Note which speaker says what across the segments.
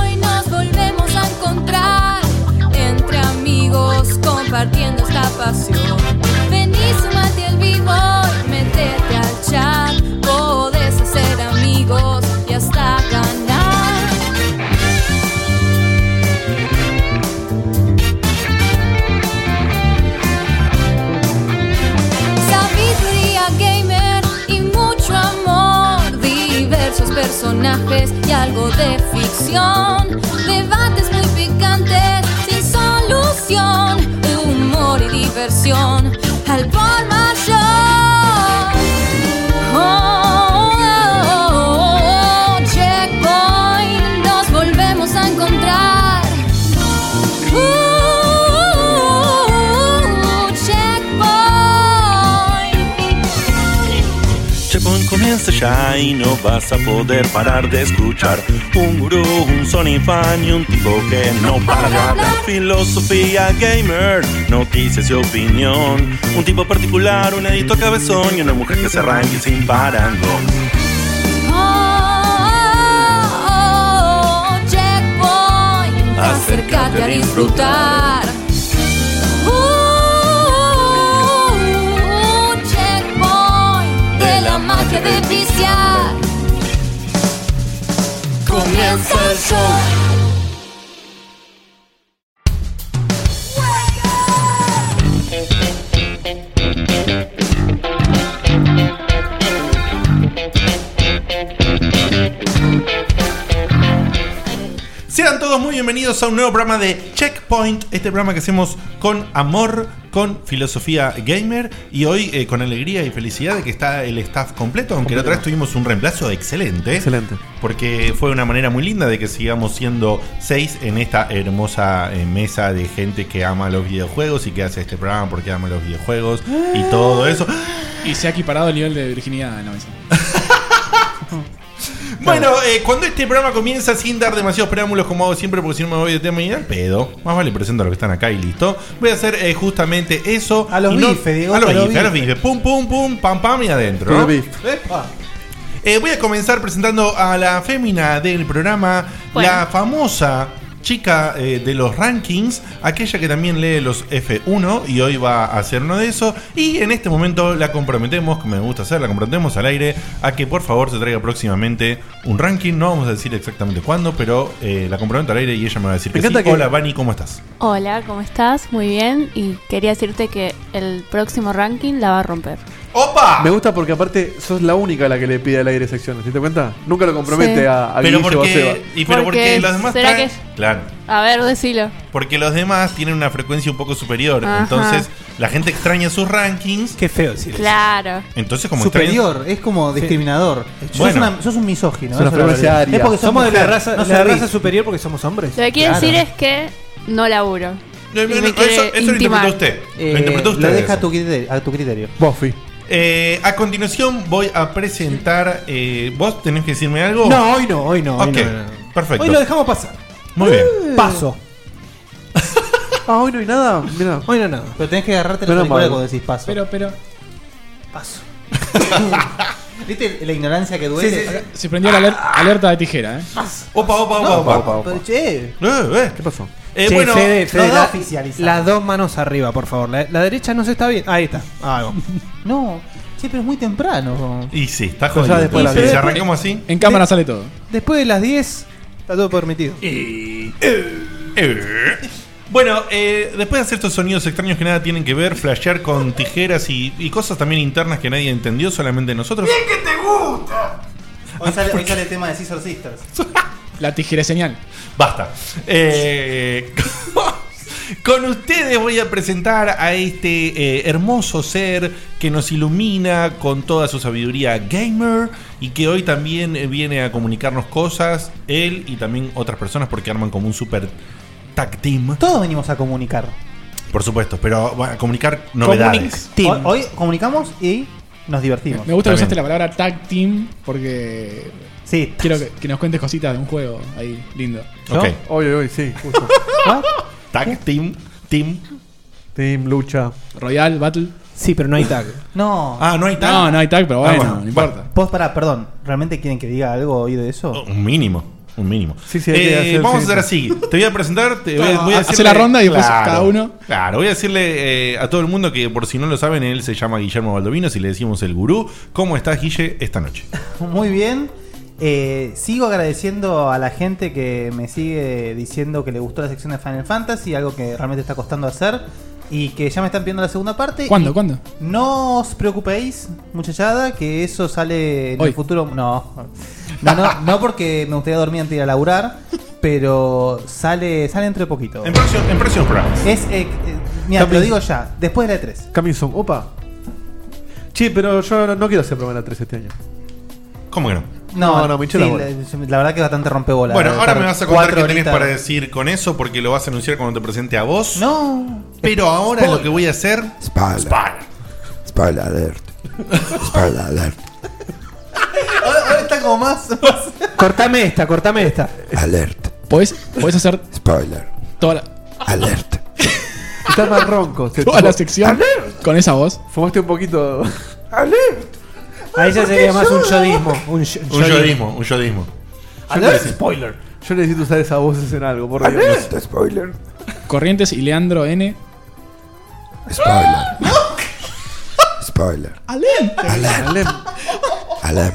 Speaker 1: Hoy nos volvemos a encontrar entre amigos compartiendo esta pasión. Vení, sumate al vivo y metete al chat. Podés hacer amigos y hasta ganar. Sabiduría gamer y mucho amor, diversos personajes y algo de ficción, debates muy picantes sin solución, humor y diversión al por mayor. Oh, oh, oh, oh, checkpoint, nos volvemos a encontrar. Uh, checkpoint.
Speaker 2: Checkpoint comienza ya y no vas a poder parar de escuchar Un gurú, un Sony fan y un tipo que no para de hablar Filosofía gamer, noticias y opinión Un tipo particular, un editor cabezón y una mujer que se arranque sin parangón
Speaker 1: Oh, oh, oh, oh, checkpoint. Acércate a disfrutar. Uh, checkpoint de la magia de viciar. Comienza el show.
Speaker 3: Sean todos muy bienvenidos a un nuevo programa de Checkpoint, este programa que hacemos con amor, con filosofía gamer y hoy eh, con alegría y felicidad de que está el staff completo, aunque la otra vez tuvimos un reemplazo excelente. Excelente. Porque fue una manera muy linda de que sigamos siendo seis en esta hermosa eh, mesa de gente que ama los videojuegos y que hace este programa porque ama los videojuegos y todo eso.
Speaker 4: Y se ha equiparado el nivel de virginidad en la mesa.
Speaker 3: Bueno, eh, cuando este programa comienza sin dar demasiados preámbulos como hago siempre, porque si no me voy de tema y al pedo, más vale presento a los que están acá y listo. Voy a hacer eh, justamente eso. A
Speaker 5: los
Speaker 3: bifes,
Speaker 5: bifes, Diego,
Speaker 3: A los
Speaker 5: a los
Speaker 3: bifes, a los
Speaker 5: bifes.
Speaker 3: bifes. Pum, pum, pum, pam, pam y adentro.
Speaker 5: Puro
Speaker 3: ¿no?
Speaker 5: bif.
Speaker 3: Epa. Eh, voy a comenzar presentando a la fémina del programa,
Speaker 6: Bueno.
Speaker 3: la famosa chica eh, de los rankings, aquella que también lee los F1 y hoy va a hacer uno de esos. Y en este momento la comprometemos, como me gusta hacer, la comprometemos al aire a que por favor se traiga próximamente un ranking. No vamos a decir exactamente cuándo, pero eh, la comprometo al aire y ella me va a decir que, sí. Hola, Vani, ¿cómo estás?
Speaker 7: Hola, ¿cómo estás? Muy bien. Y quería decirte que el próximo ranking la va a romper.
Speaker 3: ¡Opa!
Speaker 5: Me gusta porque aparte sos la única a la que le pide al aire secciones, ¿te das cuenta? Nunca lo compromete
Speaker 7: Sí.
Speaker 5: a, a
Speaker 3: Pero
Speaker 5: Guille o a Seba.
Speaker 3: porque, y pero porque,
Speaker 7: Porque
Speaker 3: los demás
Speaker 7: será
Speaker 3: traen-
Speaker 7: que-
Speaker 3: Claro.
Speaker 7: A ver, decilo.
Speaker 3: Porque los demás tienen una frecuencia un poco superior.
Speaker 7: Ajá.
Speaker 3: Entonces, la gente extraña sus rankings.
Speaker 8: Qué feo decir
Speaker 7: Claro.
Speaker 3: Entonces, como
Speaker 8: Superior,
Speaker 3: extraña-
Speaker 8: es como discriminador. Sos,
Speaker 3: Bueno.
Speaker 8: una- sos un misógino.
Speaker 5: Es una
Speaker 8: eso es la
Speaker 5: frecuencia
Speaker 8: verdad.
Speaker 5: aria.
Speaker 8: Es porque
Speaker 5: Somos
Speaker 8: somos de la raza,
Speaker 5: no
Speaker 8: no
Speaker 5: servís.
Speaker 8: superior porque somos hombres.
Speaker 7: Lo que quiero
Speaker 8: Claro.
Speaker 7: decir es que no laburo.
Speaker 3: No, no,
Speaker 7: Y
Speaker 3: no,
Speaker 7: me
Speaker 3: eso-
Speaker 7: quiere
Speaker 3: eso lo
Speaker 7: intimar.
Speaker 3: interpretó usted.
Speaker 8: Eh,
Speaker 3: lo interpretó usted.
Speaker 8: lo deja a
Speaker 3: eso.
Speaker 8: tu, criterio, a tu criterio.
Speaker 5: Buffy.
Speaker 3: Eh, a continuación voy a presentar. eh, ¿Vos tenés que decirme algo?
Speaker 8: No, hoy no, hoy no. Hoy,
Speaker 3: Ok,
Speaker 8: no, no, no.
Speaker 3: perfecto.
Speaker 8: Hoy lo dejamos pasar. Eh.
Speaker 3: Muy bien.
Speaker 8: Paso.
Speaker 5: Ah, hoy no hay nada. Mira.
Speaker 8: Hoy no, no. Pero tenés que agarrarte
Speaker 5: Pero
Speaker 8: la película
Speaker 5: mal.
Speaker 8: cuando decís paso.
Speaker 4: Pero, pero.
Speaker 8: paso. ¿Viste la ignorancia que
Speaker 3: Sí,
Speaker 8: duele?
Speaker 3: sí, sí.
Speaker 4: Se prendió la aler- alerta de tijera, ¿eh?
Speaker 3: Opa, opa, opa,
Speaker 5: No,
Speaker 3: opa.
Speaker 5: opa, opa.
Speaker 8: Pero, che.
Speaker 3: Eh, eh.
Speaker 5: ¿Qué pasó?
Speaker 3: Eh,
Speaker 8: Che,
Speaker 3: bueno,
Speaker 8: Fede, Fede,
Speaker 5: no
Speaker 8: la-
Speaker 5: da oficializar.
Speaker 8: las dos manos arriba, por favor. La, la derecha no se está bien. Ahí está. Ah, vamos. no. Che, pero es muy temprano.
Speaker 3: Y sí, está
Speaker 5: Pues ya
Speaker 3: jodido.
Speaker 5: después
Speaker 3: Y
Speaker 5: la
Speaker 3: si
Speaker 5: vi.
Speaker 3: arrancamos así.
Speaker 4: En cámara sale todo.
Speaker 8: Después de las 10, está todo permitido.
Speaker 3: Eh. Bueno, eh, después de hacer estos sonidos extraños que nada tienen que ver, flashear con tijeras y, y cosas también internas que nadie entendió, solamente nosotros.
Speaker 8: Hoy sale, hoy sale el tema de Scissor Sisters.
Speaker 4: La tijera señal.
Speaker 3: Basta. Eh, con ustedes voy a presentar a este eh, hermoso ser que nos ilumina con toda su sabiduría gamer y que hoy también eh, viene a comunicarnos cosas, él y también otras personas porque arman como un super tag team,
Speaker 8: Todos venimos a comunicar.
Speaker 3: por supuesto, pero bueno, a comunicar novedades.
Speaker 8: Hoy, hoy comunicamos y nos divertimos.
Speaker 4: Me gusta
Speaker 3: Está
Speaker 4: que usaste
Speaker 3: bien.
Speaker 4: la palabra tag team porque
Speaker 8: Sí.
Speaker 4: quiero que, que nos cuentes cositas de un juego ahí lindo.
Speaker 3: Ok.
Speaker 5: ¿Ah? Hoy, hoy, sí, justo.
Speaker 3: Tag team, team,
Speaker 5: Steam, lucha.
Speaker 4: Royal, Battle.
Speaker 9: Sí, pero no hay tag. No.
Speaker 3: Ah, no hay tag.
Speaker 4: No, no hay tag, pero
Speaker 3: Ah,
Speaker 4: bueno,
Speaker 3: bueno,
Speaker 4: no importa.
Speaker 9: Vos, pará, perdón. ¿Realmente quieren que diga algo hoy de eso?
Speaker 3: Un mínimo. Un mínimo.
Speaker 5: sí, hay que
Speaker 3: Eh,
Speaker 5: hacer-
Speaker 3: vamos a
Speaker 5: sí.
Speaker 3: hacer así. Te voy a presentar, te voy, a- voy a
Speaker 4: Hace
Speaker 3: decirle-
Speaker 4: la ronda y después cada uno.
Speaker 3: Claro, voy a decirle eh, a todo el mundo que por si no lo saben, él se llama Guillermo Baldovinos y le decimos el gurú. ¿Cómo estás, Guille, esta noche?
Speaker 10: Muy bien. Eh, sigo agradeciendo a la gente que me sigue diciendo que le gustó la sección de Final Fantasy, algo que realmente está costando hacer y que ya me están pidiendo la segunda parte.
Speaker 4: ¿Cuándo?
Speaker 10: Y
Speaker 4: ¿Cuándo?
Speaker 10: No os preocupéis, muchachada, que eso sale en
Speaker 4: Hoy.
Speaker 10: el futuro. No. No, no, no porque me gustaría dormir antes de ir a laburar, pero sale, sale entre poquito.
Speaker 3: En, próximo- en próximos programas.
Speaker 10: Es, eh, eh, mira, te lo digo ya, después de la E E3.
Speaker 5: Caminson, opa. Che, pero yo no, no quiero hacer programa de la 3 este año.
Speaker 3: ¿Cómo que no?
Speaker 10: No,
Speaker 5: No, no, me hinché la
Speaker 10: sí,
Speaker 5: bola.
Speaker 10: la, la verdad que bastante rompebola.
Speaker 3: Bueno, ahora me vas a contar qué
Speaker 10: Cuatro
Speaker 3: tenés
Speaker 10: horitas.
Speaker 3: para decir con eso, porque lo vas a anunciar cuando te presente a vos.
Speaker 10: No.
Speaker 3: Pero ahora lo que voy a hacer.
Speaker 11: Spoiler.
Speaker 3: Spoiler.
Speaker 11: Spoiler alert. Spoiler alert.
Speaker 10: Ahora, ahora está como más. más-
Speaker 9: Cortame esta, cortame esta.
Speaker 11: Alert.
Speaker 4: Podés, podés hacer
Speaker 11: Spoiler.
Speaker 4: toda la,
Speaker 11: Alert.
Speaker 5: Está más ronco. Te-
Speaker 4: toda la sección con esa voz.
Speaker 5: Fumaste un poquito.
Speaker 9: Ahí ya sería más un yodismo. Un, yo-
Speaker 3: Un yodismo, un yodismo.
Speaker 9: Spoiler.
Speaker 5: Yo necesito usar esas voces en algo, por Dios.
Speaker 11: Alert. Spoiler.
Speaker 4: Corrientes y Leandro N.
Speaker 11: Spoiler. Spoiler.
Speaker 5: Alem.
Speaker 11: Alem.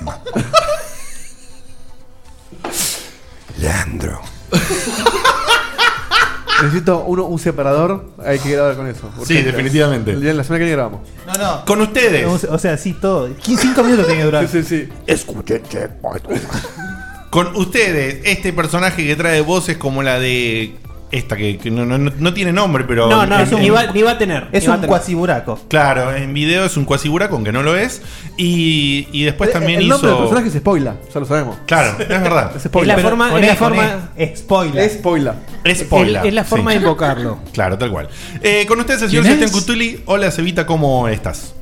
Speaker 11: Leandro.
Speaker 5: Necesito uno, un separador. Hay que grabar con eso. Urgente.
Speaker 3: definitivamente.
Speaker 5: El día de la semana que viene grabamos.
Speaker 10: No, no.
Speaker 3: Con ustedes.
Speaker 10: O sea- O sea, sí, todo. Qu- Cinco minutos tiene que durar.
Speaker 5: Sí, sí, sí.
Speaker 11: Escuchen Checkpoint.
Speaker 3: Con ustedes, este personaje que trae voces como la de. Esta que, que no, no- no- no tiene nombre,
Speaker 5: Oh,
Speaker 3: pero.
Speaker 9: No, no,
Speaker 3: en- en-
Speaker 9: ni, va, ni va a tener.
Speaker 10: Es
Speaker 9: ni va a
Speaker 10: un
Speaker 9: tener.
Speaker 10: cuasiburaco.
Speaker 3: Claro, en video es un cuasi con que no lo es. Y, y después Pues también
Speaker 5: Eh, el
Speaker 3: hizo.
Speaker 5: nombre del personaje se spoila, ya lo sabemos.
Speaker 3: Claro, es verdad.
Speaker 5: Es
Speaker 9: Es
Speaker 5: spoiler.
Speaker 9: la forma,
Speaker 10: Con
Speaker 9: es la
Speaker 10: E, con
Speaker 9: forma,
Speaker 10: E. Spoiler.
Speaker 5: Es spoiler.
Speaker 3: Es
Speaker 9: es,
Speaker 3: spoiler.
Speaker 9: es la forma
Speaker 3: sí.
Speaker 9: de invocarlo.
Speaker 3: Claro, tal cual. Eh, con ustedes, el señor
Speaker 4: ¿Quién
Speaker 3: Sebastián
Speaker 4: es?
Speaker 3: Cutuli. Hola, Cevita, ¿cómo estás?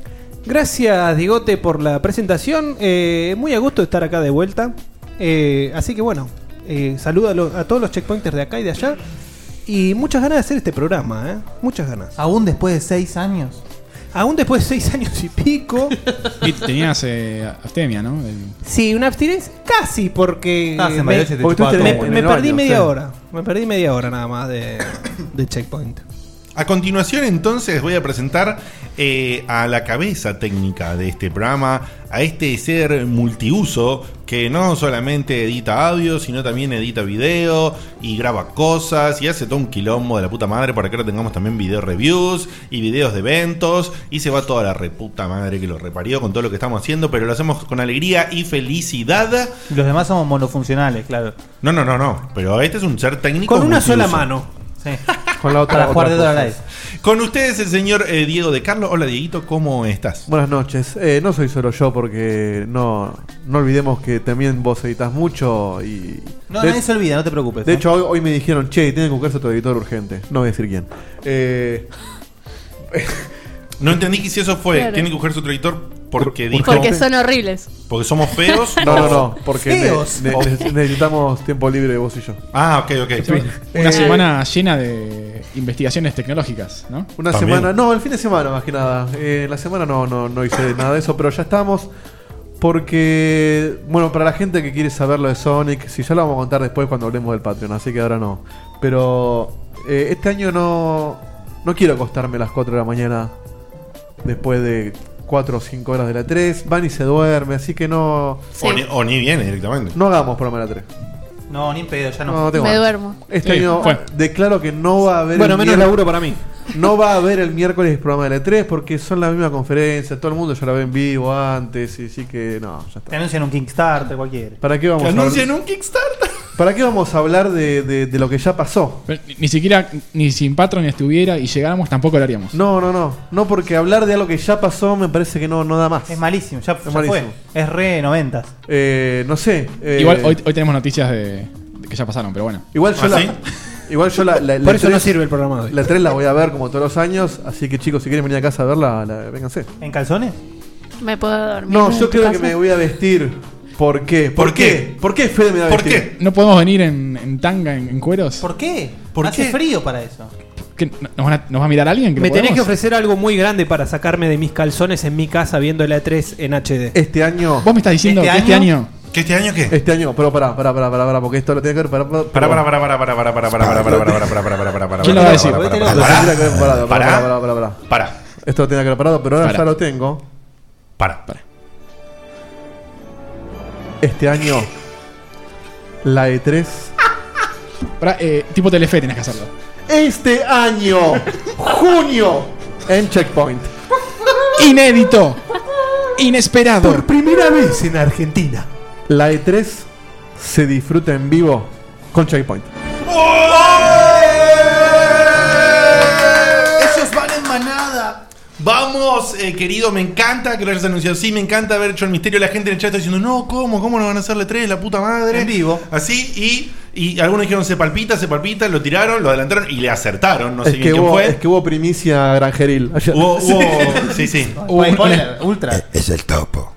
Speaker 9: Gracias, Digote, por la presentación. Eh, muy a gusto de estar acá de vuelta. Eh, así que bueno, eh, saludo a, lo- a todos los checkpointers de acá y de allá. Y muchas ganas de hacer este programa, ¿eh? Muchas ganas.
Speaker 10: Aún después de seis años.
Speaker 9: Aún después de seis años y pico.
Speaker 4: Y Tenías eh, aftemia, ¿no? El-
Speaker 9: sí, una abstinencia casi, porque.
Speaker 10: Ah, se
Speaker 9: me,
Speaker 10: mareó, se te
Speaker 9: me-
Speaker 10: chupaba
Speaker 9: me-
Speaker 5: todo.
Speaker 9: me
Speaker 5: En el
Speaker 9: perdí
Speaker 5: baño,
Speaker 9: media
Speaker 5: sí.
Speaker 9: hora. Me perdí media hora nada más de, de checkpoint.
Speaker 3: A continuación, entonces, voy a presentar eh, a la cabeza técnica de este programa, a este ser multiuso que no solamente edita audio, sino también edita video y graba cosas y hace todo un quilombo de la puta madre para que ahora tengamos también video reviews y videos de eventos y se va toda la reputa madre que lo reparió con todo lo que estamos haciendo, pero lo hacemos con alegría y felicidad.
Speaker 10: Los demás somos monofuncionales, claro.
Speaker 3: No, no, no, no, pero este es un ser técnico.
Speaker 9: Con una
Speaker 3: multiuso.
Speaker 9: sola mano.
Speaker 10: Sí.
Speaker 5: Con la otra.
Speaker 10: Para jugar de
Speaker 5: otra
Speaker 10: dólar
Speaker 5: cosa.
Speaker 10: live.
Speaker 3: Con ustedes el señor eh, Diego de Carlos. Hola Dieguito, ¿cómo estás?
Speaker 5: Buenas noches. Eh, no soy solo yo porque no, no olvidemos que también vos editas mucho y.
Speaker 10: No,
Speaker 5: de,
Speaker 10: nadie se olvida, no te preocupes.
Speaker 5: de
Speaker 10: ¿eh?
Speaker 5: hecho, hoy, hoy me dijeron, che, tienen que buscarse otro editor urgente. No voy a decir quién. Eh,
Speaker 3: No entendí que si eso fue.
Speaker 7: Claro.
Speaker 3: Tiene que buscarse otro editor porque
Speaker 5: Por-
Speaker 3: dijo.
Speaker 7: Porque son horribles.
Speaker 3: porque somos feos.
Speaker 5: no, no, no, porque ne-
Speaker 10: Feos.
Speaker 5: ne- ne- necesitamos tiempo libre vos y yo.
Speaker 3: Ah, ok, ok.
Speaker 4: Una
Speaker 5: Eh,
Speaker 4: semana llena de investigaciones tecnológicas, ¿no?
Speaker 5: Una
Speaker 3: También.
Speaker 5: semana, no, el fin de semana más que nada. Eh, la semana no, no, no hice nada de eso, pero ya estamos. Porque, bueno, para la gente que quiere saber lo de Sonic, si ya lo vamos a contar después cuando hablemos del Patreon, así que ahora no. Pero eh, este año no, no quiero acostarme a las 4 de la mañana después de 4 o 5 horas de la 3. Van y se duerme, así que no,
Speaker 7: Sí.
Speaker 3: O, ni, o ni viene directamente.
Speaker 5: no hagamos programa de la 3.
Speaker 10: No, ni en pedo, ya
Speaker 5: No,
Speaker 10: no.
Speaker 5: no tengo
Speaker 7: Me
Speaker 5: ganas.
Speaker 7: duermo.
Speaker 5: Este
Speaker 4: Sí,
Speaker 5: año
Speaker 4: fue.
Speaker 5: declaro que no va a haber
Speaker 9: Bueno,
Speaker 5: el
Speaker 9: menos
Speaker 5: miércoles-
Speaker 9: laburo para mí.
Speaker 5: no va a haber el miércoles programa de la E3 porque son la misma conferencia, todo el mundo ya la ve en vivo antes, y así que no, ya
Speaker 10: Te
Speaker 5: está.
Speaker 10: anuncian un Kickstarter, cualquiera.
Speaker 5: ¿Para qué vamos,
Speaker 3: Que
Speaker 5: a
Speaker 3: anuncien
Speaker 5: hablar,
Speaker 3: un Kickstarter.
Speaker 5: ¿para qué vamos a hablar de, de- de lo que ya pasó?
Speaker 4: Pero ni, ni siquiera, ni sin Patreon estuviera y llegáramos, tampoco lo haríamos.
Speaker 5: No, no, no. No porque hablar de algo que ya pasó me parece que no, no da más.
Speaker 10: Es malísimo, ya, ya fue.
Speaker 5: malísimo.
Speaker 10: Es re noventas.
Speaker 5: Eh, no sé. eh,
Speaker 4: Igual hoy, hoy tenemos noticias de, de que ya pasaron, pero bueno.
Speaker 5: igual yo
Speaker 3: ¿Ah,
Speaker 5: la...
Speaker 3: sí?
Speaker 5: Igual yo la, la- la
Speaker 9: Por eso no
Speaker 5: E3
Speaker 9: sirve el programa de hoy.
Speaker 5: La 3 la voy a ver como todos los años, así que chicos, si quieren venir a casa a verla, la- vénganse.
Speaker 10: ¿En calzones?
Speaker 7: Me puedo dormir.
Speaker 5: No,
Speaker 7: en
Speaker 5: yo
Speaker 7: tu
Speaker 5: creo que
Speaker 7: casa.
Speaker 5: me voy a vestir. ¿Por qué?
Speaker 3: ¿Por qué?
Speaker 5: ¿Por qué Fede me va a
Speaker 3: ¿Por
Speaker 5: vestir?
Speaker 3: qué?
Speaker 4: ¿No podemos venir en, en tanga, en, en cueros?
Speaker 10: ¿Por qué?
Speaker 3: ¿Por
Speaker 10: Hace
Speaker 3: qué?
Speaker 10: frío para eso.
Speaker 4: ¿Qué? ¿Nos, van a- nos va a mirar
Speaker 9: Me
Speaker 4: alguien? lo
Speaker 9: tenés que
Speaker 4: podemos?
Speaker 9: ofrecer algo muy grande para sacarme de mis calzones en mi casa viendo la E3 en HD.
Speaker 5: Este año.
Speaker 4: ¿Vos me estás diciendo
Speaker 5: ¿Este
Speaker 4: que este
Speaker 5: año?
Speaker 4: año?
Speaker 3: ¿Qué este año qué?
Speaker 5: Este año, pero pará, pará, pará, pará, pará, porque esto lo tiene que ver. Pará, pará,
Speaker 3: Pará, pará, pará, pará, pará, pará, pará, pará, pará, pará, pará, pará, pará, pará, pará,
Speaker 4: ¿Quién lo va a
Speaker 3: pará,
Speaker 4: decir?
Speaker 3: pará,
Speaker 5: Pará,
Speaker 3: pará,
Speaker 5: pará, pará, pará, pará,
Speaker 3: pará,
Speaker 5: pará,
Speaker 3: Pará.
Speaker 5: pará, pará.
Speaker 3: Pará,
Speaker 5: Esto lo tenía que haber parado, pero ahora
Speaker 4: Pará.
Speaker 5: ya lo tengo.
Speaker 3: pará.
Speaker 5: Este año, la E E3.
Speaker 4: Pará, eh, tipo Telefe tenés que hacerlo.
Speaker 5: Este año, junio, en Checkpoint.
Speaker 4: Inédito. Inesperado.
Speaker 5: primera vez en Argentina. La E3 se disfruta en vivo con Checkpoint.
Speaker 3: Esos van en manada. Vamos, eh, querido, me encanta que lo hayas anunciado. Sí, me encanta haber hecho el misterio. La gente en el chat está diciendo, no, ¿cómo? ¿Cómo no van a hacerle tres? La puta madre.
Speaker 10: En vivo.
Speaker 3: Así, y, y algunos dijeron, se palpita, se palpita, lo tiraron, lo adelantaron y le acertaron. No sé
Speaker 5: es,
Speaker 3: bien
Speaker 5: que
Speaker 3: quién
Speaker 5: hubo,
Speaker 3: fue.
Speaker 5: es que hubo primicia granjeril. ayer.
Speaker 3: Hubo- hubo- sí, sí.
Speaker 4: Un-
Speaker 10: Spoiler, ultra.
Speaker 12: Es el topo.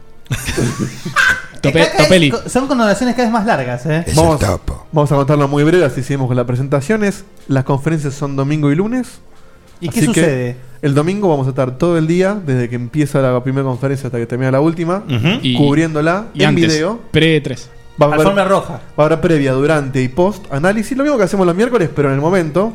Speaker 10: Cada
Speaker 4: Tope-
Speaker 10: vez
Speaker 4: topeli.
Speaker 10: co- Son connotaciones cada vez más largas, ¿eh?
Speaker 12: Es
Speaker 5: Vamos.
Speaker 12: el topo.
Speaker 5: Vamos a contarlo muy breve, así seguimos con las presentaciones. Las conferencias son domingo y lunes.
Speaker 10: ¿Y qué
Speaker 5: Así que
Speaker 10: sucede?
Speaker 5: El domingo vamos a estar todo el día, desde que empieza la primera conferencia hasta que termina la última,
Speaker 3: Ujú.
Speaker 4: Y-
Speaker 5: cubriéndola
Speaker 4: Y
Speaker 5: en
Speaker 4: antes.
Speaker 5: video.
Speaker 4: Pre-3.
Speaker 5: Va a,
Speaker 10: Alfombra
Speaker 5: haber, va
Speaker 10: roja.
Speaker 5: a haber previa, durante y post análisis, lo mismo que hacemos los miércoles, pero en el momento.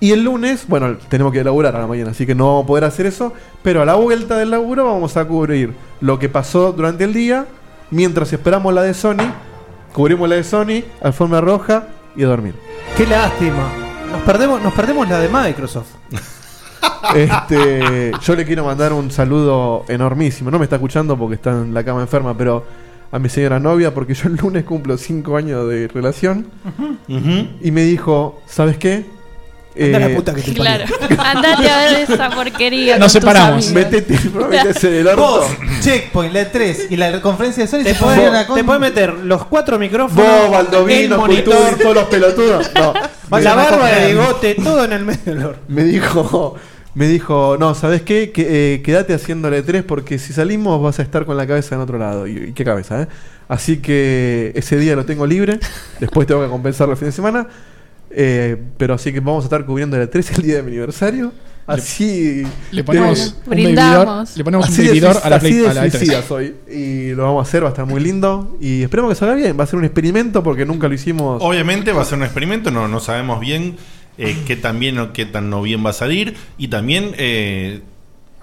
Speaker 5: Y el lunes, bueno, tenemos que laburar a la mañana, así que no vamos a poder hacer eso, pero a la vuelta del laburo vamos a cubrir lo que pasó durante el día, mientras esperamos la de Sony, cubrimos la de Sony, alfombra roja y a dormir.
Speaker 9: Qué lástima. Nos perdemos, nos perdemos la de Microsoft.
Speaker 5: Este, yo le quiero mandar un saludo enormísimo. No me está escuchando porque está en la cama enferma, pero a mi señora novia, porque yo el lunes cumplo 5 años de relación.
Speaker 3: Ujú.
Speaker 5: Y me dijo, ¿sabes qué?
Speaker 9: Anda
Speaker 5: Eh,
Speaker 9: la puta que te
Speaker 7: Claro.
Speaker 9: parió.
Speaker 7: Andate a ver esa porquería.
Speaker 4: Nos
Speaker 7: con tus
Speaker 4: separamos.
Speaker 7: amigos.
Speaker 5: Metete, metete en el orto.
Speaker 10: Vos, Checkpoint, la 3 y la conferencia de Sony
Speaker 9: Te
Speaker 10: se pueden ir a
Speaker 9: puedes
Speaker 10: una con-
Speaker 9: meter los cuatro micrófonos,
Speaker 5: Vos,
Speaker 9: el
Speaker 5: Baldovino, Cultura,
Speaker 9: monitor,
Speaker 5: todos los pelotudos. No. Me- "Em,
Speaker 9: la barba de
Speaker 10: compran.
Speaker 9: bigote, todo en el medio del horno.
Speaker 5: Me dijo, me dijo, no, ¿sabes qué? Que, eh, quédate haciéndole tres porque si salimos vas a estar con la cabeza en otro lado. ¿Y, y qué cabeza, eh? Así que ese día lo tengo libre. Después tengo que compensarlo el fin de semana. Eh, pero así que vamos a estar cubriendo la 3 el día de mi aniversario. Así.
Speaker 4: Le ponemos un
Speaker 7: Brindamos.
Speaker 4: bebidor, le ponemos un
Speaker 5: Así de,
Speaker 4: bebidor
Speaker 5: suic-
Speaker 4: a la
Speaker 5: así
Speaker 4: Play
Speaker 5: de
Speaker 4: a la E E3.
Speaker 5: suicida soy. Y lo vamos a hacer, va a estar muy lindo. Y esperemos que salga bien. Va a ser un experimento porque nunca lo hicimos.
Speaker 3: Obviamente va a ser un experimento, no, no sabemos bien eh, qué tan bien o qué tan no bien va a salir. Y también eh,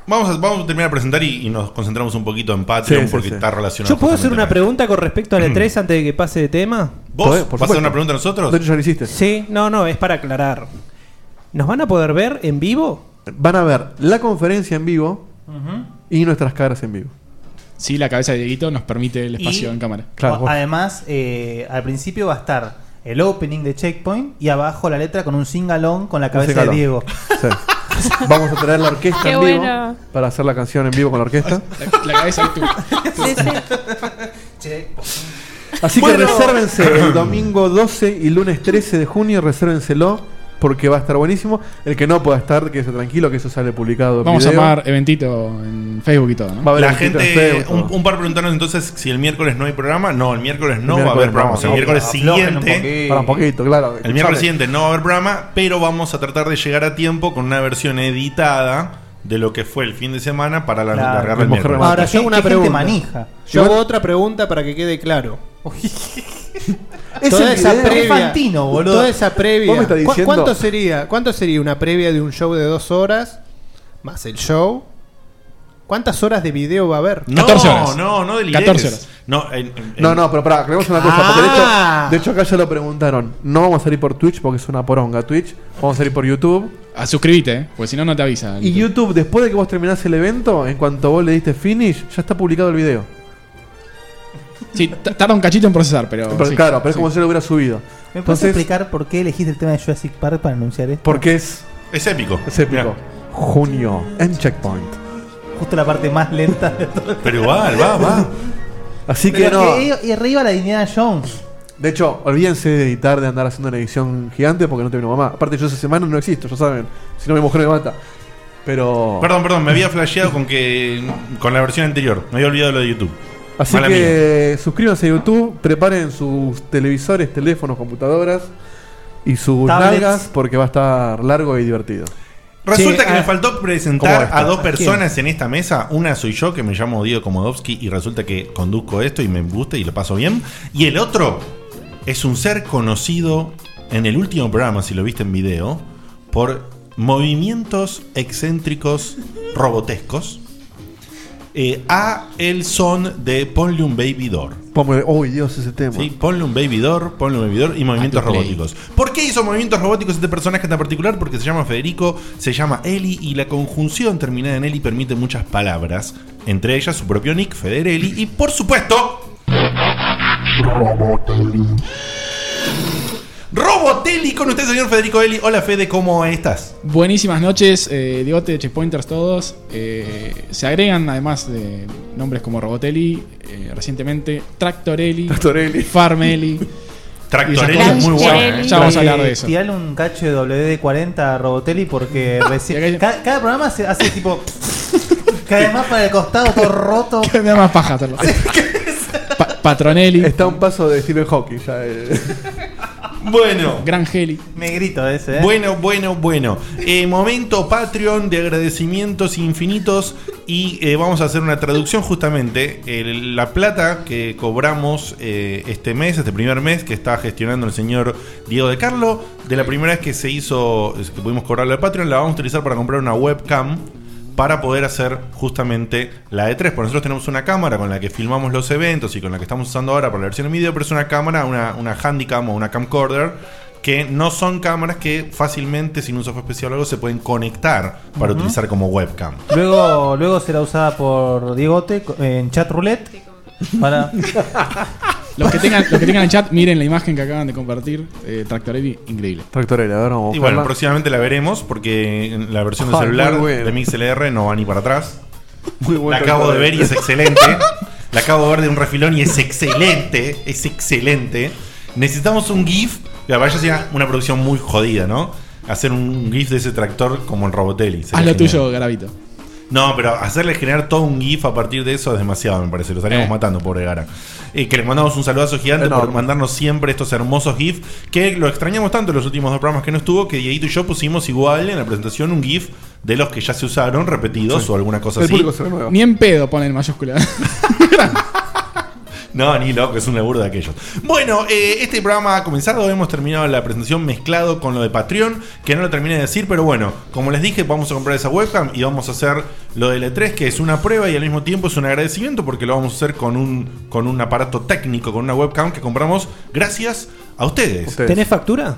Speaker 3: vamos, a, vamos a terminar de presentar y, y nos concentramos un poquito en Patreon
Speaker 5: Sí, sí,
Speaker 3: porque
Speaker 5: sí.
Speaker 3: está relacionado.
Speaker 9: ¿Yo puedo hacer
Speaker 3: justamente
Speaker 9: una
Speaker 3: con esto.
Speaker 9: pregunta con respecto a la E3 antes de que pase de tema?
Speaker 3: ¿Vos
Speaker 5: Por- Mm. por
Speaker 3: vas a hacer
Speaker 5: supuesto.
Speaker 3: una pregunta a nosotros?
Speaker 5: De hecho, ya lo hiciste.
Speaker 9: Sí, no, no, es para aclarar. ¿Nos van a poder ver en vivo?
Speaker 5: Van a ver la conferencia en vivo y nuestras caras en vivo.
Speaker 4: Sí, la cabeza de Dieguito nos permite el espacio
Speaker 10: Y-
Speaker 4: en cámara.
Speaker 5: Claro, vos-
Speaker 10: Además, eh, al principio va a estar el opening de Checkpoint y abajo la letra con un singalón con la cabeza de
Speaker 5: singalón.
Speaker 10: Diego.
Speaker 5: Sí. Vamos a traer la orquesta
Speaker 7: Qué
Speaker 5: en vivo
Speaker 7: bueno.
Speaker 5: para hacer la canción en vivo con la orquesta.
Speaker 4: La, la cabeza de tú.
Speaker 7: Sí, sí.
Speaker 5: Así que
Speaker 10: Bueno.
Speaker 5: resérvense el domingo 12 y lunes 13 de junio, resérvenselo porque va a estar buenísimo. El que no pueda estar, que esté tranquilo, que eso sale publicado. en
Speaker 4: Vamos a
Speaker 5: video.
Speaker 4: armar eventito en Facebook y todo, ¿no?
Speaker 5: Va a haber
Speaker 3: La
Speaker 5: un poquito de
Speaker 3: gente,
Speaker 5: feo,
Speaker 3: un,
Speaker 5: todo.
Speaker 3: un par preguntaron entonces si el miércoles no hay programa. No, el miércoles no
Speaker 5: El
Speaker 3: va a
Speaker 5: miércoles
Speaker 3: haber programa.
Speaker 5: no,
Speaker 3: O sea,
Speaker 5: no,
Speaker 3: el miércoles
Speaker 10: aflojen un
Speaker 3: siguiente.
Speaker 10: poquito.
Speaker 5: Para un poquito, claro.
Speaker 3: El miércoles
Speaker 5: Escuchame.
Speaker 3: siguiente no va a haber programa, pero vamos a tratar de llegar a tiempo con una versión editada de lo que fue el fin de semana para la,
Speaker 10: Claro.
Speaker 3: largarla el
Speaker 5: Mujer
Speaker 3: miércoles.
Speaker 5: remata.
Speaker 9: Ahora, yo hago una
Speaker 10: ¿Qué gente
Speaker 9: pregunta.
Speaker 10: manija?
Speaker 9: Yo
Speaker 5: Igual-
Speaker 9: hago otra pregunta para que quede claro.
Speaker 5: Es
Speaker 9: toda
Speaker 5: el
Speaker 9: esa
Speaker 5: video.
Speaker 9: previa,
Speaker 10: Infantino, boludo.
Speaker 9: Toda esa previa.
Speaker 5: Vos me estás
Speaker 9: ¿Cu-
Speaker 5: diciendo-
Speaker 9: ¿Cuánto sería? ¿Cuánto sería una previa de un show de dos horas más el show? ¿Cuántas horas de video va a haber?
Speaker 3: No,
Speaker 4: 14 horas.
Speaker 3: no, no del
Speaker 4: 14 horas.
Speaker 3: No, en- en-
Speaker 5: No, no, pero pará, creemos una cosa. Porque de,
Speaker 9: Ah.
Speaker 5: hecho, de hecho, acá ya lo preguntaron. No vamos a salir por Twitch porque es una poronga Twitch. Vamos a salir por YouTube.
Speaker 4: Ah, suscribite, ¿eh? porque si no, no te avisa.
Speaker 5: Y YouTube, después de que vos terminás el evento, en cuanto vos le diste finish, ya está publicado el video.
Speaker 4: Sí, t- tarda un cachito en procesar, pero.
Speaker 5: Pero
Speaker 4: sí,
Speaker 5: claro, pero es
Speaker 4: sí.
Speaker 5: como si lo hubiera subido.
Speaker 10: ¿Me puedes
Speaker 5: Entonces,
Speaker 10: explicar por qué elegiste el tema de Jurassic Park para anunciar esto?
Speaker 5: porque es,
Speaker 3: Es épico.
Speaker 5: es épico.
Speaker 3: Mirá,
Speaker 5: Junio, en Checkpoint.
Speaker 10: Justo la parte más lenta de todo.
Speaker 3: Pero igual, va, va.
Speaker 5: Así que
Speaker 10: Pero
Speaker 5: no.
Speaker 10: que- y arriba la dignidad Jones.
Speaker 5: De hecho, olvídense de editar, de andar haciendo una edición gigante porque no tengo mamá. Aparte, yo esa semana no existo, ya saben. Si no, mi mujer me mata. Pero.
Speaker 3: Perdón, perdón, me había flasheado con que con la versión anterior. Me había olvidado lo de YouTube.
Speaker 5: Así
Speaker 3: Mala
Speaker 5: que suscríbanse a YouTube, preparen sus televisores, teléfonos, computadoras. Y sus
Speaker 3: Tablets.
Speaker 5: nalgas porque va a estar largo y divertido.
Speaker 3: Resulta que
Speaker 5: ah,
Speaker 3: me faltó
Speaker 5: ¿cómo
Speaker 3: presentar
Speaker 5: está?
Speaker 3: a dos
Speaker 5: ¿A
Speaker 3: personas en esta mesa. Una soy yo, que me llamo Diego Komodowski, y resulta que conduzco esto y me gusta y lo paso bien. Y el otro es un ser conocido en el último programa, si lo viste en video, por movimientos excéntricos robotescos eh, a el son de Ponle un Baby Door.
Speaker 5: Ponme- Uy, Dios, ese tema.
Speaker 3: Sí, ponle un baby door, ponle un baby door y movimientos
Speaker 5: play.
Speaker 3: robóticos. ¿Por qué hizo movimientos robóticos este personaje tan particular? Porque se llama Federico, se llama Eli y la conjunción terminada en Eli permite muchas palabras. Entre ellas su propio nick, Federelli, y por supuesto,
Speaker 12: Robotelli.
Speaker 3: Robotelli con usted, señor Federico Eli. Hola Fede, ¿cómo estás?
Speaker 4: Buenísimas noches, eh, Digote, Checkpointers todos. Eh, se agregan además de nombres como Robotelli, eh, recientemente Tractorelli, Farmelli.
Speaker 3: Tractorelli
Speaker 4: y esas cosas.
Speaker 10: es muy
Speaker 4: Ya-
Speaker 10: bueno,
Speaker 4: Ya,
Speaker 10: eh.
Speaker 4: vamos a hablar
Speaker 10: Eh,
Speaker 4: de eso.
Speaker 10: tirale un cacho de WD-40 a Robotelli porque recién. cada, cada programa se hace tipo. que además para el costado todo roto.
Speaker 4: Me da más paja hacerlo. Pa- Patronelli.
Speaker 5: Está un paso de Stephen Hawking. Ya, eh.
Speaker 3: Bueno.
Speaker 4: Gran Heli.
Speaker 10: Me grito ese, ¿eh?
Speaker 3: Bueno, bueno, bueno. Eh, momento Patreon de agradecimientos infinitos y eh, vamos a hacer una traducción justamente. El- la plata que cobramos eh, este mes, este primer mes que está gestionando el señor Diego de Carlo, de la primera vez que se hizo, que pudimos cobrarle al Patreon, la vamos a utilizar para comprar una webcam para poder hacer justamente la E3. Porque nosotros tenemos una cámara con la que filmamos los eventos y con la que estamos usando ahora para la versión en video, pero es una cámara, una, una handicam o una camcorder, que no son cámaras que fácilmente, sin un software especial o algo, se pueden conectar para
Speaker 10: Ujú.
Speaker 3: utilizar como webcam.
Speaker 10: Luego, luego será usada por Diegote co- en chat roulette. Para.
Speaker 4: Los que tengan, los que tengan el chat, miren la imagen que acaban de compartir. Eh, Tractorelli, increíble.
Speaker 5: Tractorelli, ahora vamos
Speaker 3: Y bueno, próximamente la veremos porque en la versión de
Speaker 4: Ay,
Speaker 3: celular
Speaker 4: muy bueno.
Speaker 3: de MixLR no va ni para atrás.
Speaker 5: bueno,
Speaker 3: la acabo de ver y es
Speaker 5: Tractorelli.
Speaker 3: excelente. la acabo de ver de un refilón y es excelente. Es excelente. Necesitamos un GIF. La vaya sería una producción muy jodida, ¿no? Hacer un GIF de ese tractor como el Robotelli. sería
Speaker 4: Haz Ah, lo
Speaker 3: genial.
Speaker 4: tuyo, Garavito.
Speaker 3: No, pero hacerle generar todo un GIF a partir de eso es demasiado, me parece. Lo estaríamos
Speaker 4: Eh.
Speaker 3: matando, pobre Gara. Eh, que le mandamos un saludazo gigante por
Speaker 5: Enorme.
Speaker 3: mandarnos siempre estos hermosos GIF. Que lo extrañamos tanto en los últimos dos programas que no estuvo, que Dieguito y yo pusimos igual en la presentación un GIF de los que ya se usaron, repetidos o alguna cosa así.
Speaker 4: Ni en pedo pone en mayúscula.
Speaker 3: No, ni loco, es un laburo de aquellos. Bueno, eh, este programa ha comenzado, hemos terminado la presentación mezclado con lo de Patreon, que no lo terminé de decir, pero bueno, como les dije, vamos a comprar esa webcam y vamos a hacer lo del E3, que es una prueba y al mismo tiempo es un agradecimiento porque lo vamos a hacer con un, con un aparato técnico, con una webcam que compramos gracias a ustedes.
Speaker 9: ¿Tenés factura?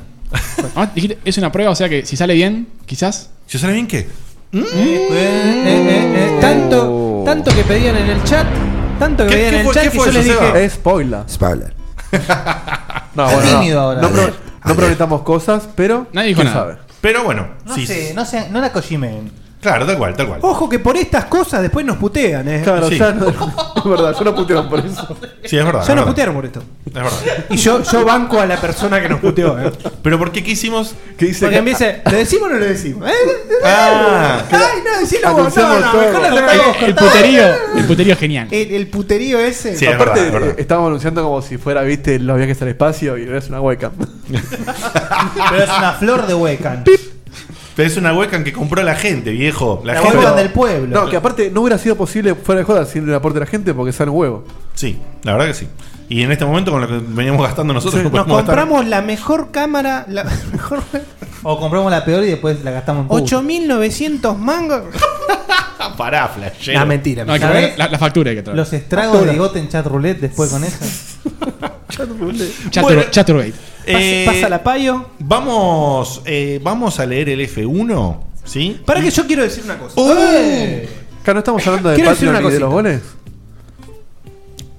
Speaker 4: Ah, dijiste, es una prueba, o sea que Eh, si sale bien, quizás. Mm.
Speaker 3: ¿Si sale bien qué?
Speaker 9: Eh,
Speaker 5: Oh.
Speaker 9: Tanto, tanto que pedían en el chat. Tanto que
Speaker 5: ¿Qué-
Speaker 9: pedían
Speaker 5: qué
Speaker 9: en
Speaker 5: fue-
Speaker 9: el chat
Speaker 5: qué
Speaker 9: que
Speaker 5: fue
Speaker 9: yo les
Speaker 5: eso,
Speaker 9: dije.
Speaker 5: Seba? Spoiler.
Speaker 12: Spoiler.
Speaker 5: No,
Speaker 10: Está
Speaker 5: bueno, no.
Speaker 10: tímido ahora.
Speaker 5: No, pro- no prometamos cosas, pero.
Speaker 10: Nadie dijo
Speaker 5: quién
Speaker 10: nada.
Speaker 5: sabe.
Speaker 3: Pero bueno,
Speaker 10: No sé, no sé, no la cojimen.
Speaker 3: Claro, tal cual, tal cual.
Speaker 9: Ojo que por estas cosas después nos putean, eh.
Speaker 5: Claro, ya no- es verdad, yo no putearon por eso.
Speaker 3: Sí, es verdad.
Speaker 9: Ya
Speaker 3: es
Speaker 9: nos
Speaker 3: verdad.
Speaker 9: putearon por esto.
Speaker 3: Es verdad.
Speaker 9: Y yo, yo banco a la persona que nos puteó, eh.
Speaker 3: ¿Pero por qué qué hicimos?
Speaker 5: ¿Qué
Speaker 9: Porque me dice, ¿lo decimos o no lo decimos? ¿Eh?
Speaker 3: Ah,
Speaker 9: Ay, no, decilo vos, no, no,
Speaker 5: Anunciamos
Speaker 9: mejor
Speaker 5: todo.
Speaker 9: la cerramos.
Speaker 4: El puterío, el puterío es genial.
Speaker 9: El, el puterío ese.
Speaker 3: Sí, es
Speaker 5: Aparte,
Speaker 3: verdad, es verdad.
Speaker 5: eh, estábamos anunciando como si fuera, viste, los viajes al espacio y no es una webcam.
Speaker 10: Pero es una flor de huecan.
Speaker 3: Pero es una webcam que compró la gente, viejo. La,
Speaker 10: La
Speaker 3: gente.
Speaker 10: webcam del pueblo.
Speaker 5: No, que aparte no hubiera sido posible fuera de joda sin el aporte de la gente porque sale un huevo.
Speaker 3: Sí, la verdad que sí. Y en este momento con lo que veníamos gastando nosotros no
Speaker 9: Nos
Speaker 3: podemos gastar.
Speaker 9: compramos la mejor cámara, la mejor
Speaker 10: O compramos la peor y después la gastamos en público.
Speaker 9: 8900 mangos.
Speaker 3: Ah, Pará, flashero.
Speaker 9: No, mentira.
Speaker 4: No, hay que
Speaker 10: ¿Sabés?
Speaker 4: ver la, la factura hay que traer.
Speaker 10: Los estragos de bigote en chat roulette después con eso.
Speaker 4: Chatur- Chaturbate.
Speaker 3: Eh,
Speaker 9: Pasa la payo.
Speaker 3: Vamos, eh, vamos a leer el F1, ¿sí? ¡Oh!
Speaker 9: Para que yo quiero decir una cosa.
Speaker 3: ¡Uh!
Speaker 9: Eh.
Speaker 5: Claro, no estamos hablando de
Speaker 9: Quiero decir
Speaker 5: Patreon
Speaker 9: una
Speaker 5: y de
Speaker 9: cosita.
Speaker 5: los goles.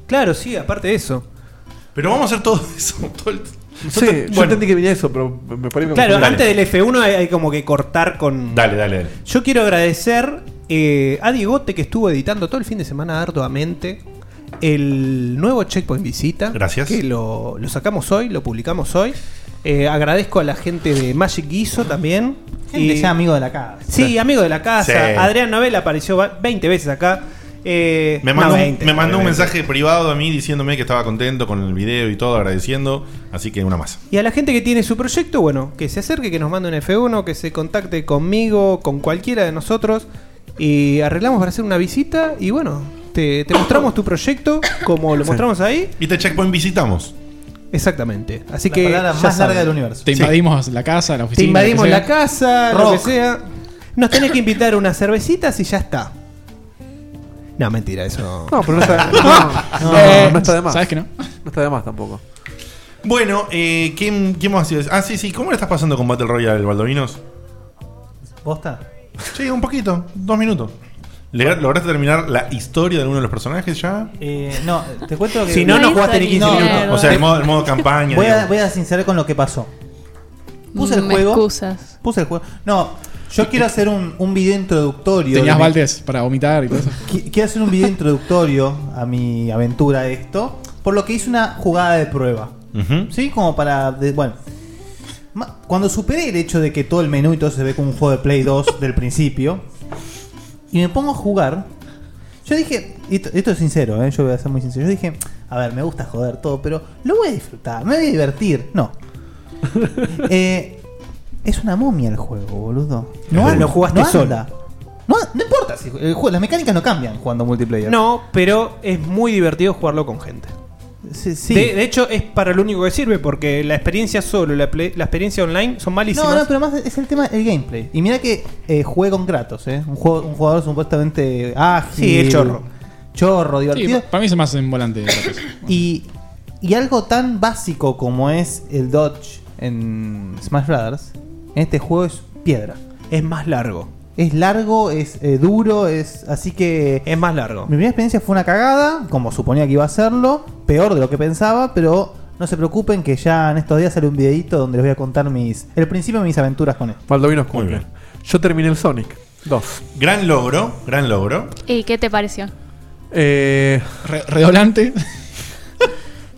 Speaker 9: Claro, sí, aparte de eso.
Speaker 3: Pero vamos a hacer todo eso. todo el-
Speaker 5: Sí,
Speaker 3: Nosotros-
Speaker 5: yo
Speaker 3: bueno,
Speaker 5: entendí que venía eso, pero me parece que
Speaker 9: Claro,
Speaker 5: me confundí.
Speaker 9: antes del F1 hay, hay como que cortar con.
Speaker 3: Dale, dale, dale.
Speaker 9: Yo quiero agradecer eh, a Diegote que estuvo editando todo el fin de semana arduamente el nuevo Checkpoint Visita.
Speaker 3: Gracias.
Speaker 9: Que lo, lo sacamos hoy, lo publicamos hoy. Eh, agradezco a la gente de Magic Guiso también.
Speaker 10: Gente
Speaker 9: Y-
Speaker 10: ya amigo de la casa.
Speaker 9: Sí, amigo de la casa.
Speaker 3: Sí.
Speaker 9: Adrián Novel apareció va- 20 veces acá. Eh,
Speaker 3: Me mandó,
Speaker 9: no,
Speaker 3: un-
Speaker 9: 20,
Speaker 3: me mandó un
Speaker 9: 20.
Speaker 3: mensaje privado a mí diciéndome que estaba contento con el video y todo, agradeciendo. Así que una más.
Speaker 9: Y a la gente que tiene su proyecto, bueno, que se acerque, que nos mande un F1, que se contacte conmigo, con cualquiera de nosotros, y arreglamos para hacer una visita y bueno, te, te mostramos tu proyecto, como lo mostramos ahí.
Speaker 3: Y te checkpoint visitamos.
Speaker 9: Exactamente. Así
Speaker 10: La
Speaker 9: que...
Speaker 10: palabra
Speaker 9: ya
Speaker 10: más larga
Speaker 9: saben.
Speaker 10: del universo.
Speaker 4: Te
Speaker 3: Sí.
Speaker 4: invadimos la casa, la
Speaker 9: Te
Speaker 4: oficina.
Speaker 9: invadimos
Speaker 4: lo que
Speaker 9: la
Speaker 4: sea.
Speaker 9: casa, lo
Speaker 10: Rock.
Speaker 9: que sea. Nos tenés que invitar unas cervecitas y ya está. No, mentira, eso.
Speaker 5: No, pero no está, no, no, no está de más.
Speaker 4: ¿Sabes que no?
Speaker 5: No está de más tampoco.
Speaker 3: Bueno, eh, ¿qué, qué hemos sido? Ah, sí, sí. ¿Cómo le estás pasando con Battle Royale, Baldovinos?
Speaker 10: ¿Posta?
Speaker 3: Sí, un poquito. Dos minutos. Le- ¿Lograste terminar la historia de alguno de los personajes ya?
Speaker 10: Eh, no, te cuento que.
Speaker 9: Si no, no
Speaker 7: Ahí
Speaker 9: jugaste ni
Speaker 7: salí.
Speaker 9: 15
Speaker 10: No,
Speaker 9: minutos.
Speaker 3: O sea, el modo, el modo campaña.
Speaker 10: Voy a,
Speaker 3: digamos.
Speaker 10: voy a sincerar con lo que pasó. Puse el
Speaker 7: Mm,
Speaker 10: juego.
Speaker 7: excusas.
Speaker 10: Puse el juego. No, yo quiero hacer un, un video introductorio.
Speaker 4: Tenías
Speaker 10: de mi-
Speaker 4: Valdés para vomitar y todo eso.
Speaker 10: Qui- Quiero hacer un video introductorio a mi aventura de esto. Por lo que hice una jugada de prueba.
Speaker 3: Ujú.
Speaker 10: ¿Sí? Como para. de- bueno. Ma- Cuando superé el hecho de que todo el menú y todo se ve como un juego de Play 2 del principio. Y me pongo a jugar. Yo dije, y esto, esto es sincero, ¿eh? yo voy a ser muy sincero. Yo dije, a ver, me gusta joder todo, pero lo voy a disfrutar, me voy a divertir. No. Eh, es una momia el juego, boludo.
Speaker 9: Lo
Speaker 10: anda,
Speaker 9: jugaste
Speaker 10: no anda.
Speaker 9: solo.
Speaker 10: No, no importa, si el juego- las mecánicas no cambian jugando multiplayer.
Speaker 9: No, pero es muy divertido jugarlo con gente.
Speaker 10: Sí, sí.
Speaker 9: De, de hecho, es para lo único que sirve, porque la experiencia solo y la, ple- la experiencia online son malísimas.
Speaker 10: No, no, pero más es el tema del gameplay. Y mira que eh, jugué con Kratos, ¿eh? Un, juego- un jugador supuestamente ágil.
Speaker 9: Sí, el chorro.
Speaker 10: Chorro,
Speaker 4: Sí,
Speaker 10: divertido.
Speaker 4: pa- para mí se me hace un volante.
Speaker 10: y, y algo tan básico como es el dodge en Smash Brothers, en este juego es piedra.
Speaker 9: Es más largo.
Speaker 10: Es largo, es eh, duro, es así que...
Speaker 9: Es más largo.
Speaker 10: Mi primera experiencia fue una cagada, como suponía que iba a serlo, peor de lo que pensaba, pero no se preocupen que ya en estos días sale un videito donde les voy a contar mis... El principio de mis aventuras con él.
Speaker 5: Baldovinos
Speaker 3: Muy
Speaker 5: cumple. Yo terminé el Sonic 2.
Speaker 3: Gran logro, gran logro.
Speaker 7: ¿Y qué te pareció?
Speaker 5: Eh,
Speaker 4: Re- redolante.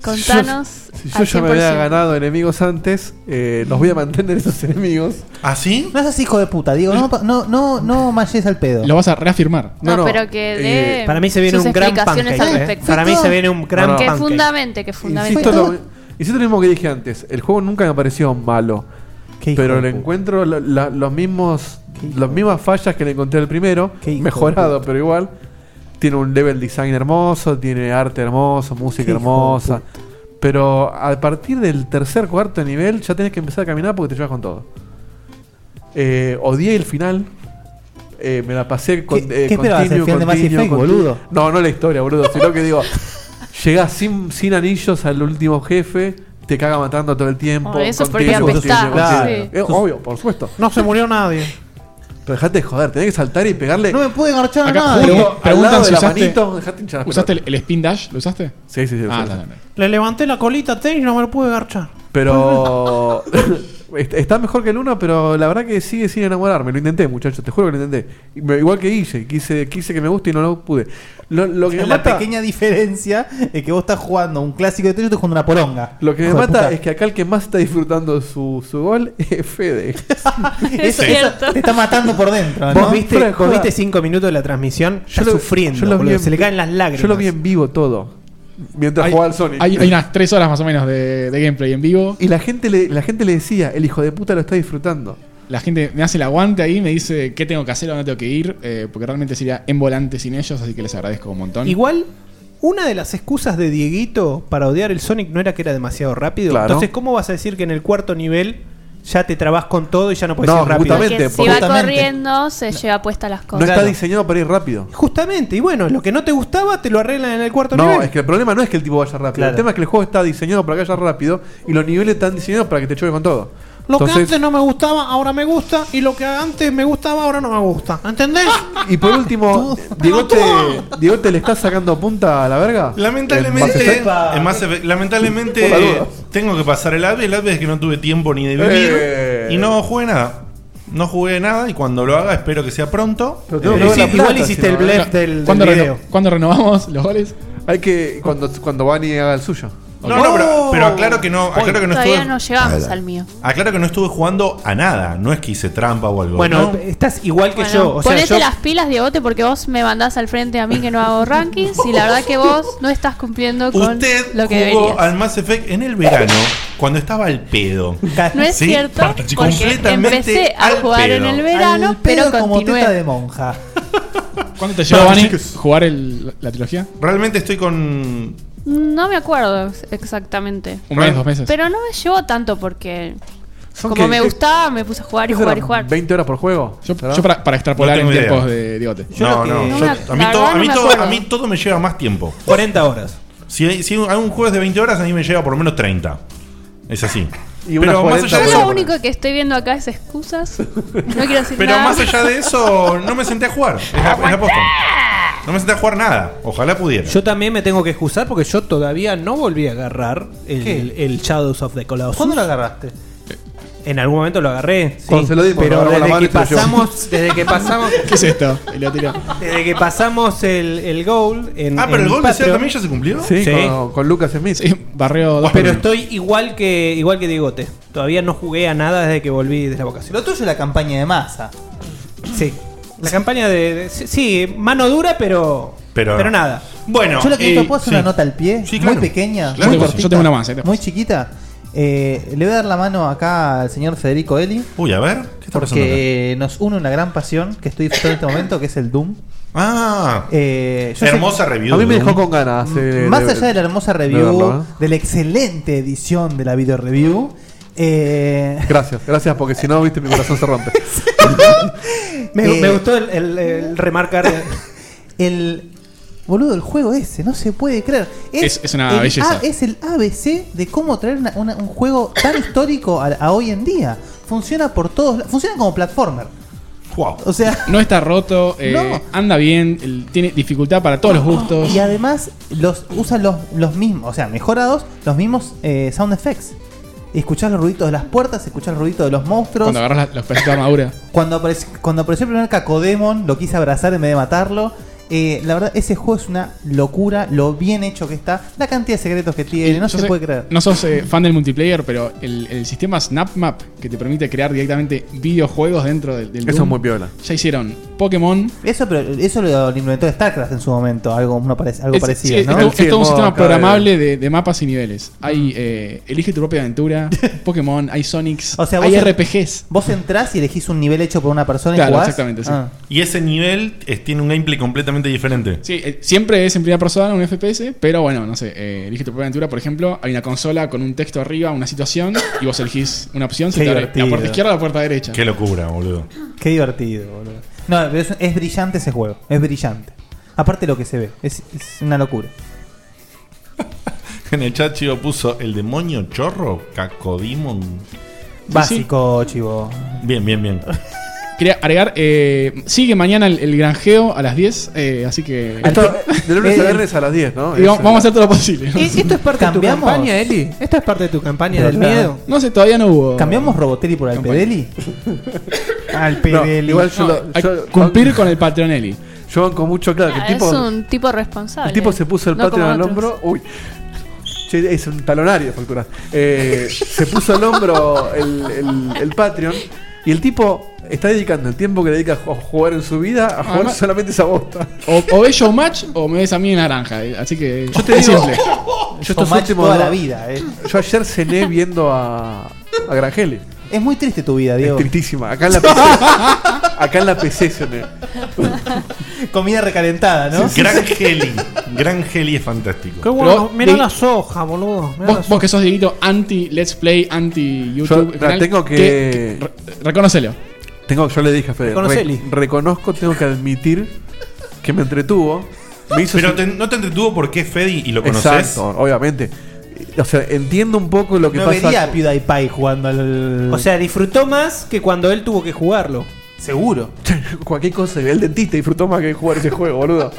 Speaker 7: Contanos.
Speaker 5: si yo
Speaker 4: Ah,
Speaker 7: al
Speaker 5: ya me había
Speaker 7: 100%.
Speaker 5: ganado enemigos antes, eh, los voy a mantener esos enemigos.
Speaker 3: ¿Ah, sí?
Speaker 10: No seas hijo de puta, digo, no, pa- no, no, no malles al pedo.
Speaker 4: Lo vas a reafirmar.
Speaker 7: No,
Speaker 5: No, no,
Speaker 7: pero que de.
Speaker 5: eh,
Speaker 9: Para mí se viene
Speaker 7: sus
Speaker 9: un gran
Speaker 7: explicaciones
Speaker 9: pancake.
Speaker 7: al
Speaker 9: eh.
Speaker 7: respecto.
Speaker 9: Para mí se viene un gran
Speaker 5: No, no.
Speaker 7: Que
Speaker 9: pancake.
Speaker 7: fundamente, que fundamente.
Speaker 5: Insisto lo, insisto lo mismo que dije antes. El juego nunca me pareció malo.
Speaker 10: Qué hijo
Speaker 5: Pero
Speaker 10: de
Speaker 5: le
Speaker 10: puta.
Speaker 5: encuentro la- la- los mismos,
Speaker 10: Qué hijo
Speaker 5: las mismas fallas que le encontré al primero.
Speaker 10: Qué hijo de
Speaker 5: Mejorado,
Speaker 10: puta.
Speaker 5: pero igual. Tiene un level design hermoso, tiene arte hermoso, música
Speaker 10: Qué hijo de
Speaker 5: hermosa. Pero a partir del tercer, cuarto nivel ya tenés que empezar a caminar porque te llevas con todo. Eh, odié el final. Eh, me la pasé con.
Speaker 10: ¿Qué-
Speaker 5: eh,
Speaker 10: qué esperabas, el
Speaker 5: continuo,
Speaker 10: final de Mass
Speaker 5: continuo,
Speaker 10: Effect,
Speaker 5: continuo.
Speaker 10: boludo?
Speaker 5: No, no la historia, boludo. Sino que digo, llegás sin, sin anillos al último jefe, te caga matando todo el tiempo.
Speaker 7: Oh, eso es porque
Speaker 5: continuo, continuo,
Speaker 7: apestaba,
Speaker 5: continuo.
Speaker 7: sí.
Speaker 5: Eh, obvio, por supuesto.
Speaker 9: No se murió nadie.
Speaker 5: Pero dejate de joder, tenés que saltar y pegarle.
Speaker 10: No me pude engarchar a
Speaker 4: Acá
Speaker 10: nadie.
Speaker 4: justo-
Speaker 5: Justo
Speaker 4: Preguntan
Speaker 5: Ah, al lado
Speaker 4: si
Speaker 5: de la
Speaker 4: usaste-
Speaker 5: manito, dejate hinchar las
Speaker 4: ¿Usaste el,
Speaker 5: pelotas.
Speaker 4: el spin dash? ¿Lo usaste?
Speaker 5: Sí, sí, sí.
Speaker 4: Ah,
Speaker 5: sí.
Speaker 4: no, no, no.
Speaker 9: Le levanté la colita a Tails y no me lo pude garchar.
Speaker 5: Pero. est- Está mejor que el 1, pero la verdad que sigue sin enamorarme. Lo intenté, muchachos, te juro que lo intenté. Y me- Igual que Guille, quise, quise que me guste y no lo pude. Lo, lo que me
Speaker 10: La
Speaker 5: mata,
Speaker 10: pequeña diferencia es que vos estás jugando un clásico de tenis y yo estoy jugando una poronga.
Speaker 5: lo que me
Speaker 10: Hijo de
Speaker 5: mata
Speaker 10: puta.
Speaker 5: es que acá el que más está disfrutando su, su gol es Fede.
Speaker 10: Eso,
Speaker 7: Es
Speaker 10: eso
Speaker 7: cierto.
Speaker 10: te está matando por dentro, ¿no?
Speaker 9: Vos viste,
Speaker 5: Fuera de
Speaker 9: vos
Speaker 5: Ah, joda.
Speaker 9: viste cinco minutos de la transmisión, está
Speaker 5: lo-
Speaker 9: sufriendo,
Speaker 5: lo vi
Speaker 9: boludo,
Speaker 5: en
Speaker 9: se le
Speaker 5: vi-
Speaker 9: caen las lágrimas.
Speaker 5: Yo lo vi en vivo todo. Mientras
Speaker 4: Hay-
Speaker 5: jugaba al Sonic.
Speaker 4: Hay, hay unas tres horas más o menos de, de gameplay en vivo.
Speaker 5: Y la gente, le, la gente le decía, el hijo de puta lo está disfrutando.
Speaker 4: La gente me hace el aguante ahí, me dice qué tengo que hacer, a dónde tengo que ir, eh, porque realmente sería en volante sin ellos, así que les agradezco un montón.
Speaker 9: Igual, una de las excusas de Dieguito para odiar el Sonic no era que era demasiado rápido.
Speaker 5: Claro.
Speaker 9: Entonces, ¿cómo vas a decir que en el cuarto nivel ya te trabas con todo y ya no puedes
Speaker 5: No,
Speaker 9: ir rápido?
Speaker 5: justamente.
Speaker 7: Porque si va
Speaker 10: justamente.
Speaker 7: corriendo, se lleva puestas las
Speaker 5: No
Speaker 7: cosas.
Speaker 5: está diseñado para ir rápido.
Speaker 9: Justamente, y bueno, lo que no te gustaba te lo arreglan en el cuarto
Speaker 5: No,
Speaker 9: nivel.
Speaker 5: es que el problema no es que el tipo vaya rápido.
Speaker 10: Claro.
Speaker 5: El tema es que el juego está diseñado para que vaya rápido y los niveles están diseñados para que te choque con todo.
Speaker 9: Lo que
Speaker 5: Entonces-
Speaker 9: antes no me gustaba, ahora me gusta. Y lo que antes me gustaba, ahora no me gusta. ¿Entendés?
Speaker 3: Ah,
Speaker 9: Ah,
Speaker 5: Y por último, Diego te, Diego te le está sacando punta a la verga.
Speaker 3: Lamentablemente,
Speaker 5: Eh,
Speaker 3: en Mass Effect, lamentablemente
Speaker 5: Por las dudas.
Speaker 3: tengo que pasar el AVE. El AVE es que no tuve tiempo ni de vivir.
Speaker 5: Eh.
Speaker 3: Y no jugué nada. No jugué nada y cuando lo haga espero que sea pronto.
Speaker 5: Pero tengo
Speaker 3: Eh,
Speaker 5: que ver
Speaker 3: sí,
Speaker 5: la
Speaker 9: igual
Speaker 5: plata,
Speaker 9: hiciste
Speaker 5: si no,
Speaker 9: el blef
Speaker 4: Bueno,
Speaker 9: del, del
Speaker 4: ¿cuándo, reno-
Speaker 9: video.
Speaker 4: cuándo renovamos los goles?
Speaker 5: Hay que. Cuando, cuando Bani haga el suyo.
Speaker 3: No, no, pero, pero aclaro que no, aclaro que no
Speaker 7: Oh. Todavía
Speaker 3: estuve-
Speaker 7: no llegamos al mío.
Speaker 3: Aclaro que no estuve jugando a nada, no es que hice trampa o algo.
Speaker 13: Bueno,
Speaker 9: Este-
Speaker 3: ¿no? este-
Speaker 13: estás igual que
Speaker 7: Bueno,
Speaker 13: yo. O sea,
Speaker 7: ponete
Speaker 13: yo
Speaker 7: las pilas, Diegote, porque vos me mandás al frente a mí que no hago rankings y la verdad que vos no estás cumpliendo con
Speaker 3: Usted
Speaker 7: lo que
Speaker 3: jugó
Speaker 7: deberías.
Speaker 3: al Mass Effect en el verano cuando estaba al pedo.
Speaker 7: No es
Speaker 3: Sí,
Speaker 7: cierto,
Speaker 3: pa-
Speaker 7: porque
Speaker 3: completamente
Speaker 7: empecé a
Speaker 3: al
Speaker 7: jugar en
Speaker 3: pedo.
Speaker 7: el verano,
Speaker 10: Al
Speaker 7: pero
Speaker 10: pedo como teta
Speaker 7: continué.
Speaker 10: de monja.
Speaker 4: ¿Cuánto te llevó,
Speaker 3: Para,
Speaker 4: Vani,
Speaker 3: chicos.
Speaker 4: jugar el- la trilogía?
Speaker 3: Realmente estoy con.
Speaker 7: No me acuerdo ex- exactamente.
Speaker 4: ¿Un
Speaker 3: Bueno,
Speaker 4: mes, dos meses?
Speaker 7: Pero no me llevó tanto porque
Speaker 5: Son
Speaker 7: como
Speaker 5: que-
Speaker 7: me
Speaker 5: que-
Speaker 7: gustaba me puse a jugar
Speaker 5: ¿qué
Speaker 7: y jugar
Speaker 5: será?
Speaker 7: y jugar.
Speaker 5: ¿20 horas por juego?
Speaker 4: Yo,
Speaker 5: ¿Será?
Speaker 4: yo para, para extrapolar
Speaker 3: No
Speaker 4: en
Speaker 3: tengo idea.
Speaker 4: tiempos de Diegote.
Speaker 10: Yo
Speaker 3: no,
Speaker 10: lo que-
Speaker 3: no,
Speaker 7: No
Speaker 3: yo-
Speaker 7: me-
Speaker 3: a, mí
Speaker 7: la
Speaker 3: todo,
Speaker 7: verdad
Speaker 3: a,
Speaker 7: no
Speaker 3: mí
Speaker 7: me
Speaker 3: todo,
Speaker 7: acuerdo.
Speaker 3: a mí todo me lleva más tiempo.
Speaker 10: 40 horas.
Speaker 3: Si, hay- si hay un juego es de 20 horas, a mí me lleva por lo menos 30. Es así.
Speaker 5: Y
Speaker 3: pero
Speaker 5: unas
Speaker 3: más
Speaker 5: 40
Speaker 7: Yo
Speaker 3: allá de
Speaker 5: por
Speaker 3: eso,
Speaker 7: lo
Speaker 5: hora.
Speaker 7: único que estoy viendo acá es excusas. No quiero decir
Speaker 3: Pero
Speaker 7: nada.
Speaker 3: más allá de eso, no me senté a jugar. Es la, es la posta. No me senté a jugar nada. Ojalá pudiera.
Speaker 9: Yo también me tengo que excusar porque yo todavía no volví a agarrar el, el, el Shadows of the Colossus.
Speaker 10: ¿Cuándo lo agarraste?
Speaker 9: En algún momento lo agarré. sí.
Speaker 5: Cuando se lo dimos, lo
Speaker 9: pero
Speaker 5: agarramos la
Speaker 9: desde
Speaker 5: mano
Speaker 9: que,
Speaker 5: y se lo llevó.
Speaker 9: pasamos, desde que pasamos,
Speaker 4: ¿Qué es esto? Y lo tiró.
Speaker 9: desde que pasamos el, el goal en
Speaker 3: ah, pero
Speaker 9: en
Speaker 3: el gol de Seba
Speaker 9: Patreon,
Speaker 3: también ya se cumplió.
Speaker 5: Sí,
Speaker 9: Sí.
Speaker 5: Con, con Lucas Smith.
Speaker 4: Sí, barreo dos
Speaker 9: Pero
Speaker 4: por uno.
Speaker 9: estoy igual que igual que Diegote. Todavía no jugué a nada desde que volví de la vacación.
Speaker 10: Lo tuyo es la campaña de masa.
Speaker 9: Sí. La campaña de, de- sí, sí, mano dura, pero
Speaker 3: Pero-
Speaker 9: pero, nada.
Speaker 3: Bueno,
Speaker 10: Yo lo que
Speaker 3: eh,
Speaker 10: necesito, ¿puedo hacer
Speaker 3: sí.
Speaker 10: una nota al pie?
Speaker 3: Sí, claro.
Speaker 10: Muy pequeña,
Speaker 3: Claro
Speaker 10: muy
Speaker 3: que sí.
Speaker 10: cortita,
Speaker 4: Yo tengo una más, ¿eh? Te
Speaker 10: muy
Speaker 4: paso.
Speaker 10: chiquita. Eh, le voy a dar la mano acá al señor Federico Eli,
Speaker 3: Uy, a ver, ¿qué está pasando? acá?
Speaker 10: porque nos une una gran pasión que estoy disfrutando en este momento, que es el Doom.
Speaker 3: Ah,
Speaker 10: Eh, yo sé- Mm,
Speaker 3: hermosa review.
Speaker 5: A mí me
Speaker 3: de
Speaker 5: dejó
Speaker 3: un-
Speaker 5: con ganas. eh,
Speaker 10: más allá de la hermosa review, de,
Speaker 5: verlo, ¿eh?
Speaker 10: la excelente edición de la video review, eh,
Speaker 5: Gracias, gracias, porque si no, viste, mi corazón se rompe.
Speaker 9: Me,
Speaker 10: Eh,
Speaker 9: me gustó el, el- el remarcar
Speaker 10: el boludo el juego ese no se puede creer
Speaker 4: Es- es una
Speaker 10: el
Speaker 4: belleza.
Speaker 10: A- es el ABC de cómo traer una- una- un juego tan histórico a, a hoy en día funciona por todos la- funciona como platformer
Speaker 3: Wow.
Speaker 10: o sea
Speaker 4: No está roto, eh,
Speaker 10: No.
Speaker 4: anda bien, el- tiene dificultad para todos los gustos.
Speaker 10: y además los usan los, los mismos o sea mejorados los mismos eh, sound effects escuchar los ruiditos de las puertas escuchar los ruiditos de los monstruos
Speaker 4: Cuando agarras la- los pedacitos de armadura.
Speaker 10: Cuando, aparec- cuando apareció el primer Cacodemon, lo quise abrazar en vez de matarlo. Eh, la verdad, ese juego es una locura, lo bien hecho que está, la cantidad de secretos que tiene,
Speaker 4: Y
Speaker 10: no
Speaker 4: yo
Speaker 10: se
Speaker 4: sé-
Speaker 10: puede creer.
Speaker 4: No sos eh, fan del multiplayer, pero el, el sistema SnapMap que te permite crear directamente videojuegos dentro del, del
Speaker 5: Eso es
Speaker 4: Doom,
Speaker 5: muy piola.
Speaker 4: Ya hicieron Pokémon.
Speaker 10: Eso, pero eso lo, lo inventó StarCraft en su momento, algo, uno parec- algo
Speaker 4: Es-
Speaker 10: parecido,
Speaker 4: sí, es
Speaker 10: ¿no?
Speaker 4: todo-
Speaker 5: El
Speaker 4: es
Speaker 5: sí,
Speaker 4: todo un
Speaker 5: modo
Speaker 4: sistema
Speaker 5: acá eh. de-
Speaker 4: programable de, de mapas y niveles. Hay
Speaker 10: Mm.
Speaker 4: eh, Elige tu propia aventura, Pokémon, hay Sonics,
Speaker 10: O sea, vos
Speaker 4: hay
Speaker 10: en-
Speaker 4: RPGs.
Speaker 10: Vos entrás y elegís un nivel hecho por una persona y
Speaker 4: Claro,
Speaker 10: jugás.
Speaker 4: exactamente, sí.
Speaker 10: Ah.
Speaker 3: Y ese nivel eh, tiene un gameplay completamente diferente.
Speaker 4: Sí, eh, siempre es en primera persona un FPS, pero bueno, no sé, eh, elige tu propia aventura, por ejemplo, hay una consola con un texto arriba, una situación, y vos elegís una opción, se
Speaker 10: Qué
Speaker 4: te abre la
Speaker 10: divertido.
Speaker 4: puerta izquierda o la puerta derecha.
Speaker 3: Qué locura, boludo.
Speaker 10: Qué divertido, boludo. No, pero es, es brillante ese juego, es brillante. Aparte lo que se ve, es, es una locura.
Speaker 3: En el chat Chivo puso el demonio chorro, Cacodimon.
Speaker 10: Básico, chivo.
Speaker 3: Bien, bien, bien.
Speaker 4: Quería agregar, eh, sigue mañana el, el granjeo a las 10, eh, así que
Speaker 5: Esto, de lunes a
Speaker 10: Eh,
Speaker 5: viernes a las 10, ¿no?
Speaker 4: y vamos,
Speaker 5: Es-
Speaker 4: vamos a hacer todo lo posible.
Speaker 9: ¿E- ¿Esto es parte de tu
Speaker 10: ¿Cambiamos?
Speaker 9: campaña, Eli? ¿Esto es parte de tu campaña
Speaker 10: Pero
Speaker 9: del
Speaker 10: claro.
Speaker 9: miedo?
Speaker 4: No sé, todavía no hubo.
Speaker 10: ¿Cambiamos Robotelli por Alpedeli?
Speaker 5: No,
Speaker 10: Alpedeli.
Speaker 5: igual yo,
Speaker 4: No,
Speaker 5: lo-
Speaker 4: hay
Speaker 5: yo-
Speaker 4: que cumplir con el Patreonelli.
Speaker 5: yo banco mucho, claro, que el
Speaker 7: Claro,
Speaker 5: tipo,
Speaker 7: Ah, es un tipo responsable.
Speaker 5: el tipo se puso el
Speaker 7: no
Speaker 5: Patreon
Speaker 7: como
Speaker 5: al
Speaker 7: otros.
Speaker 5: hombro. Uy. Che, es un talonario, factura. Eh, se puso al hombro el, el- el Patreon y el tipo está dedicando el tiempo que dedica a ju- jugar en su vida a jugar
Speaker 4: Además-
Speaker 5: solamente esa bosta.
Speaker 4: O, o ves match o me ves a mí en naranja. eh, Así que
Speaker 5: Yo te
Speaker 4: es
Speaker 5: digo-
Speaker 4: simple.
Speaker 5: Yo estos
Speaker 10: Tomás
Speaker 5: últimos
Speaker 10: toda
Speaker 5: dos-
Speaker 10: la vida, eh.
Speaker 5: Yo ayer cené viendo a, a Grangeli.
Speaker 10: Es muy triste tu vida,
Speaker 5: Es
Speaker 10: Diego.
Speaker 5: tristísima. Acá en la PC. acá en la PC cené.
Speaker 10: Comida recalentada, ¿no?
Speaker 3: Gran Heli. Gran Heli es fantástico.
Speaker 4: bueno, mirá
Speaker 9: Mirá
Speaker 4: la
Speaker 9: la soja,
Speaker 6: Oh,
Speaker 9: boludo.
Speaker 4: Vos, vos que sos Dieguito anti Let's Play, anti YouTube.
Speaker 5: Yo la tengo que-
Speaker 4: re- reconocelo.
Speaker 5: Tengo, yo le dije a Fede.
Speaker 9: Reconoceli.
Speaker 5: re- reconozco, tengo que admitir que me entretuvo. Me hizo
Speaker 3: Pero
Speaker 5: sen-
Speaker 3: te- no te entretuvo por qué Fedi y lo conoces.
Speaker 5: Exacto, obviamente. O sea, entiendo un poco lo que
Speaker 10: No
Speaker 5: pasa.
Speaker 10: vería a PewDiePie jugando al.
Speaker 9: O sea, disfrutó más que cuando él tuvo que jugarlo.
Speaker 10: seguro.
Speaker 5: Cualquier cosa, el dentista disfrutó más que jugar ese juego, boludo.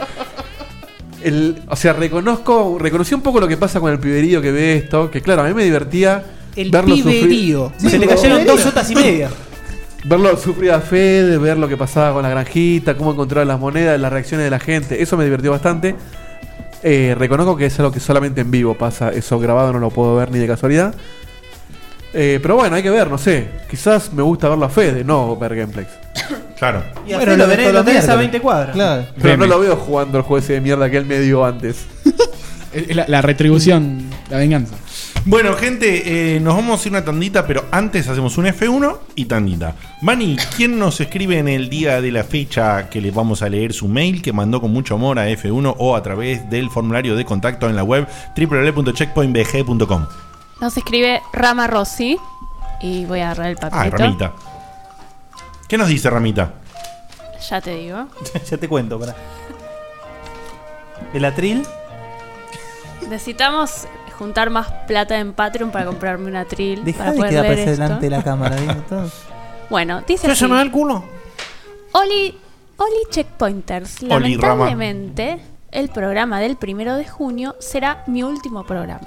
Speaker 5: El- o sea, reconozco, reconocí un poco lo que pasa con el piberío que ve esto, que claro, a mí me divertía
Speaker 9: El
Speaker 5: verlo sufrir-
Speaker 9: piberío.
Speaker 5: Sí,
Speaker 9: Se le
Speaker 5: boludo.
Speaker 9: cayeron dos sotas y media.
Speaker 5: Verlo sufrir a Fede, ver lo que pasaba con la granjita, cómo encontrar las monedas, las reacciones de la gente, eso me divirtió bastante. Eh, reconozco que es algo que solamente en vivo pasa. Eso grabado no lo puedo ver ni de casualidad. Eh, pero bueno, hay que ver, no sé. Quizás me gusta verlo a Fede, no ver gameplays.
Speaker 3: Claro.
Speaker 5: Y
Speaker 8: Bueno, lo
Speaker 5: así lo
Speaker 8: tenés,
Speaker 5: todos
Speaker 8: lo
Speaker 5: los
Speaker 8: tenés a
Speaker 5: miércoles.
Speaker 8: 20 cuadras.
Speaker 5: Claro. Pero no lo veo jugando el juego ese de mierda que él me dio antes.
Speaker 4: Es La, la retribución, la venganza.
Speaker 3: Bueno, gente, eh, nos vamos a ir una tandita, pero antes hacemos un F1 y tandita. Mani, ¿quién nos escribe en el día de la fecha que les vamos a leer su mail que mandó con mucho amor a F1 o a través del formulario de contacto en la web www.checkpointbg.com?
Speaker 7: Nos escribe Rama Rossi. Y voy a agarrar el
Speaker 3: Ah,
Speaker 7: papelito.
Speaker 3: Ramita. ¿Qué nos dice Ramita?
Speaker 7: ya te digo.
Speaker 6: ya te cuento, pará. El atril.
Speaker 7: Necesitamos juntar más plata en Patreon para comprarme una tril.
Speaker 6: Deja
Speaker 7: para
Speaker 6: de
Speaker 7: poder
Speaker 6: que
Speaker 7: leer
Speaker 6: aparece
Speaker 7: esto.
Speaker 6: delante de la cámara.
Speaker 7: Bueno, dice
Speaker 8: ¿Te
Speaker 7: así.
Speaker 8: llamaba el culo?
Speaker 7: Oli, Oli Checkpointers,
Speaker 8: Oli Rama.
Speaker 7: lamentablemente el programa del primero de junio será mi último programa.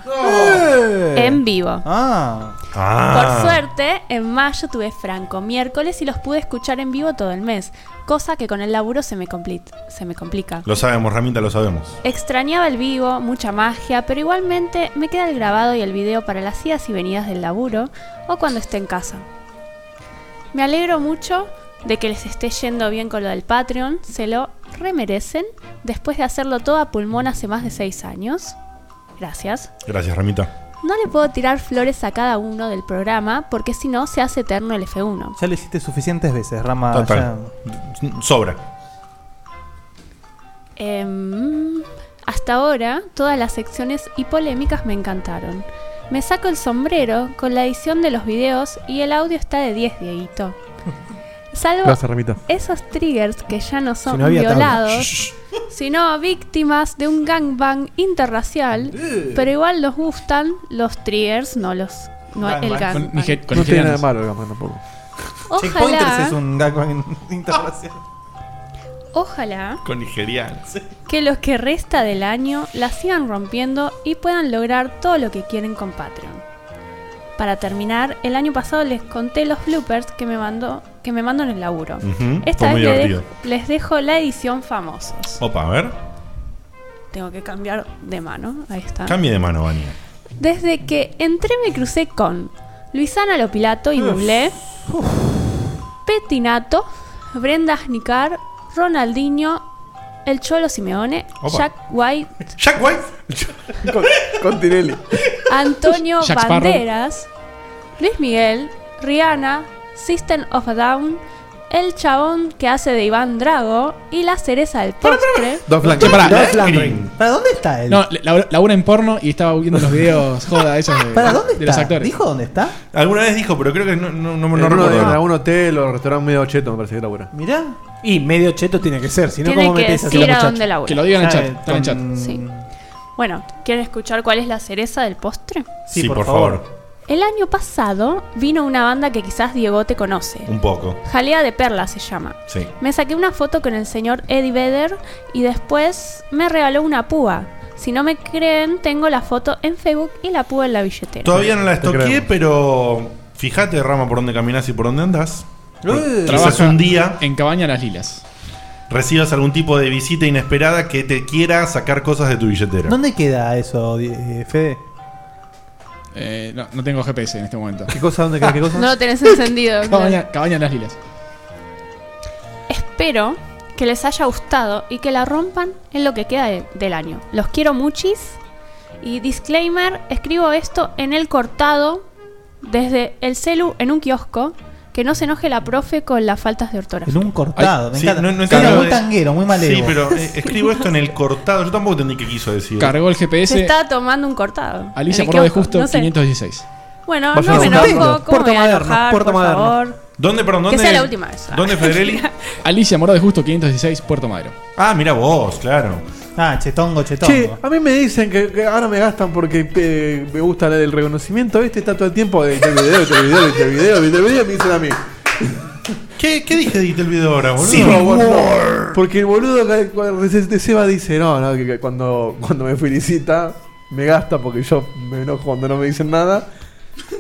Speaker 7: En vivo.
Speaker 6: Ah.
Speaker 7: Por suerte, en mayo tuve Franco miércoles y los pude escuchar en vivo todo el mes, cosa que con el laburo se me, compli- se me complica.
Speaker 3: Lo sabemos, Ramita, lo sabemos.
Speaker 7: Extrañaba el vivo, mucha magia, pero igualmente me queda el grabado y el video para las idas y venidas del laburo o cuando esté en casa. Me alegro mucho de que les esté yendo bien con lo del Patreon, se lo remerecen después de hacerlo todo a pulmón hace más de 6 años. Gracias.
Speaker 3: Gracias, Ramita.
Speaker 7: No le puedo tirar flores a cada uno del programa porque si no se hace eterno el F1.
Speaker 6: Ya lo hiciste suficientes veces, Rama.
Speaker 3: Total. Sobra.
Speaker 7: Em, hasta ahora, todas las secciones y polémicas me encantaron. Me saco el sombrero con la edición de los videos y el audio está de 10, Dieguito. Salvo
Speaker 5: Gracias, Ramita.
Speaker 7: esos triggers que ya no son
Speaker 5: Si no había tabla.
Speaker 7: violados, sino víctimas de un gangbang interracial, pero igual nos gustan los triggers, no los. No el
Speaker 5: Gangbang.
Speaker 7: gangbang.
Speaker 5: Ni ge- Ah, con No tiene nigerianos. nada de malo el gangbang tampoco.
Speaker 7: Ojalá.
Speaker 6: Checkpointers es un gangbang internacional.
Speaker 7: Ojalá
Speaker 3: Con nigerianos.
Speaker 7: que los que resta del año la sigan rompiendo y puedan lograr todo lo que quieren con Patreon. Para terminar, el año pasado les conté los bloopers que me mandó que me mando en el laburo.
Speaker 3: Ujú,
Speaker 7: Esta vez
Speaker 3: fue muy
Speaker 7: le de-
Speaker 3: divertido.
Speaker 7: les dejo la edición famosos.
Speaker 3: Opa, a ver.
Speaker 7: Tengo que cambiar de mano, ahí está.
Speaker 3: Cambie de mano, Vania.
Speaker 7: Desde que entré me crucé con Luisana Lopilato y
Speaker 3: Uf.
Speaker 7: Bublé, Petinato, Brenda Asnicar, Ronaldinho, El Cholo Simeone,
Speaker 5: Opa.
Speaker 7: Jack White,
Speaker 3: Jack White.
Speaker 5: con, con Tinelli.
Speaker 7: Antonio
Speaker 5: Jack Sparrow.
Speaker 7: Banderas, Luis Miguel, Rihanna, System of a Down, el chabón que hace de Iván Drago y la cereza del postre.
Speaker 5: Dos
Speaker 4: Che, pará, la-
Speaker 6: ¿Para dónde está él?
Speaker 4: No, la- labura en porno y estaba viendo los videos, joda, esos de,
Speaker 6: ¿Para dónde
Speaker 4: de los
Speaker 6: está?
Speaker 4: actores.
Speaker 6: ¿Dijo dónde está?
Speaker 3: Alguna vez dijo, pero creo que no, no, no, no
Speaker 5: en uno de-
Speaker 3: recuerdo.
Speaker 5: en algún hotel o restaurante medio cheto, me parece que era buena.
Speaker 6: Mirá.
Speaker 8: Y medio cheto tiene que ser, si no,
Speaker 7: Tiene
Speaker 8: ¿cómo
Speaker 7: que
Speaker 8: metes
Speaker 7: decir a dónde labura. Que lo digan
Speaker 8: en
Speaker 7: en
Speaker 8: el
Speaker 7: chat,
Speaker 8: está en chat.
Speaker 7: Sí. Bueno, ¿quieren escuchar cuál es la cereza del postre?
Speaker 3: Sí, por, favor.
Speaker 7: El año pasado vino una banda que quizás Diego te conoce.
Speaker 3: Un poco.
Speaker 7: Jalea de Perla se llama.
Speaker 3: Sí.
Speaker 7: Me saqué una foto con el señor Eddie Vedder y después me regaló una púa. Si no me creen, tengo la foto en Facebook y la púa en la billetera.
Speaker 3: Todavía no la
Speaker 5: Te
Speaker 3: estoqué, pero fíjate, Rama, por dónde caminas y por dónde andas.
Speaker 4: Eh.
Speaker 3: Trabajas
Speaker 4: Trabaja
Speaker 3: un día.
Speaker 4: En Cabaña Las Lilas.
Speaker 3: Recibas algún tipo de visita inesperada que te quiera sacar cosas de tu billetera.
Speaker 6: ¿Dónde queda eso, eh, Fede?
Speaker 4: Eh, no, no tengo GPS en este momento.
Speaker 5: ¿Qué cosa? ¿Dónde queda? ¿Qué cosa?
Speaker 7: No lo tenés encendido. claro.
Speaker 4: Cabaña, Cabaña Las Lilas.
Speaker 7: Espero que les haya gustado y que la rompan en lo que queda de- del año. Los quiero muchis. Y disclaimer, escribo esto en el cortado desde el celu en un kiosco. Que no se enoje la profe con las faltas de ortografía.
Speaker 6: En un cortado, me
Speaker 3: Sí,
Speaker 6: encanta.
Speaker 3: no- no
Speaker 6: Suena
Speaker 3: entiendo
Speaker 6: muy
Speaker 3: de-
Speaker 6: tanguero, muy malevo.
Speaker 3: Sí, pero eh, escribo esto en el cortado. Yo tampoco entendí qué quiso decir.
Speaker 4: Cargó el
Speaker 7: Se
Speaker 4: GPS.
Speaker 7: está tomando un cortado.
Speaker 4: Alicia
Speaker 7: En el
Speaker 4: por lo de
Speaker 7: kiosco,
Speaker 4: justo
Speaker 7: no sé.
Speaker 4: 516.
Speaker 7: Bueno,
Speaker 4: Vayan
Speaker 7: no me
Speaker 4: a
Speaker 7: enojo. ¿Cómo
Speaker 4: buscarlo. Puerto
Speaker 7: me voy a
Speaker 4: Moderno,
Speaker 7: enojar,
Speaker 4: Puerto
Speaker 7: por
Speaker 4: Moderno.
Speaker 7: favor?
Speaker 3: ¿Dónde, perdón,
Speaker 7: Que
Speaker 3: dónde?
Speaker 7: sea la última vez. Ah.
Speaker 3: ¿Dónde, Federelli?
Speaker 4: Alicia Moro de Justo 516, Puerto Madero.
Speaker 3: Ah, mira vos, claro.
Speaker 6: Ah, chetongo, chetongo.
Speaker 5: Che, a mí me dicen que, que ahora me gastan porque eh, me gusta el reconocimiento. Este está todo el tiempo de este video, este video, este video, este video, me dicen a mí.
Speaker 3: ¿Qué, qué dije edite el video ahora, boludo?
Speaker 5: No, bueno, no. Porque el boludo que- cuando se- de Seba dice, no, no, que, que cuando, cuando me felicita, me gasta porque yo me enojo cuando no me dicen nada.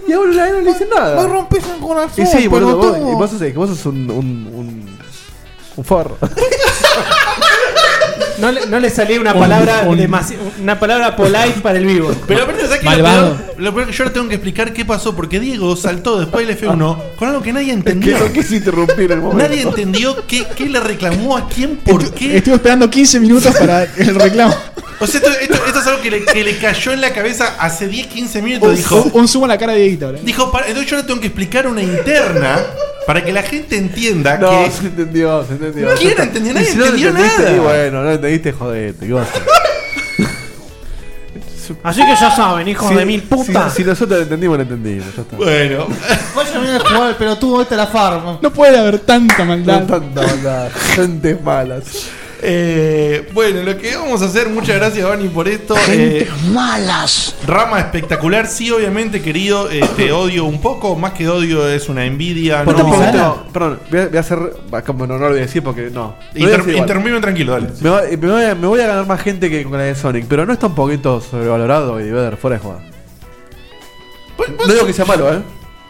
Speaker 5: Y ahora a él no le dicen nada.
Speaker 6: Me rompes el corazón.
Speaker 5: Y sí, boludo, vos,
Speaker 6: pelotudo.
Speaker 5: y vos sos, que vos sos un, un, un, un forro.
Speaker 9: No le, no le salía una
Speaker 3: Un-
Speaker 9: palabra
Speaker 3: un-
Speaker 9: demasi- una palabra polite para el vivo.
Speaker 3: Pero aparte, ¿sabes qué? Lo peor, lo peor que yo ahora tengo que explicar qué pasó, porque Diego saltó después del F1 con algo que nadie entendió.
Speaker 4: que no
Speaker 5: quise interrumpir el
Speaker 4: momento.
Speaker 3: Nadie entendió qué, qué le reclamó a quién, por qué.
Speaker 4: Estuve esperando 15 minutos para el reclamo.
Speaker 3: O sea, esto, esto- esto es algo que le, que le cayó en la cabeza hace 10, 15 minutos.
Speaker 5: Oh,
Speaker 4: Un-
Speaker 3: Dijo,
Speaker 4: Un sumo a la cara de Dieguito. ¿eh? ahora.
Speaker 3: dijo para- entonces yo ahora tengo que explicar una interna para que la gente entienda
Speaker 5: No,
Speaker 3: que...
Speaker 5: Ah, se entendió, se entendió.
Speaker 3: No, ¿quién entendió?
Speaker 5: Y
Speaker 3: Nadie
Speaker 5: si no
Speaker 3: entendió
Speaker 5: entendiste,
Speaker 3: nada.
Speaker 5: y bueno, no entendiste, jodete. ¿qué vas a hacer?
Speaker 9: Así que ya saben, hijos
Speaker 5: Si-
Speaker 9: de mil putas.
Speaker 5: Si, si nosotros lo entendimos, lo entendimos. Ya está.
Speaker 3: Bueno.
Speaker 6: Vayan a jugar al pelotudo, esta la farm.
Speaker 4: No puede haber tanta
Speaker 5: No
Speaker 4: maldad.
Speaker 5: tanta maldad, gente malas.
Speaker 3: Eh, bueno, lo que vamos a hacer, muchas gracias, Vani, por esto. Eh,
Speaker 12: malas.
Speaker 3: Rama espectacular, sí, obviamente, querido, eh, te odio un poco, más que odio es una envidia.
Speaker 5: Por
Speaker 3: no-
Speaker 5: un momento, perdón, voy a, voy a hacer. va, Como no, no lo voy a decir porque no. Lo voy a
Speaker 3: Inter-
Speaker 5: decir igual.
Speaker 3: interrumpime tranquilo, dale.
Speaker 5: me, va- eh, me voy a, me voy a ganar más gente que con la de Sonic, pero no está un poquito sobrevalorado y ver fuera de joda.
Speaker 3: Pues,
Speaker 5: No digo que sea malo, ¿eh?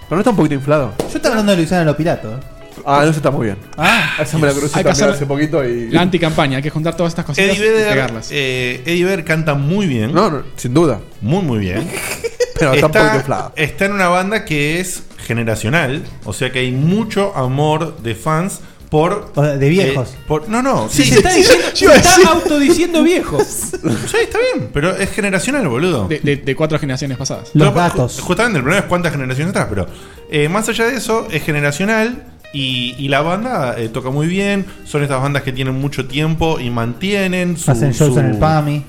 Speaker 5: Pero no está un poquito inflado.
Speaker 6: Yo estaba hablando de Luciano Lo Pirato. ¿eh?
Speaker 5: Ah, eso está muy bien.
Speaker 6: Ah,
Speaker 5: Esa me la crucé
Speaker 4: Hay que
Speaker 5: también
Speaker 4: hacer
Speaker 5: hace poquito y.
Speaker 4: La anticampaña, hay que juntar todas estas cositas
Speaker 3: Eddie
Speaker 4: y
Speaker 3: Vedder,
Speaker 4: pegarlas.
Speaker 3: eh, Eddie Vedder canta muy bien,
Speaker 5: No, no, sin duda.
Speaker 3: muy, muy bien.
Speaker 5: Pero está, un poquito
Speaker 3: Está,
Speaker 5: inflado.
Speaker 3: está en una banda que es generacional, o sea que hay mucho amor de fans por.
Speaker 6: O sea, de viejos.
Speaker 3: eh, por- no, no, sí,
Speaker 9: Si se está,
Speaker 3: sí,
Speaker 9: diciendo,
Speaker 4: yo iba a
Speaker 9: se está
Speaker 4: decir.
Speaker 9: autodiciendo viejos.
Speaker 3: sí, está bien, pero es generacional, boludo.
Speaker 4: De, de- de cuatro generaciones pasadas.
Speaker 6: Los
Speaker 3: Pero,
Speaker 6: gatos.
Speaker 3: ju- Justamente el problema es cuántas generaciones atrás, pero eh, más allá de eso, es generacional y, y la banda eh, toca muy bien. Son estas bandas que tienen mucho tiempo y mantienen su.
Speaker 6: hacen shows
Speaker 3: su-
Speaker 6: en el PAMI.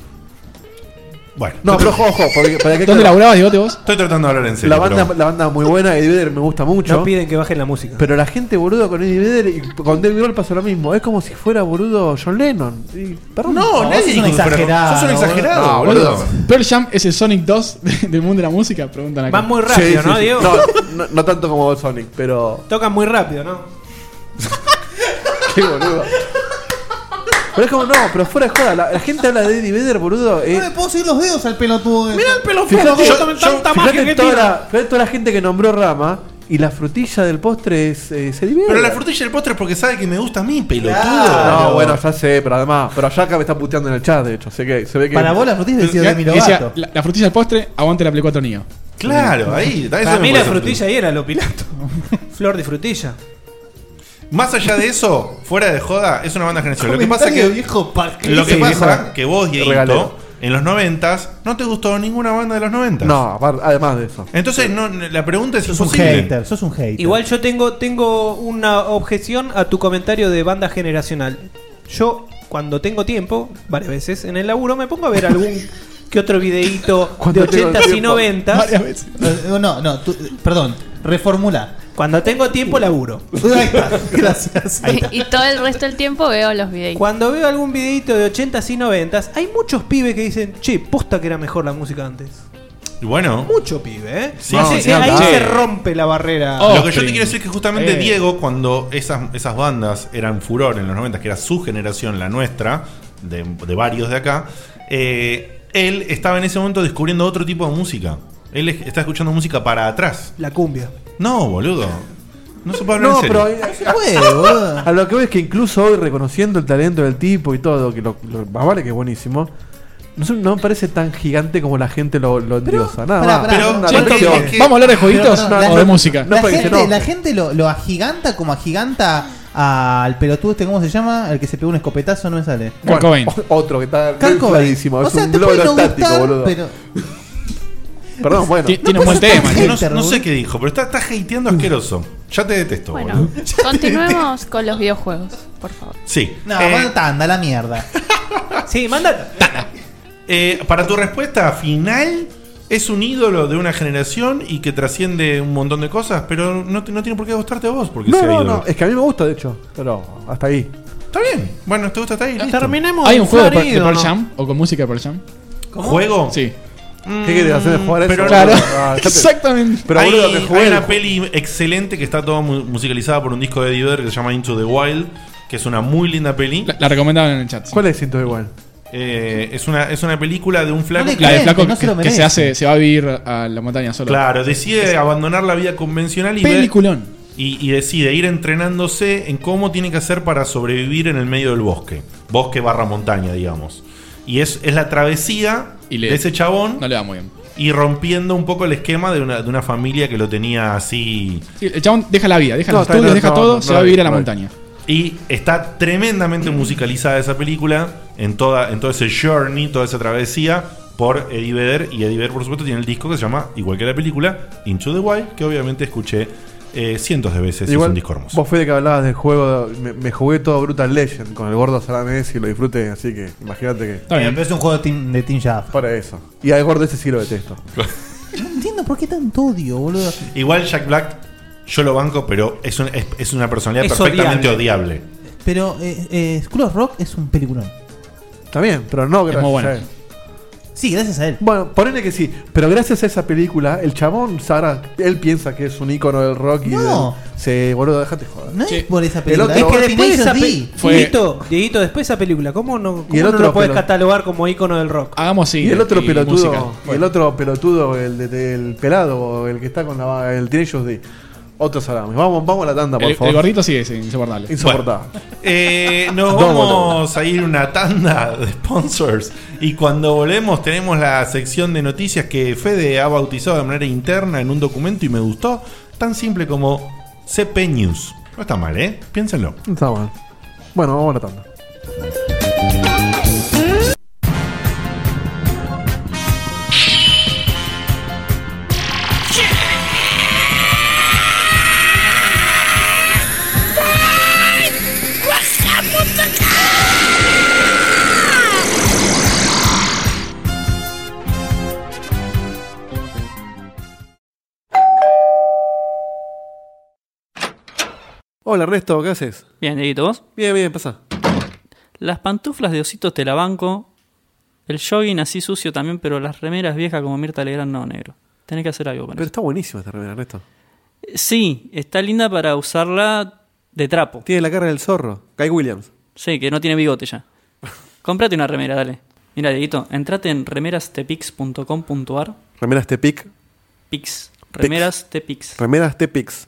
Speaker 3: Bueno,
Speaker 5: No, pero ojo, ojo, porque- para que
Speaker 4: ¿Dónde
Speaker 5: claro,
Speaker 4: laburabas, Diegote, vos?
Speaker 3: estoy tratando de hablar en serio.
Speaker 5: la, banda,
Speaker 3: pero-
Speaker 5: la banda muy buena, Eddie Vedder me gusta mucho.
Speaker 9: No piden que bajen la música.
Speaker 5: Pero la gente boludo con Eddie Vedder y con Dave Grohl pasa lo mismo. Es como si fuera boludo John Lennon. Y, perdón.
Speaker 3: No,
Speaker 6: No,
Speaker 3: nadie
Speaker 6: sos un
Speaker 3: dijo que fuera-
Speaker 6: exagerado,
Speaker 3: Sos un
Speaker 6: boludo.
Speaker 3: exagerado,
Speaker 5: No,
Speaker 3: boludo.
Speaker 5: boludo.
Speaker 4: Pearl Jam es el Sonic 2 de- del mundo de la música, preguntan acá.
Speaker 9: Van muy rápido,
Speaker 5: Sí, sí,
Speaker 9: ¿no,
Speaker 5: sí.
Speaker 9: Diego?
Speaker 5: No, no, no tanto como Sonic, pero.
Speaker 9: Tocan muy rápido, ¿no?
Speaker 5: Qué boludo. Pero es como, no, pero fuera de joda. La, la gente habla de Eddie Vedder, boludo. eh,
Speaker 6: No le puedo seguir los dedos al pelotudo. Mira el pelotudo.
Speaker 5: Fíjate,
Speaker 9: Yo- yo- tanta
Speaker 5: fíjate
Speaker 9: magia que
Speaker 5: toda,
Speaker 9: tira.
Speaker 5: la, fíjate toda la gente que nombró Rama y la frutilla del postre es eh, es Eddie Vedder.
Speaker 3: Pero la frutilla del postre es porque sabe que me gusta a mí, pelotudo.
Speaker 5: No, bueno, ya sé, pero además. Pero acá me está puteando en el chat, de hecho. Así que se ve que.
Speaker 6: Para vos las noticias decía
Speaker 4: Decía-
Speaker 6: de mi
Speaker 4: decía,
Speaker 6: Lobato.
Speaker 4: la, la frutilla del postre, eh, aguante la Play 4 Neo.
Speaker 3: Claro, ahí. eso
Speaker 9: Para
Speaker 3: me
Speaker 9: mí la
Speaker 3: parece
Speaker 9: frutilla ahí era lo pilato. Flor de frutilla.
Speaker 3: Más allá de eso, fuera de joda, es una banda generacional. Lo que pasa
Speaker 6: Comentario
Speaker 3: que.
Speaker 6: de viejo parque.
Speaker 3: Lo que
Speaker 5: Sí,
Speaker 3: pasa
Speaker 5: vieja.
Speaker 3: que vos, Dieguito,
Speaker 5: Regalero.
Speaker 3: en los noventas, no te gustó ninguna banda de los noventas.
Speaker 5: No, apar- además de eso.
Speaker 3: Entonces, no, la pregunta es
Speaker 6: Sos un
Speaker 3: imposible.
Speaker 6: hater, sos un hater.
Speaker 9: Igual yo tengo, tengo una objeción a tu comentario de banda generacional. Yo, cuando tengo tiempo, varias veces en el laburo, me pongo a ver algún que otro videíto de
Speaker 5: Cuando tengo
Speaker 9: 80s y
Speaker 5: tiempo.
Speaker 9: 90s.
Speaker 4: Varias veces.
Speaker 6: Eh, No, no, tú- perdón, reformula.
Speaker 9: Cuando tengo tiempo, laburo.
Speaker 6: Ahí está, gracias.
Speaker 7: y todo el resto del tiempo veo los videos.
Speaker 9: Cuando veo algún videíto de 80s y 90s, hay muchos pibes que dicen, che, posta que era mejor la músta antes.
Speaker 3: Y bueno,
Speaker 9: Mucho pibe, ¿eh?
Speaker 3: Sí,
Speaker 9: Ahí
Speaker 3: sí,
Speaker 9: se-
Speaker 5: sí,
Speaker 9: ahí
Speaker 5: sí.
Speaker 9: se rompe la barrera.
Speaker 3: lo que
Speaker 4: Oh.
Speaker 3: yo te
Speaker 4: Offspring.
Speaker 3: quiero decir es que justamente
Speaker 4: Eh.
Speaker 3: Diego, cuando esas, esas bandas eran furor en los 90, que era su generación, la nuestra, de, de varios de acá, eh, él estaba en ese momento descubriendo otro tipo de música. Él es- está escuchando música para atrás.
Speaker 9: La cumbia.
Speaker 3: No, boludo. No se puede hablar
Speaker 5: No,
Speaker 3: en serio.
Speaker 5: pero. eh,
Speaker 6: Bueno, boludo.
Speaker 5: A lo que voy es que incluso hoy, reconociendo el talento del tipo y todo, que lo, lo- más vale que es buenísimo, no, sé, no me parece tan gigante como la gente lo, lo endiosa. Nada
Speaker 6: pará,
Speaker 5: más.
Speaker 6: pará,
Speaker 5: Es una
Speaker 3: che,
Speaker 5: versión.
Speaker 3: pero- es que-
Speaker 4: ¿Vamos a hablar de jueguitos
Speaker 6: Pero, no,
Speaker 4: o
Speaker 6: no, no,
Speaker 4: de música?
Speaker 5: no,
Speaker 6: la,
Speaker 5: porque
Speaker 6: gente,
Speaker 5: dice, no.
Speaker 6: la gente lo, lo agiganta como agiganta al pelotudo este, ¿cómo se llama? El que se pegó un escopetazo, no me sale.
Speaker 4: Kurt Cobain.
Speaker 5: o- otro que está
Speaker 6: Kurt Cobain.
Speaker 5: clarísimo.
Speaker 6: O
Speaker 5: Es
Speaker 6: sea,
Speaker 5: un
Speaker 6: te puede
Speaker 5: logro
Speaker 6: no
Speaker 5: táctico,
Speaker 6: gustar,
Speaker 5: boludo.
Speaker 6: pero
Speaker 5: Perdón, bueno.
Speaker 4: Ti- Tiene
Speaker 6: No
Speaker 4: un buen
Speaker 6: puedes
Speaker 4: tema.
Speaker 6: estar-
Speaker 4: che.
Speaker 3: No,
Speaker 6: hater,
Speaker 3: no sé
Speaker 6: boludo.
Speaker 3: qué dijo, pero está, está hateando asqueroso. Ya te detesto,
Speaker 7: Bueno,
Speaker 3: boludo.
Speaker 7: continuemos con los videojuegos, por favor.
Speaker 3: Sí.
Speaker 6: no,
Speaker 3: Eh,
Speaker 6: bueno, tanda la mierda.
Speaker 9: Sí, manda.
Speaker 3: Eh, para tu respuesta final, es un ídolo de una generación y que trasciende un montón de cosas, pero no, te- no tiene por qué gustarte a vos porque
Speaker 5: No,
Speaker 3: sea
Speaker 5: no,
Speaker 3: ídolo.
Speaker 5: no. Es que a mí me gusta, de hecho. Pero hasta ahí.
Speaker 3: Está bien. Bueno, te gusta hasta ahí. listo.
Speaker 9: Terminemos.
Speaker 4: ¿Hay un juego de, Pearl- de
Speaker 9: Florido,
Speaker 4: Pearl
Speaker 9: ¿no?
Speaker 4: Jam o con música de Pearl Jam?
Speaker 3: ¿Juego?
Speaker 4: Sí.
Speaker 3: Mm,
Speaker 5: ¿Qué querés hacer? ¿Jugar eso?
Speaker 3: pero
Speaker 4: Claro,
Speaker 5: Ah, ya te-
Speaker 4: exactamente.
Speaker 5: Pero
Speaker 3: hay,
Speaker 5: boludo, que
Speaker 3: hay
Speaker 5: jugué.
Speaker 3: una peli excelente que está toda mu- musicalizada por un disco de Eddie Vedder que se llama Into the Wild, que es una muy linda peli.
Speaker 4: La, la recomendaban en el chat. sí.
Speaker 5: ¿Cuál es siento igual?
Speaker 3: Eh, es, una, es una película de un flaco
Speaker 6: No le
Speaker 3: que-
Speaker 4: La de
Speaker 6: Gente,
Speaker 4: Flaco
Speaker 6: no se
Speaker 4: que,
Speaker 6: lo
Speaker 4: que se
Speaker 6: merece.
Speaker 4: hace, se va a vivir a la montaña solo.
Speaker 3: claro, decide abandonar la vida convencional y ve-
Speaker 4: Peliculón.
Speaker 3: y, y decide ir entrenándose en cómo tiene que hacer para sobrevivir en el medio del bosque. Bosque barra montaña, digamos. Y es, es la travesía de ese chabón. No
Speaker 4: le va muy bien.
Speaker 3: Y rompiendo un poco el esquema de una, de una familia que lo tenía así.
Speaker 4: Sí, el chabón deja la vida, deja
Speaker 3: No,
Speaker 4: los
Speaker 3: está-
Speaker 4: estudios,
Speaker 3: no,
Speaker 4: deja
Speaker 3: no,
Speaker 4: todo,
Speaker 3: no,
Speaker 4: se
Speaker 3: no
Speaker 4: va a
Speaker 3: la
Speaker 4: vivir
Speaker 3: vi,
Speaker 4: a la
Speaker 3: no la vi.
Speaker 4: montaña.
Speaker 3: Y está tremendamente musicalizada esa película en, toda, en todo ese journey, toda esa travesía por Eddie Vedder. Y Eddie Vedder, por supuesto, tiene el disco que se llama, igual que la película, Into the Wild, que obviamente escuché eh, cientos de veces. y es un disco hermoso.
Speaker 5: Vos fue de que hablabas del juego. Me, me jugué todo Brutal Legend con el gordo Salames y lo disfruté, así que imagínate que.
Speaker 6: Eh,
Speaker 10: Está bien, pero es un juego de Team, de team Shaft.
Speaker 5: Para eso. Y al gordo ese sí lo detesto.
Speaker 10: No entiendo por qué tanto odio, boludo.
Speaker 3: Igual Jack Black, yo lo banco, pero es, un- es, es una personalidad
Speaker 10: Es
Speaker 3: perfectamente odiable.
Speaker 10: odiable. Pero eh, eh, School of Rock es un peliculón.
Speaker 5: Está bien, pero no gracias
Speaker 10: muy bueno.
Speaker 5: a él.
Speaker 10: Sí, gracias a él.
Speaker 5: Bueno, ponele que sí, pero gracias a esa película, el chabón, Sara, él piensa que es un ícono del rock y
Speaker 10: No.
Speaker 5: del- se boludo, déjate joder.
Speaker 10: No
Speaker 5: Sí.
Speaker 10: es por esa
Speaker 5: El
Speaker 10: película.
Speaker 5: otro-
Speaker 10: es que
Speaker 9: Después
Speaker 10: después
Speaker 9: esa
Speaker 10: D.
Speaker 9: pe- Dieguito, Dieguito, después esa película, ¿cómo no, cómo
Speaker 5: el
Speaker 9: no
Speaker 5: otro Ah,
Speaker 9: lo puedes
Speaker 5: pelo-
Speaker 9: catalogar como ícono del rock?
Speaker 4: Hagamos
Speaker 5: eh, y el otro pelotudo, y el otro pelotudo, el, de- del pelado, el que está con la el Teenage D. Otro salame. Vamos, vamos a la tanda, por
Speaker 4: El,
Speaker 5: favor.
Speaker 4: el gordito sigue sí, insoportable.
Speaker 5: Insoportable.
Speaker 3: Eh, nos
Speaker 5: Dos
Speaker 3: vamos a ir una tanda de sponsors y cuando volvemos tenemos la sección de noticias que Fede ha bautizado de manera interna en un documento y me gustó, tan simple como CP News. No está mal, ¿eh? Piénsenlo.
Speaker 5: Está bueno. Bueno, vamos a la tanda. Hola, Ernesto, ¿qué haces?
Speaker 14: Bien, Dieguito, ¿vos?
Speaker 5: Bien, bien, pasa.
Speaker 14: Las pantuflas de ositos te la banco. El jogging así sucio también, pero las remeras viejas como Mirta Legrand no, negro. Tenés que hacer algo con
Speaker 5: Pero
Speaker 14: eso. Eh,
Speaker 5: está buenísima esta remera, Ernesto.
Speaker 14: Sí, está linda para usarla de trapo.
Speaker 5: Tiene la cara del zorro. Guy Williams.
Speaker 14: Sí, que no tiene bigote ya. Comprate una remera, dale. Mira, Dieguito, entrate en remerastepix.com.ar.
Speaker 5: Remeras Tepic.
Speaker 14: Pix. Remeras Tepix.
Speaker 5: Remeras Tepix. Ah.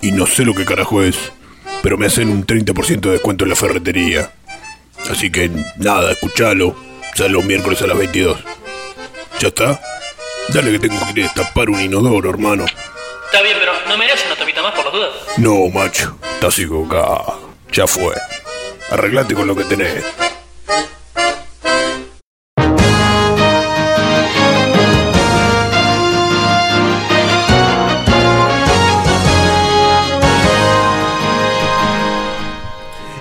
Speaker 12: y no sé lo que carajo es, pero me hacen un 30% de descuento en la ferretería. Así que nada, escuchalo. Sale los miércoles a las 22. ¿Ya está? Dale que tengo que ir a destapar un inodoro, hermano.
Speaker 14: Está bien, pero ¿no merece una tapita más por las dudas?
Speaker 12: No, macho, estás equivocado. Ya fue. Arreglate con lo que tenés.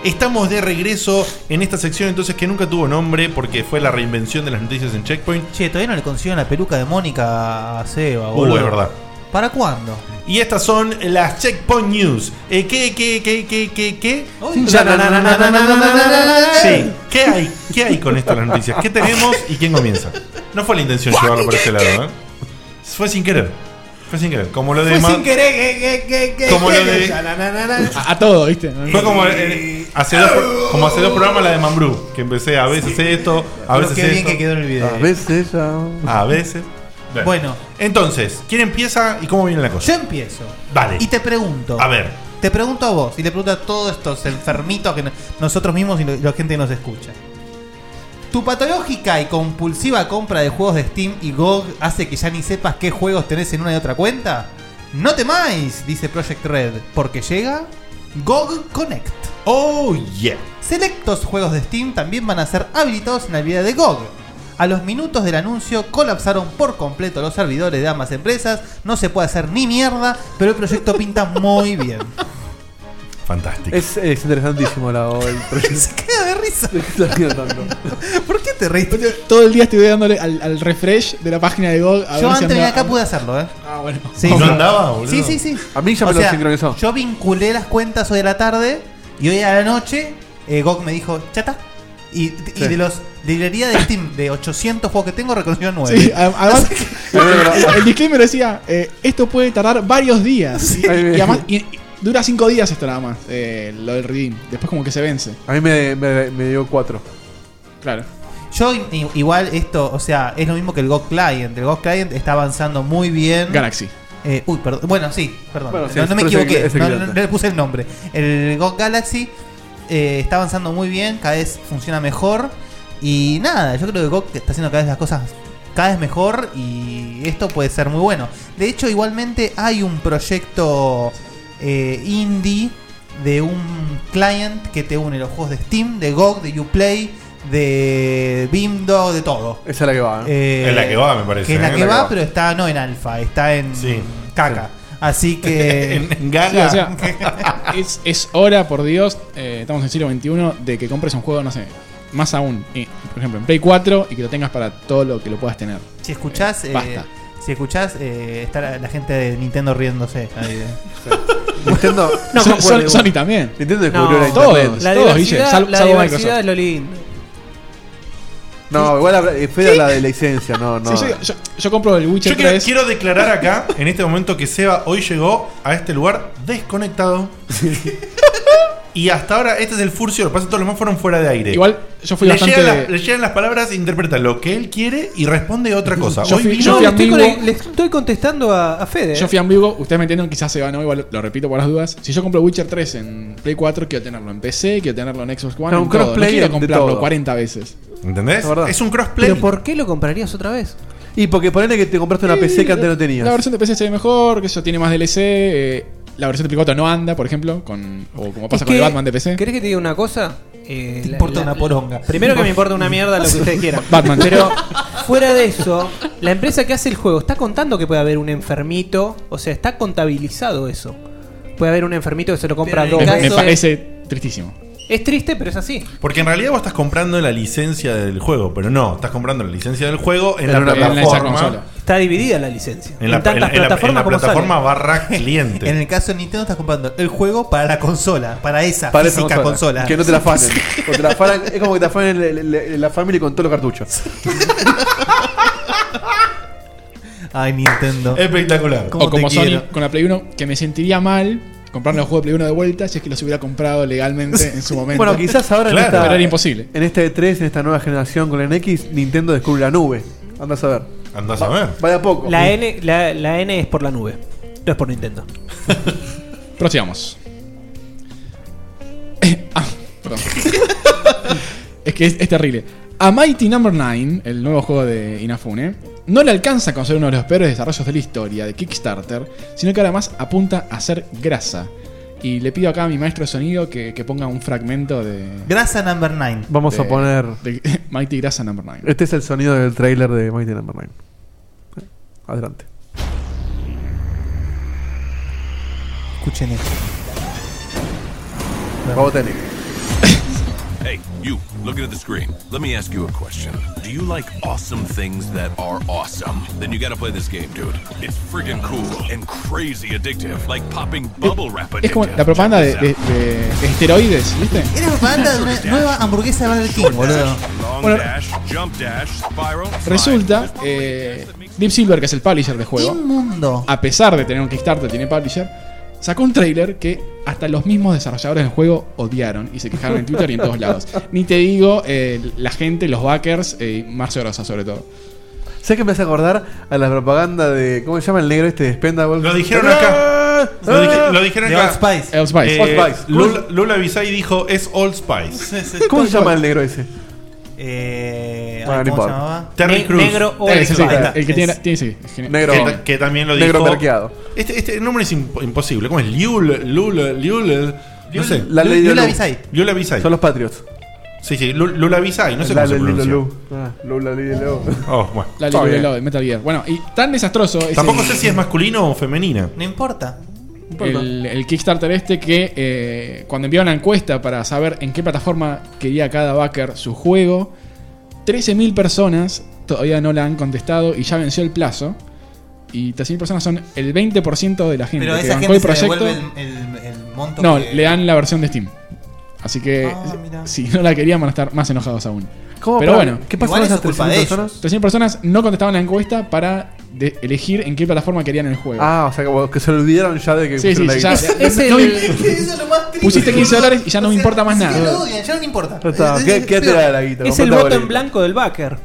Speaker 3: Estamos de regreso en esta sección entonces que nunca tuvo nombre porque fue la reinvención de las noticias en Checkpoint.
Speaker 10: Che, todavía no le consiguen la peluca de Mónica a Seba,
Speaker 3: Uh,
Speaker 10: boludo.
Speaker 3: es verdad.
Speaker 10: ¿Para cuándo?
Speaker 3: Y estas son las Checkpoint News. Eh, ¿Qué, qué, qué, qué, qué, qué?
Speaker 10: Ya, na, na, na, na, na, na, na, na, na.
Speaker 3: Sí. ¿Qué hay? ¿Qué hay con esto en las noticias? ¿Qué tenemos y quién comienza? No fue la intención llevarlo por ese lado, ¿eh? Fue sin querer. Fue sin querer. Como lo de.
Speaker 9: Fue
Speaker 3: Ma-
Speaker 9: sin querer,
Speaker 11: eh,
Speaker 9: que, que, que, que,
Speaker 3: Como
Speaker 9: que-
Speaker 3: lo de-
Speaker 9: na, na, na, na.
Speaker 4: A, a todo, ¿viste?
Speaker 3: Fue como, eh, hace dos, pro- como hace dos programas la de Mambrú, que empecé a veces esto, a
Speaker 10: Pero
Speaker 3: veces
Speaker 10: qué bien
Speaker 3: esto.
Speaker 10: que quedó en el video.
Speaker 3: A
Speaker 10: A
Speaker 3: veces
Speaker 10: veces
Speaker 3: A veces.
Speaker 10: Bueno.
Speaker 3: Entonces, ¿quién empieza y cómo viene la cosa?
Speaker 10: Yo empiezo.
Speaker 3: Dale.
Speaker 10: Y te pregunto.
Speaker 3: A ver.
Speaker 10: Te pregunto a vos y le pregunto a todos estos enfermitos que no- nosotros mismos y lo- la gente que nos escucha. ¿Tu patológica y compulsiva compra de juegos de Steam y GOG hace que ya ni sepas qué juegos tenés en una y otra cuenta? No temáis, dice Project Red, porque llega GOG Connect.
Speaker 3: Oh, yeah.
Speaker 10: Selectos juegos de Steam también van a ser habilitados en la vida de GOG. A los minutos del anuncio colapsaron por completo los servidores de ambas empresas, no se puede hacer ni mierda, pero el proyecto pinta muy bien.
Speaker 3: Fantástico.
Speaker 5: Es, es interesantísimo la, el proyecto.
Speaker 10: Queda de risa. ¿Por qué te reís?
Speaker 4: Todo el día estuve dándole al, al refresh de la página de GOG. a
Speaker 10: Yo
Speaker 4: ver si
Speaker 10: antes de venir
Speaker 4: andaba-
Speaker 10: acá pude hacerlo, ¿eh?
Speaker 4: Ah, bueno.
Speaker 10: Sí.
Speaker 4: ¿No
Speaker 10: Sí.
Speaker 4: andaba, boludo?
Speaker 10: Sí, sí, sí.
Speaker 4: A mí ya me
Speaker 10: O
Speaker 4: lo
Speaker 10: sea,
Speaker 4: sincronizó.
Speaker 10: Yo vinculé las cuentas hoy a la tarde y hoy a la noche eh, GOG me dijo, chata. Y, y
Speaker 4: Sí.
Speaker 10: de los de librería de Steam de 800 juegos que tengo, reconoció 9.
Speaker 4: Sí, a- además, el disclaimer decía, eh, esto puede tardar varios días. Y, y además, y- y dura cinco días esto nada más, eh, lo del redeem. Después como que se vence.
Speaker 5: A mí me, me- me dio cuatro.
Speaker 4: Claro.
Speaker 10: Yo i- i- igual esto, o sea, es lo mismo que el GOG Client. El GOG Client está avanzando muy bien.
Speaker 4: Galaxy.
Speaker 10: Eh, uy, perdón. Bueno, sí, perdón.
Speaker 5: Bueno, sí,
Speaker 10: no, no me
Speaker 5: pero es
Speaker 10: equivoqué.
Speaker 5: equi- es
Speaker 10: no,
Speaker 5: equidata.
Speaker 10: no- no le puse el nombre. El GOG Galaxy eh, está avanzando muy bien, cada vez funciona mejor. Y nada, yo creo que GOG está haciendo cada vez las cosas cada vez mejor y esto puede ser muy bueno. De hecho, igualmente hay un proyecto eh, indie de un client que te une los juegos de Steam, de GOG, de Uplay, de Bimdo, de todo.
Speaker 5: Esa es la que va. ¿no?
Speaker 10: Eh,
Speaker 3: Es la que va, me parece,
Speaker 10: que es la
Speaker 3: ¿eh?
Speaker 10: que va, pero está no en alfa, está en caca. Así que.
Speaker 3: En- en
Speaker 4: Sí, o sea, es, es hora, por Dios, eh, estamos en el siglo XXI, de que compres un juego, no sé, más aún, eh, por ejemplo, en Play 4 y que lo tengas para todo lo que lo puedas tener.
Speaker 10: si escuchás.
Speaker 4: Eh,
Speaker 10: eh,
Speaker 4: basta.
Speaker 10: si escuchás, eh, está la, la gente de Nintendo riéndose. ahí de-
Speaker 5: Nintendo.
Speaker 4: No, Son- son- Sony también.
Speaker 5: Nintendo
Speaker 4: No,
Speaker 5: descubrió la
Speaker 4: todos,
Speaker 5: internet.
Speaker 4: la Todos, diversidad- Guille, sal- la salvo diversidad Microsoft.
Speaker 9: es lo lindo.
Speaker 5: No, igual la- es fea la de la licencia, no, no.
Speaker 4: Sí, yo, yo- yo compro el Witcher
Speaker 3: Yo quiero,
Speaker 4: 3.
Speaker 3: quiero declarar acá, en este momento, que Seba hoy llegó a este lugar desconectado. y hasta ahora, este es el furcio. Lo que pasa es que todos los más fueron fuera de aire.
Speaker 4: Igual, yo fui
Speaker 3: le
Speaker 4: bastante-
Speaker 3: Llegan las, le llegan las palabras, interpreta lo que él quiere y responde otra cosa.
Speaker 4: Yo
Speaker 3: hoy
Speaker 4: fui-
Speaker 3: vino-
Speaker 4: yo fui
Speaker 3: No,
Speaker 4: ambiguo.
Speaker 3: estoy con el-
Speaker 9: Le estoy contestando a, a Fede.
Speaker 3: eh.
Speaker 4: Yo fui ambiguo, ustedes me entienden, quizás se van, ¿no? Igual lo repito por las dudas. Si yo compro Witcher 3 en Play 4, quiero tenerlo en PC, quiero tenerlo en Xbox One,
Speaker 9: Claro,
Speaker 4: en
Speaker 9: un
Speaker 4: todo. No
Speaker 9: crossplay
Speaker 4: quiero
Speaker 9: de
Speaker 4: comprarlo
Speaker 9: todo.
Speaker 4: 40 veces.
Speaker 3: ¿Entendés? Es un crossplay.
Speaker 9: ¿Pero por qué lo comprarías otra vez?
Speaker 5: Y porque ponele que te compraste una
Speaker 4: Sí,
Speaker 5: PC que
Speaker 4: la-
Speaker 5: antes no tenías.
Speaker 4: La versión de PC se ve mejor, que eso tiene más DLC. eh, la versión de Play 4 no anda, por ejemplo, con, o como pasa
Speaker 9: Es
Speaker 4: con el
Speaker 9: que-
Speaker 4: Batman de PC.
Speaker 9: ¿Querés que te diga una cosa? Eh, la-
Speaker 10: importa
Speaker 9: la-
Speaker 10: una poronga.
Speaker 9: Primero que me importa una mierda lo que ustedes quieran.
Speaker 4: Batman.
Speaker 9: Pero fuera de eso, la empresa que hace el juego está contando que puede haber un enfermito. O sea, está contabilizado eso. Puede haber un enfermito que se lo compra
Speaker 4: Pero
Speaker 9: dos
Speaker 4: en el
Speaker 9: veces.
Speaker 4: caso- Me parece tristísimo.
Speaker 9: Es triste, pero es así.
Speaker 3: Porque en realidad vos estás comprando la licencia del juego, pero no, estás comprando la licencia del juego en
Speaker 9: Pero
Speaker 3: la
Speaker 9: en una- en esa
Speaker 3: plataforma.
Speaker 9: consola. Está dividida la licencia.
Speaker 3: En la- en la- en la- en la plataforma barra cliente.
Speaker 10: en el caso de Nintendo, estás comprando el juego para la consola, para esa
Speaker 5: Para esa
Speaker 10: física consola.
Speaker 5: Que no te la fanen. Porque te la afanan- es como que te afanan el- el- el- la family con todos los cartuchos.
Speaker 10: Ay, Nintendo.
Speaker 3: Espectacular.
Speaker 4: O como Sony este con la Play 1, que me sentiría mal comprarme los juegos de Play 1 de vuelta si es que los hubiera comprado legalmente en su momento.
Speaker 5: Bueno, quizás ahora
Speaker 4: Claro,
Speaker 5: en
Speaker 4: pero
Speaker 5: esta.
Speaker 4: era imposible.
Speaker 5: En este E3, en esta nueva generación con la NX, Nintendo descubre la nube. Andás a ver.
Speaker 3: Andás a ver.
Speaker 5: Vaya poco.
Speaker 9: La N, la, la N es por la nube. No es por Nintendo.
Speaker 4: Prosigamos. Ah, perdón. es que es, es terrible. A Mighty Number 9, el nuevo juego de Inafune, no le alcanza con ser uno de los peores desarrollos de la historia de Kickstarter, sino que además apunta a ser grasa. Y le pido acá a mi maestro de sonido que, que ponga un fragmento de.
Speaker 10: Grasa Number 9.
Speaker 5: Vamos a poner.
Speaker 4: de Mighty Grasa Number 9.
Speaker 5: Este es el sonido del trailer de Mighty Number 9. Adelante.
Speaker 10: Escuchen esto.
Speaker 5: Vamos, Nick.
Speaker 15: Hey, you, looking at the screen. Let me ask you a question. Do you like awesome things that are awesome? Then you gotta play this game, dude. It's freaking cool and crazy addictive, like popping bubble wrap addictive.
Speaker 4: Es como la propaganda de, de- de esteroides, ¿viste?
Speaker 10: Era propaganda de una nueva hamburguesa de Burger King, boludo.
Speaker 15: Long
Speaker 4: Bueno.
Speaker 15: dash, jump dash, spiral.
Speaker 4: Resulta eh, Deep Silver, que es el publisher del juego,
Speaker 10: Inmundo.
Speaker 4: a pesar de tener un Kickstarter, tiene publisher, sacó un trailer que hasta los mismos desarrolladores del juego odiaron y se quejaron en Twitter y en todos lados. Ni te digo eh, la gente, los backers eh, y Marcio Grosa sobre todo.
Speaker 5: ¿Sabes que me hace acordar a la propaganda de. ¿Cómo se llama el negro este de Spendable?
Speaker 3: Lo dijeron acá. Lo, dije- lo dijeron acá.
Speaker 5: Old Spice.
Speaker 3: Eh,
Speaker 5: eh, Old Spice.
Speaker 3: Lula, Lula Bisay dijo es Old Spice.
Speaker 5: ¿Cómo se llama el negro ese?
Speaker 10: Eh,
Speaker 3: Bueno, no
Speaker 10: ay, ¿Cómo se
Speaker 3: importa.
Speaker 10: llamaba?
Speaker 3: Terry Cruz.
Speaker 10: Ahí
Speaker 4: Ese sí,
Speaker 10: está.
Speaker 4: el que tiene, tiene- sí, es genial.
Speaker 5: Negro.
Speaker 4: Genial.
Speaker 3: que, que también lo dijo.
Speaker 5: Negro merqueado.
Speaker 3: Este, este nombre es imp- imposible. ¿Cómo es? Liul, Lul, Liul. No sé.
Speaker 5: La ley de Lula Lu.
Speaker 3: Bisay.
Speaker 5: Bisay.
Speaker 3: Lula Bisay.
Speaker 5: Son los Patriots.
Speaker 3: Sí, sí. Lu- Lula Bisay. No sé
Speaker 5: La
Speaker 3: cómo se
Speaker 5: ley de
Speaker 3: pronuncia.
Speaker 5: Lulu. Ah, Lula, Lila, Lula.
Speaker 3: Oh, bueno.
Speaker 4: La
Speaker 3: Está
Speaker 4: Lilo
Speaker 3: bien.
Speaker 4: Lilo de Metal Gear. Bueno, y tan desastroso es
Speaker 3: Tampoco
Speaker 4: el-
Speaker 3: sé si es masculino o femenina.
Speaker 10: No importa.
Speaker 4: el, el Kickstarter este que eh, cuando enviaron la encuesta para saber en qué plataforma quería cada backer su juego, 13.000 personas todavía no la han contestado y ya venció el plazo. Y 13.000 personas son el 20% de la gente
Speaker 10: Pero a
Speaker 4: que
Speaker 10: esa
Speaker 4: bancó
Speaker 10: gente
Speaker 4: el
Speaker 10: se
Speaker 4: proyecto.
Speaker 10: devuelve el, el- el monto
Speaker 4: No,
Speaker 10: que-
Speaker 4: le dan la versión de Steam. Así que eh,
Speaker 10: Ah, mira.
Speaker 4: si no la querían van a estar más enojados aún.
Speaker 5: ¿Cómo,
Speaker 4: Pero
Speaker 5: pará?
Speaker 4: bueno,
Speaker 5: ¿Qué pasó Igual con eso esas es culpa 300 de ellos. personas?
Speaker 4: 300 personas no contestaban la encuesta para de- elegir en qué plataforma querían el juego.
Speaker 5: Ah, o sea, como que se olvidaron ya de que
Speaker 4: Sí,
Speaker 5: pusieron
Speaker 4: sí, ya-
Speaker 5: guita.
Speaker 4: es el-
Speaker 5: No,
Speaker 10: Eso es lo más triste.
Speaker 4: Pusiste 15 dólares y ya no me importa más
Speaker 10: Sí,
Speaker 4: nada.
Speaker 10: lo odian, ya no le importa.
Speaker 5: Ya está,
Speaker 10: Es-
Speaker 5: qué-
Speaker 10: es-
Speaker 5: quédate
Speaker 10: es peor.
Speaker 5: la guita,
Speaker 9: Es el voto en blanco del backer.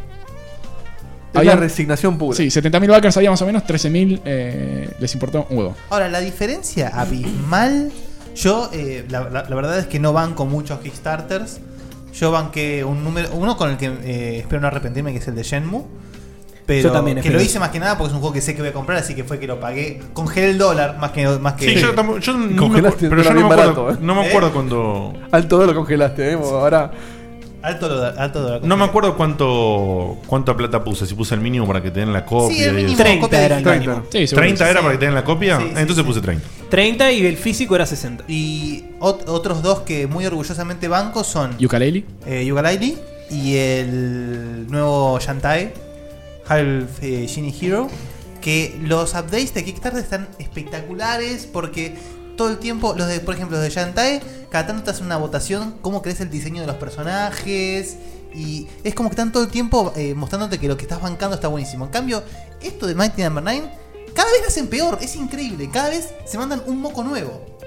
Speaker 5: Es
Speaker 4: Había-
Speaker 5: la resignación pura.
Speaker 4: Sí, 70.000 backers había más o menos, 13.000 eh, les importó un huevo.
Speaker 10: Ahora, la diferencia abismal. Yo, eh, la, la- la verdad es que no banco muchos Kickstarters. Yo banqué un número, uno con el que eh, espero no arrepentirme, que es el de Shenmue. Pero
Speaker 9: Yo también
Speaker 10: que
Speaker 9: espero
Speaker 10: lo
Speaker 9: eso.
Speaker 10: hice más que nada porque es un juego que sé que voy a comprar, así que fue que lo pagué. Congelé el dólar más que. Más que
Speaker 3: Sí, yo tampoco. Yo no
Speaker 5: Congelaste
Speaker 3: me acuerdo- pero yo no me
Speaker 5: bien
Speaker 3: acuerdo,
Speaker 5: barato, ¿eh?
Speaker 3: no me acuerdo cuando.
Speaker 5: Alto lo congelaste, ¿eh? Ahora.
Speaker 10: Alto dólar. Alto dólar
Speaker 3: No me acuerdo cuánto cuánta plata puse. Si puse el mínimo para que te den la copia.
Speaker 10: Sí, el
Speaker 3: y
Speaker 10: mínimo,
Speaker 3: eso.
Speaker 10: 30 copia era el
Speaker 3: 30.
Speaker 10: mínimo.
Speaker 4: Sí, seguro.
Speaker 3: 30 era
Speaker 10: Sí.
Speaker 3: para que te den la copia.
Speaker 10: Sí,
Speaker 3: Ah,
Speaker 10: sí,
Speaker 3: Entonces
Speaker 10: sí.
Speaker 3: puse 30.
Speaker 9: 30 y el físico era 60.
Speaker 10: Y ot- otros dos que muy orgullosamente banco son
Speaker 4: Ukulele.
Speaker 10: eh, Yooka-Laylee y el nuevo Shantae, Half eh, Genie Hero. Que los updates de Kickstarter están espectaculares porque todo el tiempo, los de, por ejemplo, los de Shantae, cada tanto te hacen una votación, cómo crees el diseño de los personajes. Y es como que están todo el tiempo eh, mostrándote que lo que estás bancando está buenísimo. En cambio, esto de Mighty Number 9, cada vez lo hacen peor, es increíble. Cada vez se mandan un moco nuevo.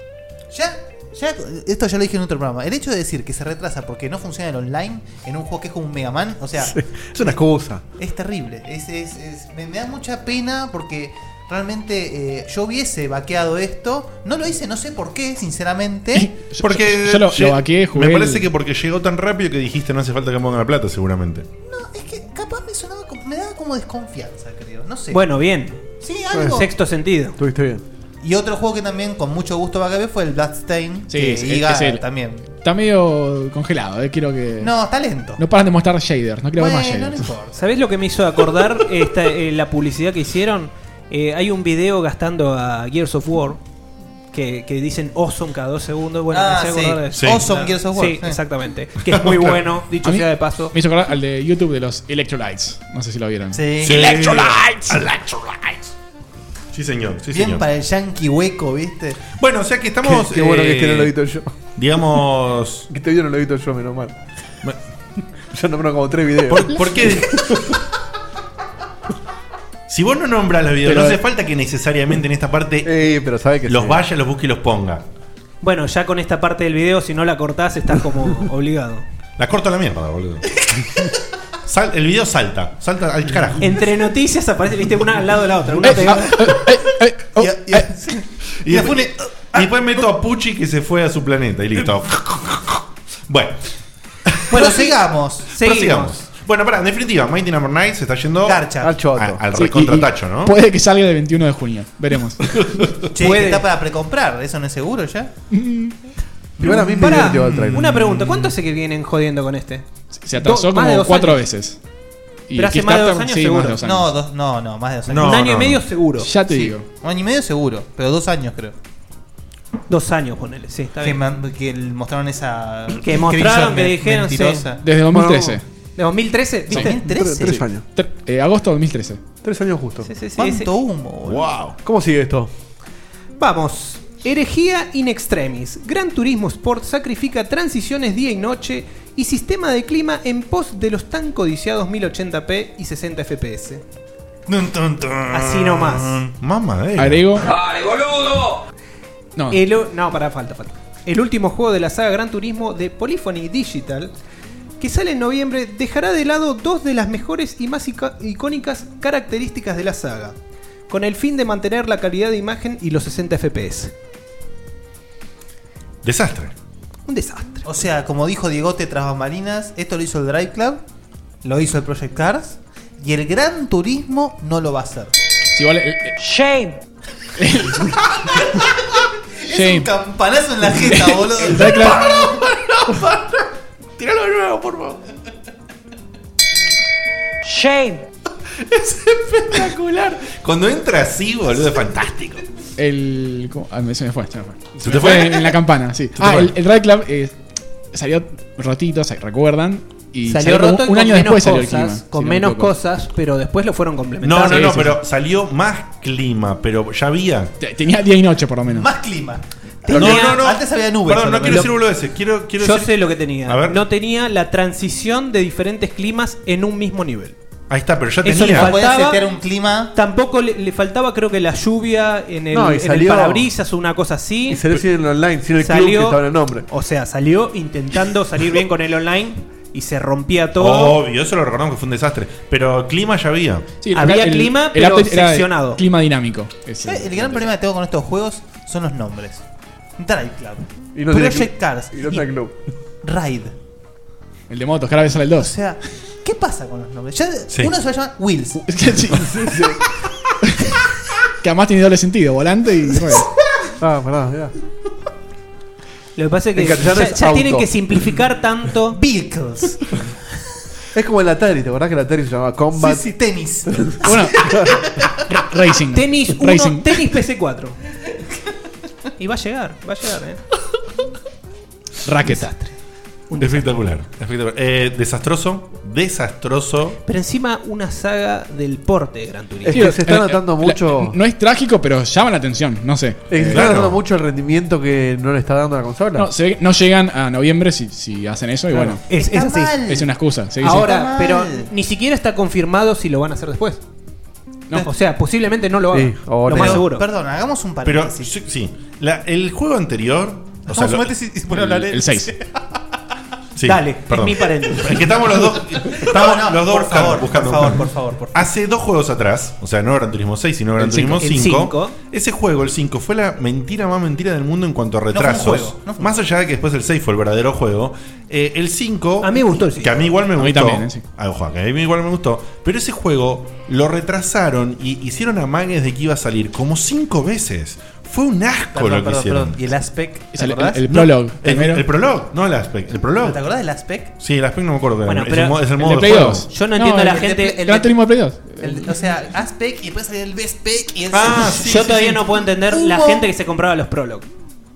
Speaker 10: Ya, ya, esto ya lo dije en otro programa. El hecho de decir que se retrasa porque no funciona el online en un juego que es como un Mega Man, o sea,
Speaker 5: Es una excusa.
Speaker 10: es terrible. Es, es- es- me, me da mucha pena porque realmente eh, yo hubiese vaqueado esto. No lo hice, no sé por qué, sinceramente.
Speaker 3: Porque
Speaker 4: yo lo-
Speaker 3: lle-
Speaker 4: lo vaqueé, jugué
Speaker 3: Eh, me parece
Speaker 4: el-
Speaker 3: que porque llegó tan rápido que dijiste no hace falta que me pongan la plata, seguramente.
Speaker 10: Es que capaz me sonaba como- me daba como desconfianza, creo. No sé.
Speaker 9: Bueno, bien.
Speaker 10: Sí, algo.
Speaker 9: Sexto sentido.
Speaker 5: Estuviste bien.
Speaker 10: Y otro juego que también con mucho gusto vaqueé fue el Bloodstain.
Speaker 4: Sí,
Speaker 10: que
Speaker 4: es-
Speaker 10: Iga
Speaker 4: es el-
Speaker 10: también.
Speaker 4: Está medio congelado, eh, quiero que.
Speaker 10: No, está lento.
Speaker 4: No paran de mostrar shaders, no quiero ver más
Speaker 10: Bueno, no
Speaker 4: shaders.
Speaker 10: importa.
Speaker 9: ¿Sabés lo que me hizo acordar esta, eh, la publicidad que hicieron? Eh, hay un video gastando a Gears of War que, que dicen awesome cada dos segundos. Bueno,
Speaker 10: Ah,
Speaker 9: me hizo
Speaker 10: sí.
Speaker 9: acordar de-
Speaker 3: Sí.
Speaker 10: Awesome Gears of War,
Speaker 9: Sí,
Speaker 10: sí.
Speaker 9: exactamente. Que es muy bueno, dicho
Speaker 4: A mí-
Speaker 9: sea de paso.
Speaker 4: Me hizo acordar al de YouTube de los Electrolytes. No sé si lo vieron.
Speaker 10: Sí.
Speaker 11: Ah.
Speaker 3: Electrolytes. Electrolytes. Sí, señor. Sí,
Speaker 10: Bien
Speaker 3: señor.
Speaker 10: para el yankee hueco, ¿viste?
Speaker 3: Bueno, o sea que estamos.
Speaker 5: Qué bueno que
Speaker 3: eh,
Speaker 5: este no lo edito yo.
Speaker 3: Digamos.
Speaker 5: Que este video no lo edito yo, menos mal. Yo nombré como tres videos.
Speaker 3: ¿Por, por qué? si vos no nombras los videos,
Speaker 5: Pero-
Speaker 3: no hace falta que necesariamente en esta parte
Speaker 5: Eh, pero sabe que
Speaker 3: los
Speaker 5: sí.
Speaker 3: vaya, los busque y los ponga.
Speaker 9: Bueno, ya con esta parte del video, si no la cortás, estás como obligado.
Speaker 3: La corto a la mierda, boludo. Sal- el video salta, salta al carajo.
Speaker 9: Entre noticias aparece, viste, una al lado de la otra. Una pegada.
Speaker 5: Oh,
Speaker 10: Y- y-
Speaker 3: Y después, le- y después meto a Pucci que se fue a su planeta y listo. Bueno,
Speaker 10: Bueno, sigamos.
Speaker 9: Seguimos.
Speaker 3: prosigamos. Bueno, pará, en definitiva, Mighty Number 9 se está yendo
Speaker 10: Garcha.
Speaker 5: Al choto.
Speaker 3: a- al
Speaker 4: Sí, y-
Speaker 3: recontratacho,
Speaker 4: y
Speaker 3: ¿no?
Speaker 4: Puede que salga el 21 de junio, veremos.
Speaker 10: Che,
Speaker 9: Puede.
Speaker 10: está para precomprar, eso no es seguro ya.
Speaker 5: Igual a mí me
Speaker 9: Mm. Pará,
Speaker 5: divirtió el trailer.
Speaker 9: una pregunta, ¿cuánto hace que vienen jodiendo con este?
Speaker 4: Se atrasó
Speaker 9: Do- más de
Speaker 4: como
Speaker 9: dos
Speaker 4: cuatro
Speaker 9: años.
Speaker 4: veces. Y
Speaker 9: Pero hace más de dos años
Speaker 4: Kickstarter, sí, más de
Speaker 9: seguro.
Speaker 4: dos años.
Speaker 10: No, dos, no, no, más de dos años.
Speaker 3: No,
Speaker 9: Un año
Speaker 3: no,
Speaker 9: y medio
Speaker 3: no.
Speaker 9: seguro.
Speaker 4: Ya te digo.
Speaker 10: Un año y medio seguro, pero dos años creo.
Speaker 9: Dos años, ponele. Sí, está
Speaker 10: Que,
Speaker 9: bien.
Speaker 10: man- que el- mostraron esa.
Speaker 9: Que mostraron,
Speaker 10: screenshot
Speaker 9: que
Speaker 10: me-
Speaker 9: dijeron, sí.
Speaker 10: mentirosa.
Speaker 4: Desde 2013.
Speaker 9: ¿De 2013? ¿Viste?
Speaker 4: Sí.
Speaker 5: Tres,
Speaker 10: 2013.
Speaker 5: tres años.
Speaker 4: Tre- eh, agosto de 2013.
Speaker 5: Tres años justo.
Speaker 9: Sí, sí, sí, sí.
Speaker 10: ¿Cuánto humo, boludo?
Speaker 3: Wow.
Speaker 5: ¿Cómo sigue esto?
Speaker 9: Vamos. Herejía in extremis. Gran Turismo Sport sacrifica transiciones día y noche y sistema de clima en pos de los tan codiciados 1080p y 60 fps. Así nomás.
Speaker 3: Mamadera.
Speaker 4: Agrego.
Speaker 9: boludo!
Speaker 4: No.
Speaker 9: El, u- no, pará, falta, falta. El último juego de la saga Gran Turismo de Polyphony Digital, que sale en noviembre, dejará de lado dos de las mejores y más ico- icónicas características de la saga, con el fin de mantener la calidad de imagen y los 60 FPS.
Speaker 3: Desastre.
Speaker 9: Un desastre.
Speaker 10: O sea, como dijo Diegote tras bambalinas, esto lo hizo el Drive Club, lo hizo el Project Cars y el Gran Turismo no lo va a hacer.
Speaker 3: eh,
Speaker 16: Shame.
Speaker 10: Es un campanazo en la jeta, boludo.
Speaker 4: El Drive Club-
Speaker 3: Tíralo de nuevo, por favor.
Speaker 16: Shame.
Speaker 3: Es espectacular. Cuando entra así, boludo, es fantástico.
Speaker 4: El. ¿cómo? Ah, me- se me fue, se me fue.
Speaker 3: ¿Se
Speaker 4: Se
Speaker 3: te
Speaker 4: me
Speaker 3: fue?
Speaker 4: fue en, en la campana, sí.
Speaker 3: Se te
Speaker 4: Ah,
Speaker 3: fue.
Speaker 4: el, el Ride Club eh, salió rotito, ¿se recuerdan? Y
Speaker 9: Salió
Speaker 4: como
Speaker 9: roto y
Speaker 4: un
Speaker 9: con
Speaker 4: año
Speaker 9: menos
Speaker 4: después salió el
Speaker 9: cosas,
Speaker 4: clima.
Speaker 9: con
Speaker 4: si no me
Speaker 9: menos
Speaker 4: equivoco.
Speaker 9: cosas, pero después lo fueron
Speaker 3: No,
Speaker 9: complementando.
Speaker 3: no, no, pero salió más clima, pero ya había.
Speaker 4: Tenía día y noche por lo menos.
Speaker 10: Más clima.
Speaker 3: No, no, no.
Speaker 10: Antes había nubes.
Speaker 3: Perdón, no
Speaker 9: solamente.
Speaker 3: quiero decir boludeces. Quiero, quiero
Speaker 9: Yo
Speaker 3: decir-
Speaker 9: sé lo que tenía.
Speaker 3: A ver.
Speaker 9: No tenía la transición de diferentes climas en un mismo nivel.
Speaker 3: Ahí está, pero ya
Speaker 9: Eso le
Speaker 3: tenía. Ah,
Speaker 9: faltaba.
Speaker 10: setear un clima.
Speaker 9: Tampoco le, le faltaba, creo que la lluvia en el,
Speaker 5: No, y
Speaker 9: en el
Speaker 5: salió-
Speaker 9: parabrisas o una cosa así.
Speaker 5: Y salió sin el online, sin el club que estaba en el nombre.
Speaker 9: O sea, salió intentando salir bien con el online y se rompía todo.
Speaker 3: Obvio, eso lo recordamos que fue un desastre. Pero clima ya había.
Speaker 4: Sí, el-
Speaker 9: Había
Speaker 4: el-
Speaker 9: clima,
Speaker 4: el
Speaker 9: pero
Speaker 4: update era de
Speaker 9: seccionado.
Speaker 4: Clima dinámico. ese.
Speaker 10: Eh, El gran problema que tengo con estos juegos son los nombres. Drive Club.
Speaker 4: Y no
Speaker 10: Project
Speaker 4: tiene-
Speaker 10: Cars.
Speaker 4: y no tiene club.
Speaker 10: Ride.
Speaker 4: El de motos, que ahora sale el 2.
Speaker 10: O sea, ¿qué pasa con los nombres? Ya
Speaker 4: Sí.
Speaker 10: Uno se va a llamar Wheels.
Speaker 4: que además tiene doble sentido, volante y rueda.
Speaker 5: Ah, verdad, mirá.
Speaker 9: Lo que pasa es que
Speaker 5: Encasillar
Speaker 9: ya,
Speaker 5: es
Speaker 9: ya
Speaker 5: auto.
Speaker 9: tienen que simplificar tanto.
Speaker 10: Vehicles.
Speaker 5: Es como el Atari, ¿te acordás que el Atari se llamaba Combat?
Speaker 10: Sí, sí, tenis.
Speaker 4: bueno, Racing.
Speaker 9: Tenis 1,
Speaker 5: Racing.
Speaker 9: tenis PC4. Y va a llegar, va a llegar, eh.
Speaker 4: Raqueta.
Speaker 3: Espectacular. espectacular. Eh, desastroso. Desastroso.
Speaker 9: Pero encima una saga del porte de Gran Turismo.
Speaker 4: eh, eh, la- no es trágico, pero llama la atención, no sé. Eh,
Speaker 5: Es que se está dando mucho el rendimiento que no le está dando la consola.
Speaker 4: No, se ve que no llegan a noviembre si, si hacen eso y
Speaker 5: Claro.
Speaker 4: bueno.
Speaker 5: Es- es Está así. mal.
Speaker 4: Es una excusa. sí, sí.
Speaker 9: Ahora, pero ni siquiera está confirmado si lo van a hacer después.
Speaker 4: No.
Speaker 9: O sea, posiblemente no lo hagan.
Speaker 3: Sí,
Speaker 9: lo
Speaker 3: ahora.
Speaker 9: más
Speaker 3: Pero-
Speaker 9: seguro.
Speaker 10: Perdón, hagamos un
Speaker 3: Pero
Speaker 10: paréntesis.
Speaker 3: sí, sí. La- el juego anterior. O sea,
Speaker 10: Hagamos
Speaker 3: lo-
Speaker 10: un paréntesis y ponemos la ley.
Speaker 3: el 6. Sí,
Speaker 10: Dale,
Speaker 3: perdón.
Speaker 10: es mi paréntesis.
Speaker 3: Es que estamos los dos. Estamos
Speaker 10: No, no,
Speaker 3: los dos
Speaker 10: por
Speaker 3: buscando,
Speaker 10: favor,
Speaker 3: buscando,
Speaker 10: por favor,
Speaker 3: buscando.
Speaker 10: por favor, por
Speaker 3: Hace dos juegos atrás, o sea, no Gran Turismo 6, sino Gran
Speaker 10: El cinco.
Speaker 3: Turismo
Speaker 10: El
Speaker 3: 5.
Speaker 10: cinco.
Speaker 3: Ese juego, el 5, fue la mentira más mentira del mundo en cuanto a
Speaker 10: fue un
Speaker 3: retrasos.
Speaker 10: juego, no fue un
Speaker 3: más allá de que después el 6 fue el verdadero juego. eh, el 5. A mí me gustó el 5. Que a mí igual me
Speaker 4: mí
Speaker 3: gustó.
Speaker 4: también, eh, sí.
Speaker 3: Ah, ojo, que a mí igual me gustó. Pero ese juego lo retrasaron y hicieron amagues de que iba a salir como cinco veces. Fue un asco
Speaker 10: Perdón,
Speaker 3: lo que
Speaker 10: perdón,
Speaker 3: hicieron.
Speaker 10: perdón. ¿Y el aspect?
Speaker 3: ¿Te
Speaker 10: ¿Te acordás?
Speaker 3: acordás? No, El, el prologue, no el aspect. El prologue.
Speaker 10: ¿Te acordás del aspect?
Speaker 3: Sí, el aspect no me acuerdo. pero
Speaker 10: Bueno,
Speaker 3: es,
Speaker 10: pero-
Speaker 3: el, mo- es el
Speaker 10: el
Speaker 3: modo
Speaker 10: de
Speaker 3: de
Speaker 10: Play
Speaker 3: juego.
Speaker 10: 2. Yo no entiendo a la gente- el
Speaker 4: Gran
Speaker 10: de-
Speaker 4: Turismo Play 2.
Speaker 10: El- o sea, aspect y después salía el best spec y el.
Speaker 3: Ah,
Speaker 9: Yo todavía no puedo entender la
Speaker 10: Hubo-
Speaker 9: gente que se compraba los prólogos.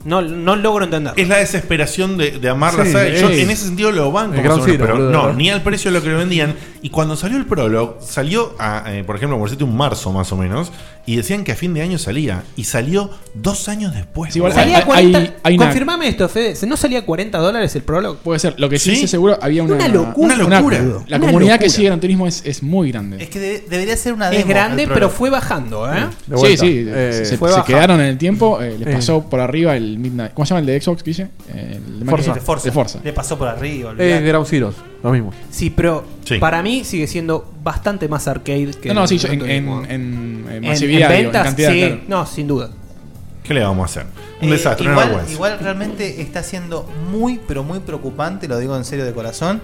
Speaker 9: No, no logro entender.
Speaker 3: Es la desesperación de, de amar la
Speaker 9: Sí,
Speaker 3: saga. Yo
Speaker 9: es.
Speaker 3: en ese sentido lo banco, más
Speaker 9: El
Speaker 3: o
Speaker 9: Ground
Speaker 3: menos,
Speaker 9: Zero,
Speaker 3: pero
Speaker 9: boludo,
Speaker 3: no,
Speaker 9: ¿verdad?
Speaker 3: ni al precio de lo que lo vendían. Y cuando salió el prologue, salió, a, eh, por ejemplo, por decirte un marzo más o menos, y decían que a fin de año salía. Y salió dos años después.
Speaker 9: Salía 40 Confirmame esto, Fede. ¿No salía 40 dólares el prólogo?
Speaker 4: Puede ser. Lo que sí,
Speaker 9: Sí.
Speaker 4: sé seguro había una,
Speaker 9: Una locura.
Speaker 4: una-
Speaker 9: Una locura.
Speaker 4: la
Speaker 9: Una
Speaker 4: comunidad que
Speaker 9: locura.
Speaker 4: sigue Gran Turismo es, es muy grande.
Speaker 10: Es que de- debería ser una demo.
Speaker 9: Es grande,
Speaker 10: el
Speaker 9: pero
Speaker 10: prologue.
Speaker 9: fue bajando, ¿eh?
Speaker 4: Sí, sí, se, se
Speaker 9: Fue bajando.
Speaker 4: quedaron en el tiempo, eh, les
Speaker 9: Eh.
Speaker 4: pasó por arriba el Midnight. ¿Cómo se llama el de Xbox que hice? Eh, el
Speaker 9: Forza.
Speaker 4: de Microsoft.
Speaker 9: El de Forza.
Speaker 4: De Forza.
Speaker 10: Le pasó por arriba.
Speaker 5: Eh,
Speaker 10: olvidate.
Speaker 5: Ground Zeroes, lo mismo.
Speaker 9: Sí, pero
Speaker 5: Sí.
Speaker 9: para mí sigue siendo bastante más arcade que.
Speaker 4: No, no, sí,
Speaker 9: el
Speaker 4: yo- en,
Speaker 9: Gran
Speaker 4: en,
Speaker 9: Turismo.
Speaker 4: en, en
Speaker 9: En-
Speaker 4: masividad,
Speaker 9: en
Speaker 4: digo, en
Speaker 9: ventas,
Speaker 4: cantidad,
Speaker 9: sí.
Speaker 4: claro.
Speaker 9: No, sin duda.
Speaker 3: ¿Qué le vamos a hacer? Un
Speaker 10: Eh,
Speaker 3: desastre, una
Speaker 10: igual,
Speaker 3: vergüenza.
Speaker 10: igual realmente está siendo muy, pero muy preocupante, lo digo en serio de corazón.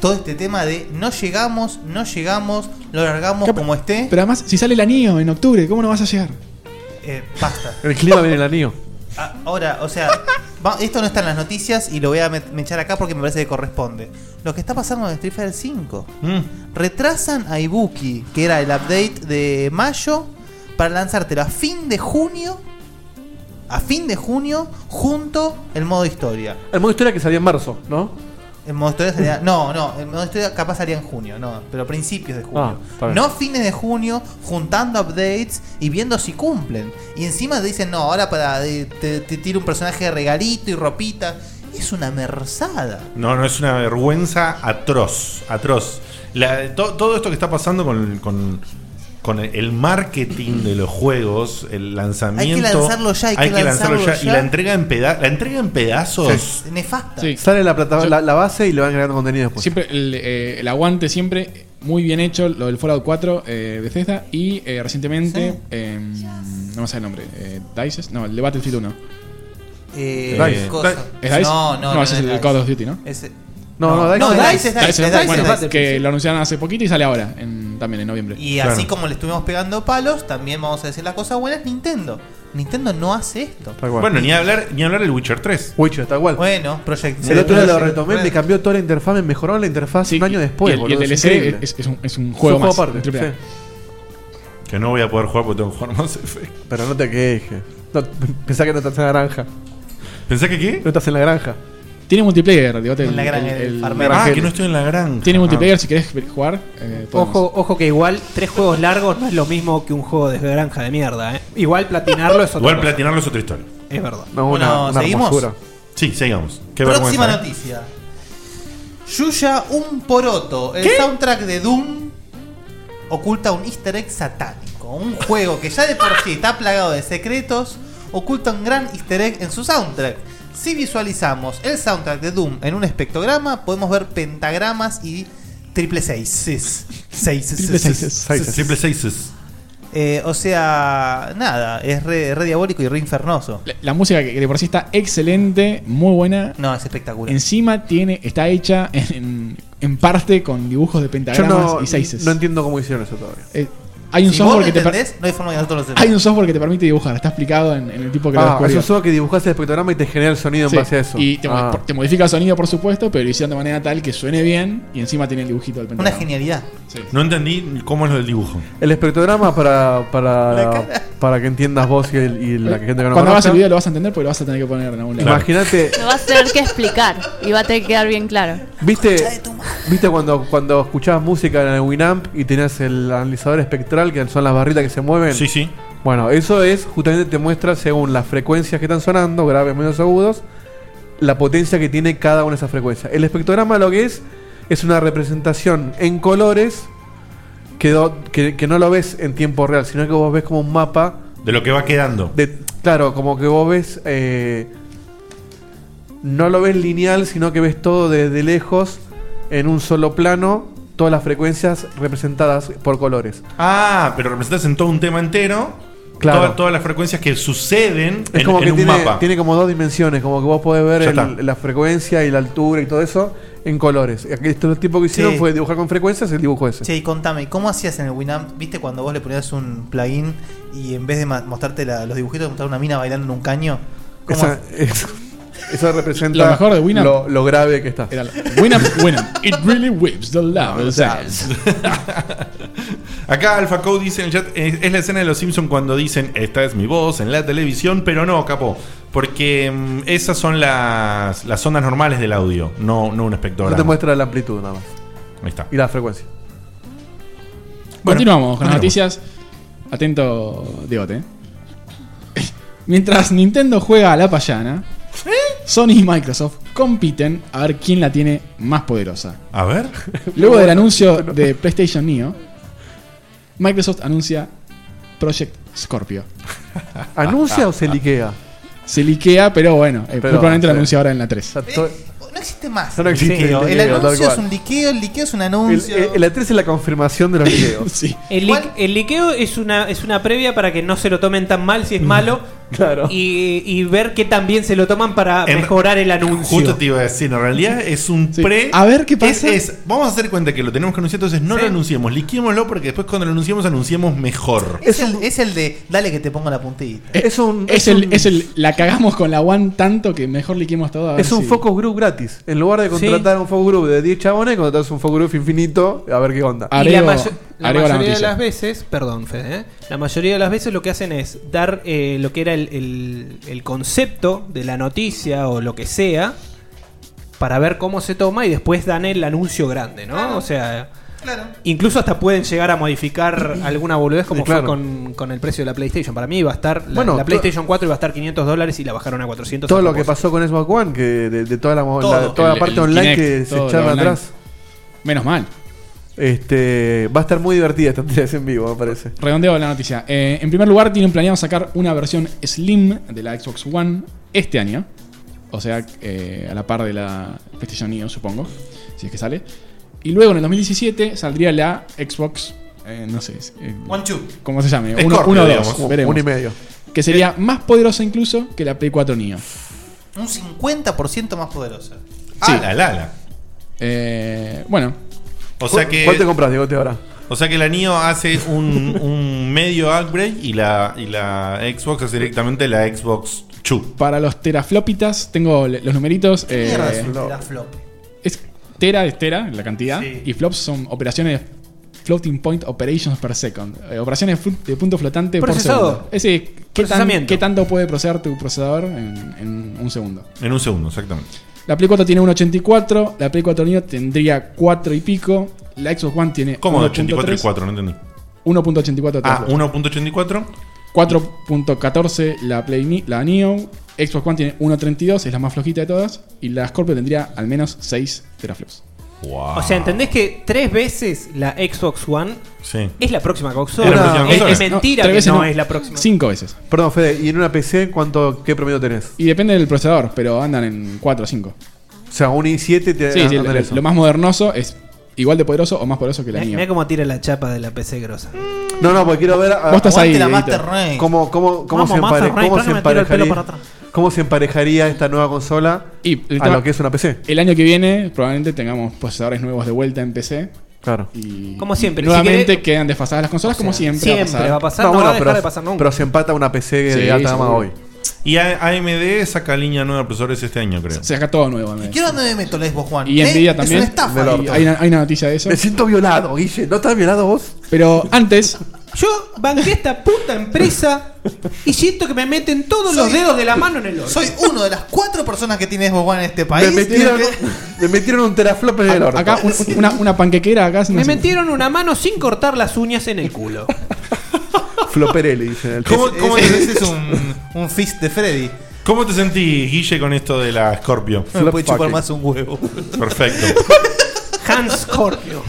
Speaker 10: Todo este tema de no llegamos, no llegamos, lo largamos como esté.
Speaker 4: Pero además, si sale el anillo en octubre, ¿cómo no vas a llegar?
Speaker 10: Eh, basta.
Speaker 5: El clima viene el anillo.
Speaker 10: A- Ah, Ahora, o sea, va- esto no está en las noticias y lo voy a met- mechar acá porque me parece que corresponde. Lo que está pasando en Street Fighter 5. Retrasan a Ibuki, que era el update de mayo, para lanzártelo a fin de junio. A fin de junio, junto el modo historia.
Speaker 5: El modo historia que salía en marzo, ¿no?
Speaker 10: El modo historia salía. No, no, el modo historia capaz salía en junio, no, pero principios de junio.
Speaker 5: Ah, está bien.
Speaker 10: no fines de junio, juntando updates y viendo si cumplen. Y encima te dicen, no, ahora para eh, te, te tiro un personaje de regalito y ropita. Es una merzada.
Speaker 3: No, no, es una vergüenza atroz, atroz. La- to- todo esto que está pasando con, con con el- el marketing de los juegos, el lanzamiento.
Speaker 6: lanzarlo ya, hay que lanzarlo ya.
Speaker 3: Y la entrega en, peda- la entrega en pedazos.
Speaker 6: Nefasta.
Speaker 5: Sale la, plata-
Speaker 4: Yo-
Speaker 5: la, la base y le van agregando contenido después.
Speaker 4: Siempre el, eh, el aguante, siempre muy bien hecho lo del Fallout 4 eh, Bethesda y eh, recientemente, eh, no me sale el nombre, eh, Dices, no, el de Battlefield 1.
Speaker 10: Eh,
Speaker 4: Dice.
Speaker 10: cosa.
Speaker 4: ¿Es Dice?
Speaker 10: No, no, no
Speaker 4: ese
Speaker 10: es
Speaker 4: es el
Speaker 10: Dice.
Speaker 4: Call of Duty, ¿no?
Speaker 10: Ese-
Speaker 4: No,
Speaker 10: no, Dice es Dice, es Dice, es Dice,
Speaker 4: bueno,
Speaker 10: es Dice.
Speaker 4: que lo anunciaron hace poquito y sale ahora, en- también en noviembre.
Speaker 10: Y así como le estuvimos pegando palos, también vamos a decir las cosas buenas. Nintendo. Nintendo no hace esto.
Speaker 3: Bueno, ni hablar, ni hablar del Witcher 3.
Speaker 5: Witcher, tal cual.
Speaker 10: Bueno, Project
Speaker 5: El otro día lo
Speaker 10: Project-
Speaker 5: retomé, me cambió toda la interfaz, me mejoraron la interfaz un año después.
Speaker 4: y el- y el
Speaker 5: boludo, es
Speaker 4: DLC
Speaker 5: increíble.
Speaker 4: es- es un- es un juego más, un triple A.
Speaker 5: sí.
Speaker 3: Que no voy a poder jugar porque tengo que jugar Mass Effect.
Speaker 5: Pero no te quejes. No, pensá que no estás en la granja.
Speaker 3: ¿Pensá que qué?
Speaker 5: No estás en la granja.
Speaker 4: Tiene multiplayer, digo,
Speaker 5: En la granja, el farmero.
Speaker 3: Ah, que no estoy en la granja.
Speaker 4: Tiene
Speaker 5: Ah.
Speaker 4: multiplayer si querés jugar. eh, podemos.
Speaker 9: Ojo, ojo que igual tres juegos largos no es lo mismo que un juego de granja de mierda, ¿eh? Igual platinarlo es otra
Speaker 3: Igual
Speaker 9: cosa.
Speaker 3: platinarlo es otra historia.
Speaker 9: Es verdad.
Speaker 10: Bueno, ¿seguimos?
Speaker 3: Sí, sigamos. Qué
Speaker 10: Próxima
Speaker 3: vergüenza. ¿eh?
Speaker 10: noticia. Yuya un poroto. El soundtrack de Doom oculta un easter egg satánico. Un juego que ya de por sí está plagado de secretos, oculta un gran easter egg en su soundtrack. Si visualizamos el soundtrack de Doom en un espectrograma, podemos ver pentagramas y triple seises. Seises.
Speaker 3: Triple seises. Triple seises.
Speaker 10: Eh, o sea, nada, es re, re diabólico y re infernoso.
Speaker 4: La música que que de por sí está excelente, muy buena.
Speaker 10: No, es espectacular.
Speaker 4: Encima tiene, está hecha en, en- en parte con dibujos de
Speaker 5: Yo
Speaker 4: pentagramas
Speaker 5: no,
Speaker 4: y seises.
Speaker 5: no entiendo cómo hicieron eso todavía.
Speaker 4: Eh, hay un
Speaker 5: Si vos lo
Speaker 4: software que te per-
Speaker 5: entendés,
Speaker 10: no hay forma de nosotros lo
Speaker 4: Hay un software que te permite dibujar, está explicado en, en el tipo que lo
Speaker 5: Ah, es
Speaker 4: descubrió.
Speaker 5: un software que dibujaste el espectrograma y te genera el sonido
Speaker 4: Sí,
Speaker 5: en base a eso.
Speaker 4: Y te,
Speaker 5: Ah.
Speaker 4: mo- te modifica el sonido, por supuesto, pero lo hicieron de manera tal que suene bien y encima tiene el dibujito del pentagrama. Una
Speaker 10: genialidad.
Speaker 3: No entendí cómo es lo del dibujo.
Speaker 5: El espectrograma para, para, para que entiendas vos y, el- y la gente que no
Speaker 4: Cuando hagas
Speaker 5: conozca.
Speaker 4: el video lo vas a entender porque lo vas a tener que poner en algún lado.
Speaker 5: Imagínate,
Speaker 7: Lo vas a tener que explicar y va a tener que quedar bien claro.
Speaker 5: ¿viste, viste cuando, cuando escuchabas música en el Winamp y tenías el analizador espectral, que son las barritas que se mueven?
Speaker 3: Sí, sí.
Speaker 5: Bueno, eso es, justamente te muestra según las frecuencias que están sonando, graves, medios, agudos, la potencia que tiene cada una de esas frecuencias. El espectrograma lo que es, es una representación en colores que, do- que, que no lo ves en tiempo real, sino que vos ves como un mapa
Speaker 3: De lo que va quedando.
Speaker 5: de- claro, como que vos ves. eh, no lo ves lineal, sino que ves todo desde lejos, en un solo plano, todas las frecuencias representadas por colores.
Speaker 3: Ah, pero representas en todo un tema entero.
Speaker 5: Claro.
Speaker 3: toda- todas las frecuencias que suceden
Speaker 5: Es
Speaker 3: en,
Speaker 5: como
Speaker 3: en
Speaker 5: que
Speaker 3: un
Speaker 5: tiene,
Speaker 3: mapa.
Speaker 5: tiene como dos dimensiones, como que vos podés
Speaker 3: Ya
Speaker 5: ver el-
Speaker 3: está.
Speaker 5: la frecuencia y la altura y todo eso en colores. Esto el tipo que hicieron
Speaker 10: Sí.
Speaker 5: fue dibujar con frecuencias el dibujo ese.
Speaker 10: Che, y contame, ¿cómo hacías en el Winamp? ¿Viste cuando vos le ponías un plugin y en vez de ma- mostrarte la- los dibujitos, te mostraba una mina bailando en un caño? ¿Cómo
Speaker 5: Esa-
Speaker 10: haces?
Speaker 5: es- eso representa
Speaker 4: Lo mejor de Winamp.
Speaker 5: lo, lo grave que está.
Speaker 4: Winamp, Winamp. It really whips the love. of the sails.
Speaker 3: Acá Alpha Code dice en el chat, eh, es, es la escena de los Simpsons cuando dicen, esta es mi voz en la televisión, pero no, capo. Porque mm, esas son las, las ondas normales del audio, no, no un espectador.
Speaker 5: No te muestra la amplitud nada más.
Speaker 3: Ahí está.
Speaker 5: Y la frecuencia.
Speaker 4: Continuamos con las
Speaker 5: continuamos.
Speaker 4: noticias. Atento, Diegote. Mientras Nintendo juega a la payana, Sony y Microsoft compiten a ver quién la tiene más poderosa.
Speaker 3: A ver.
Speaker 4: Luego del anuncio de PlayStation Neo, Microsoft anuncia Project Scorpio.
Speaker 5: ¿Anuncia o se liquea?
Speaker 4: Se liquea, pero bueno, eh, muy
Speaker 5: Pero,
Speaker 4: probablemente lo
Speaker 5: sí.
Speaker 4: anuncia ahora en la 3.
Speaker 10: No existe más.
Speaker 5: No, no existe
Speaker 10: el liqueo.
Speaker 5: el
Speaker 10: El
Speaker 5: liqueo,
Speaker 10: anuncio
Speaker 5: tal
Speaker 10: es un
Speaker 5: cual.
Speaker 10: liqueo, el liqueo es un
Speaker 5: El,
Speaker 10: anuncio.
Speaker 5: el- el A3 es eh, la confirmación de los videos.
Speaker 4: sí.
Speaker 9: El, li- el liqueo es una, es una previa para que no se lo tomen tan mal si es malo. Y, y ver que también se lo toman para
Speaker 3: En-
Speaker 9: mejorar el anuncio.
Speaker 3: Justo te iba a decir, en realidad es un pre.
Speaker 4: A ver qué pasa.
Speaker 3: Es, es- vamos a hacer cuenta que lo tenemos que anunciar, entonces no lo anunciemos, liquiémoslo porque después cuando lo anunciemos, anunciemos mejor.
Speaker 10: es, el, es el de dale que te pongo la puntita.
Speaker 5: Es un. es
Speaker 4: Es, el,
Speaker 5: un-
Speaker 4: es el. La cagamos con la One tanto que mejor liquemos
Speaker 9: Ah,
Speaker 4: todo. a ver
Speaker 5: Es un
Speaker 4: si-
Speaker 5: focus group gratis. En lugar de
Speaker 4: Sí.
Speaker 5: contratar un focus group de 10 chabones, contratás un focus group infinito. A ver qué onda.
Speaker 9: Y la, mayo- la mayoría de las veces, perdón, Fede, ¿eh? la mayoría de las veces lo que hacen es dar eh, lo que era el, el- el concepto de la noticia o lo que sea para ver cómo se toma y después dan el anuncio grande, ¿no? o sea, incluso hasta pueden llegar a modificar alguna boludez como
Speaker 5: Sí, claro.
Speaker 9: fue con, con el precio de la PlayStation. Para mí iba a estar, la,
Speaker 5: Bueno,
Speaker 9: la
Speaker 5: to-
Speaker 9: PlayStation 4 iba a estar 500 dólares y la bajaron a 400.
Speaker 5: Todo
Speaker 9: a
Speaker 5: lo que
Speaker 9: propósito.
Speaker 5: pasó con Xbox One, que de, de toda la, mo-
Speaker 9: Todo.
Speaker 5: la- toda la
Speaker 9: El-
Speaker 5: parte
Speaker 9: el
Speaker 5: online
Speaker 9: Kinect,
Speaker 5: que se
Speaker 9: todo,
Speaker 5: echaron
Speaker 9: lo online.
Speaker 5: atrás.
Speaker 4: Menos mal.
Speaker 5: Este, va a estar muy divertida esta actividad en vivo, me parece.
Speaker 4: Redondeo la noticia. Eh, en primer lugar, tienen planeado sacar una versión Slim de la Xbox One este año. O sea, eh, a la par de la PlayStation Neo, supongo. Si es que sale. Y luego, en el 2017, saldría la Xbox. eh, no sé. eh,
Speaker 10: One, two.
Speaker 4: ¿Cómo se llame?
Speaker 5: Scorpio,
Speaker 4: Uno, uno o
Speaker 5: digamos.
Speaker 4: dos. Veremos.
Speaker 5: Uno y medio.
Speaker 4: Que sería más poderosa incluso que la Play 4 Neo.
Speaker 10: Un 50% más poderosa.
Speaker 4: Sí.
Speaker 3: la, la, la.
Speaker 4: Eh, bueno.
Speaker 3: O sea que.
Speaker 5: Digote, ahora?
Speaker 3: O sea que la NIO hace un, un medio upgrade y la, y la Xbox hace directamente la Xbox 2.
Speaker 4: Para los teraflopitas, tengo le- los numeritos. eh,
Speaker 10: Mierda, es un teraflop.
Speaker 4: es tera es tera, la cantidad. Y flops son operaciones floating point operations per second. eh, operaciones fru- de punto flotante
Speaker 9: Procesado.
Speaker 4: por segundo. Es decir, ¿qué, tan-
Speaker 9: Procesamiento.
Speaker 4: qué tanto puede procesar tu procesador en, en un segundo?
Speaker 3: En un segundo, exactamente.
Speaker 4: La Play 4 tiene 1.84, la Play 4 Neo tendría 4 y pico, la Xbox One tiene
Speaker 3: ¿Cómo 84 y
Speaker 4: 1.83,
Speaker 3: 4? No entendí.
Speaker 4: 1.84
Speaker 3: Ah,
Speaker 4: teraflops.
Speaker 3: 1.84.
Speaker 4: 4.14 la Play Ni- la Neo, Xbox One tiene 1.32, es la más flojita de todas, y la Scorpio tendría al menos 6 teraflops.
Speaker 3: Wow.
Speaker 9: O sea, ¿entendés que tres veces la Xbox One
Speaker 3: Sí.
Speaker 9: es la próxima
Speaker 5: Es la
Speaker 9: consola?
Speaker 5: próxima
Speaker 9: Es,
Speaker 5: consola.
Speaker 9: es mentira
Speaker 4: tres
Speaker 9: que
Speaker 4: veces
Speaker 9: no,
Speaker 4: no.
Speaker 9: es la próxima.
Speaker 4: Cinco veces.
Speaker 5: Perdón, Fede, ¿y en una PC cuánto, qué promedio tenés?
Speaker 4: Y depende del procesador, pero andan en 4 o 5.
Speaker 5: O sea, un i7 te
Speaker 4: Sí, sí,
Speaker 5: andan
Speaker 4: lo,
Speaker 5: eso.
Speaker 4: lo más modernoso es igual de poderoso o más poderoso que la
Speaker 9: Mirá
Speaker 4: Neo.
Speaker 9: cómo tira la chapa de la PC grosa.
Speaker 5: No, no, porque quiero ver. a-
Speaker 4: Vos estás ahí,
Speaker 5: aguante la
Speaker 4: Edito.
Speaker 5: Master Race. ¿Cómo, cómo, cómo
Speaker 9: Vamos,
Speaker 5: se, empare-
Speaker 9: Master Race,
Speaker 5: cómo
Speaker 9: pará
Speaker 5: se
Speaker 9: que me tiro el pelo
Speaker 5: emparejaría,
Speaker 9: para
Speaker 5: cómo se emparejaría esta nueva consola a
Speaker 4: tema-
Speaker 5: lo que es una PC?
Speaker 4: El año que viene probablemente tengamos procesadores nuevos de vuelta en PC.
Speaker 5: Claro.
Speaker 4: Y
Speaker 9: Como siempre,
Speaker 4: y Nuevamente
Speaker 9: si querés-
Speaker 4: quedan desfasadas las consolas, como siempre.
Speaker 5: No, bueno, pero, pero se empata una PC
Speaker 4: Sí,
Speaker 5: de alta gama
Speaker 4: seguro.
Speaker 5: hoy.
Speaker 3: Y A- AMD saca línea nueva de procesores este año, creo.
Speaker 4: Se saca todo nuevo. AMD.
Speaker 10: Quiero dónde me meto la Xbox One.
Speaker 4: Y
Speaker 10: ¿eh?
Speaker 4: Nvidia también.
Speaker 10: Es una estafa.
Speaker 4: Y hay, una, hay una noticia de eso.
Speaker 5: Me siento violado, Guille. ¿No estás violado vos?
Speaker 4: Pero antes,
Speaker 9: Yo banqué esta puta empresa y siento que me meten todos los dedos de la mano en el orto.
Speaker 10: Soy uno de las cuatro personas que tiene Xbox One en este país.
Speaker 5: Me metieron- me metieron un teraflop en el orto.
Speaker 4: acá un- un- una, una panquequera acá se
Speaker 9: Me
Speaker 4: nos-
Speaker 9: metieron una mano sin cortar las uñas en el culo.
Speaker 5: Floperelli, dice en el
Speaker 3: ¿Cómo,
Speaker 10: Ese-
Speaker 3: cómo te,
Speaker 10: ese es un, un fist de Freddy.
Speaker 3: ¿Cómo te sentís, Guille, con esto de la Scorpio?
Speaker 10: No me puede chupar más un huevo.
Speaker 3: Perfecto.
Speaker 9: Hans Scorpio.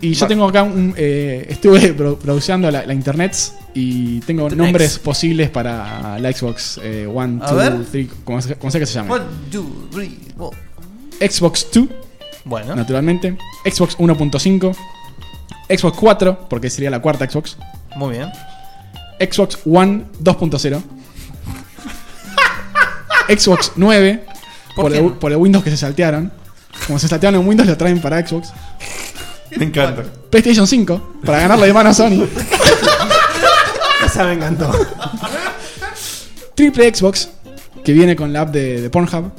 Speaker 4: Y yo tengo acá un. eh, estuve pro- produciendo la, la internet y tengo nombres posibles para la Xbox eh, One,
Speaker 10: A
Speaker 4: 2,
Speaker 10: ver.
Speaker 4: 3, como, se- como sea que se llame.
Speaker 10: One, two, three, four.
Speaker 4: Xbox 2,
Speaker 10: Bueno.
Speaker 4: naturalmente. Xbox 1.5. Xbox 4, porque sería la cuarta Xbox.
Speaker 10: Muy bien.
Speaker 4: Xbox One 2.0. Xbox 9.
Speaker 10: ¿Por
Speaker 4: Por,
Speaker 10: qué
Speaker 4: el,
Speaker 10: no?
Speaker 4: por el Windows que se saltearon. Como se saltearon en Windows, lo traen para Xbox.
Speaker 3: Me encanta.
Speaker 4: PlayStation 5, para ganarle de mano a Sony.
Speaker 9: Esa me encantó.
Speaker 4: Triple Xbox, que viene con la app de, de Pornhub.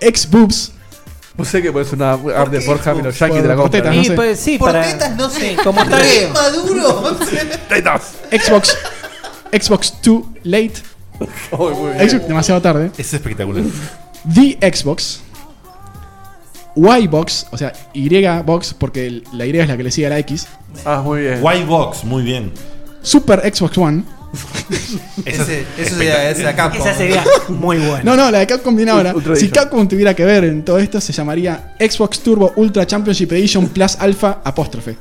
Speaker 4: Xboobs.
Speaker 5: No sé que pones una app de Forja y los yankees de la
Speaker 4: Por
Speaker 5: compra.
Speaker 4: tetas,
Speaker 5: ¿no?
Speaker 4: no sé.
Speaker 9: sí,
Speaker 10: Por
Speaker 9: para-
Speaker 10: tetas no sé.
Speaker 9: como está
Speaker 10: Qué
Speaker 9: bien.
Speaker 10: maduro.
Speaker 5: Tetas.
Speaker 4: Xbox. Xbox 2 Late.
Speaker 5: Oh, muy bien.
Speaker 4: Xbox- demasiado tarde.
Speaker 3: Es espectacular.
Speaker 4: The Xbox. Y-Box, o sea, Y-Box, porque el- la Y es la que le sigue a la X.
Speaker 5: Ah, muy bien.
Speaker 3: White Box, muy bien.
Speaker 4: Super Xbox One.
Speaker 10: Ese, eso sería ese acá.
Speaker 9: Esa sería muy buena.
Speaker 4: No, no, la de Capcom viene ahora.
Speaker 5: Ultra
Speaker 4: Si
Speaker 5: Edition.
Speaker 4: Capcom tuviera que ver en todo esto, se llamaría Xbox Turbo Ultra Championship Edition Plus Alpha apóstrofe.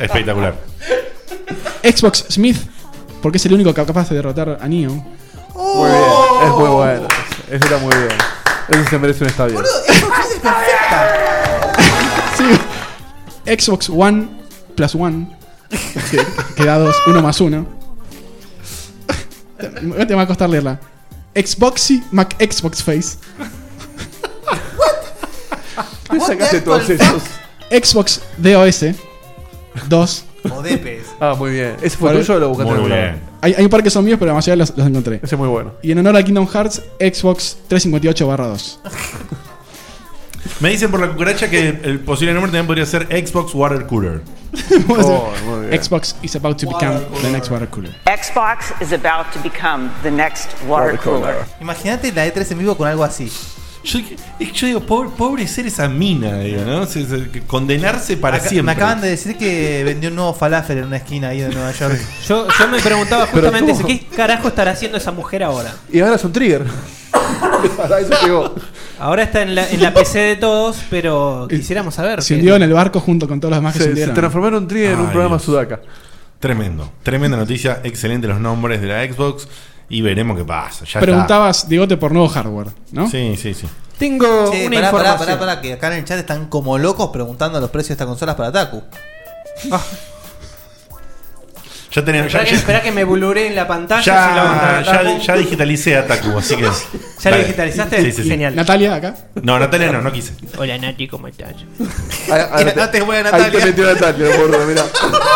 Speaker 3: Espectacular.
Speaker 4: Xbox Smith, porque es el único ca- capaz de derrotar a Neo.
Speaker 5: Muy bien. Es muy bueno. Eso era muy bien. Eso se merece un estadio.
Speaker 4: Sí. Xbox One Plus One. Que, que da dos, uno más uno. Te, te va a costar leerla. Xboxy Mac Xbox Face.
Speaker 5: ¿Qué sacaste todos esos?
Speaker 4: Xbox DOS 2.
Speaker 10: O DPS.
Speaker 5: Ah, muy bien. ¿Ese fue
Speaker 4: Vale.
Speaker 5: tuyo o lo buscaste
Speaker 3: Muy
Speaker 5: en algún lado?
Speaker 3: bien.
Speaker 4: Hay, hay un par que son míos, pero la mayoría los, los encontré.
Speaker 5: Ese es muy bueno.
Speaker 4: Y en honor a Kingdom Hearts, Xbox 358 2.
Speaker 3: Me dicen por la cucaracha que el posible nombre también podría ser Xbox Water Cooler.
Speaker 5: Oh, muy bien.
Speaker 4: Xbox is about to become the next water cooler.
Speaker 17: Xbox is about to become the next water cooler.
Speaker 10: Imagínate la E3 en vivo con algo así.
Speaker 3: Yo, es que yo digo, pobre, pobre ser esa mina, digo, ¿no? Se- se- condenarse para
Speaker 10: Acá-
Speaker 3: siempre.
Speaker 10: Me acaban de decir que vendió un nuevo falafel en una esquina ahí de Nueva York.
Speaker 9: Yo, yo me preguntaba
Speaker 5: Pero
Speaker 9: justamente
Speaker 5: tú-
Speaker 9: eso, qué carajo estará haciendo esa mujer ahora.
Speaker 5: Y ahora es un trigger. Para eso llegó.
Speaker 9: Ahora está en la, en la PC de todos, pero
Speaker 4: Eh,
Speaker 9: quisiéramos saber.
Speaker 4: Se
Speaker 9: qué-
Speaker 4: hundió en el barco junto con todos los demás que
Speaker 5: Se-
Speaker 4: se
Speaker 5: se
Speaker 4: hundieron.
Speaker 5: transformaron tri en un
Speaker 3: Ay,
Speaker 5: programa
Speaker 3: Dios.
Speaker 5: sudaca.
Speaker 3: Tremendo, tremenda noticia, excelente los nombres de la Xbox y veremos qué pasa. Ya
Speaker 4: Preguntabas, digote, por nuevo hardware, ¿no?
Speaker 3: Sí, sí, sí.
Speaker 9: Tengo
Speaker 10: Che,
Speaker 9: una
Speaker 10: pará, pará,
Speaker 9: información.
Speaker 10: pará, pará, que acá en el chat están como locos preguntando los precios de estas consolas para Taku.
Speaker 3: está. Ya tenemos. Ya,
Speaker 9: Esperá que,
Speaker 3: ya,
Speaker 9: esperá que me buluré en la pantalla. si lo
Speaker 3: ya,
Speaker 9: contratamos.
Speaker 3: ya- ya digitalicé a Taku, así que.
Speaker 9: ¿Ya lo
Speaker 3: Dale.
Speaker 9: digitalizaste?
Speaker 3: Sí, sí, sí.
Speaker 9: Genial.
Speaker 4: Natalia, acá.
Speaker 3: No, Natalia no, no quise.
Speaker 9: Hola Nati, ¿cómo estás?
Speaker 10: no te voy a
Speaker 5: Ahí te metió Natalia, boludo, mirá.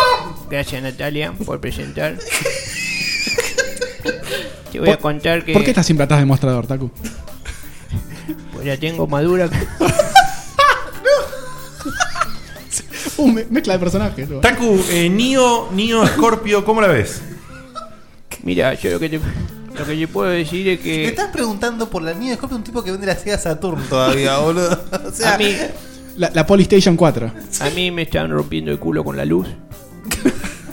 Speaker 9: Gracias Natalia por presentar. Te
Speaker 4: voy a
Speaker 9: contar
Speaker 4: ¿Por qué estás sin platas de mostrador, Taku?
Speaker 9: la tengo madura.
Speaker 4: Uh, me- mezcla de personajes. ¿no?
Speaker 3: Taku, eh, Nio, Nio Scorpio, ¿cómo la ves?
Speaker 9: Mira, yo lo que te, lo que yo puedo decir es
Speaker 10: Te
Speaker 9: que
Speaker 10: estás preguntando por la niña de un tipo que vende la Sega Saturn todavía, boludo. O sea,
Speaker 9: a mí,
Speaker 4: La, la Polystation 4.
Speaker 9: a mí me están rompiendo el culo con la luz.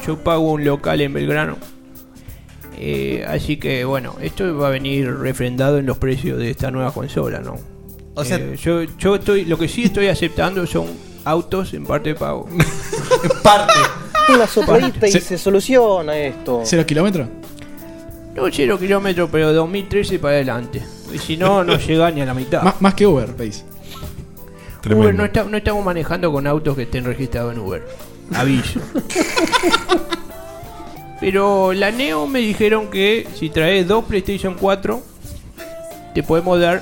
Speaker 9: Yo pago un local en Belgrano. Eh, así que bueno, esto va a venir refrendado en los precios de esta nueva consola, ¿no?
Speaker 10: O sea-
Speaker 9: Eh, yo, yo estoy, lo que sí estoy aceptando son autos en parte de pago.
Speaker 10: parte.
Speaker 18: Una
Speaker 4: Ah,
Speaker 18: sopladita y
Speaker 9: Se-
Speaker 18: se soluciona esto.
Speaker 4: ¿Cero kilómetros?
Speaker 9: No cero kilómetros, pero 2013 para adelante. Y si no, no llega ni a la
Speaker 3: Ah.
Speaker 9: mitad.
Speaker 4: Más- más que Uber, veis.
Speaker 9: Uber no, está- no estamos manejando con autos que estén registrados en Uber. Aviso. Pero la Neo me dijeron que si traes dos PlayStation 4, te podemos dar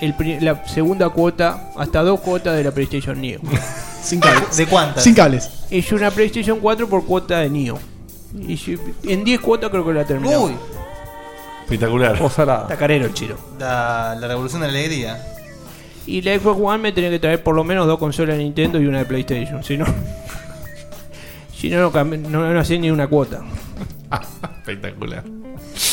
Speaker 9: el pri- la segunda cuota, hasta dos cuotas de la PlayStation Neo.
Speaker 4: Sin cables.
Speaker 10: ¿De cuántas?
Speaker 4: Sin cables.
Speaker 9: Es una PlayStation 4 por cuota de Neo. Y si- en 10 cuotas creo que la terminamos.
Speaker 10: Uy.
Speaker 3: Espectacular.
Speaker 9: Tacarero el chiro.
Speaker 10: la, la revolución de la alegría.
Speaker 9: Y la Xbox One me tiene que traer por lo menos dos consolas de Nintendo y una de PlayStation. Si no, si no, no, cambi- no, no hacía ni una cuota.
Speaker 3: Espectacular.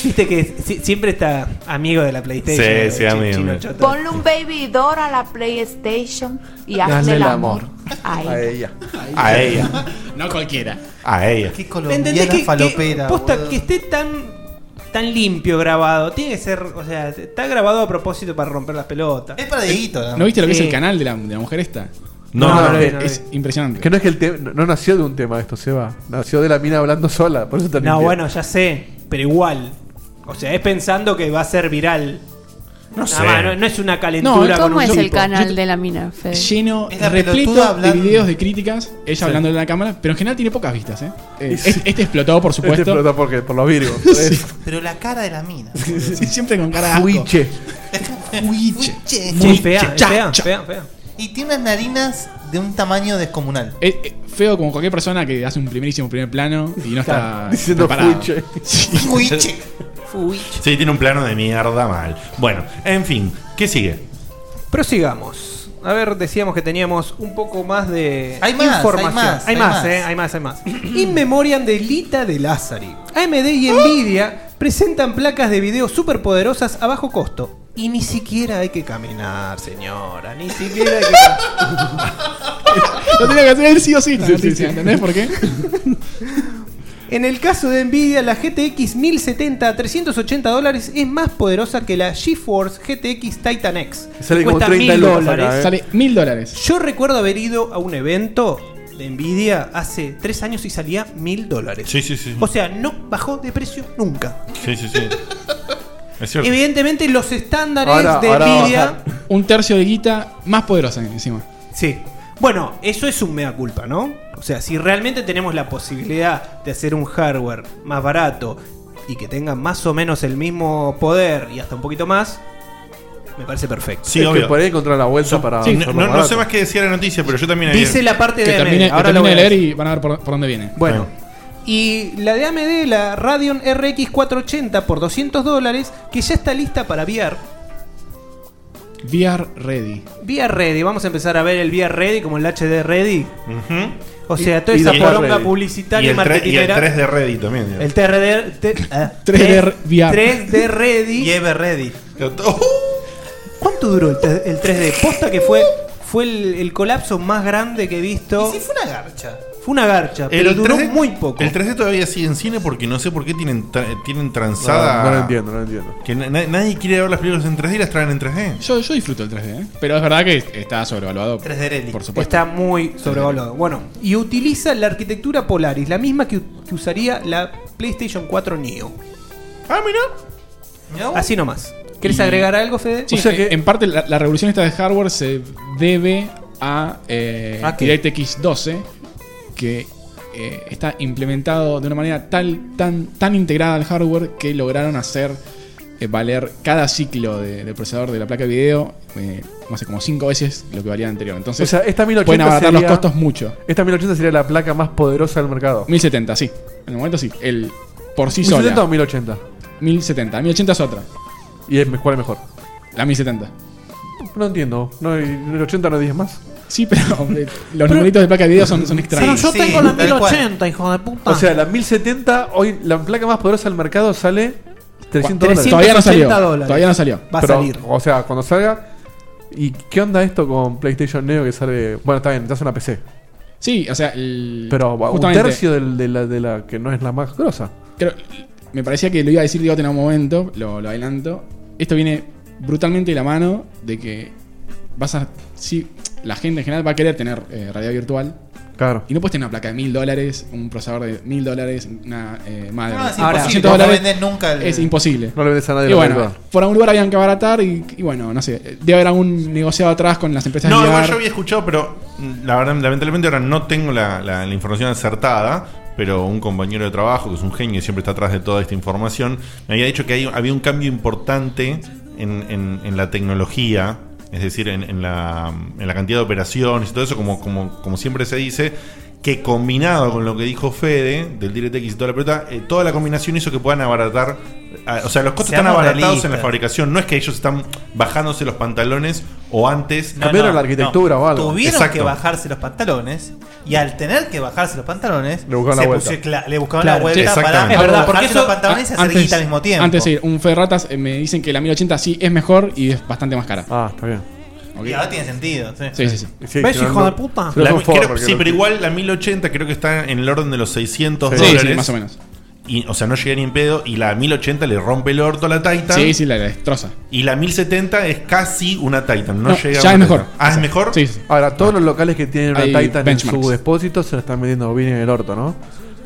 Speaker 9: Viste que si- siempre está amigo de la PlayStation.
Speaker 3: Sí,
Speaker 9: el
Speaker 3: sí,
Speaker 9: chi-
Speaker 3: amigo,
Speaker 9: chino
Speaker 3: amigo.
Speaker 9: choto.
Speaker 19: Ponle un baby door a la PlayStation y hazle, el amor. a ella.
Speaker 3: Eh, A ella.
Speaker 4: No cualquiera.
Speaker 3: A ella.
Speaker 10: Qué
Speaker 9: ¿Entendés que- que,
Speaker 10: falopera,
Speaker 9: posta,
Speaker 10: boludo.
Speaker 9: que esté tan tan limpio grabado. Tiene que ser, o sea, está grabado a propósito para romper las pelotas.
Speaker 10: Es para Dieguito,
Speaker 4: ¿No viste lo que
Speaker 9: Sí.
Speaker 4: es el canal de la, de la mujer esta?
Speaker 5: No, No, no lo vi, no lo
Speaker 4: Es impresionante.
Speaker 5: Que no es que el tema. No, no nació de un tema esto, Seba. Nació de la mina hablando sola. Por eso te
Speaker 9: No,
Speaker 5: mintiendo.
Speaker 9: bueno, ya sé, pero igual. O sea, es pensando que va a ser viral. No
Speaker 5: sé.
Speaker 9: no, no es una calentura con
Speaker 7: ¿Cómo
Speaker 9: un
Speaker 7: es el
Speaker 9: tipo.
Speaker 7: canal
Speaker 9: Yo-
Speaker 7: de la mina, Fede?
Speaker 4: Lleno,
Speaker 9: Es la
Speaker 4: repleto
Speaker 9: pelotuda
Speaker 4: de
Speaker 9: hablando.
Speaker 4: videos de críticas, ella
Speaker 9: Sí.
Speaker 4: hablando en la cámara, pero en general tiene pocas vistas, ¿eh? Eh,
Speaker 5: Sí.
Speaker 4: este, este explotó, por supuesto.
Speaker 5: Este explotó porque, por los virgos.
Speaker 10: Pero la cara de la mina.
Speaker 4: Sí, siempre con cara de asco.
Speaker 5: Fuiche.
Speaker 10: Fuiche.
Speaker 4: Muy fea, cha, fea, cha.
Speaker 9: fea, fea.
Speaker 10: Y tiene unas narinas de un tamaño descomunal.
Speaker 4: Es- es feo como cualquier persona que hace un primerísimo primer plano y no está
Speaker 10: Claro, diciendo
Speaker 4: preparado.
Speaker 10: fuiche.
Speaker 4: Sí.
Speaker 10: Fuiche.
Speaker 3: Sí, tiene un plano de mierda mal. Bueno, en fin, ¿qué sigue?
Speaker 9: Prosigamos. A ver, decíamos que teníamos un poco más de
Speaker 10: Hay más,
Speaker 9: información.
Speaker 10: hay más, hay más.
Speaker 9: eh, hay más, hay más. In Memoriam de Lita de Lazari. AMD y Nvidia presentan placas de video superpoderosas a bajo costo. Y ni siquiera hay que caminar, señora. Ni siquiera hay que
Speaker 4: Lo tenía que hacer él sí o sí, esta
Speaker 9: Sí, sí,
Speaker 4: noticia,
Speaker 9: sí.
Speaker 4: ¿entendés por qué?
Speaker 9: En el caso de Nvidia, la GTX 1070 a 380 dólares es más poderosa que la GeForce GTX Titan X.
Speaker 5: Sale como
Speaker 9: Cuesta
Speaker 5: 30
Speaker 9: 1000
Speaker 5: lucas acá, ¿eh?
Speaker 4: Sale mil dólares.
Speaker 9: Yo recuerdo haber ido a un evento de Nvidia hace tres años y salía mil dólares.
Speaker 3: Sí, sí, sí.
Speaker 9: O sea, no bajó de precio nunca.
Speaker 3: Sí, sí, sí. Es cierto.
Speaker 9: Evidentemente los estándares de Nvidia...
Speaker 4: Un tercio de guita más poderosa encima.
Speaker 9: Sí. Bueno, eso es un mea culpa, ¿no? O sea, si realmente tenemos la posibilidad de hacer un hardware más barato y que tenga más o menos el mismo poder y hasta un poquito más, me parece perfecto.
Speaker 5: Sí, Es que obvio.
Speaker 3: e-
Speaker 5: por ahí encontrar la vuelta para
Speaker 3: Sí, no,
Speaker 5: hacerlo
Speaker 3: no- no
Speaker 5: barato.
Speaker 3: sé más qué decía la noticia, pero yo también había-
Speaker 9: Dice la parte
Speaker 4: Que
Speaker 9: de
Speaker 4: termine,
Speaker 9: AMD.
Speaker 4: que
Speaker 9: Ahora lo
Speaker 4: termine
Speaker 9: voy
Speaker 4: de
Speaker 9: a
Speaker 4: leer
Speaker 9: decir.
Speaker 4: y van a ver por, por dónde viene.
Speaker 9: Bueno. Y la de AMD, la Radeon RX 480 por 200 dólares, que ya está lista para VR.
Speaker 4: VR Ready.
Speaker 9: VR Ready, vamos a empezar a ver el VR Ready como el HD Ready. O sea,
Speaker 4: Y-
Speaker 9: toda
Speaker 4: y
Speaker 9: esa
Speaker 4: de VR
Speaker 9: poronga
Speaker 4: Ready.
Speaker 9: publicitaria
Speaker 3: Y el
Speaker 9: y,
Speaker 3: tre- y el
Speaker 9: marketinera.
Speaker 3: 3D Ready también, digamos.
Speaker 9: El 3D, te-
Speaker 8: eh,
Speaker 9: ah,
Speaker 4: 3D
Speaker 9: tres-
Speaker 4: VR.
Speaker 9: 3D Ready.
Speaker 10: Lleve Ready.
Speaker 9: ¿Cuánto duró el, te- el 3D? Posta que fue, fue el, el colapso más grande que he visto.
Speaker 10: Y si fue una garcha.
Speaker 8: Fue una garcha, pero duró muy poco.
Speaker 3: El 3D todavía sigue en cine porque no sé por qué tienen, tra- tienen tranzada.
Speaker 5: No, no lo entiendo, no lo entiendo.
Speaker 3: Que na- na- nadie quiere ver las películas en 3D y las traen en 3D.
Speaker 4: Yo, yo disfruto el 3D, ¿eh? pero es verdad que está sobrevaluado.
Speaker 8: 3D Rally.
Speaker 4: Por supuesto.
Speaker 8: Está muy sobrevaluado. Bueno, y utiliza la arquitectura Polaris, la misma que, que usaría la PlayStation 4 Neo.
Speaker 3: Ah, mira.
Speaker 8: Así nomás. ¿Quieres agregar algo, Fede?
Speaker 4: Sí, eh, en parte la, la revolución esta de hardware se debe a eh,
Speaker 8: ¿A qué?
Speaker 4: DirectX 12, que eh, está implementado de una manera tal, tan, tan integrada al hardware que lograron hacer eh, valer cada ciclo de- del procesador de la placa de video, eh, no sé, como 5 veces lo que valía anterior.
Speaker 5: o
Speaker 4: Entonces,
Speaker 5: sea, esta 1080
Speaker 4: pueden abaratar
Speaker 5: sería-
Speaker 4: los costos mucho.
Speaker 5: Esta 1080 sería la placa más poderosa del mercado.
Speaker 4: 1070, sí. En el momento sí. El por sí
Speaker 5: 1070
Speaker 4: sola.
Speaker 5: o 1080?
Speaker 4: 1070. 1080 es otra.
Speaker 5: ¿Y es, cuál es mejor?
Speaker 4: La 1070.
Speaker 5: No entiendo. No, y el 80 no digas más.
Speaker 4: Sí, pero eh, los numeritos de placa de video son, son extraños.
Speaker 8: hijo de puta.
Speaker 5: O sea, la 1070, hoy la placa más poderosa del mercado sale 300 dólares.
Speaker 4: Todavía no salió. Todavía no salió.
Speaker 5: Pero, O sea, cuando salga. ¿Y qué onda esto con PlayStation Neo que sale? Bueno, está bien, te hace una PC.
Speaker 4: Sí, o sea, el-
Speaker 5: Pero bueno, un
Speaker 4: justamente-
Speaker 5: tercio del- de, la, de la que no es la más grosa.
Speaker 4: Creo- me parecía que lo iba a decir Diego en un momento, lo, lo adelanto. Esto viene brutalmente de la mano de que vas a. Sí, la gente en general va a querer tener eh, realidad virtual.
Speaker 5: Claro.
Speaker 4: Y no puedes tener una placa de mil dólares, un procesador de mil dólares, una eh, madre.
Speaker 10: No, es
Speaker 4: Ahora,
Speaker 10: imposible,
Speaker 4: 800
Speaker 10: no
Speaker 4: dólares
Speaker 10: vendés nunca el-
Speaker 4: Es imposible.
Speaker 5: No le vendes a nadie
Speaker 4: Y
Speaker 5: la
Speaker 4: bueno,
Speaker 5: verdad.
Speaker 4: por algún lugar habían que abaratar y, y bueno, no sé. Debe haber algún negociado atrás con las empresas
Speaker 3: No,
Speaker 4: de
Speaker 3: igual
Speaker 4: VR.
Speaker 3: yo había escuchado, pero mm, la verdad, lamentablemente ahora no tengo la, la- la información acertada. Pero un compañero de trabajo, que es un genio y siempre está atrás de toda esta información, me había dicho que hay- había un cambio importante en, en- en la tecnología, es decir, en, en la, en la cantidad de operaciones y todo eso, como, como, como siempre se dice, que combinado con lo que dijo Fede del DirectX y toda la pelota, eh, toda la combinación hizo que puedan abaratar. ah, o sea, los costos están
Speaker 10: Seamos
Speaker 3: abaratados en la
Speaker 10: realistas.
Speaker 3: fabricación, no es que ellos están bajándose los pantalones o antes
Speaker 10: No, no, no. Tuvieron que bajarse los pantalones y al tener que bajarse los pantalones,
Speaker 3: Le buscaron
Speaker 10: se
Speaker 3: la vuelta.
Speaker 10: puso- cla- le buscaron
Speaker 4: Claro,
Speaker 10: la vuelta para
Speaker 4: exactamente.
Speaker 10: para bajarse los pantalones y
Speaker 4: a-
Speaker 10: hacer guita al mismo tiempo.
Speaker 4: Antes de ir, un Ferratas eh, me dicen que la 1080 sí es mejor y es bastante más cara.
Speaker 5: Ah, está bien.
Speaker 10: Y ahora tiene sentido. Sí,
Speaker 4: Sí, sí, sí.
Speaker 10: ¿Ves, hijo de puta?
Speaker 3: La- creo- sí, pero igual la 1080 creo que está en el orden de los 600
Speaker 4: Sí,
Speaker 3: dólares.
Speaker 4: sí, más o menos.
Speaker 3: Y, o sea, no llega ni en pedo. Y la 1080 le rompe el orto a la Titan.
Speaker 4: Sí, sí, la, la destroza.
Speaker 3: Y la 1070 es casi una Titan. No,
Speaker 4: No,
Speaker 3: llega.
Speaker 4: ya
Speaker 3: a
Speaker 4: es
Speaker 3: una
Speaker 4: mejor.
Speaker 3: Titan. Ah, es mejor.
Speaker 5: Ahora, todos los locales que tienen una
Speaker 3: Hay
Speaker 5: Titan en
Speaker 4: Ah. benchmarks.
Speaker 5: su depósito se la están vendiendo bien en el orto, ¿no?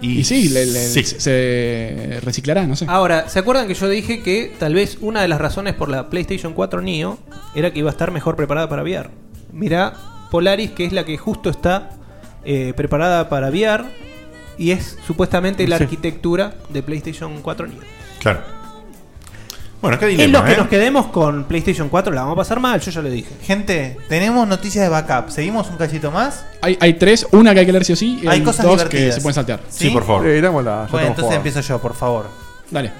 Speaker 4: Y, sí, le- le- se reciclará, no sé.
Speaker 8: Ahora, ¿se acuerdan que yo dije que tal vez una de las razones por la PlayStation 4 Neo era que iba a estar mejor preparada para VR? Mirá Polaris, que es la que justo está eh, preparada para VR y es supuestamente la
Speaker 3: Sí.
Speaker 8: arquitectura de PlayStation 4
Speaker 3: Ah,
Speaker 8: Neo.
Speaker 3: Claro. Bueno, qué
Speaker 8: en los
Speaker 3: dilema,
Speaker 8: que
Speaker 3: ¿eh?
Speaker 8: nos quedemos con PlayStation 4 la vamos a pasar mal, yo ya lo dije.
Speaker 10: Gente, tenemos noticias de backup. ¿Seguimos un cachito más?
Speaker 4: Hay, hay tres, una que hay que leer sí o sí, y
Speaker 10: Hay cosas
Speaker 4: dos
Speaker 10: divertidas.
Speaker 4: que se pueden saltear.
Speaker 10: Sí, Sí, por favor.
Speaker 5: Eh, dámosla, ya
Speaker 10: Bueno,
Speaker 5: estamos
Speaker 10: entonces
Speaker 5: jugados.
Speaker 10: empiezo yo, por favor.
Speaker 4: Dale.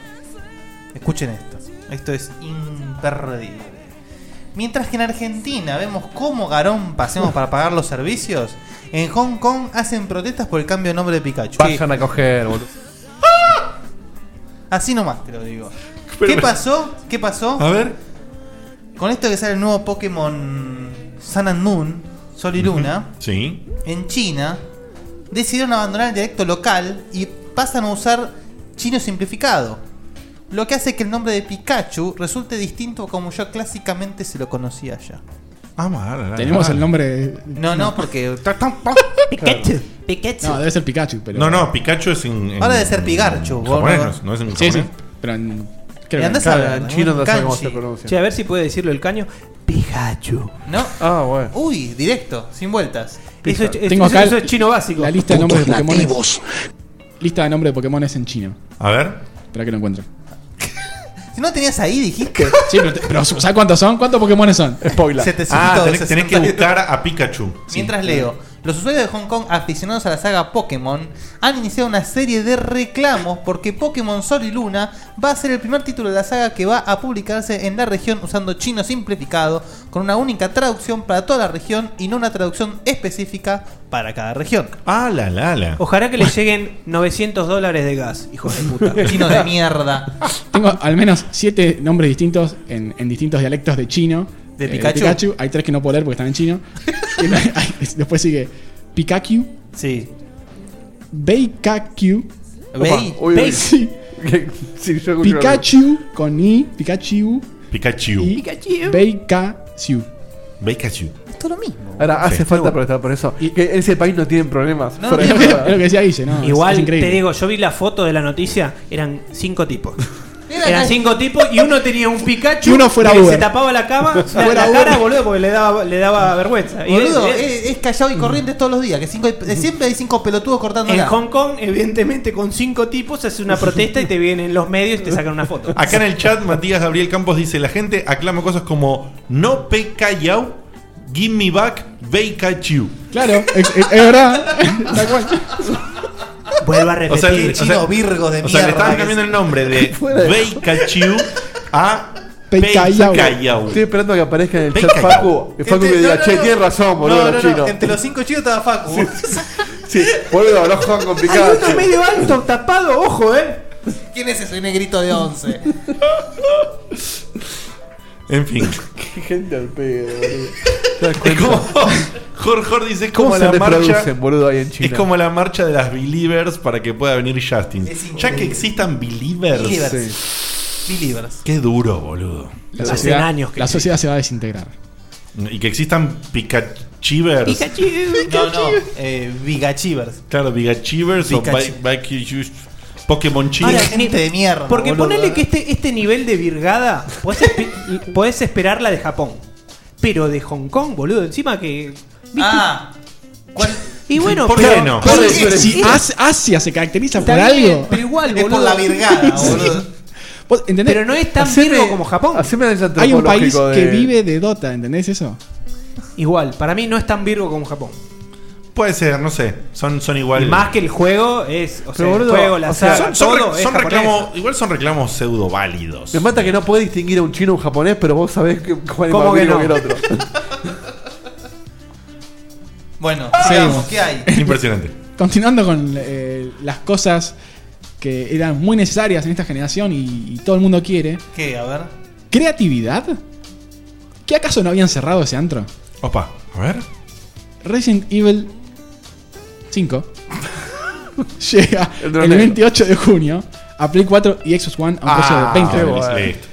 Speaker 10: Escuchen esto. Esto es imperdible. Mientras que en Argentina vemos cómo garón pasemos para pagar los servicios, en Hong Kong hacen protestas por el cambio de nombre de Pikachu. Ah,
Speaker 5: Vayan a coger, boludo.
Speaker 10: Así nomás te lo digo.
Speaker 5: Pero
Speaker 10: ¿Qué
Speaker 5: me-
Speaker 10: pasó? ¿Qué pasó?
Speaker 5: A ver.
Speaker 10: Con esto que sale el nuevo Pokémon Sun and Moon, Sol y Luna,
Speaker 3: Sí.
Speaker 10: en China, decidieron abandonar el dialecto local y pasan a usar chino simplificado. Lo que hace que el nombre de Pikachu resulte distinto a como yo clásicamente se lo conocía allá.
Speaker 3: Ah, mal, mal,
Speaker 4: Tenemos
Speaker 3: mal.
Speaker 4: el nombre.
Speaker 10: No, no, porque.
Speaker 4: Pikachu.
Speaker 10: Pikachu.
Speaker 4: No, debe ser Pikachu, pero.
Speaker 3: No, no, Pikachu es en. en-
Speaker 10: Ahora debe ser Pigarchu,
Speaker 3: en
Speaker 10: vos,
Speaker 3: japonés,
Speaker 10: ¿no?
Speaker 3: no, no es en
Speaker 4: Sí, sí.
Speaker 3: japonés.
Speaker 4: Pero en.
Speaker 10: Y andá a
Speaker 4: Claro,
Speaker 10: saber,
Speaker 4: en
Speaker 10: ¿no?
Speaker 4: chino no sabemos cómo
Speaker 10: Kanji.
Speaker 4: se pronuncia.
Speaker 8: Che, a ver si puede decirlo el caño. Pikachu.
Speaker 10: No.
Speaker 5: Ah, bueno.
Speaker 10: Uy, directo, sin vueltas.
Speaker 8: Eso es- eso-
Speaker 4: Tengo acá
Speaker 8: eso es chino básico.
Speaker 4: La lista de
Speaker 8: Putos
Speaker 4: nombres de Pokémon.
Speaker 8: nativos.
Speaker 4: Lista de nombres de Pokémon en chino.
Speaker 3: A ver.
Speaker 4: Espera que lo encuentre.
Speaker 10: Si no tenías ahí, dijiste.
Speaker 4: Sí, pero, pero ¿sabes cuántos son? ¿Cuántos Pokémon son?
Speaker 5: Spoiler.
Speaker 3: Ah, tenés, tenés que buscar a Pikachu.
Speaker 10: Mientras leo, los usuarios de Hong Kong aficionados a la saga Pokémon han iniciado una serie de reclamos porque Pokémon Sol y Luna va a ser el primer título de la saga que va a publicarse en la región usando chino simplificado, con una única traducción para toda la región y no una traducción específica para cada región.
Speaker 3: Ah, la, la, la.
Speaker 8: Ojalá que le lleguen 900 dólares de gas, hijo de puta.
Speaker 10: Chino de mierda.
Speaker 4: Tengo al menos siete nombres distintos en, en distintos dialectos de chino.
Speaker 10: De
Speaker 4: Eh,
Speaker 10: Pikachu.
Speaker 4: Hay tres que no puedo leer porque están en chino. Y no- hay- después sigue Pikachu.
Speaker 10: Sí.
Speaker 4: Beikaku.
Speaker 10: Bei-
Speaker 4: Opa, uy, uy. Sí, Pikachu con I, Pikachu.
Speaker 3: Pikachu.
Speaker 4: y
Speaker 10: Pikachu.
Speaker 4: Beikachu.
Speaker 3: Pikachu.
Speaker 10: Esto es lo mismo.
Speaker 5: Ahora, hace
Speaker 4: Sí.
Speaker 5: falta protestar por eso. Y que en ese país no tienen problemas.
Speaker 4: No,
Speaker 5: Fuera de
Speaker 4: es
Speaker 5: joda.
Speaker 4: lo que decía Guille, ¿no?
Speaker 5: es
Speaker 9: Igual te
Speaker 5: increíble.
Speaker 9: digo, yo vi la foto de la noticia, eran cinco tipos.
Speaker 8: Era
Speaker 9: Eran
Speaker 8: la-
Speaker 9: cinco tipos y uno tenía un Pikachu
Speaker 8: Y uno fuera
Speaker 9: que se
Speaker 8: Uber.
Speaker 9: tapaba la cama, la-
Speaker 8: Fuera
Speaker 9: la,
Speaker 8: Uber.
Speaker 9: cara, boludo, porque le daba, le daba vergüenza. Y
Speaker 10: Boludo,
Speaker 9: es- es-
Speaker 10: es, es callado y corriente todos los días. Que cinco, eh, siempre hay cinco pelotudos cortando
Speaker 9: en Hong Kong, evidentemente, con cinco tipos
Speaker 10: eh,
Speaker 9: hace una protesta y te vienen los medios y te sacan una foto.
Speaker 3: Acá en el chat, Matías Gabriel Campos dice: La gente aclama cosas como No pe callao, give me back, Beikachu.
Speaker 4: Claro, es, es- es verdad. Tal cual.
Speaker 9: Vuelvo a
Speaker 3: O sea, el- o sea, O sea, le estaban cambiando el nombre de
Speaker 5: Fuera de-
Speaker 3: Beikachu a
Speaker 5: Callao.
Speaker 3: Beikayau.
Speaker 5: Estoy esperando que aparezca en el
Speaker 3: Ven
Speaker 5: chat
Speaker 3: callao.
Speaker 5: Facu. Que Facu
Speaker 10: Este-
Speaker 5: me diga,
Speaker 10: no, no,
Speaker 5: che,
Speaker 10: no.
Speaker 5: tienes razón, boludo,
Speaker 10: No, no,
Speaker 5: los
Speaker 10: no,
Speaker 5: chinos.
Speaker 10: Entre los cinco chicos estaba Facu.
Speaker 5: Sí, boludo, no juegan con Pikachu.
Speaker 10: Alguno medio alto,
Speaker 9: tapado, ojo, eh.
Speaker 10: ¿Quién es ese negrito de 11?
Speaker 3: En fin.
Speaker 5: Qué gente al pedo, boludo.
Speaker 3: Es como. Jorge Jorge dice: Es
Speaker 5: ¿Cómo
Speaker 3: como
Speaker 5: se
Speaker 3: la marcha.
Speaker 5: reproducen, boludo, ahí en
Speaker 3: Es
Speaker 5: China?
Speaker 3: como la marcha de las Believers para que pueda venir Justin. Ya que existan Believers.
Speaker 10: Believers. Believers.
Speaker 3: Qué duro, boludo.
Speaker 4: La sociedad, la sociedad se va a desintegrar.
Speaker 3: Y que existan Pikachivers.
Speaker 10: No, no. Eh, Vigachivers.
Speaker 3: Claro, Vigachivers o
Speaker 10: Pikachu.
Speaker 3: Bi- Bikeyus- Pokémon
Speaker 9: Ahora,
Speaker 3: Chivers.
Speaker 9: ni- Porque ponele que este, este nivel de virgada, podés, espe- podés esperar la de Japón. Pero de Hong Kong, boludo, encima que.
Speaker 10: Ah.
Speaker 9: Y bueno,
Speaker 4: ¿Por
Speaker 9: pero-
Speaker 4: qué no?
Speaker 9: pero-
Speaker 4: Si
Speaker 9: pero-
Speaker 4: As- Asia se caracteriza por
Speaker 9: Está bien,
Speaker 4: algo.
Speaker 9: Pero igual,
Speaker 10: Es por
Speaker 9: boludo.
Speaker 10: la virgada,
Speaker 4: Sí.
Speaker 10: boludo.
Speaker 4: ¿Vos entendés?
Speaker 9: Pero no es tan virgo como Japón.
Speaker 4: Hay un país que vive de Dota, ¿entendés eso?
Speaker 9: Igual, para mí no es tan virgo como Japón.
Speaker 3: Puede ser, no sé. Son, son
Speaker 9: Y
Speaker 3: igual.
Speaker 9: más que el juego es. O sea,
Speaker 3: Pero,
Speaker 9: el
Speaker 3: boludo,
Speaker 9: juego, la
Speaker 3: o sea, son,
Speaker 9: saga,
Speaker 3: son re-
Speaker 9: todo es
Speaker 3: son
Speaker 9: japonés.
Speaker 3: reclamo- igual son reclamos pseudo válidos.
Speaker 5: Me mata que no puede distinguir a un chino o un japonés, pero vos sabés que cuál es
Speaker 3: ¿Cómo
Speaker 5: más
Speaker 3: que
Speaker 5: gringo
Speaker 3: no?
Speaker 5: que el otro.
Speaker 10: Bueno, sigamos.
Speaker 4: Seguimos.
Speaker 10: ¿Qué hay?
Speaker 3: Impresionante.
Speaker 4: Continuando con eh, las cosas que eran muy necesarias en esta generación y, y todo el mundo quiere.
Speaker 10: ¿Qué? A ver.
Speaker 4: ¿Creatividad? ¿Qué acaso no habían cerrado ese antro?
Speaker 3: Opa, a ver.
Speaker 4: Resident Evil 5 llega el,
Speaker 3: dronero.
Speaker 4: 28 de junio a Play 4 y Xbox One a un precio
Speaker 3: Ah,
Speaker 4: de 20
Speaker 3: qué
Speaker 4: dólares.
Speaker 3: bueno. Listo.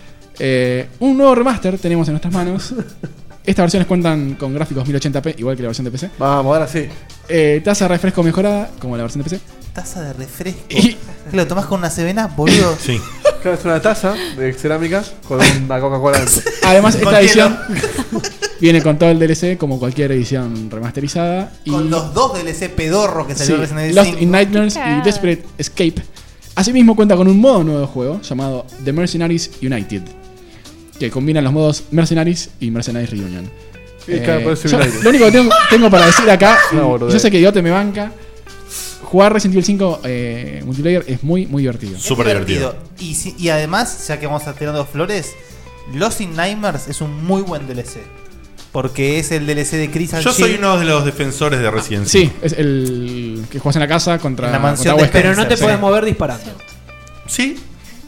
Speaker 4: Eh, un nuevo remaster tenemos en nuestras manos. Estas versiones cuentan con gráficos 1080p, igual que la versión de PC.
Speaker 5: Vamos, ahora sí.
Speaker 4: tasa de refresco mejorada, como la versión de PC.
Speaker 10: Taza de refresco. Lo tomás con una sevena, boludo.
Speaker 3: Sí.
Speaker 5: Claro, es una taza de cerámica con una Coca-Cola dentro.
Speaker 4: Además, esta edición viene con todo el DLC, como cualquier edición remasterizada. Y
Speaker 10: Con los dos DLC pedorro que salió
Speaker 4: Sí,
Speaker 10: recién Resident Evil
Speaker 4: Lost
Speaker 10: 5.
Speaker 4: in Nightmares y Desperate Escape. Asimismo cuenta con un modo nuevo de juego llamado The Mercenaries United, que combina los modos Mercenaries y Mercenaries Reunion.
Speaker 5: Y claro,
Speaker 4: Eh,
Speaker 5: parece
Speaker 4: yo-
Speaker 5: United.
Speaker 4: lo único que tengo, tengo para decir acá,
Speaker 5: Una
Speaker 4: y
Speaker 5: boludez.
Speaker 4: yo sé que Diote me banca, jugar Resident Evil 5 eh, multiplayer es muy, muy divertido.
Speaker 10: Es Y, si- y además, ya que vamos a tirando flores, Lost in Nightmares es un muy buen DLC. Porque es el DLC de Chris and
Speaker 3: Yo soy
Speaker 10: Jill.
Speaker 3: uno de los defensores de
Speaker 9: Ah,
Speaker 3: Resident
Speaker 4: Sí, es el que juegas en la casa contra,
Speaker 10: En la mansión
Speaker 4: contra
Speaker 10: de
Speaker 4: Wesker.
Speaker 9: Pero no te puedes mover disparando.
Speaker 3: Sí.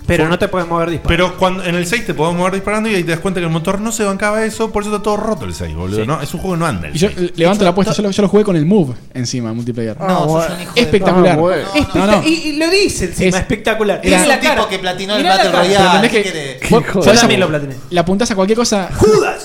Speaker 9: Pero no te puedes mover disparando.
Speaker 3: Pero cuando, en el 6 te podés mover disparando y ahí te das cuenta que el motor no se bancaba eso, por eso está todo roto el 6, boludo.
Speaker 4: Sí.
Speaker 3: No, es un juego que no anda. el
Speaker 4: Y yo
Speaker 3: 6.
Speaker 4: le- levanto la apuesta, yo lo, yo lo jugué con el Move encima, multiplayer.
Speaker 10: Ah,
Speaker 3: No, sos bueno. un hijo de-
Speaker 4: Espectacular.
Speaker 3: Ah,
Speaker 4: Este-
Speaker 3: bueno.
Speaker 4: No, no.
Speaker 9: Y, y lo dice encima,
Speaker 4: Es-
Speaker 9: espectacular.
Speaker 4: Era-
Speaker 9: Tiene la
Speaker 4: Es un
Speaker 9: cara.
Speaker 10: tipo que platinó el
Speaker 9: Mirá la
Speaker 10: Battle
Speaker 9: cara.
Speaker 10: Royale.
Speaker 4: Pero
Speaker 10: ¿qué
Speaker 4: entendés
Speaker 10: querés?
Speaker 4: que. vos-
Speaker 9: Yo
Speaker 4: vos
Speaker 9: también lo
Speaker 4: ap-
Speaker 9: platiné.
Speaker 4: Le apuntás a cualquier cosa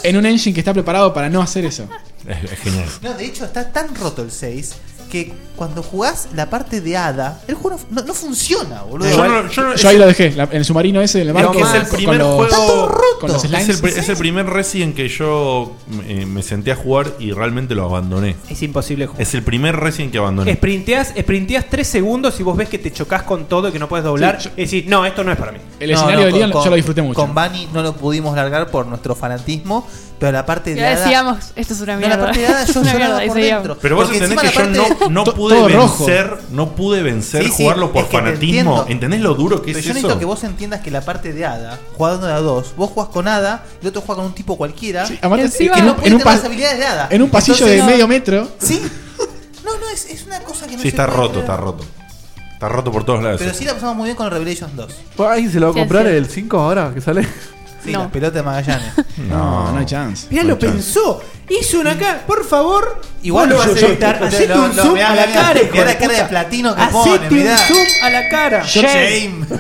Speaker 4: en un engine que está preparado para no hacer eso.
Speaker 3: Es, genial.
Speaker 10: No, de hecho está tan roto el 6 que cuando jugás la parte de Ada, el juego no, no funciona, boludo.
Speaker 4: Yo, ahí lo dejé, la- en el submarino ese, en el barco.
Speaker 3: Creo Eh, que es el
Speaker 4: con
Speaker 3: primer
Speaker 4: los-
Speaker 3: juego.
Speaker 4: Con los slimes.
Speaker 3: es, el, pri- es el primer Resident que yo eh, me senté a jugar y realmente lo abandoné.
Speaker 9: Es imposible jugar.
Speaker 3: Es el primer Resident que abandoné.
Speaker 9: Sprinteas, sprinteas 3 segundos y vos ves que te chocas con todo y que no puedes doblar.
Speaker 10: Sí,
Speaker 9: y decís, no, esto no es para mí.
Speaker 10: No, no, con- con- Con Bunny no lo pudimos largar por nuestro fanatismo, pero la parte de
Speaker 19: Ya
Speaker 10: Ada.
Speaker 19: decíamos, esto es una
Speaker 10: No, la
Speaker 19: mierda.
Speaker 10: parte de Ada yo
Speaker 19: Es una
Speaker 10: lloraba
Speaker 19: mierda, y
Speaker 10: por
Speaker 19: seguíamos.
Speaker 10: dentro.
Speaker 3: Pero vos
Speaker 10: Porque
Speaker 3: entendés que
Speaker 10: encima
Speaker 3: yo
Speaker 10: la
Speaker 3: no,
Speaker 10: parte de-
Speaker 3: no
Speaker 10: to-
Speaker 3: pude
Speaker 10: todo rojo.
Speaker 3: vencer, no pude vencer
Speaker 10: Sí, sí,
Speaker 3: jugarlo por
Speaker 10: es que te
Speaker 3: fanatismo.
Speaker 10: entiendo.
Speaker 3: ¿Entendés lo duro que
Speaker 10: Pero
Speaker 3: es
Speaker 10: yo
Speaker 3: eso?
Speaker 10: necesito que vos entiendas que la parte de Ada, jugando de a dos, vos jugás con Ada, el otro juega con un tipo cualquiera.
Speaker 4: Aparte,
Speaker 10: encima
Speaker 4: en,
Speaker 10: no
Speaker 4: un,
Speaker 10: puede
Speaker 4: en un
Speaker 10: tener
Speaker 4: pas-
Speaker 10: las habilidades de Ada.
Speaker 4: en un pasillo
Speaker 10: Entonces-
Speaker 4: de medio metro.
Speaker 10: Sí. No, no, es, es una cosa que no
Speaker 3: Sí,
Speaker 10: se
Speaker 3: está
Speaker 10: puede
Speaker 3: roto,
Speaker 10: creer.
Speaker 3: está roto. Está roto por todos lados.
Speaker 10: Pero sí la pasamos muy bien con el Revelations 2.
Speaker 5: ¿Alguien se lo va a
Speaker 10: Sí,
Speaker 5: comprar
Speaker 10: sí.
Speaker 5: el 5 ahora que sale?
Speaker 10: Sí,
Speaker 6: No.
Speaker 10: las pelotas de Magallanes.
Speaker 4: No, no hay chance.
Speaker 9: Mirá, lo pensó. Hizo una acá, por favor.
Speaker 10: Igual
Speaker 9: vos
Speaker 10: yo-
Speaker 9: lo vas
Speaker 10: yo-
Speaker 9: a editar.
Speaker 10: yo-
Speaker 9: Hacete
Speaker 10: lo-
Speaker 9: un
Speaker 10: lo-
Speaker 9: zoom
Speaker 10: mirá,
Speaker 9: a la
Speaker 10: mirá,
Speaker 9: cara.
Speaker 10: mirá
Speaker 9: hijo de
Speaker 10: la cara de
Speaker 9: puta.
Speaker 10: platino que pone,
Speaker 9: Hacete
Speaker 10: mirá.
Speaker 9: un zoom a la cara.
Speaker 4: Yo,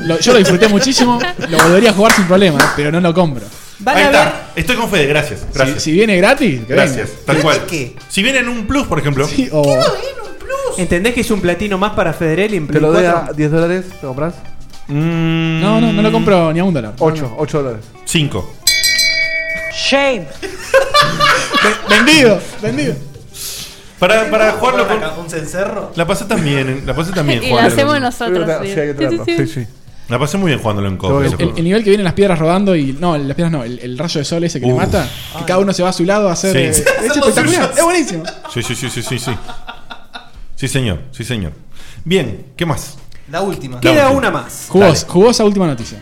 Speaker 4: lo, yo lo disfruté muchísimo, lo volvería a jugar sin problema, ¿eh? pero no lo compro.
Speaker 9: Van
Speaker 3: Ahí
Speaker 9: a
Speaker 3: está.
Speaker 9: ver.
Speaker 3: Estoy con Fede, gracias. gracias.
Speaker 4: Si, si viene gratis, que
Speaker 3: Gracias,
Speaker 4: venga.
Speaker 3: tal cual. Si vienen un plus, por ejemplo.
Speaker 9: ¿Entendés que es un platino más para Federelli en
Speaker 5: ¿Te
Speaker 9: Play
Speaker 5: lo doy a
Speaker 9: 4?
Speaker 5: 10 dólares? ¿Te compras?
Speaker 3: Mm.
Speaker 4: No, no, no
Speaker 9: Mm.
Speaker 4: lo compro ni a un dólar.
Speaker 5: 8, 8 dólares.
Speaker 3: 5.
Speaker 18: Shame.
Speaker 4: Vendido, vendido.
Speaker 3: Para, para jugarlo con.
Speaker 10: ¿Un cencerro?
Speaker 3: La pasé también, eh, la pasé también.
Speaker 7: Y lo
Speaker 3: jugándolo.
Speaker 7: hacemos nosotros. sí. Sí, sí, sí.
Speaker 3: La pasé muy bien jugándolo en copa.
Speaker 4: El, el nivel que vienen las piedras rodando y. No, las piedras no, el, el rayo de sol ese que le
Speaker 3: Uf.
Speaker 4: mata, que cada uno se va a su lado a hacer.
Speaker 3: Sí.
Speaker 4: eh, es
Speaker 3: Hacer lo
Speaker 4: espectacular,
Speaker 3: suyo.
Speaker 4: es buenísimo.
Speaker 3: Sí, sí, sí, sí, sí, sí. Sí, señor, sí, señor. Bien, ¿qué más?
Speaker 10: La última.
Speaker 3: La última.
Speaker 4: Jugos, jugosa última noticia.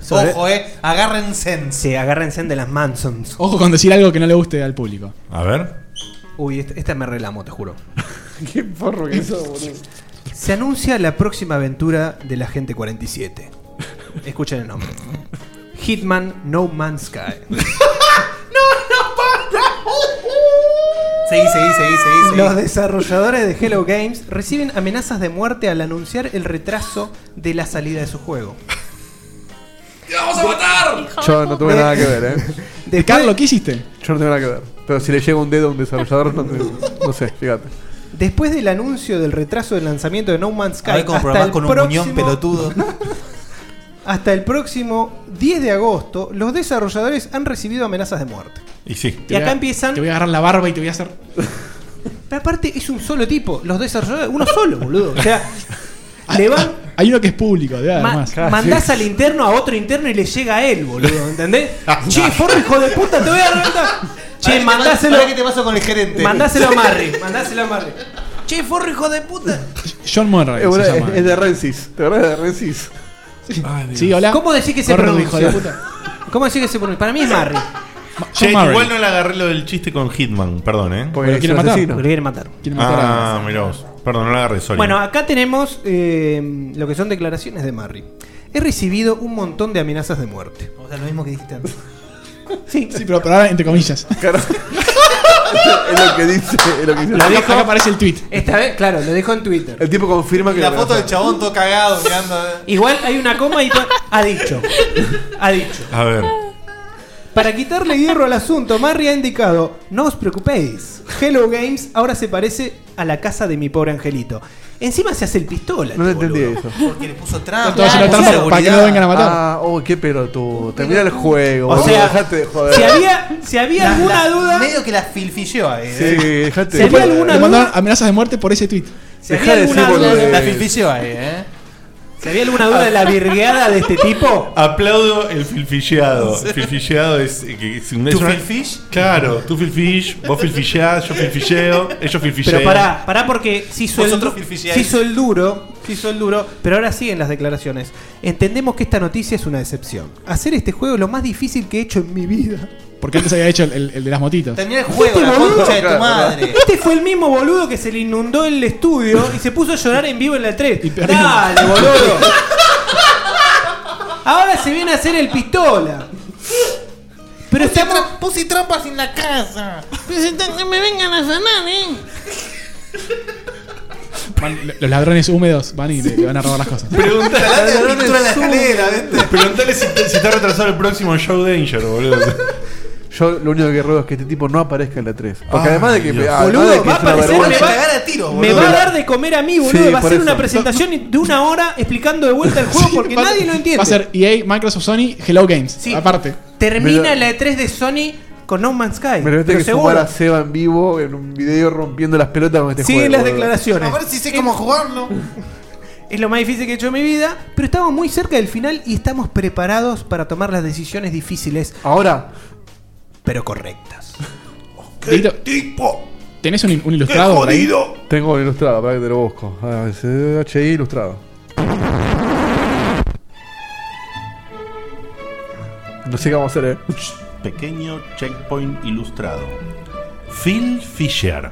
Speaker 9: Sobre-
Speaker 10: Ojo, eh. Agárrense.
Speaker 9: Sí, agárrense de las Mansons.
Speaker 4: Ojo con decir algo que no le guste al público.
Speaker 3: A ver.
Speaker 9: Uy, este, esta, esta me relamo, te juro.
Speaker 5: Qué porro que eso, boludo.
Speaker 9: Se anuncia la próxima aventura de la gente 47. Escuchen el nombre. Hitman No Man's Sky.
Speaker 10: Seguí, seguí, seguí, seguí. seguí.
Speaker 9: Los desarrolladores de Hello Games reciben amenazas de muerte al anunciar el retraso de la salida de su juego.
Speaker 3: vamos a matar!
Speaker 5: Yo no tuve nada que ver, eh.
Speaker 9: De
Speaker 4: Carlos, ¿qué hiciste?
Speaker 5: Yo no tengo nada que ver. Pero si le llega un dedo a un desarrollador, no, no sé, fíjate.
Speaker 9: Después del anuncio del retraso del lanzamiento de No Man's Sky,
Speaker 10: A ver cómo
Speaker 9: hasta
Speaker 10: programás
Speaker 9: el
Speaker 10: con un
Speaker 9: próximo-
Speaker 10: muñón pelotudo.
Speaker 9: Hasta el próximo 10 de agosto, los desarrolladores han recibido amenazas de muerte.
Speaker 3: Y sí.
Speaker 9: Y acá empiezan.
Speaker 4: Te voy a agarrar la barba y te voy a hacer.
Speaker 9: Pero aparte es un solo tipo, los desarrolladores, uno solo, boludo. O sea, le van,
Speaker 4: Ah, Hay uno que es público, de
Speaker 9: ma-
Speaker 4: además.
Speaker 3: Ah,
Speaker 9: mandás al interno a otro interno y le llega a él, boludo, ¿entendés?
Speaker 4: Ah,
Speaker 9: che, forro hijo de puta, te voy a reventar. Che, mandáselo.
Speaker 10: ¿Qué te pasó con el gerente?
Speaker 9: Mandáselo a Marry, mandáselo a Marry. Che, forro hijo de puta.
Speaker 4: John Monroe.
Speaker 5: Es,
Speaker 4: se
Speaker 5: una-
Speaker 4: llama.
Speaker 5: es de Rensis. ¿Te acordás de Rensis?
Speaker 4: Sí, hola.
Speaker 9: ¿Cómo decís que se
Speaker 4: Corre, hijo de
Speaker 9: pronuncia?
Speaker 4: puta.
Speaker 9: ¿Cómo decís que se pronuncia? Para mí es Marry.
Speaker 3: Che,
Speaker 4: John Murray.
Speaker 3: igual no le agarré lo del chiste con Hitman, perdón, ¿eh?
Speaker 4: Porque lo quieren matar.
Speaker 9: Lo quieren matar.
Speaker 4: Quieren matar a-
Speaker 3: Ah, mirá vos. Perdón, no la agarré, sorry.
Speaker 9: Bueno, acá tenemos eh, lo que son declaraciones de Marry. He recibido un montón de amenazas de muerte.
Speaker 10: O sea, lo mismo que dijiste antes.
Speaker 4: Sí, pero pero ahora entre comillas.
Speaker 5: Es lo que dice. Es lo que dice.
Speaker 9: Lo dijo-
Speaker 4: Acá aparece el tweet.
Speaker 9: Esta vez, claro, lo dejó en Twitter.
Speaker 5: El tipo confirma que
Speaker 10: La
Speaker 5: lo
Speaker 10: foto del
Speaker 5: amenaza.
Speaker 10: chabón todo cagado mirando. eh.
Speaker 9: Igual hay una coma y to- ha dicho. Ha dicho.
Speaker 3: A ver.
Speaker 9: Para quitarle hierro al asunto, Marry ha indicado, no os preocupéis, Hello Games ahora se parece a la casa de mi pobre angelito. Encima se hace el pistola.
Speaker 5: No lo
Speaker 9: este
Speaker 5: entendí
Speaker 9: boludo.
Speaker 5: eso.
Speaker 10: Porque le puso trampa.
Speaker 4: Todo haciendo
Speaker 10: puso
Speaker 4: trampa para que no
Speaker 10: seguridad.
Speaker 4: vengan a matar.
Speaker 5: Ah, oh, qué pelotudo. Termina el juego.
Speaker 9: O
Speaker 5: boludo,
Speaker 9: sea,
Speaker 5: dejate de joder.
Speaker 9: Si había, si había
Speaker 10: La-
Speaker 9: alguna
Speaker 10: la-
Speaker 9: duda,
Speaker 10: Medio que la filfilleó ahí.
Speaker 5: Sí,
Speaker 10: eh.
Speaker 5: dejate
Speaker 9: Si había
Speaker 5: joder.
Speaker 9: alguna
Speaker 4: Le mandaron
Speaker 9: duda,
Speaker 4: amenazas de muerte por ese tweet.
Speaker 9: si
Speaker 5: Dejá
Speaker 9: había
Speaker 5: de
Speaker 9: alguna
Speaker 5: decir boludez.
Speaker 9: duda,
Speaker 10: La filfilleó ahí, eh. Ah,
Speaker 9: si había alguna duda de la virgueada de este tipo,
Speaker 3: Aplaudo el filfilleado. El filfilleado es. eh, que es un- es
Speaker 10: ¿Tu
Speaker 3: una-
Speaker 10: filfish?
Speaker 3: Claro, tú filfish, vos filfilleás, yo filfilleo, ellos filfillean.
Speaker 9: Pero pará, pará porque se hizo, el,
Speaker 10: Vosotros
Speaker 9: du-
Speaker 10: filfilleáis.
Speaker 9: se hizo el duro, se hizo el duro, pero ahora siguen las declaraciones. Entendemos que esta noticia es una decepción. Hacer este juego es lo más difícil que he hecho en mi vida.
Speaker 4: Porque antes había hecho el, el- el de las motitos.
Speaker 10: Termina el juego,
Speaker 9: Este
Speaker 10: la
Speaker 9: boludo.
Speaker 10: concha de tu
Speaker 5: Claro,
Speaker 10: madre.
Speaker 9: Este fue el mismo boludo que se le inundó el estudio y se puso a llorar en vivo en la 3.
Speaker 4: perdimos.
Speaker 9: Dale, boludo. Ahora se viene a hacer el pistola. Pero estamos
Speaker 10: Puse trampas en la casa.
Speaker 4: ¿eh? Van- lo- los ladrones húmedos van y le, le van a robar las cosas.
Speaker 3: Preguntale,
Speaker 10: Salate de pintura en la escalera, ¿eh? ¿viste?
Speaker 3: preguntale si, si está retrasado el próximo Show Danger, boludo.
Speaker 5: Yo lo único que ruego es que este tipo no aparezca en la 3. Porque
Speaker 3: Ay,
Speaker 5: además de que.
Speaker 3: Dios.
Speaker 5: además
Speaker 9: Boludo,
Speaker 5: de que
Speaker 9: va a
Speaker 5: Ah, es una
Speaker 9: aparecer,
Speaker 5: vergüenza.
Speaker 9: me va-
Speaker 10: Cagar a tiro,
Speaker 9: Me
Speaker 10: boludo.
Speaker 9: va a dar de comer a mí, boludo.
Speaker 5: Sí,
Speaker 9: va a
Speaker 5: por
Speaker 9: ser una
Speaker 5: eso.
Speaker 9: presentación de una hora explicando de vuelta el juego porque
Speaker 4: Va a
Speaker 9: nadie
Speaker 4: ser-
Speaker 9: lo entiende.
Speaker 4: Va a ser EA, Microsoft, Sony, Hello Games.
Speaker 9: Sí.
Speaker 4: Aparte.
Speaker 9: Termina
Speaker 5: Me lo-
Speaker 9: la E3 de Sony con No Man's Sky.
Speaker 5: Me lo
Speaker 9: pero
Speaker 5: que
Speaker 9: seguro.
Speaker 5: sumar a Seba en vivo en un video rompiendo las pelotas con este
Speaker 9: Siguen
Speaker 5: juego.
Speaker 9: las
Speaker 5: boludo.
Speaker 9: declaraciones.
Speaker 10: A ver si sé cómo jugarlo.
Speaker 9: Es lo más difícil que he hecho en mi vida, pero estamos muy cerca del final y estamos preparados para tomar las decisiones difíciles,
Speaker 5: Ahora,
Speaker 9: pero correctas.
Speaker 4: Dieguito,
Speaker 15: Tipo,
Speaker 4: ¿Tenés un, un ilustrado? por ahí?
Speaker 5: tengo ilustrado, para que te lo busco. A ver, eh, HI ilustrado. No sé qué vamos a hacer, eh.
Speaker 3: Pequeño checkpoint ilustrado. Phil Fisher.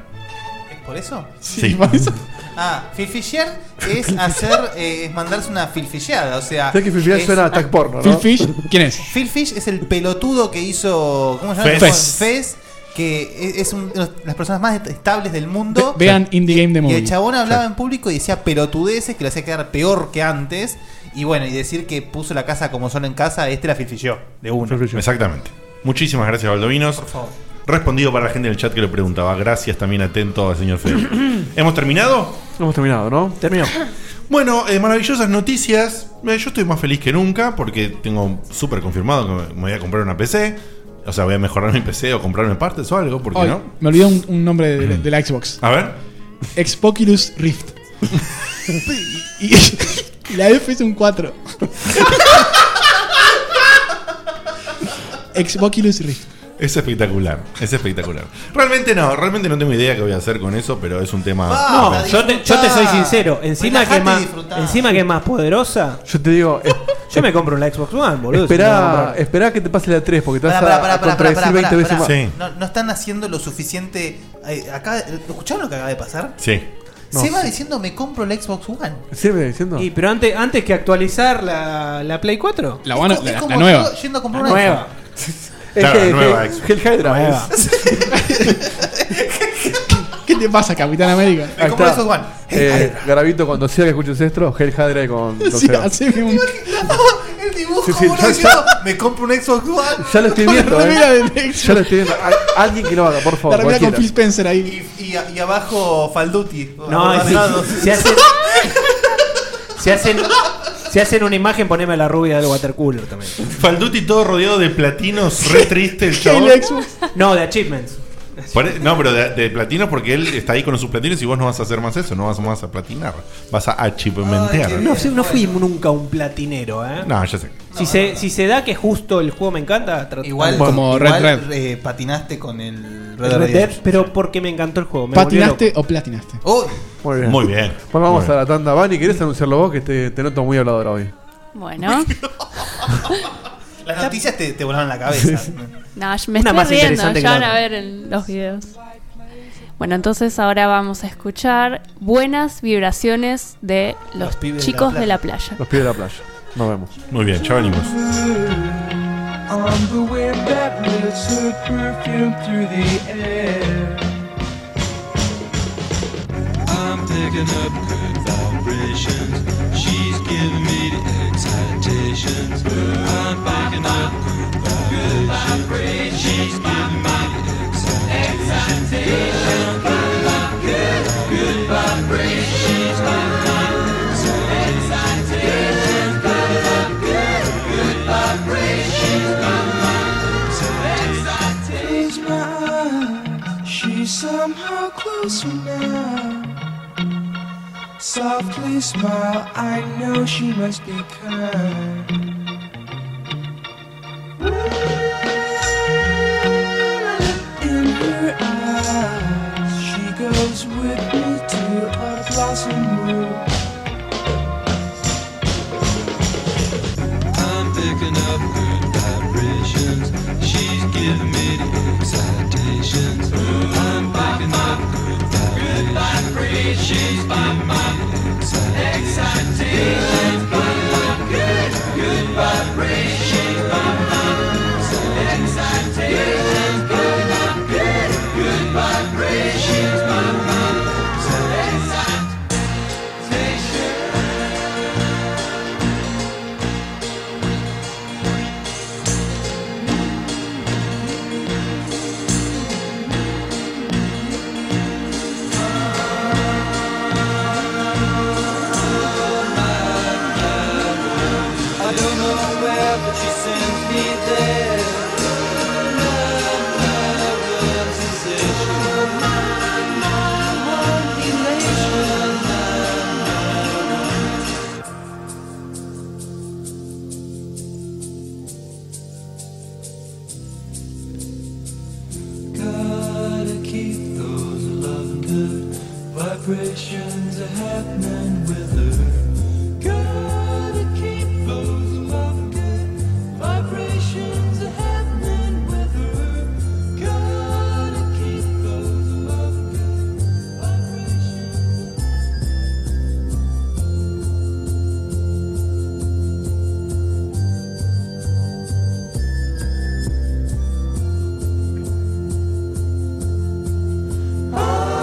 Speaker 10: ¿Por eso?
Speaker 3: Sí.
Speaker 4: por eso.
Speaker 10: Ah, filfishear es hacer, eh, es mandarse una filfilleada, o sea.
Speaker 5: Sé que filfishear
Speaker 10: es-
Speaker 5: suena a tag porno, ¿no?
Speaker 4: Phil Fish, ¿quién es?
Speaker 10: Phil Fish es el pelotudo que hizo. ¿Cómo se llama?
Speaker 4: Fez.
Speaker 10: Fez. que e, es- es un- de las personas más estables del mundo.
Speaker 4: Ve- vean Indie Game de
Speaker 10: Y
Speaker 4: Movie.
Speaker 10: el chabón hablaba en público y decía pelotudeces que lo hacía quedar peor que antes. Y bueno, y decir que puso la casa como son en casa, este la filfilló.
Speaker 3: De uno. Exactamente. Muchísimas gracias, Baldovinos. Respondido para la gente en el chat que lo preguntaba. Gracias también atento al señor Fede. ¿Hemos terminado?
Speaker 5: Hemos terminado, ¿no? Terminó.
Speaker 3: Bueno, eh, maravillosas noticias. Eh, yo estoy más feliz que nunca porque tengo súper confirmado que me voy a comprar una PC. O sea, voy a mejorar mi PC o comprarme partes o algo, ¿por qué
Speaker 4: Ay,
Speaker 3: no?
Speaker 4: Me olvidé un, un nombre
Speaker 5: Mm.
Speaker 4: de, de la Xbox.
Speaker 3: A ver.
Speaker 4: Xpocilus Rift. y, y la F es un 4. Xboculus Rift.
Speaker 3: Es espectacular, es espectacular. Realmente no, realmente no tengo idea qué voy a hacer con eso, pero es un tema...
Speaker 5: Ah,
Speaker 10: Ah,
Speaker 8: No, yo te, yo te soy sincero. Encima que,
Speaker 9: Relajate y
Speaker 8: más,
Speaker 9: disfrutá.
Speaker 8: encima que es más poderosa.
Speaker 5: Yo te digo.
Speaker 8: Yo me compro la Xbox One, boludo.
Speaker 5: Esperá, esperá que te pase la 3 porque te vas
Speaker 8: Pará,
Speaker 5: a
Speaker 8: pará,
Speaker 5: a
Speaker 8: pará, pará,
Speaker 5: contradecir
Speaker 8: pará,
Speaker 5: 20 veces más.
Speaker 10: No, no están haciendo lo suficiente. eh, acá, ¿lo ¿Escucharon lo que acaba de pasar?
Speaker 3: Sí.
Speaker 8: No,
Speaker 10: Se va
Speaker 8: sí.
Speaker 10: diciendo, me compro la Xbox One.
Speaker 5: ¿Sirve diciendo?
Speaker 8: Y pero antes, antes que actualizar la, la Play 4.
Speaker 4: Ah, La,
Speaker 10: Es co- es como yo Yendo a comprar una
Speaker 8: nueva.
Speaker 5: Claro, la nueva Xbox.
Speaker 8: Nueva.
Speaker 4: ¿Qué te pasa, Capitán América?
Speaker 5: Ahí está. Eh, Garavito, cuando sea que escuches esto, Hell Hydra con. con
Speaker 4: Sí,
Speaker 5: Seba.
Speaker 4: haceme un-
Speaker 10: El dibujo,
Speaker 5: Sí, sí,
Speaker 10: boludo,
Speaker 5: ya-
Speaker 10: diciendo, me compro un Xbox One.
Speaker 5: Ya lo estoy viendo,
Speaker 10: Con la remera
Speaker 5: eh.
Speaker 10: del Xbox.
Speaker 5: Ya lo estoy viendo. Al- alguien que lo haga, por favor. cualquiera.
Speaker 4: Spencer ahí.
Speaker 10: Y, y a- y abajo Falduti.
Speaker 8: No,
Speaker 10: Abajo
Speaker 8: sí.
Speaker 10: Dados.
Speaker 8: se hacen. Se hacen. Se hacen una imagen, poneme a la rubia del watercooler también.
Speaker 3: Falduti todo rodeado de platinos, re triste el chabón.
Speaker 8: No, de achievements.
Speaker 3: Pare- no, pero de, de platinos porque él está ahí con sus platinos y vos no vas a hacer más eso, no vas más a platinar, vas a achipmentear.
Speaker 8: No, sí, no fui nunca un platinero, eh.
Speaker 3: No, ya sé.
Speaker 8: Si, se, si se da que justo el juego me encanta, trato-
Speaker 10: Igual,
Speaker 4: Como
Speaker 10: igual,
Speaker 4: Red Red.
Speaker 10: eh, patinaste con el
Speaker 8: Red Dead, pero porque me encantó el juego. Me
Speaker 4: ¿Patinaste o este. platinaste?
Speaker 5: Muy bien.
Speaker 3: Muy bien.
Speaker 5: Pues vamos
Speaker 8: Muy bien.
Speaker 5: a la tanda. Vani, ¿querés anunciarlo vos? Que te, te noto muy habladora hoy.
Speaker 7: Bueno,
Speaker 10: Las noticias te, te volaron la cabeza.
Speaker 7: no, yo me
Speaker 10: Una más
Speaker 7: estoy riendo,
Speaker 10: interesante que
Speaker 7: ya van
Speaker 10: la
Speaker 7: a
Speaker 10: otra.
Speaker 7: ver en los videos. Bueno, entonces ahora vamos a escuchar buenas vibraciones de los,
Speaker 5: pibes de la
Speaker 7: chicos de
Speaker 5: playa.
Speaker 7: la playa.
Speaker 5: Los pies de la playa. Nos vemos.
Speaker 3: Muy bien, ya venimos.
Speaker 11: On the wind that lifts her perfume through the air. I'm picking up good vibrations. She's giving me the excitations. I'm picking up good vibrations. She's giving me the excitations. I'm picking up good, good vibrations. She's giving me the excitations. Picking up good, good vibrations. Close my eyes, she's somehow closer now. Softly smile, I know she must be kind. In her eyes, she goes with me to a blossom room. I'm picking up good vibrations. She's giving me the excitations. I'm picking up good vibrations. She's giving me the excitations. I'm picking up good, good vibrations. She's giving me the excitations. Picking up good, good vibrations. She's giving me the excitations. I don't know where, but she sends me there. Love, love, love sensation. Love, elation. Gotta keep those love and good vibrations happening with her. Gotta keep those love and good vibrations happening with her. Gotta keep those love and good vibrations. Ah,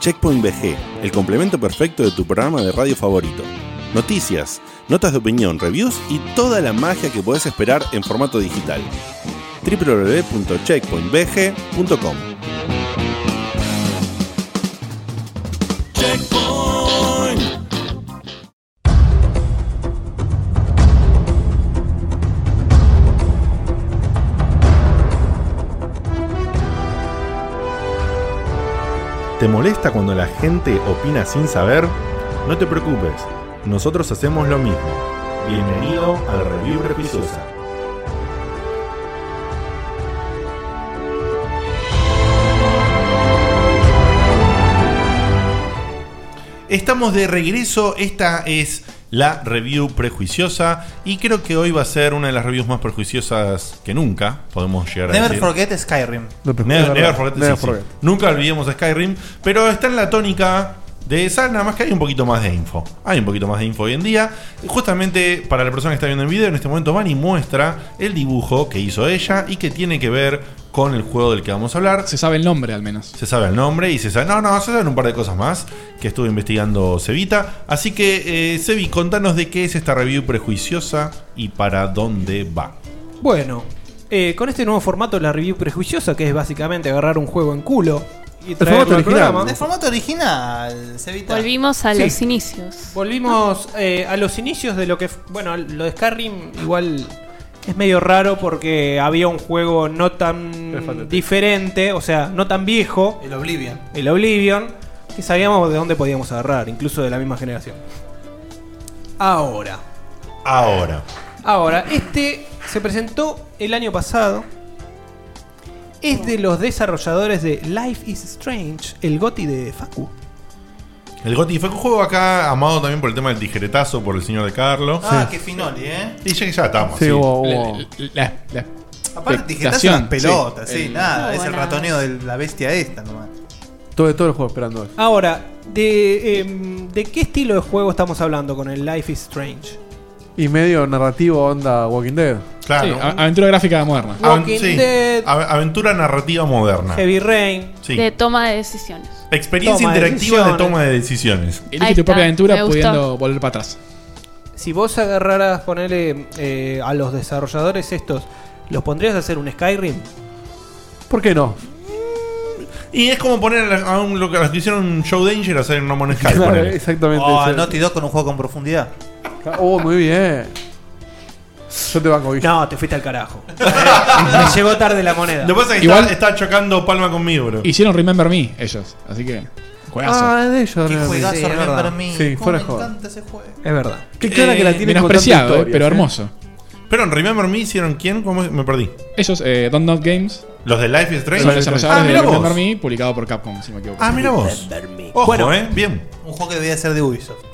Speaker 3: Checkpoint BG, el complemento perfecto de tu programa de radio favorito. Noticias, notas de opinión, reviews y toda la magia que puedes esperar en formato digital. www.checkpointbg.com ¿Te molesta cuando la gente opina sin saber? No te preocupes, nosotros hacemos lo mismo. Bienvenido al Review Repisosa. Estamos de regreso, esta es la review prejuiciosa y creo que hoy va a ser una de las reviews más prejuiciosas que nunca podemos llegar a
Speaker 10: Never
Speaker 3: decir.
Speaker 10: forget Skyrim.
Speaker 3: Never, never forget, sí, sí. Nunca olvidemos a Skyrim, pero está en la tónica de esa, nada más que hay un poquito más de info. Hay un poquito más de info hoy en día. Justamente para la persona que está viendo el video, en este momento van y muestra el dibujo que hizo ella y que tiene que ver con el juego del que vamos a hablar.
Speaker 4: Se sabe el nombre al menos.
Speaker 3: Se sabe el nombre y se sabe. No, no, se saben un par de cosas más que estuve investigando Cevita. Así que, eh, Sebi, contanos de qué es esta review prejuiciosa y para dónde va.
Speaker 9: Bueno, eh, con este nuevo formato, la review prejuiciosa, que es básicamente agarrar un juego en culo y traerlo al programa.
Speaker 10: El formato original, Cevita.
Speaker 7: Volvimos a
Speaker 9: Sí.
Speaker 7: los inicios.
Speaker 9: Volvimos eh, a los inicios de lo que. f- Bueno, lo de Skyrim igual es medio raro porque había un juego no tan diferente, o sea, no tan viejo.
Speaker 10: El Oblivion.
Speaker 9: El Oblivion, que sabíamos de dónde podíamos agarrar, incluso de la misma generación. Ahora.
Speaker 3: Ahora.
Speaker 9: Ahora, este se presentó el año pasado. Es de los desarrolladores de Life is Strange, el GOTI de Facu.
Speaker 3: El Goti fue un juego acá amado también por el tema del tijeretazo por el señor de Carlos.
Speaker 10: Ah, qué finoli, ¿eh?
Speaker 3: Y ya, ya estamos.
Speaker 4: Sí,
Speaker 3: sí.
Speaker 4: hubo- hubo- La- la-
Speaker 10: Aparte, dijiste
Speaker 4: expectación,
Speaker 10: las pelotas, sí,
Speaker 9: El-
Speaker 10: nada.
Speaker 9: No,
Speaker 10: es el
Speaker 9: nada.
Speaker 10: ratoneo de la bestia esta nomás.
Speaker 5: Todo, todo el juego esperando.
Speaker 9: Ahora, de, em, ¿de qué estilo de juego estamos hablando con el Life is Strange?
Speaker 5: Y medio narrativo onda Walking Dead.
Speaker 3: Claro.
Speaker 9: Sí, a-
Speaker 4: aventura gráfica moderna.
Speaker 3: Aven-
Speaker 9: Walking
Speaker 3: sí.
Speaker 9: Dead.
Speaker 3: Ave- Aventura narrativa moderna.
Speaker 9: Heavy Rain.
Speaker 3: Sí.
Speaker 7: De toma de decisiones.
Speaker 3: Experiencia
Speaker 9: Toma de
Speaker 3: interactiva de,
Speaker 9: decisiones.
Speaker 3: toma de decisiones.
Speaker 5: eh,
Speaker 4: Elige
Speaker 7: Ahí
Speaker 4: tu propia
Speaker 7: está,
Speaker 4: aventura
Speaker 7: me gustó.
Speaker 4: pudiendo volver para atrás.
Speaker 9: Si vos agarraras, ponerle a los desarrolladores estos, ¿los pondrías a hacer un Skyrim?
Speaker 5: ¿Por qué no?
Speaker 3: Y es como poner a un, lo que los que hicieron un Show Danger a hacer un No Man's Sky.
Speaker 5: Claro,
Speaker 3: ponele.
Speaker 5: exactamente.
Speaker 10: Oh,
Speaker 5: Sí.
Speaker 10: Naughty Dog con un juego con profundidad.
Speaker 5: Oh, muy bien. Yo te banco, Guille.
Speaker 9: No, te fuiste al carajo. Eh, Me llegó tarde la moneda.
Speaker 3: Lo que pasa es que
Speaker 4: Igual-
Speaker 3: está, está chocando palma conmigo, bro.
Speaker 4: Hicieron Remember Me ellos, así que. Juegazo.
Speaker 5: Ah, es de ellos.
Speaker 10: Qué
Speaker 5: Remember Me.
Speaker 10: juegazo,
Speaker 5: Sí, es
Speaker 10: Remember
Speaker 5: verdad.
Speaker 10: Me.
Speaker 5: Sí,
Speaker 10: Cómo
Speaker 5: fuera
Speaker 10: me
Speaker 5: de joda.
Speaker 10: encanta ese juego.
Speaker 9: Es verdad.
Speaker 5: Qué clara que la tiene
Speaker 4: Menospreciado, eh, pero hermoso.
Speaker 3: Pero en Remember Me hicieron quién? ¿Cómo es? me perdí?
Speaker 4: Ellos, eh, Don't Not Games,
Speaker 3: Los de Life is Strange.
Speaker 4: son los
Speaker 3: ah,
Speaker 4: desarrolladores
Speaker 3: mira
Speaker 4: de Remember
Speaker 3: vos.
Speaker 4: Me, publicado por Capcom, si no me equivoco.
Speaker 3: Ah, mira vos. Ojo, eh. Bien.
Speaker 10: Un juego que debía ser de Ubisoft.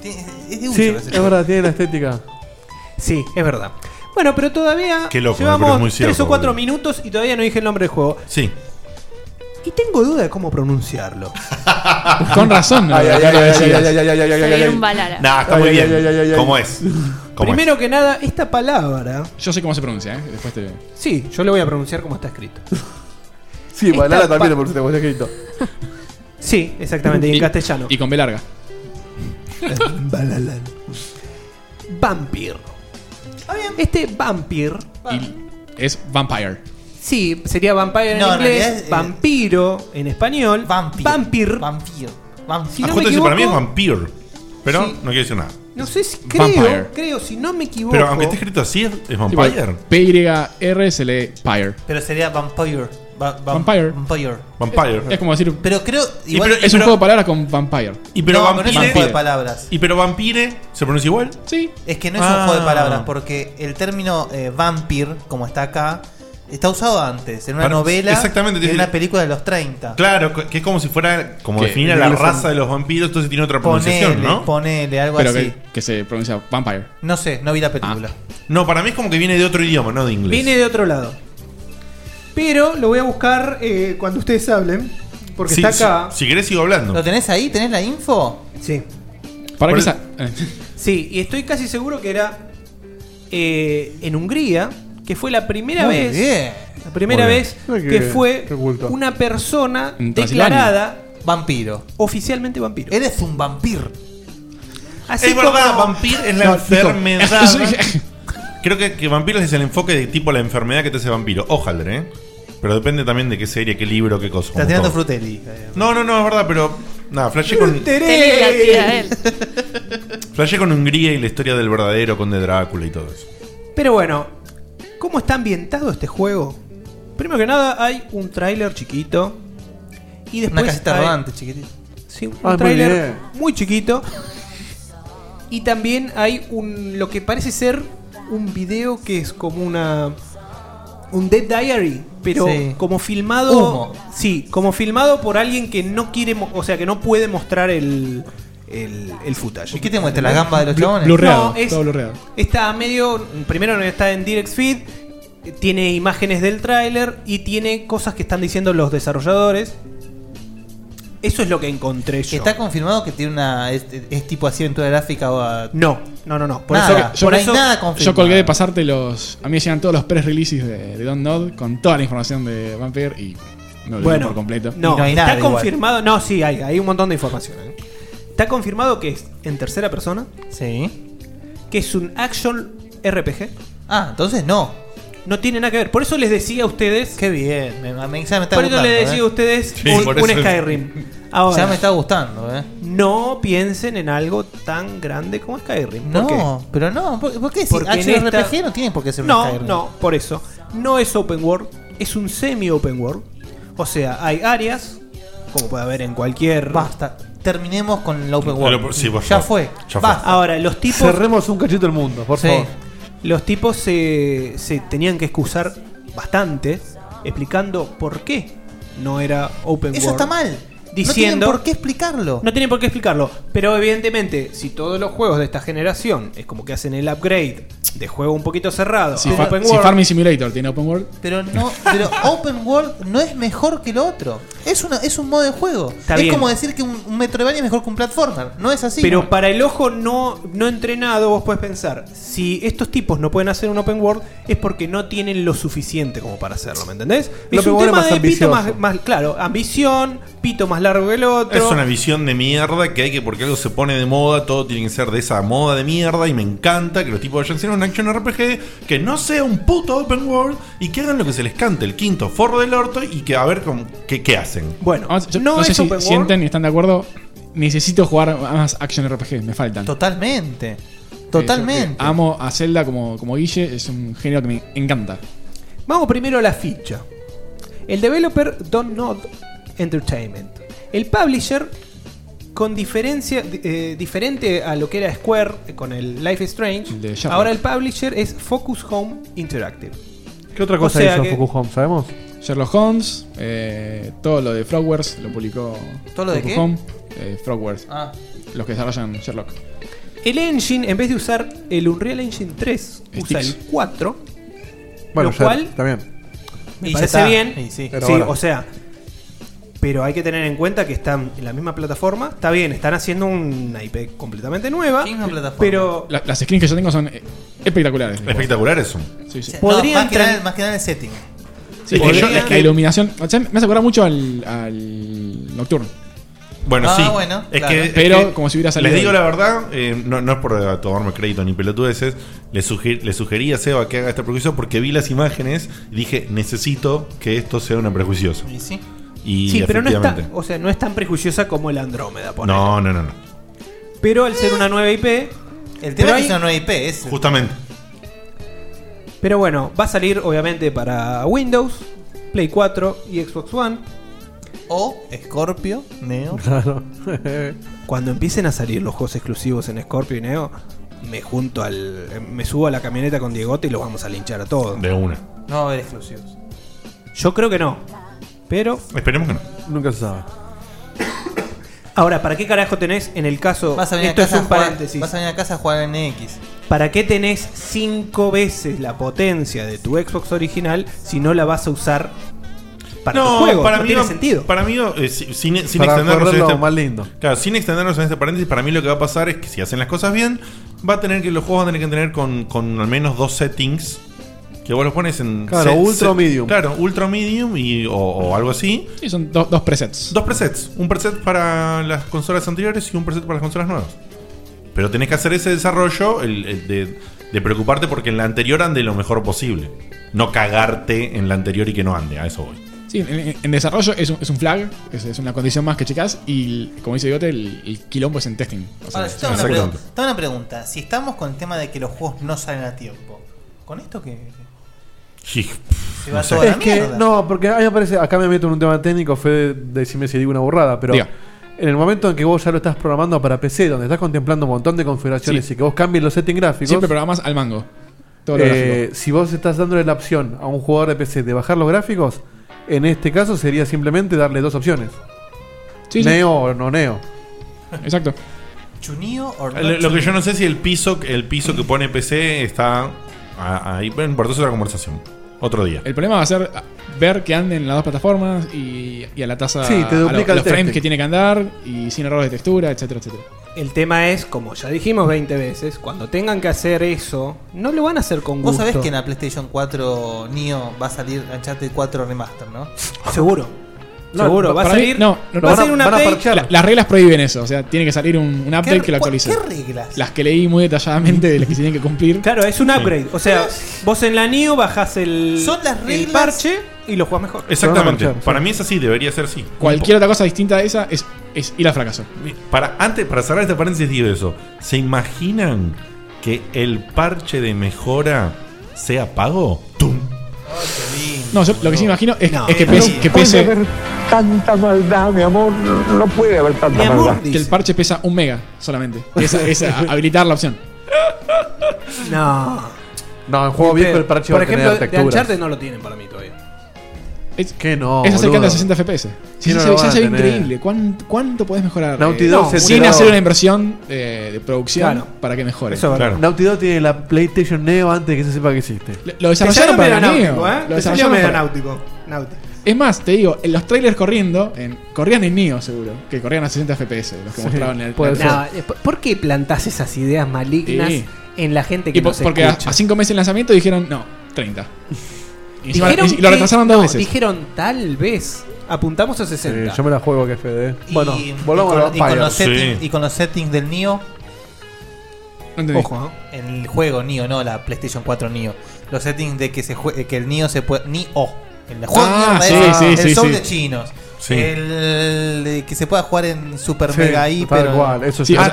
Speaker 10: Tiene- Es de Ubisoft.
Speaker 5: Sí,
Speaker 10: ese
Speaker 5: es
Speaker 10: juego.
Speaker 5: verdad, tiene la estética.
Speaker 9: Sí, es verdad. Bueno, pero todavía
Speaker 3: Qué loco,
Speaker 9: llevamos
Speaker 3: pero es muy
Speaker 9: tres
Speaker 3: cierto,
Speaker 9: o cuatro
Speaker 3: boludo.
Speaker 9: minutos y todavía no dije el nombre del juego.
Speaker 3: Sí.
Speaker 9: Y tengo duda de cómo pronunciarlo.
Speaker 4: Con razón, no
Speaker 5: Ay, ay, ay,
Speaker 4: lo
Speaker 5: ay,
Speaker 4: decías.
Speaker 5: ay, ay, ay, ay, ay, ay, ay,
Speaker 7: Era
Speaker 5: ay.
Speaker 7: un balara.
Speaker 3: Nah, está
Speaker 5: Ay,
Speaker 3: muy
Speaker 5: ay,
Speaker 3: bien.
Speaker 5: ay, ay, ay, ay.
Speaker 3: ¿Cómo es? ¿Cómo es?
Speaker 9: Primero que nada, esta palabra.
Speaker 4: Yo sé cómo se pronuncia, ¿eh? Después te.
Speaker 9: Sí, yo le voy a pronunciar como está escrito.
Speaker 5: Sí,
Speaker 9: Esta
Speaker 5: Balala
Speaker 9: pa-
Speaker 5: también lo pusiste como está escrito.
Speaker 9: Sí, exactamente, y en
Speaker 4: Y-
Speaker 9: castellano.
Speaker 4: Y con B larga.
Speaker 9: Vampir. Este vampir,
Speaker 4: Y es Vampire.
Speaker 9: sí, sería vampire en
Speaker 10: No, en
Speaker 9: inglés,
Speaker 10: realidad es- eh,
Speaker 9: vampiro en español,
Speaker 10: Vampir.
Speaker 9: vampir.
Speaker 10: Vampiro.
Speaker 9: Si
Speaker 3: Ah,
Speaker 9: no me
Speaker 3: justo ese para mí es
Speaker 9: equivoco-
Speaker 3: Vampire. Pero
Speaker 9: Sí.
Speaker 3: no quiero decir nada.
Speaker 9: No sé si creo,
Speaker 4: Vampire.
Speaker 9: creo, si no me equivoco.
Speaker 3: Pero aunque esté Este escrito así, es, es
Speaker 4: Sí,
Speaker 3: Vampire.
Speaker 4: P-Y-R se lee E, Pyre.
Speaker 10: Pero sería Vampire. Va- va-
Speaker 4: Vampire.
Speaker 10: Vampire.
Speaker 4: Es
Speaker 3: Vampire.
Speaker 4: como decir.
Speaker 10: Pero creo.
Speaker 3: Y
Speaker 10: Igual,
Speaker 3: pero-
Speaker 4: Es un
Speaker 3: pero-
Speaker 4: juego de palabras con Vampire.
Speaker 3: Y pero
Speaker 10: no, pero no es un
Speaker 3: Vampire.
Speaker 10: juego de palabras.
Speaker 3: y pero Vampire se pronuncia igual.
Speaker 4: Sí.
Speaker 10: Es que no es
Speaker 3: Ah.
Speaker 10: un juego de palabras, porque el término eh, vampir, como está acá, Está usado antes, en una
Speaker 3: Para-
Speaker 10: novela,
Speaker 3: exactamente, te
Speaker 10: en
Speaker 3: digo-
Speaker 10: una película de los 30.
Speaker 3: Claro, co- que es como si fuera como
Speaker 4: ¿Qué?
Speaker 3: definir a la
Speaker 4: Inglés-
Speaker 3: raza de los vampiros, entonces tiene otra pronunciación,
Speaker 10: Ponele,
Speaker 3: ¿no?
Speaker 10: ponele, algo
Speaker 4: Pero
Speaker 10: así.
Speaker 4: que, que se pronuncia Vampire.
Speaker 10: No sé, no vi la película.
Speaker 3: Ah. No, para mí es como que viene de otro idioma, no de inglés.
Speaker 9: Viene de otro lado. Pero lo voy a buscar eh, cuando ustedes hablen. Porque
Speaker 3: Sí,
Speaker 9: está acá.
Speaker 3: Si, si querés sigo hablando.
Speaker 10: ¿Lo tenés ahí? ¿Tenés la info?
Speaker 9: Sí.
Speaker 4: Para
Speaker 3: Por
Speaker 4: que
Speaker 3: el-
Speaker 4: sa-
Speaker 9: Sí, y estoy casi seguro que era eh, en Hungría, que fue la primera
Speaker 10: Muy
Speaker 9: vez.
Speaker 10: bien.
Speaker 9: La primera
Speaker 10: Muy bien.
Speaker 9: vez
Speaker 10: Mira
Speaker 9: que,
Speaker 10: qué-
Speaker 9: fue
Speaker 10: qué culto.
Speaker 9: una persona
Speaker 10: En Transilvania.
Speaker 9: declarada
Speaker 10: vampiro.
Speaker 9: Oficialmente vampiro.
Speaker 10: Eres un vampiro.
Speaker 9: Así
Speaker 3: es verdad,
Speaker 9: como-
Speaker 3: vampir es la
Speaker 9: No, fijo.
Speaker 3: enfermedad. Creo que, que vampiro es el enfoque de tipo la enfermedad que te hace vampiro. Ojalá, ¿eh? Pero depende también de qué serie, qué libro, qué cosa.
Speaker 10: Estás
Speaker 3: como
Speaker 10: tirando
Speaker 3: todo.
Speaker 10: Frutelli.
Speaker 3: No, no, no, es verdad, pero. Nada, flashé con,
Speaker 10: Tenía que ir a él.
Speaker 3: flashé con Hungría y la historia del verdadero conde Drácula y todo eso.
Speaker 9: Pero bueno, ¿cómo está ambientado este juego? Primero que nada hay un tráiler chiquito. Y después
Speaker 10: Una casita
Speaker 9: hay-
Speaker 10: rodante, chiquitito.
Speaker 9: Sí, un
Speaker 10: Ah, muy
Speaker 9: tráiler
Speaker 10: bien.
Speaker 9: muy chiquito. Y también hay un lo que parece ser un video que es como una un Dead Diary, pero
Speaker 10: Sí.
Speaker 9: como filmado,
Speaker 10: Humo.
Speaker 9: sí, como filmado por alguien que no quiere, mo- o sea, que no puede mostrar el el, el footage. ¿Y
Speaker 10: qué te Este muestra, la gamba de los chabones?
Speaker 9: No,
Speaker 10: Blurreado,
Speaker 9: es,
Speaker 10: todo blurreado.
Speaker 9: está a medio, primero está en direct feed, tiene imágenes del tráiler y tiene cosas que están diciendo los desarrolladores. Eso es lo que encontré yo.
Speaker 10: ¿Está confirmado que tiene una. Es, es tipo así aventura gráfica o a-
Speaker 9: No, no, no, no.
Speaker 10: Por Nada,
Speaker 4: yo,
Speaker 10: por ahí
Speaker 4: yo-
Speaker 10: nada
Speaker 4: yo
Speaker 10: confirmado.
Speaker 4: colgué de pasarte los. A mí me llegan todos los press releases de, de Don't Nod con toda la información de Vampire y me olvidé
Speaker 9: Bueno,
Speaker 4: por completo.
Speaker 9: No, está confirmado. No, sí, hay, hay un montón de información. ¿eh? Está confirmado que es en tercera persona.
Speaker 10: Sí.
Speaker 9: Que es un action RPG.
Speaker 10: Ah, entonces no.
Speaker 9: No tiene nada que ver. Por eso les decía a ustedes.
Speaker 10: Qué bien. Me, me- me- ya me está
Speaker 9: Por eso
Speaker 10: gustando.
Speaker 9: les decía
Speaker 10: eh.
Speaker 9: a ustedes
Speaker 10: Sí,
Speaker 9: un,
Speaker 10: por
Speaker 9: un
Speaker 10: eso-
Speaker 9: Skyrim. Ahora,
Speaker 10: Ya me está gustando, eh.
Speaker 9: No piensen en algo tan grande como Skyrim. ¿Por
Speaker 10: No,
Speaker 9: qué?
Speaker 10: pero no. ¿Por, por qué? Ah, Si
Speaker 9: Porque en
Speaker 10: action
Speaker 9: esta-
Speaker 10: RPG no tiene por qué ser un
Speaker 9: No,
Speaker 10: Skyrim.
Speaker 9: no, por eso. No es open world, es un semi-open world. O sea, hay áreas, como puede haber en cualquier.
Speaker 10: Basta. Terminemos con la open
Speaker 9: world.
Speaker 10: world. ya fue. Basta.
Speaker 9: Ahora, los tipos.
Speaker 5: Cerremos un cachito el mundo, por
Speaker 9: Sí.
Speaker 5: favor.
Speaker 9: Los tipos se, se tenían que excusar bastante explicando por qué no era open
Speaker 10: Eso
Speaker 9: world.
Speaker 10: está mal.
Speaker 9: Diciendo.
Speaker 10: no tienen por qué explicarlo.
Speaker 9: No tienen por qué explicarlo. Pero evidentemente, si todos los juegos de esta generación es como que hacen el upgrade de juego un poquito cerrado
Speaker 4: Si,
Speaker 9: a
Speaker 4: Fa-
Speaker 9: open
Speaker 4: si
Speaker 9: world,
Speaker 4: Farming Simulator tiene Open World,
Speaker 10: Pero no, pero Open World no es mejor que lo otro. Es una, es un modo de juego.
Speaker 9: Está
Speaker 10: es
Speaker 9: bien.
Speaker 10: como decir que un, un Metroidvania es mejor que un platformer. No es así.
Speaker 9: Pero para el ojo no, no entrenado, vos puedes pensar, si estos tipos no pueden hacer un open world, es porque no tienen lo suficiente como para hacerlo, ¿me entendés?
Speaker 5: El
Speaker 9: es
Speaker 5: open
Speaker 9: un
Speaker 5: world
Speaker 9: tema
Speaker 5: es
Speaker 9: de
Speaker 5: más
Speaker 9: pito más,
Speaker 5: ambicioso.
Speaker 9: más- claro, ambición, pito más largo que el otro.
Speaker 3: Es una visión de mierda que hay que, porque algo se pone de moda, todo tiene que ser de esa moda de mierda. Y me encanta que los tipos vayan a hacer un action RPG que no sea un puto open world y que hagan lo que se les cante, el quinto forro del orto y que a ver con- qué, qué hacen.
Speaker 9: Bueno,
Speaker 4: Vamos, Ah, yo no, sé si sienten y están de acuerdo. Necesito jugar más action RPG, me faltan.
Speaker 10: Totalmente.
Speaker 4: Totalmente. eh, amo a Zelda como, como Guille, es un género que me encanta.
Speaker 9: Vamos primero a la ficha. El developer Don Nod Entertainment. El publisher, con diferencia, eh, diferente a lo que era Square eh, con el Life is Strange,
Speaker 5: de Sherlock.
Speaker 9: ahora el publisher es Focus Home Interactive.
Speaker 5: ¿Qué otra
Speaker 9: O
Speaker 5: cosa
Speaker 9: sea
Speaker 5: hizo
Speaker 9: que-
Speaker 5: Focus Home? ¿Sabemos?
Speaker 4: Sherlock Holmes, eh, todo lo de Frogwares lo publicó.
Speaker 9: ¿Todo lo de
Speaker 4: Focus
Speaker 9: qué?
Speaker 4: Home, eh, Frogwares.
Speaker 10: Ah.
Speaker 4: Los que desarrollan Sherlock.
Speaker 9: El engine, en vez de usar el Unreal Engine 3, usa
Speaker 4: Sticks.
Speaker 9: el 4.
Speaker 5: Bueno,
Speaker 9: lo
Speaker 5: ya-
Speaker 9: cual
Speaker 5: está bien.
Speaker 9: me
Speaker 5: Y ya
Speaker 9: parece
Speaker 5: está.
Speaker 9: bien.
Speaker 5: Y sí.
Speaker 9: Sí,
Speaker 5: Pero ahora-
Speaker 9: o sea. Pero hay que tener en cuenta que están en la misma plataforma. Está bien, están haciendo una IP completamente nueva. Pero
Speaker 4: La- las skins que yo tengo son eh, espectaculares.
Speaker 3: Espectaculares son.
Speaker 4: Sí, sí.
Speaker 10: No,
Speaker 9: podrían
Speaker 10: más, que
Speaker 9: tran-
Speaker 10: nada, más que nada el setting.
Speaker 4: Sí,
Speaker 3: Es que
Speaker 4: podría-
Speaker 3: yo- es que-
Speaker 4: la iluminación. o sea, me hace acordar mucho al, al Nocturne.
Speaker 3: Bueno,
Speaker 10: Ah,
Speaker 3: sí.
Speaker 10: bueno,
Speaker 3: es
Speaker 10: claro.
Speaker 3: que, es
Speaker 4: Pero
Speaker 3: que
Speaker 4: como si hubiera salido
Speaker 3: Les digo
Speaker 4: hoy.
Speaker 3: la verdad, eh, no, no es por tomarme crédito ni pelotudeces. Le, suger- le sugerí a Seba que haga este prejuicio porque vi las imágenes y dije, necesito que esto sea una prejuiciosa.
Speaker 10: Y sí.
Speaker 3: Y
Speaker 9: sí, pero no está,
Speaker 3: efectivamente.
Speaker 9: o sea, no es tan prejuiciosa como el Andrómeda, ponele.
Speaker 3: No, no, no, no.
Speaker 9: Pero al ser una nueva IP, pero
Speaker 10: El tema es que
Speaker 9: hay-
Speaker 10: es una nueva IP. Es,
Speaker 3: Justamente.
Speaker 9: pero bueno, va a salir obviamente para Windows, Play 4 y Xbox One.
Speaker 10: O Scorpio, Neo.
Speaker 9: Claro. Cuando empiecen a salir los juegos exclusivos en Scorpio y Neo, me junto al me subo a la camioneta con Diegote y los vamos a linchar a todos.
Speaker 3: De una.
Speaker 10: No va a haber exclusivos.
Speaker 9: Yo creo que no. Pero.
Speaker 3: Esperemos que no.
Speaker 5: Nunca se sabe.
Speaker 9: Ahora, ¿para qué carajo tenés en el caso.
Speaker 10: Vas a venir
Speaker 9: esto
Speaker 10: a
Speaker 9: es
Speaker 10: casa
Speaker 9: un
Speaker 10: a jugar-
Speaker 9: paréntesis.
Speaker 10: vas a venir a casa a jugar en X.
Speaker 9: ¿Para qué tenés cinco veces la potencia de tu Xbox original si no la vas a usar para
Speaker 3: no,
Speaker 9: tu juego?
Speaker 3: Para
Speaker 9: no
Speaker 3: mí
Speaker 9: tiene
Speaker 3: no-
Speaker 9: sentido.
Speaker 3: Para mí, eh, si- sin, sin
Speaker 5: Para
Speaker 3: extendernos en
Speaker 5: correrlo
Speaker 3: este,
Speaker 5: más lindo.
Speaker 3: Claro, sin extendernos en este paréntesis, para mí lo que va a pasar es que si hacen las cosas bien, va a tener que los juegos van a tener que tener con, con al menos dos settings. Que vos los pones en.
Speaker 5: Claro, ultra o medium.
Speaker 3: Claro, ultra o medium y, o, o algo así.
Speaker 4: Y son dos presets.
Speaker 3: Dos presets. Un preset para las consolas anteriores y un preset para las consolas nuevas. Pero tenés que hacer ese desarrollo el- el de, de preocuparte porque en la anterior ande lo mejor posible. No cagarte en la anterior y que no ande. A eso voy.
Speaker 4: Sí, en, en desarrollo es un, es un flag, es, es una condición más que checas y el- como dice Digote, el, el quilombo es en testing. O sea,
Speaker 10: Ahora, yo tengo una, pregunta, tengo una pregunta. Si estamos con el tema de que los juegos no salen a tiempo, ¿con esto qué? Se va toda
Speaker 5: Es
Speaker 10: la
Speaker 5: que,
Speaker 10: mierda.
Speaker 5: no, porque a mí me parece, acá me meto en un tema técnico, Fede, decime si digo una burrada, pero
Speaker 4: Diga.
Speaker 5: en el momento en que vos ya lo estás programando para PC, donde estás contemplando un montón de configuraciones
Speaker 4: Sí.
Speaker 5: y que vos cambies los settings gráficos.
Speaker 4: Siempre programas al mango. Todo lo
Speaker 5: eh,
Speaker 4: gráfico.
Speaker 5: si vos estás dándole la opción a un jugador de PC de bajar los gráficos, en este caso sería simplemente darle dos opciones.
Speaker 4: Sí, sí.
Speaker 5: neo o no neo.
Speaker 4: Exacto.
Speaker 10: ¿Chunío o no
Speaker 3: Lo, lo que
Speaker 10: chunío?
Speaker 3: yo no sé si el piso, el piso que pone PC está a- ahí. Bueno, por eso es otra conversación. Otro día.
Speaker 4: El problema va a ser ah, ver que anden las dos plataformas y, y a la tasa.
Speaker 5: Sí, te
Speaker 4: a lo-
Speaker 5: duplica el
Speaker 4: los frames
Speaker 5: testing.
Speaker 4: que tiene que andar y sin errores de textura, etcétera, etcétera.
Speaker 9: El tema es, como ya dijimos 20 veces, cuando tengan que hacer eso, no lo van a hacer con
Speaker 10: Vos
Speaker 9: gusto.
Speaker 10: sabés que en la PlayStation 4 Neo va a salir Uncharted 4 Remaster, ¿no?
Speaker 9: Seguro. Seguro, va a
Speaker 4: para mí-
Speaker 9: salir.
Speaker 4: no, no,
Speaker 9: va a salir una update.
Speaker 4: La- las reglas prohíben eso, o sea, tiene que salir un, un update que lo actualice.
Speaker 9: ¿qué
Speaker 10: reglas?
Speaker 4: Las que leí muy detalladamente de las que se tienen que cumplir.
Speaker 9: Claro, es un upgrade. O sea, vos en la Neo bajás el,
Speaker 10: Son las
Speaker 9: el
Speaker 10: reglas-
Speaker 9: parche y lo jugás mejor.
Speaker 3: Exactamente. Para mí es así, debería ser así.
Speaker 4: Cualquier otra cosa distinta de esa es, es ir al fracaso.
Speaker 3: Para, antes, para cerrar este paréntesis, digo eso. ¿Se imaginan que el parche de mejora sea pago? ¡Tum!
Speaker 4: No, yo lo que sí me imagino es,
Speaker 3: No.
Speaker 4: es que,
Speaker 3: No
Speaker 4: pese, que
Speaker 3: puede
Speaker 4: pese-
Speaker 3: haber
Speaker 11: Tanta maldad, mi amor, no puede haber tanta
Speaker 4: que el parche pesa un mega solamente. Esa, esa- habilitar la opción.
Speaker 9: No.
Speaker 5: No, en juego viejo el parche
Speaker 9: Por
Speaker 5: va a tener
Speaker 9: ejemplo, de
Speaker 5: texturas.
Speaker 9: Uncharted no lo tienen para mí todavía.
Speaker 4: Es,
Speaker 5: que no.
Speaker 4: es acercando
Speaker 5: boludo.
Speaker 4: a 60 FPS. Sí,
Speaker 5: ¿Quién
Speaker 4: sí,
Speaker 5: no
Speaker 4: se-
Speaker 5: lo
Speaker 4: ya
Speaker 5: va a
Speaker 4: se ve
Speaker 5: tener?
Speaker 4: increíble. ¿Cuánto, cuánto podés mejorar?
Speaker 5: Naughty
Speaker 4: eh,
Speaker 5: Dog se
Speaker 4: sin
Speaker 5: tiró-
Speaker 4: hacer una inversión eh, de producción
Speaker 5: Claro.
Speaker 4: para que mejore.
Speaker 5: Naughty Dog tiene la PlayStation Neo antes de que se sepa que existe.
Speaker 4: Lo desarrollaron para la Neo.
Speaker 9: ¿eh?
Speaker 4: Lo
Speaker 9: Te salió
Speaker 4: desarrollaron
Speaker 9: medio
Speaker 4: para-
Speaker 9: náutico. náutico.
Speaker 4: Es más, te digo, en los trailers corriendo, en, corrían en Neo seguro, que corrían a 60 FPS, los que
Speaker 9: Sí,
Speaker 4: mostraban en el
Speaker 9: puede
Speaker 4: en el-
Speaker 9: ser. No, eh, ¿por- ¿Por qué plantás esas ideas malignas
Speaker 4: Sí.
Speaker 9: en la gente que
Speaker 4: Y po-
Speaker 9: nos
Speaker 4: porque a,
Speaker 9: escucha?
Speaker 4: a cinco meses de lanzamiento dijeron, no, 30. Y, encima-
Speaker 9: Dijeron
Speaker 4: y lo
Speaker 9: que-
Speaker 4: retrasaron dos
Speaker 9: no,
Speaker 4: veces.
Speaker 9: Dijeron tal vez. Apuntamos a 60.
Speaker 5: Sí, yo me la juego que Fede. Bueno,
Speaker 10: y,
Speaker 5: volvamos
Speaker 10: y
Speaker 5: a
Speaker 10: con, y con los
Speaker 5: los
Speaker 10: settings,
Speaker 5: Pyre.
Speaker 10: y con los settings del Neo.
Speaker 4: entendí.
Speaker 10: Ojo, ¿no? En el juego Neo, no la PlayStation 4 Neo. Los settings de que se jue- que el Neo se puede. Neo. El juego
Speaker 4: Ah,
Speaker 10: mierda
Speaker 4: sí,
Speaker 10: ese,
Speaker 4: sí,
Speaker 10: el
Speaker 4: sí,
Speaker 10: show
Speaker 4: sí.
Speaker 10: de chinos. Eh,
Speaker 4: Sí.
Speaker 10: El de que se pueda jugar en Super
Speaker 4: Sí,
Speaker 10: Mega ahí,
Speaker 4: tal
Speaker 10: pero.
Speaker 4: cual, eso sí. Ah, a,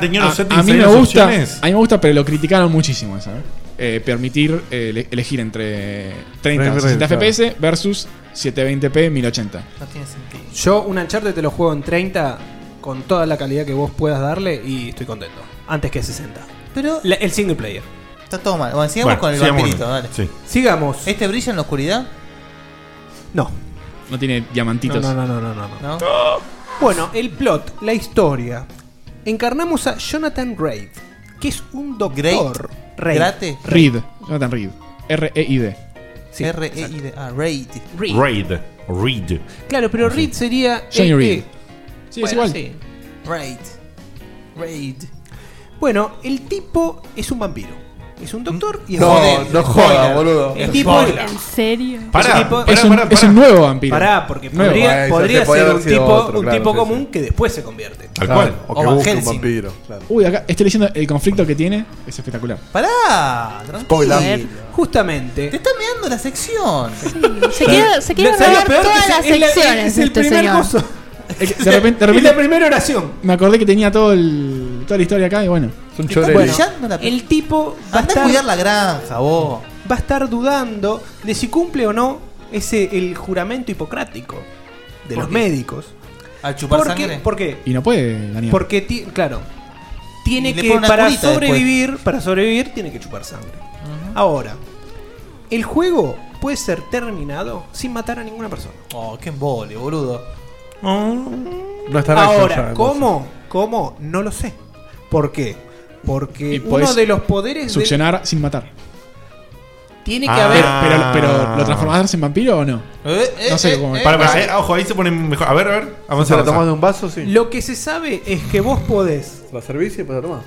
Speaker 4: a- a mí me gusta, a mí me gusta, pero lo criticaron muchísimo esa, ¿eh? Eh, permitir eh, ele- elegir entre 30
Speaker 9: Frame
Speaker 4: 60
Speaker 9: rate,
Speaker 4: FPS versus 720p 1080.
Speaker 10: No tiene sentido.
Speaker 9: Yo un Uncharted te lo juego en 30 con toda la calidad que vos puedas darle y estoy contento. Antes que 60.
Speaker 10: Pero
Speaker 9: La- el single player.
Speaker 10: está todo mal. Bueno,
Speaker 9: Bueno,
Speaker 10: sigamos con el
Speaker 9: sigamos
Speaker 10: vampirito,
Speaker 9: con-
Speaker 10: dale.
Speaker 9: sí. Sigamos.
Speaker 10: ¿Este brilla en la oscuridad?
Speaker 4: No tiene diamantitos.
Speaker 9: No, no, no, no, no, no. Bueno, el plot, la historia. Encarnamos a Jonathan Reid, que es un doctor. Reid.
Speaker 10: Grate.
Speaker 4: Reed, Jonathan Reed. E R-E-I-D.
Speaker 10: R-E-I-D. Ah, Raid.
Speaker 9: Reid.
Speaker 3: Raid. Read.
Speaker 9: Claro, pero Reid sería.
Speaker 4: Johnny
Speaker 9: este.
Speaker 4: Reed. Sí,
Speaker 9: Bueno,
Speaker 4: es igual.
Speaker 9: sí.
Speaker 10: Raid. Raid.
Speaker 9: Bueno, el tipo es un vampiro. Es un doctor y es
Speaker 5: No,
Speaker 9: Joder,
Speaker 5: no
Speaker 9: spoiler.
Speaker 5: joda, boludo.
Speaker 9: El tipo
Speaker 5: Spoiler.
Speaker 9: es-
Speaker 7: serio?
Speaker 9: Pará,
Speaker 4: Es un-
Speaker 9: pará,
Speaker 4: es, un,
Speaker 9: pará,
Speaker 4: es un
Speaker 9: pará.
Speaker 4: nuevo vampiro.
Speaker 9: Pará, porque
Speaker 5: eh,
Speaker 4: Nuevo.
Speaker 9: podría, podría
Speaker 5: podría
Speaker 9: ser
Speaker 5: haber
Speaker 9: un
Speaker 5: sido
Speaker 9: tipo,
Speaker 5: otro,
Speaker 9: un
Speaker 5: claro,
Speaker 9: tipo
Speaker 5: sí,
Speaker 9: común que después se convierte.
Speaker 5: Tal Claro, cual. o que busque un vampiro, claro.
Speaker 4: Uy, acá estoy leyendo el conflicto que tiene. Es espectacular.
Speaker 10: Pará,
Speaker 4: Spoiler.
Speaker 10: tranquilo.
Speaker 9: Justamente.
Speaker 10: Te está meando la sección.
Speaker 9: Se quiere- se quiere
Speaker 10: ¿Sabes lo
Speaker 9: robar
Speaker 10: peor?
Speaker 9: todas
Speaker 10: Es-
Speaker 9: las
Speaker 10: es la-
Speaker 9: secciones
Speaker 10: es el
Speaker 9: este
Speaker 10: primer
Speaker 9: señor.
Speaker 10: coso.
Speaker 4: Es que De repente, de repente-
Speaker 9: Es la primera oración.
Speaker 4: Me acordé que tenía todo el, toda la historia acá y bueno.
Speaker 5: Es un
Speaker 9: Bueno, el tipo va a estar,
Speaker 10: cuidar la granja, vos.
Speaker 9: Va a estar dudando de si cumple o no ese el juramento hipocrático de
Speaker 10: ¿Por
Speaker 9: los
Speaker 10: qué?
Speaker 9: médicos.
Speaker 10: ¿Al chupar
Speaker 9: ¿Por qué?
Speaker 10: sangre?
Speaker 9: ¿Por qué?
Speaker 4: Y no puede, Daniel.
Speaker 9: Porque ti- claro,
Speaker 10: Y
Speaker 9: tiene
Speaker 10: le
Speaker 9: que
Speaker 10: pone una
Speaker 9: para
Speaker 10: curita
Speaker 9: sobrevivir, para sobrevivir tiene que chupar sangre. Ahora, el juego puede ser terminado sin matar a ninguna persona.
Speaker 10: Oh, qué embole, boludo.
Speaker 5: No estará
Speaker 9: Ahora,
Speaker 5: Exo ya, entonces.
Speaker 9: ¿cómo? ¿Cómo? No lo sé. ¿Por qué? Porque uno
Speaker 4: podés
Speaker 9: de los poderes del-
Speaker 4: Succionar sin matar.
Speaker 9: tiene
Speaker 3: Ah,
Speaker 9: que haber. Eh,
Speaker 4: Pero, pero, pero, ¿lo transformás en vampiro o no? no sé cómo.
Speaker 3: Para, para, eh, ojo, ahí se pone mejor. A ver, a ver. Avanza,
Speaker 5: Se la tomás
Speaker 3: avanza.
Speaker 5: de un vaso, sí.
Speaker 9: Lo que se sabe es que vos podés.
Speaker 5: La servís y después la tomás.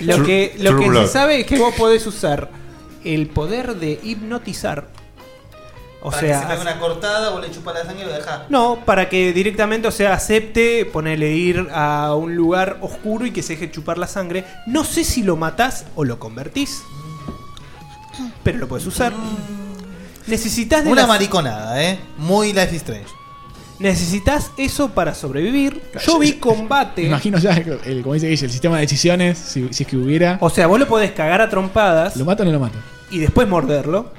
Speaker 9: Lo
Speaker 5: True-
Speaker 9: que, lo
Speaker 5: True
Speaker 9: que se
Speaker 5: Blood.
Speaker 9: sabe es que vos podés usar el poder de hipnotizar. O
Speaker 10: Para que se
Speaker 9: sea,
Speaker 10: pegue una cortada, vos le chupas la sangre y lo dejás.
Speaker 9: No, para que directamente, o sea, acepte ponerle ir a un lugar oscuro y que se deje chupar la sangre. No sé si lo matás o lo convertís. Pero lo puedes usar. Necesitas de
Speaker 10: Mm. Una
Speaker 9: las-
Speaker 10: mariconada, ¿eh? Muy Life is Strange.
Speaker 9: Necesitas eso para sobrevivir. Yo vi combate.
Speaker 4: Imagino ya, el, el- como dice Guille, el sistema de decisiones, si, si es que hubiera.
Speaker 9: O sea, vos lo podés cagar a trompadas.
Speaker 4: ¿Lo mato o no lo mato?
Speaker 9: y después morderlo.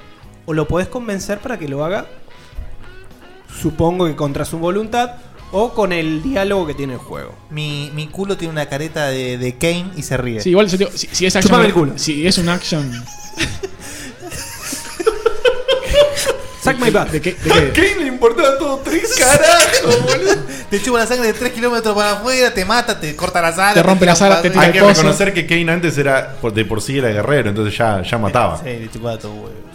Speaker 9: O lo podés convencer para que lo haga, supongo que contra su voluntad, o con el diálogo que tiene el juego.
Speaker 10: Mi, mi culo tiene una careta de, de Kane y se ríe.
Speaker 4: Sí, igual yo te digo, si, si es action.
Speaker 10: Chupame el culo.
Speaker 4: Si es un action.
Speaker 9: Sac my butt.
Speaker 4: ¿De qué? de qué?
Speaker 10: Kane le importaba todo tres carajo, boludo. Te chupa la sangre de 3 kilómetros para afuera, te mata, te corta la sala. tira un palo.
Speaker 3: Hay que reconocer que Kane antes era por- de por sí era guerrero, entonces ya, ya mataba.
Speaker 10: Sí, le chupaba todo huevo.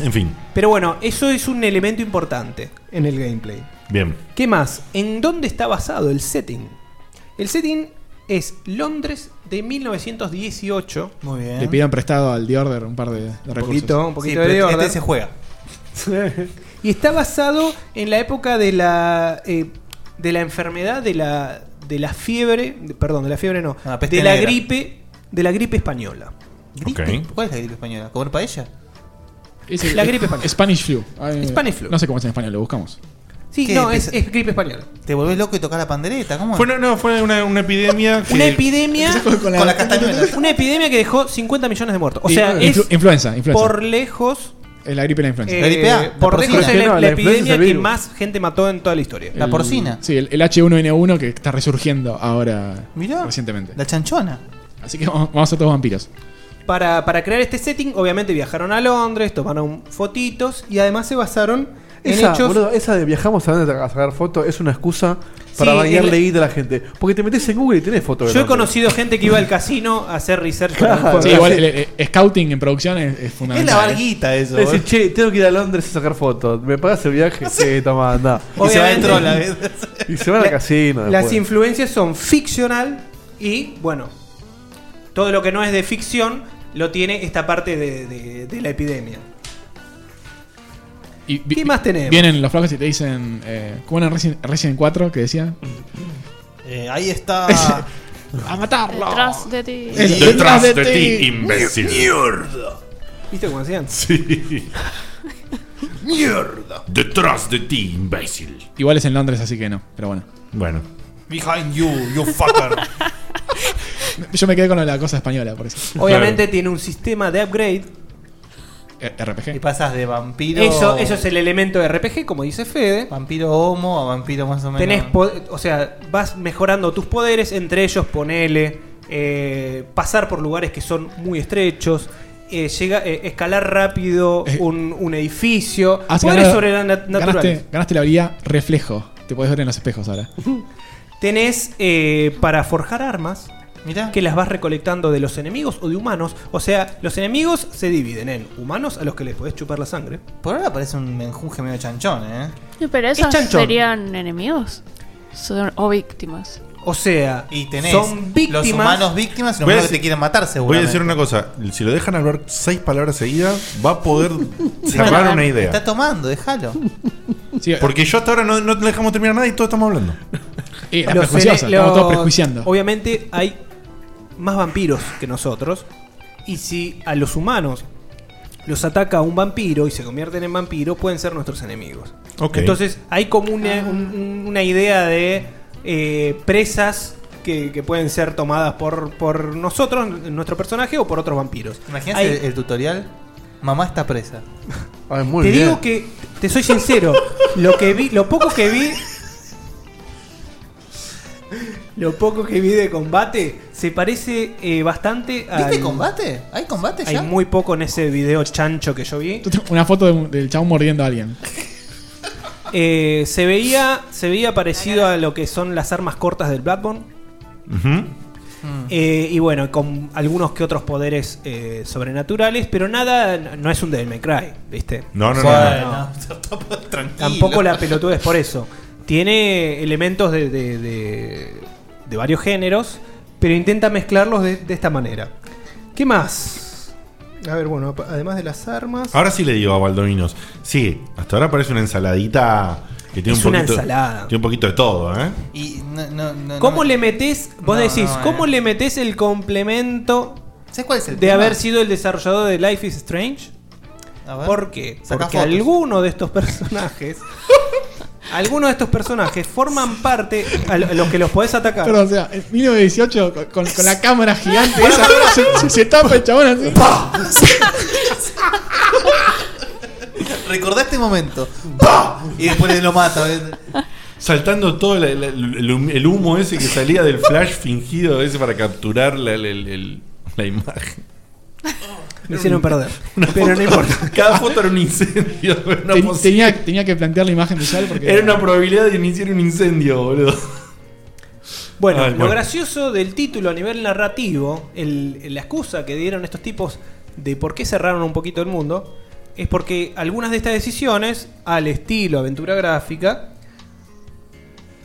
Speaker 3: En fin,
Speaker 9: Pero bueno, eso es un elemento importante en el gameplay.
Speaker 3: bien.
Speaker 9: ¿Qué más? ¿En dónde está basado el setting? El setting es Londres de 1918.
Speaker 10: Muy bien.
Speaker 4: Le pidan prestado al The Order un par de, de recursos.
Speaker 9: poquito, un poquito de orden. este y está basado en la época de la eh, de la enfermedad de la de la fiebre, de- perdón, de la fiebre no,
Speaker 10: Ah, peste
Speaker 9: de la
Speaker 10: negra.
Speaker 9: gripe, de la gripe española.
Speaker 10: ¿Cuál es la gripe española? ¿Comer paella?
Speaker 4: Es el-
Speaker 9: la gripe española.
Speaker 4: Spanish Flu. Ay,
Speaker 9: Spanish Flu.
Speaker 4: No sé cómo es en español, lo buscamos.
Speaker 9: Sí,
Speaker 10: ¿Qué?
Speaker 9: no, es,
Speaker 10: Pesa-
Speaker 9: es gripe española.
Speaker 10: ¿Te volvés loco y tocas la pandereta? ¿Cómo
Speaker 3: Fue una, no, fue una, una epidemia.
Speaker 9: Una
Speaker 3: que-
Speaker 9: epidemia
Speaker 10: con la- Con la castañuela.
Speaker 9: Una epidemia que dejó 50 millones de muertos. O
Speaker 4: Y-
Speaker 9: sea,
Speaker 4: influ-
Speaker 9: es
Speaker 4: influenza, influenza.
Speaker 9: por lejos
Speaker 4: Es la gripe y la influenza.
Speaker 9: eh, por lejos es la, la epidemia que más gente mató en toda la historia.
Speaker 4: El- Sí, el, el H1N1 que está resurgiendo ahora. Recientemente.
Speaker 10: La chanchona.
Speaker 4: Así que vamos, vamos a ser todos vampiros.
Speaker 9: Para, para crear este setting, obviamente viajaron a Londres, tomaron fotitos y además se basaron en
Speaker 5: Esa,
Speaker 9: hechos.
Speaker 5: boludo, esa de viajamos a dónde a sacar fotos es una excusa para
Speaker 9: Sí,
Speaker 5: bañarle
Speaker 9: el-
Speaker 5: leída a la gente. Porque te metes en Google y tenés fotos. de
Speaker 9: Yo he
Speaker 5: Londres.
Speaker 9: conocido gente que iba al casino a hacer research para un juego.
Speaker 4: Sí, igual el, el- el scouting en producción es, es fundamental. ¿eh?
Speaker 5: Es decir, che, tengo que ir a Londres a sacar fotos. ¿Me pagas el viaje? Sí, toma, anda.
Speaker 9: Y se va Obviamente. dentro la vez.
Speaker 5: vez. Y se van al
Speaker 9: La-
Speaker 3: Ah,
Speaker 5: casino.
Speaker 9: Las
Speaker 5: después.
Speaker 9: influencias son ficcional y, bueno, todo lo que no es de ficción lo tiene esta parte de, de- de la epidemia.
Speaker 4: Y vi-
Speaker 9: ¿Qué más tenemos?
Speaker 4: Vienen los flacos y te dicen. Eh, ¿Cómo era en Resident, Resident 4 que decía?
Speaker 9: Mm.
Speaker 10: Eh, ahí está.
Speaker 4: a matarlo.
Speaker 7: Detrás de ti.
Speaker 4: Es
Speaker 3: Detrás de ti, imbécil.
Speaker 9: Mierda. ¿Viste cómo hacían?
Speaker 3: Sí.
Speaker 9: Mierda.
Speaker 3: Detrás de ti, imbécil.
Speaker 4: Igual es en Londres, así que no, pero bueno.
Speaker 3: Bueno.
Speaker 10: Behind you, you fucker.
Speaker 4: Yo me quedé con la cosa española, por eso.
Speaker 9: Obviamente tiene un sistema de upgrade.
Speaker 4: RPG.
Speaker 10: Y pasas de vampiro.
Speaker 9: Eso, eso es el elemento de RPG, como dice Fede.
Speaker 10: Vampiro homo a vampiro más o menos.
Speaker 9: Tenés po- o sea, vas mejorando tus poderes, entre ellos ponele eh, pasar por lugares que son muy estrechos, eh, llega, eh, escalar rápido un, un edificio,
Speaker 4: Has
Speaker 9: poderes
Speaker 4: ganado-
Speaker 9: sobre la nat- naturales.
Speaker 4: ganaste, ganaste la habilidad reflejo. Te podés ver en los espejos ahora.
Speaker 9: Tenés eh, para forjar armas. Que las vas recolectando de los enemigos o de humanos. O sea, los enemigos se dividen en humanos a los que les podés chupar la sangre.
Speaker 10: Por ahora parece un menjunje medio chanchón, ¿eh?
Speaker 7: Sí, Pero
Speaker 9: Es
Speaker 7: esos
Speaker 9: chanchón.
Speaker 7: serían enemigos. Son, o víctimas.
Speaker 9: O sea,
Speaker 10: Y tenés
Speaker 9: son víctimas.
Speaker 10: los humanos víctimas y los
Speaker 3: Voy a
Speaker 10: humanos que
Speaker 3: decir-
Speaker 10: te quieren matar,
Speaker 3: Voy a
Speaker 10: seguramente.
Speaker 3: decir una cosa: si lo dejan hablar seis palabras seguidas, va a poder cerrar una idea.
Speaker 10: Está tomando, déjalo.
Speaker 4: eh,
Speaker 3: Porque yo hasta ahora no, no dejamos terminar nada y todos estamos hablando.
Speaker 4: Era
Speaker 9: Los
Speaker 4: prejuiciosa,
Speaker 9: cele-
Speaker 4: Eh, estamos todos
Speaker 9: los-
Speaker 4: prejuiciando.
Speaker 9: Obviamente hay más vampiros que nosotros. Y si a los humanos los ataca un vampiro y se convierten en vampiro, pueden ser nuestros enemigos.
Speaker 3: Ok.
Speaker 9: Entonces hay como una, un- un- una idea de eh, presas que, que pueden ser tomadas por, por nosotros, nuestro personaje, o por otros vampiros.
Speaker 10: Imagínate
Speaker 9: Hay-
Speaker 10: el, el tutorial. Mamá está presa.
Speaker 9: te digo que, te soy sincero, lo que vi, lo poco que vi. lo poco que vi de combate, se parece eh, bastante a.
Speaker 10: ¿Viste combate? ¿Hay combate
Speaker 9: Hay
Speaker 10: ya?
Speaker 9: muy poco en ese video chancho que yo vi.
Speaker 4: Una foto de un- del chabón mordiendo a alguien.
Speaker 9: Eh, se veía se veía parecido a lo que son las armas cortas del Bloodborne. Eh, y bueno, con algunos que otros poderes eh, sobrenaturales, pero nada, n- no es un Devil May Cry, ¿viste?
Speaker 3: No, no, no,
Speaker 9: Bueno,
Speaker 10: Tranquilo.
Speaker 9: Tampoco la pelotuda es por eso. Tiene elementos de, de- de- de varios géneros, pero intenta mezclarlos de, de esta manera. ¿Qué más? A ver, bueno, ap- además de las armas.
Speaker 3: Ahora sí le digo a Baldovinos. Sí, hasta ahora parece una ensaladita que tiene
Speaker 9: Es
Speaker 3: un
Speaker 9: una
Speaker 3: poquito.
Speaker 9: ensalada.
Speaker 3: Tiene un poquito de todo, ¿eh?
Speaker 10: Y no, no, no,
Speaker 9: ¿Cómo le metes, vos
Speaker 10: No,
Speaker 9: decís,
Speaker 10: no, eh.
Speaker 9: cómo le metes el complemento
Speaker 10: el
Speaker 9: de
Speaker 10: tema?
Speaker 9: haber sido el desarrollador de Life is Strange?
Speaker 10: A ver.
Speaker 9: ¿Por qué?
Speaker 10: Saca
Speaker 9: Porque
Speaker 10: fotos.
Speaker 9: alguno de estos personajes, algunos de estos personajes forman parte a lo- a los que los podés atacar.
Speaker 4: Pero, o sea, en 1918 con, con- con la cámara gigante esa, se, se- se tapa el pues, chabón así.
Speaker 10: Recordá este momento. ¡Pah! Y después lo ¿eh? mata. ¿ves?
Speaker 3: Saltando todo la- la- el hum- el humo ese que salía del flash fingido ese para capturar la, la- la- la- la imagen.
Speaker 9: Me hicieron perder.
Speaker 3: Una
Speaker 9: Pero
Speaker 3: foto-
Speaker 9: no importa.
Speaker 3: Cada foto era un incendio. Era una,
Speaker 4: Ten-
Speaker 3: posi-
Speaker 4: tenía, tenía que plantear la imagen visual porque.
Speaker 3: era una probabilidad de iniciar un incendio, boludo.
Speaker 9: Bueno,
Speaker 4: Ah,
Speaker 3: Ay,
Speaker 9: lo gracioso del título a nivel narrativo, el- la excusa que dieron estos tipos de por qué cerraron un poquito el mundo, es porque algunas de estas decisiones, al estilo aventura gráfica,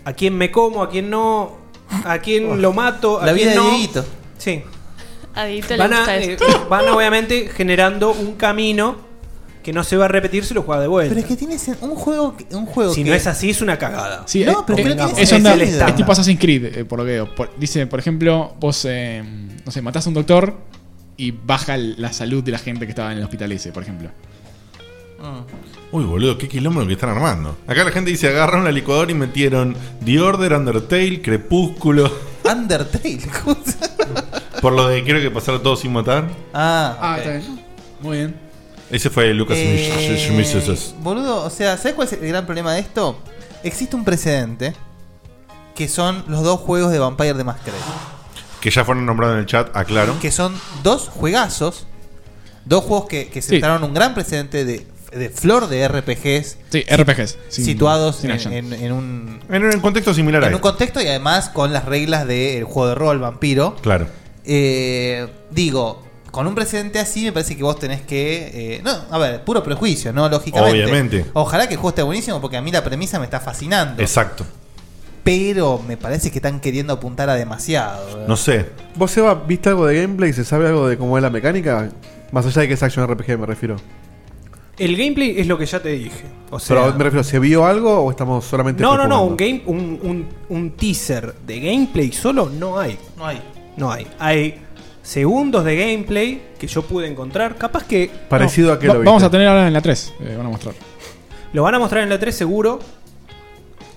Speaker 9: a quién me como, a quién no, a quién lo mato, a
Speaker 10: La
Speaker 9: quién
Speaker 10: vida de
Speaker 9: no.
Speaker 10: Dieguito.
Speaker 9: Sí.
Speaker 1: A Dieguito le
Speaker 9: Van, a,
Speaker 1: gusta
Speaker 9: eh,
Speaker 1: esto.
Speaker 9: van obviamente generando un camino que no se va a repetir si lo juega de vuelta.
Speaker 10: Pero es que tienes un juego, que- un juego
Speaker 9: si
Speaker 10: que-
Speaker 9: no es así, es una cagada.
Speaker 4: Sí, eh, eh,
Speaker 9: Pongamos,
Speaker 4: es, onda-
Speaker 9: el
Speaker 4: es
Speaker 9: estándar.
Speaker 4: tipo Assassin's Creed, eh, por lo que veo. Por- dice, por ejemplo, vos, eh, no sé, matás a un doctor y baja el- la salud de la gente que estaba en el hospital ese, por ejemplo.
Speaker 3: Uy, boludo, qué quilombo lo que están armando. Acá la gente dice, agarraron la licuadora y metieron The Order, Undertale, Crepúsculo.
Speaker 10: Undertale.
Speaker 3: Por lo de quiero que pasara todo sin matar.
Speaker 10: Ah,
Speaker 4: Ah,
Speaker 10: ok.
Speaker 4: está bien. Muy bien.
Speaker 3: Ese fue Lucas
Speaker 10: Eh,
Speaker 3: Schmises.
Speaker 10: Boludo, o sea, ¿sabes cuál es el gran problema de esto? Existe un precedente que son los dos juegos de Vampire de Masquerade.
Speaker 3: Que ya fueron nombrados en el chat, aclaro.
Speaker 10: Que son dos juegazos, dos juegos que, que sentaron un gran precedente de, de flor de RPGs.
Speaker 4: Sí, RPGs. sin-
Speaker 10: situados
Speaker 4: sin
Speaker 10: en,
Speaker 4: acción.
Speaker 10: en- en un,
Speaker 3: en un contexto similar este.
Speaker 10: En un contexto y además con las reglas del juego de rol vampiro.
Speaker 3: Claro.
Speaker 10: Eh, digo, con un precedente así me parece que vos tenés que... eh, no, a ver, puro prejuicio, ¿no? Lógicamente.
Speaker 3: Obviamente.
Speaker 10: Ojalá que el juego esté buenísimo porque a mí la premisa me está fascinando.
Speaker 3: Exacto.
Speaker 10: Pero me parece que están queriendo apuntar a demasiado. ¿verdad?
Speaker 3: sé.
Speaker 5: ¿Vos, Seba, viste algo de gameplay? ¿Se sabe algo de cómo es la mecánica? Más allá de que es Action RPG, me refiero.
Speaker 9: El gameplay es lo que ya te dije. O sea,
Speaker 5: Pero me refiero, ¿se vio algo o estamos solamente.?
Speaker 9: no, no, no,
Speaker 5: especulando?
Speaker 9: un, game, un, un- un teaser de gameplay solo no hay.
Speaker 10: No hay.
Speaker 9: No hay. Hay segundos de gameplay que yo pude encontrar. Capaz que.
Speaker 5: Parecido
Speaker 9: no,
Speaker 5: a que
Speaker 4: Va-
Speaker 5: lo
Speaker 4: Vamos
Speaker 5: viste.
Speaker 4: a tener ahora en la 3, eh, van a mostrar.
Speaker 9: Lo van a mostrar en la 3 seguro.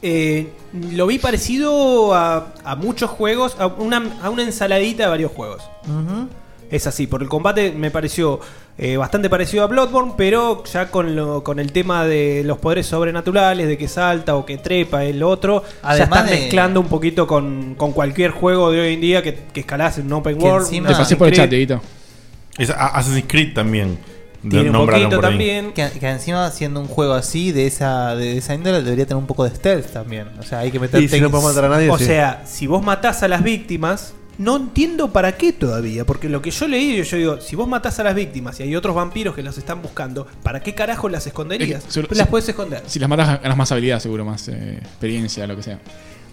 Speaker 9: Eh, lo vi parecido a, a muchos juegos, a una, a una ensaladita de varios juegos. Es así, por el combate me pareció eh, bastante parecido a Bloodborne, pero ya con, lo, con el tema de los poderes sobrenaturales, de que salta o que trepa el otro,
Speaker 10: Además
Speaker 9: ya estás
Speaker 10: de-
Speaker 9: mezclando un poquito con, con cualquier juego de hoy en día que, que escalás en un Open
Speaker 10: Que
Speaker 9: World.
Speaker 10: encima-
Speaker 9: un
Speaker 10: Te pasé
Speaker 4: por el chat,
Speaker 9: Ah, Creed.
Speaker 4: Dieguito.
Speaker 3: Es a- Assassin's Creed también.
Speaker 9: Tiene un
Speaker 3: Nombraron
Speaker 9: poquito
Speaker 3: por ahí.
Speaker 9: también.
Speaker 10: Que, que encima siendo un juego así de esa de esa índole debería tener un poco de stealth también. O sea, hay que meterte en-
Speaker 9: O sea, si vos matás a las víctimas, no entiendo para qué todavía. Porque lo que yo leí, yo digo, si vos matás a las víctimas y hay otros vampiros que las están buscando, ¿para qué carajo las esconderías?
Speaker 4: Es que, seguro-
Speaker 9: las
Speaker 4: sí.
Speaker 9: puedes esconder.
Speaker 4: Si las matas, ganas más habilidad, seguro, más eh, experiencia, lo que sea.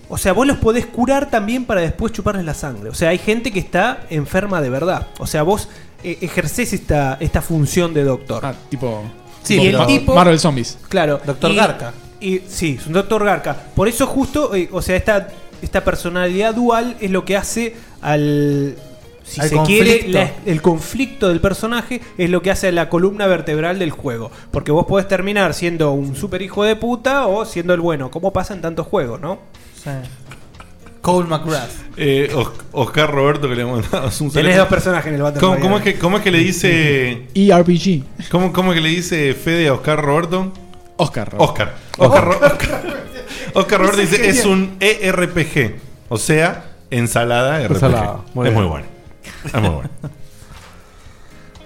Speaker 9: O sea, vos los podés curar también para después chuparles la sangre. O sea, hay gente que está enferma de verdad. O sea, vos eh, ejercés esta, esta función de doctor. Ah,
Speaker 4: tipo.
Speaker 9: Sí,
Speaker 4: tipo
Speaker 9: y el
Speaker 4: Mar-
Speaker 9: tipo-
Speaker 4: Marvel Zombies.
Speaker 9: Claro.
Speaker 10: Doctor
Speaker 9: y-
Speaker 10: Garca.
Speaker 9: Y, sí, es un doctor Garca. Por eso justo, eh, o sea, esta, esta personalidad dual es lo que hace al... Si
Speaker 10: Al
Speaker 9: se quiere,
Speaker 10: conflicto.
Speaker 9: la- el conflicto del personaje es lo que hace a la columna vertebral del juego. Porque vos podés terminar siendo un super hijo de puta o siendo el bueno, como pasa en tantos juegos, ¿no?
Speaker 10: Cole McGrath.
Speaker 3: Eh, Os- Oscar Roberto, que le mandamos un saludo.
Speaker 9: Tenés dos personajes en el Battle
Speaker 3: ¿Cómo,
Speaker 9: Royale.
Speaker 3: cómo es que, ¿Cómo es que le dice.
Speaker 4: ERPG.
Speaker 3: ¿Cómo, cómo es que le dice Fede a Oscar Roberto?
Speaker 4: Oscar.
Speaker 3: Oscar. E Oscar, Ro- Oscar- Oscar Roberto dice: es un ERPG. O sea, Ensalada RPG.
Speaker 5: Ensalada, muy
Speaker 3: es
Speaker 5: bien.
Speaker 3: muy bueno. Es muy bueno.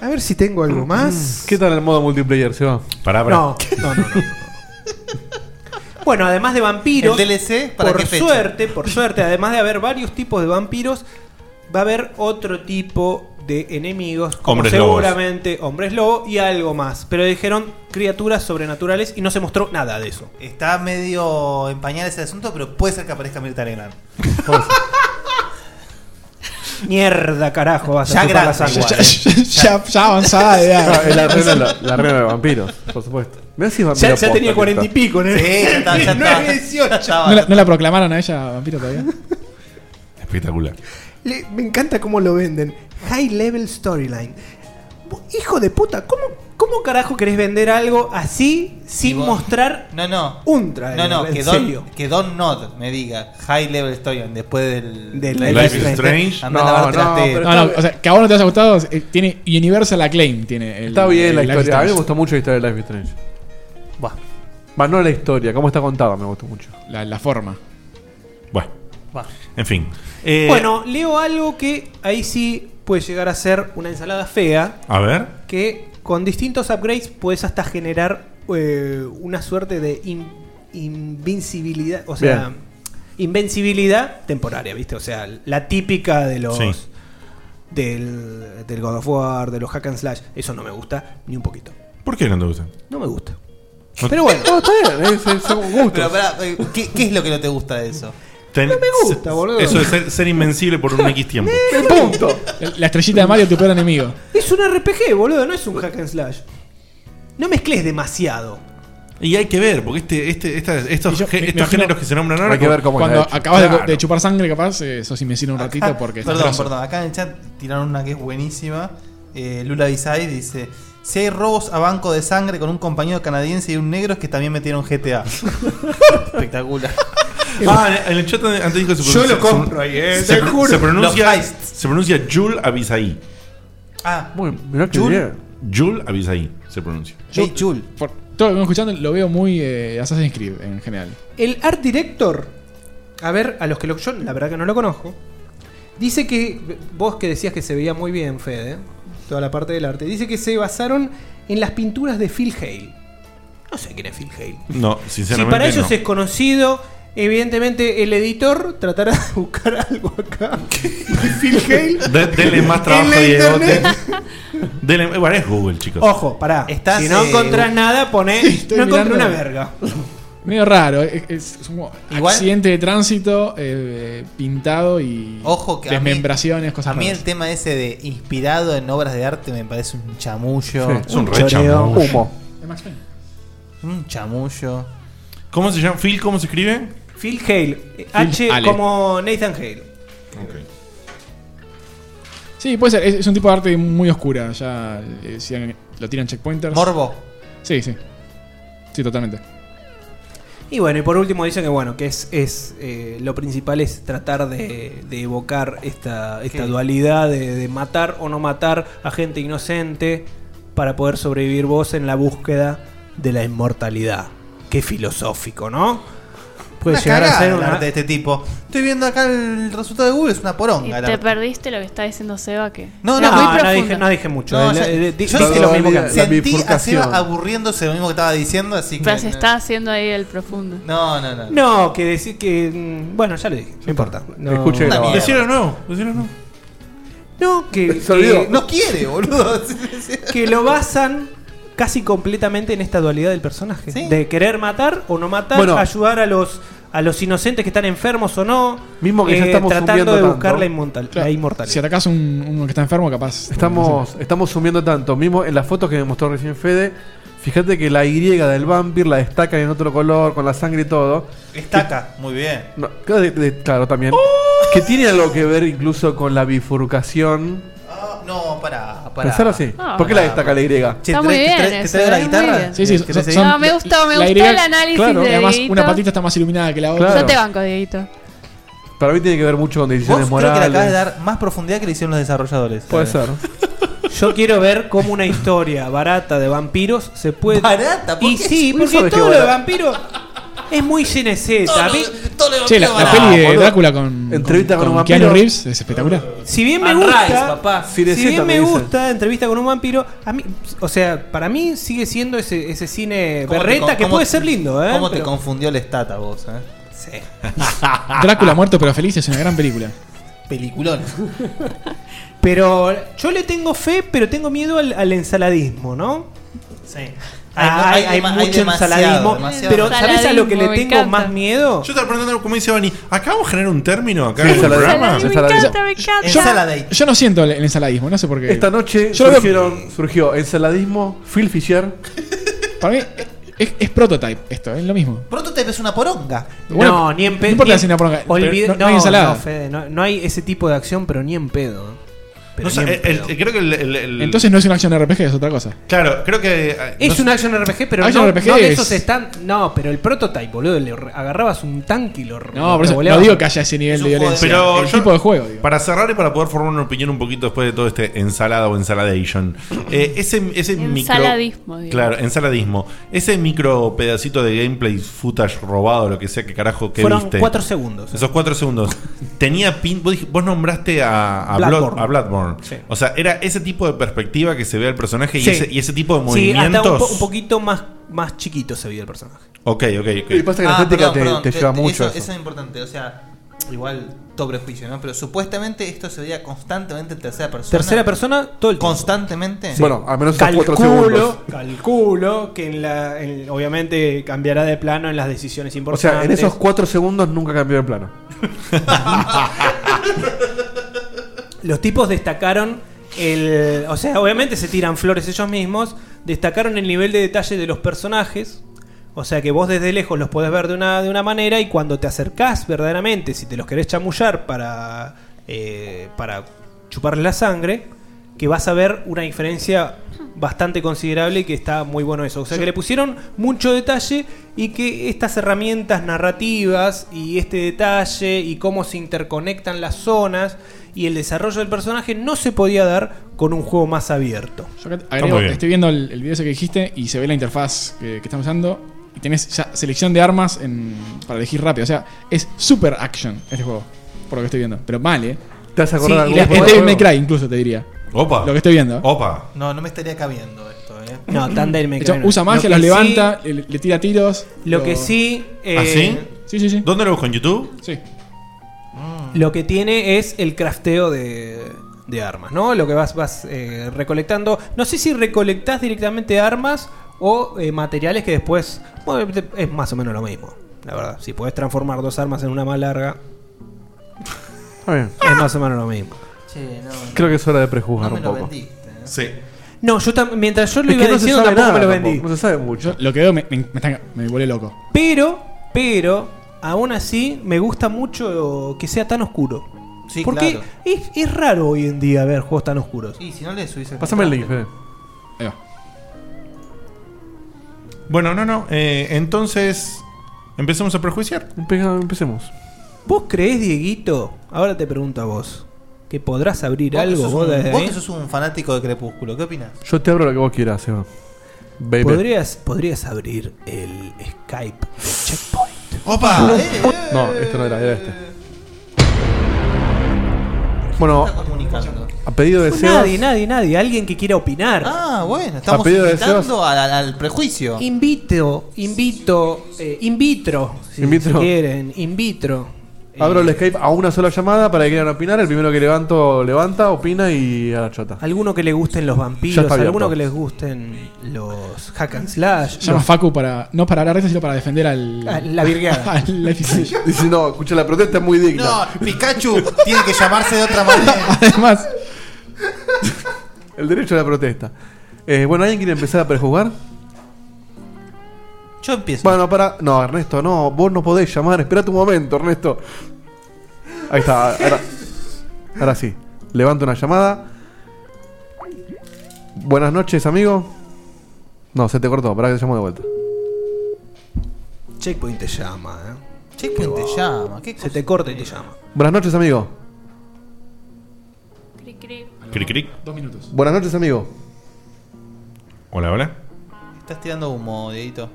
Speaker 9: A ver si tengo algo más.
Speaker 5: Mm. ¿Qué tal el modo multiplayer, Seba?
Speaker 3: Pará, pará.
Speaker 9: No, no, no. no. Bueno, además de vampiros,
Speaker 10: ¿El DLC? ¿Para
Speaker 9: por
Speaker 10: qué fecha?
Speaker 9: suerte, por suerte, además de haber varios tipos de vampiros, va a haber otro tipo de enemigos, como
Speaker 3: Hombres lobos.
Speaker 9: seguramente hombres lobo y algo más. Pero dijeron criaturas sobrenaturales y no se mostró nada de eso.
Speaker 10: Está medio empañar ese asunto, pero puede ser que aparezca Mirta Legrand.
Speaker 9: Mierda, carajo, vas
Speaker 10: Ya
Speaker 9: a chupar la
Speaker 10: grande,
Speaker 9: sangre.
Speaker 10: igual,
Speaker 4: Ya, ya avanzada de edad.
Speaker 5: Ah, es la reina, la, la reina de vampiros, por supuesto. Mirá si es vampiro
Speaker 9: Ya- ya
Speaker 5: posta,
Speaker 9: tenía
Speaker 5: que
Speaker 9: 40 y
Speaker 5: está.
Speaker 9: pico, ¿no? Sí, ya está, ya está.
Speaker 10: 18.
Speaker 4: ¿No la, no la proclamaron a ella vampiro todavía?
Speaker 3: Espectacular.
Speaker 9: Le- me encanta cómo lo venden. High level storyline. Bo- Hijo de puta, ¿cómo, cómo carajo querés vender algo así sin mostrar
Speaker 10: No, no.
Speaker 9: un trailer?
Speaker 10: No, no,
Speaker 9: en
Speaker 10: que
Speaker 9: serio.
Speaker 10: Don, que Don Nod me diga High Level Storyline después del.
Speaker 9: Del
Speaker 4: Life is
Speaker 9: Strange.
Speaker 10: Andá a lavarte las tetas.
Speaker 4: No, no, o sea, que a vos no te haya gustado, eh, tiene Universal Acclaim. Tiene el-
Speaker 5: Está bien
Speaker 4: el
Speaker 5: la
Speaker 4: Life
Speaker 5: historia. A mí me
Speaker 4: Strange.
Speaker 5: gustó mucho la historia de Life is Strange.
Speaker 10: Buah.
Speaker 5: Va, no la historia, cómo está contada, me gustó mucho.
Speaker 4: La, forma.
Speaker 3: En fin.
Speaker 10: Eh,
Speaker 9: bueno, leo algo que ahí sí puede llegar a ser una ensalada fea.
Speaker 3: A ver.
Speaker 9: Que con distintos upgrades puedes hasta generar eh, una suerte de in- invincibilidad. O sea,
Speaker 5: Bien.
Speaker 9: invencibilidad temporaria, ¿viste? O sea, la típica de los.
Speaker 5: Sí.
Speaker 9: Del, del God of War, de los Hack and Slash. Eso no me gusta ni un poquito.
Speaker 3: ¿Por qué no te gusta?
Speaker 9: No me gusta. Pero bueno.
Speaker 5: No, está bien, es,
Speaker 10: Pero pará, eh, ¿qué, qué es lo que no te gusta de eso?
Speaker 3: Ten-
Speaker 10: me gusta, boludo.
Speaker 3: Eso de ser, ser invencible por un X tiempo.
Speaker 9: punto.
Speaker 4: La estrellita de Mario, tu peor enemigo.
Speaker 9: Es un RPG, boludo, no es un hack and slash. No mezcles demasiado.
Speaker 3: Y hay que ver, porque este, este, esta- estos, ge- estos géneros que se nombran ahora.
Speaker 4: Cuando acabas de-
Speaker 3: Claro.
Speaker 4: de, chupar sangre, capaz, eh, sos imbécil un
Speaker 3: Ah,
Speaker 4: ratito porque. estás
Speaker 10: Perdón,
Speaker 4: grosso.
Speaker 10: perdón. Acá en el chat tiraron una que es buenísima. Eh, Lula Bisay dice: Si hay robos a banco de sangre con un compañero canadiense y un negro, es que también metieron GTA. Espectacular.
Speaker 3: Ah, en el chat antes dijo que se
Speaker 10: Yo
Speaker 3: pronuncia-
Speaker 10: lo compro ahí, eh,
Speaker 3: se,
Speaker 10: te juro.
Speaker 3: se
Speaker 10: Los
Speaker 3: pronuncia,
Speaker 10: heists.
Speaker 3: se pronuncia Jul Abisai.
Speaker 10: Ah,
Speaker 5: bueno, mirá
Speaker 4: qué bien.
Speaker 3: Jul Abisai se pronuncia.
Speaker 4: Yo- Por todo lo que vengo escuchando, lo veo muy eh, Assassin's Creed en general.
Speaker 9: El art director, a ver, a los que lo, yo la verdad que no lo conozco, dice que, vos que decías que se veía muy bien, Fede, toda la parte del arte, dice que se basaron en las pinturas de Phil Hale. No sé quién es Phil Hale.
Speaker 3: No,
Speaker 9: Si
Speaker 3: sinceramente.
Speaker 9: para ellos
Speaker 3: no.
Speaker 9: es conocido, evidentemente el editor tratará de buscar algo acá. Phil Hale.
Speaker 3: De- denle más trabajo,
Speaker 9: En la
Speaker 3: Diego.
Speaker 9: internet.
Speaker 3: den- denle- bueno, es eh, Google, chicos.
Speaker 9: Ojo, pará. si no
Speaker 10: eh,
Speaker 9: encontrás nada, poné.
Speaker 4: estoy
Speaker 9: no encontré
Speaker 4: mirando.
Speaker 9: una verga.
Speaker 4: Medio raro, es, es- es como accidente de tránsito eh, pintado y
Speaker 10: Ojo que a mí-
Speaker 4: desmembraciones, cosas
Speaker 10: A mí el
Speaker 4: raras.
Speaker 10: tema ese de inspirado en obras de arte me parece un chamullo.
Speaker 3: es un, re chamullo.
Speaker 10: Un chamullo.
Speaker 3: ¿Cómo se llama? ¿Phil cómo se escribe?
Speaker 9: Phil Hale. eh, H
Speaker 3: Ale.
Speaker 9: como Nathan Hale.
Speaker 4: Sí, puede ser, es, es un tipo de arte muy oscura, ya eh, si han- lo tiran checkpointers.
Speaker 10: Morbo.
Speaker 4: Sí, sí. Sí, totalmente.
Speaker 9: Y bueno, y por último dicen que bueno, que es, es eh, lo principal es tratar de, de evocar esta, esta
Speaker 10: ¿Qué?
Speaker 9: dualidad de, de matar o no matar a gente inocente para poder sobrevivir vos en la búsqueda de la inmortalidad. Qué filosófico, ¿no? Puede
Speaker 10: Una
Speaker 9: llegar a
Speaker 10: cagada
Speaker 9: ser
Speaker 10: el
Speaker 9: una-
Speaker 10: arte de este tipo. Estoy viendo acá el resultado de Google, es una
Speaker 7: Y
Speaker 10: poronga. el
Speaker 7: te
Speaker 10: arte.
Speaker 7: perdiste lo que está diciendo Seba que.
Speaker 10: No,
Speaker 7: Era
Speaker 10: no,
Speaker 7: muy
Speaker 10: no, no
Speaker 7: profundo.
Speaker 9: dije- no dije mucho.
Speaker 10: No,
Speaker 9: Eh,
Speaker 10: ya-
Speaker 9: eh, eh, di-
Speaker 10: yo
Speaker 9: la-
Speaker 10: dije lo mismo que
Speaker 9: la- la
Speaker 10: sentí a
Speaker 9: bifurcación.
Speaker 10: Seba aburriéndose de lo mismo que estaba diciendo, así que.
Speaker 7: Pero se está haciendo ahí el profundo.
Speaker 10: No, no, no.
Speaker 9: No, que decir que. mm, Bueno, ya lo dije, no importa. No,
Speaker 5: Escuche
Speaker 10: Una
Speaker 5: grabado.
Speaker 10: mierda.
Speaker 3: Decirlo no, decirlo no.
Speaker 9: No, que,
Speaker 5: Se olvidó.
Speaker 9: que-
Speaker 10: No quiere, boludo.
Speaker 9: que lo basan casi completamente en esta dualidad del personaje. De querer matar o no matar,
Speaker 5: Bueno.
Speaker 9: ayudar a los, a los inocentes que están enfermos o no.
Speaker 5: Mismo que ya estamos
Speaker 9: Eh, Tratando
Speaker 5: subiendo
Speaker 9: de
Speaker 5: tanto.
Speaker 9: buscar la, inmortal- la inmortalidad.
Speaker 4: Si atacas un, uno que está enfermo, capaz.
Speaker 5: Estamos, estamos sumiendo tanto. Mismo en las fotos que me mostró recién Fede, fíjate que la Y del vampiro la destacan en otro color, con la sangre y todo.
Speaker 10: Estaca, muy bien.
Speaker 5: No, claro, de- de- claro,
Speaker 10: ¡Oh!
Speaker 5: también. Que tiene algo que ver incluso con la bifurcación.
Speaker 10: Ah, No, pará, pará.
Speaker 5: Pensar así.
Speaker 7: Ah.
Speaker 5: ¿Por qué la destaca la Y?
Speaker 10: Che, ¿te traes- te traes- te traigo la guitarra?
Speaker 4: Sí, sí, son-
Speaker 10: ¿Querés seguir?
Speaker 4: son-
Speaker 7: No, me gustó, me
Speaker 4: la
Speaker 7: gustó
Speaker 4: Y-
Speaker 7: el análisis
Speaker 4: claro,
Speaker 7: de
Speaker 4: además,
Speaker 7: Dieguito.
Speaker 4: una patita está más iluminada que la otra.
Speaker 5: Claro.
Speaker 7: Yo te banco, Dieguito.
Speaker 5: Para mí tiene que ver mucho con
Speaker 10: Vos
Speaker 5: decisiones
Speaker 10: creo que le acabas de
Speaker 5: morales.
Speaker 10: dar más profundidad que le hicieron los desarrolladores.
Speaker 5: Puede ser.
Speaker 9: Yo quiero ver cómo una historia barata de vampiros se puede.
Speaker 10: Barata, ¿por
Speaker 9: Y
Speaker 10: qué?
Speaker 9: sí,
Speaker 10: Uno
Speaker 9: porque
Speaker 10: sabe que
Speaker 9: todo lo de
Speaker 10: barata.
Speaker 9: vampiros. Es muy cine Z. a mí-
Speaker 4: Che, la, la peli de Drácula con,
Speaker 5: Entrevista con un
Speaker 4: con Keanu
Speaker 5: vampiro.
Speaker 4: Reeves es espectacular.
Speaker 9: Si bien me
Speaker 8: Unrise,
Speaker 9: gusta,
Speaker 8: papá.
Speaker 9: si
Speaker 8: Cineceta
Speaker 9: bien
Speaker 8: me
Speaker 9: me
Speaker 8: dicen.
Speaker 9: gusta entrevista con un vampiro, a mí, o sea, para mí sigue siendo ese, ese cine
Speaker 10: ¿Cómo te
Speaker 9: berreta
Speaker 10: con-
Speaker 9: que
Speaker 10: cómo
Speaker 9: puede
Speaker 10: te-
Speaker 9: ser lindo, ¿eh?
Speaker 10: ¿Cómo te
Speaker 9: Pero-
Speaker 10: confundió el estata vos, eh?
Speaker 9: Sí.
Speaker 4: Drácula muerto pero feliz es una gran película.
Speaker 10: Peliculón.
Speaker 9: Pero yo le tengo fe, pero tengo miedo al, al ensaladismo, ¿no?
Speaker 10: Sí.
Speaker 9: Hay, hay,
Speaker 10: hay dema- hay
Speaker 9: mucho
Speaker 10: demasiado,
Speaker 9: ensaladismo.
Speaker 10: demasiado.
Speaker 9: Pero ¿sabes a lo que le
Speaker 10: Ensaladismo, me
Speaker 9: tengo
Speaker 10: encanta.
Speaker 9: más miedo?
Speaker 3: Yo estaba preguntando, como dice Bani, ¿acabamos de generar un término
Speaker 5: Sí,
Speaker 3: acá en el
Speaker 5: ensaladismo.
Speaker 3: programa?
Speaker 5: Ensaladismo.
Speaker 7: encanta, me encanta.
Speaker 4: Yo no siento el, el ensaladismo, no sé por qué.
Speaker 5: Esta noche
Speaker 4: Yo lo veo-
Speaker 5: surgieron- surgió ensaladismo, Phil Fisher.
Speaker 4: Para mí es, es prototype esto, es lo mismo.
Speaker 10: Prototype es una poronga.
Speaker 9: no, ni en pedo.
Speaker 4: No importa si no poronga, pero
Speaker 9: no,
Speaker 4: no- no hay ensalada.
Speaker 9: no, Fede, no- no hay ese tipo de acción, pero ni en pedo. Pero
Speaker 3: No sé,
Speaker 9: ni en
Speaker 3: el- el- eh,
Speaker 9: pedo.
Speaker 3: creo que el- el- el-
Speaker 4: Entonces no es una acción RPG, es otra cosa.
Speaker 3: Claro, creo que. eh,
Speaker 9: Es
Speaker 3: no
Speaker 9: un
Speaker 3: sé-
Speaker 9: action RPG, pero
Speaker 4: Action
Speaker 9: no,
Speaker 4: RPG
Speaker 9: no de
Speaker 4: es-
Speaker 9: esos están. No, pero el prototype, boludo, le re- agarrabas un tanque y lo
Speaker 4: No, por eso
Speaker 9: revoleabas.
Speaker 4: no digo que haya ese nivel de violencia.
Speaker 3: Pero
Speaker 4: el
Speaker 3: yo-
Speaker 4: tipo de juego, digo.
Speaker 3: Para cerrar y para poder formar una opinión un poquito después de todo este ensalada o ensaladation. eh, ese ese micro-
Speaker 7: Ensaladismo, digo.
Speaker 3: Claro, ensaladismo. Ese micro pedacito de gameplay, footage robado, lo que sea que carajo que
Speaker 9: Fueron
Speaker 3: viste.
Speaker 9: cuatro segundos.
Speaker 3: Esos cuatro segundos. Tenía pin. Vos, dij- vos nombraste a, a Blood-
Speaker 9: Bloodborne.
Speaker 3: a Bloodborne.
Speaker 9: Sí.
Speaker 3: O sea, era ese tipo de perspectiva que se ve al personaje y,
Speaker 9: Sí.
Speaker 3: ese, y ese tipo de
Speaker 9: Sí, hasta
Speaker 3: movimientos.
Speaker 9: un, po- un poquito más, más chiquito se vio el personaje.
Speaker 3: Ok, ok, ok.
Speaker 5: Y
Speaker 10: Ah,
Speaker 5: pasa que la estética te- te lleva mucho a
Speaker 10: eh, Eso,
Speaker 5: eso.
Speaker 10: eso es importante, o sea, igual todo prejuicio, ¿no? Pero supuestamente esto se veía constantemente en tercera persona.
Speaker 9: Tercera persona, todo el tiempo.
Speaker 10: Constantemente.
Speaker 5: Bueno, al menos esos cuatro segundos.
Speaker 9: Calculo, calculo que en la, en- obviamente cambiará de plano en las decisiones
Speaker 5: O
Speaker 9: importantes.
Speaker 5: sea, en esos cuatro segundos nunca cambió de plano.
Speaker 9: Los tipos destacaron el. O sea, obviamente se tiran flores ellos mismos. Destacaron el nivel de detalle de los personajes. O sea que vos desde lejos los podés ver de una, de una manera. Y cuando te acercás verdaderamente, si te los querés chamullar para. eh, para chuparles la sangre. Que vas a ver una diferencia bastante considerable y que está muy bueno eso. O sea que le pusieron mucho detalle y que estas herramientas narrativas y este detalle y cómo se interconectan las zonas y el desarrollo del personaje no se podía dar con un juego más abierto.
Speaker 4: Yo acá agrego,
Speaker 9: muy bien.
Speaker 4: estoy viendo el, el video ese que dijiste y se ve la interfaz que, que están usando. Y tenés ya selección de armas en- para elegir rápido. O sea, es super action este juego, por lo que estoy viendo. Pero mal, ¿eh?
Speaker 5: ¿Te has acordado
Speaker 4: sí,
Speaker 5: de
Speaker 4: y
Speaker 5: algún
Speaker 4: la-
Speaker 5: juego?
Speaker 4: el Devil May Cry, incluso te diría.
Speaker 3: Opa.
Speaker 4: Lo que estoy viendo.
Speaker 3: Opa.
Speaker 10: No, no me estaría cabiendo esto, ¿eh?
Speaker 9: No, tan Devil May
Speaker 4: De hecho,
Speaker 9: Cry no.
Speaker 4: usa magia,
Speaker 9: Lo que
Speaker 4: los
Speaker 9: sí-
Speaker 4: levanta, le, le tira tiros.
Speaker 9: Lo que sí, eh,
Speaker 3: ¿Ah, sí?
Speaker 4: Sí, sí, sí.
Speaker 3: ¿Dónde lo busco? ¿En YouTube?
Speaker 4: Sí.
Speaker 9: Lo que tiene es el crafteo de, de armas, ¿no? Lo que vas, vas eh, recolectando. No sé si recolectás directamente armas o eh, materiales que después. bueno, te- es más o menos lo mismo, la verdad. Si podés transformar dos armas en una más larga,
Speaker 5: Está bien.
Speaker 9: es más o menos lo mismo.
Speaker 10: Che, no,
Speaker 5: Creo que es hora de prejuzgar
Speaker 10: no me
Speaker 5: un
Speaker 10: lo
Speaker 5: poco.
Speaker 10: vendí.
Speaker 3: Sí.
Speaker 9: No, yo tam- mientras yo lo
Speaker 5: Es
Speaker 9: iba
Speaker 5: que no se
Speaker 9: diciendo
Speaker 5: sabe
Speaker 9: tampoco
Speaker 5: nada,
Speaker 9: me lo vendí.
Speaker 5: tampoco. No se sabe mucho.
Speaker 4: Lo que veo me, me, me está- me vuelve loco.
Speaker 9: Pero, pero, aún así me gusta mucho que sea tan oscuro.
Speaker 10: Sí,
Speaker 9: Porque
Speaker 10: claro.
Speaker 9: es, es raro hoy en día ver juegos tan oscuros.
Speaker 10: Y si no le subís el
Speaker 5: Pásame el link, Fede.
Speaker 3: Bueno, no, no. eh, entonces, empecemos a
Speaker 10: Pues
Speaker 3: prejuiciar.
Speaker 5: Empe- Empecemos.
Speaker 9: ¿Vos creés, Dieguito? Ahora te pregunto a vos. ¿Que podrás abrir
Speaker 10: Vos que
Speaker 9: algo
Speaker 10: sos
Speaker 9: vos
Speaker 10: un-
Speaker 9: desde
Speaker 10: vos
Speaker 9: ahí?
Speaker 10: que sos un fanático de Crepúsculo, ¿qué opinas?
Speaker 5: Yo te abro lo que vos quieras, Seba. Baby.
Speaker 9: ¿Podrías, podrías abrir el Skype de Checkpoint.
Speaker 10: ¡Opa! Eh,
Speaker 5: No, esto no era, era este. Bueno,
Speaker 10: Comunicando.
Speaker 5: a pedido de Sebas.
Speaker 9: Pues nadie, nadie, nadie. Alguien que quiera opinar.
Speaker 10: Ah, bueno, estamos
Speaker 5: pedido de
Speaker 10: invitando al, al- al prejuicio.
Speaker 9: Invito, invito, eh, in vitro, si
Speaker 5: In vitro.
Speaker 9: si quieren, Eh, in vitro.
Speaker 5: Abro el Skype a una sola llamada para que quieran opinar. El primero que levanto, levanta, opina y a la chota.
Speaker 9: Alguno que le gusten los
Speaker 5: Ya
Speaker 9: vampiros,
Speaker 5: está abierto.
Speaker 9: alguno que les gusten los hack and slash.
Speaker 4: Llama a
Speaker 9: los-
Speaker 4: Facu para. No para la reta, sino para defender al.
Speaker 9: A la virgueada.
Speaker 4: al FC.
Speaker 5: Dice, no, escucha, la protesta es muy digna.
Speaker 10: No, Pikachu tiene que llamarse de otra manera.
Speaker 4: Además,
Speaker 5: El derecho a la protesta. Eh, bueno, ¿alguien quiere empezar a prejugar?
Speaker 10: Yo empiezo.
Speaker 5: Bueno, para. No, Ernesto, no. Vos no podés llamar. Espera tu momento, Ernesto. Ahí está. Ahora, ahora sí. Levanto una llamada. Buenas noches, amigo. No, se te cortó. Para que te llamo de vuelta.
Speaker 9: Checkpoint te llama, ¿eh?
Speaker 10: Checkpoint te llama. ¿Qué
Speaker 9: Se te corta y te llama.
Speaker 5: Buenas noches, amigo.
Speaker 7: Cri, cri.
Speaker 3: Cric, cric.
Speaker 4: dos minutos.
Speaker 5: Buenas noches, amigo.
Speaker 3: Hola, hola.
Speaker 10: Estás tirando humo, Dieguito.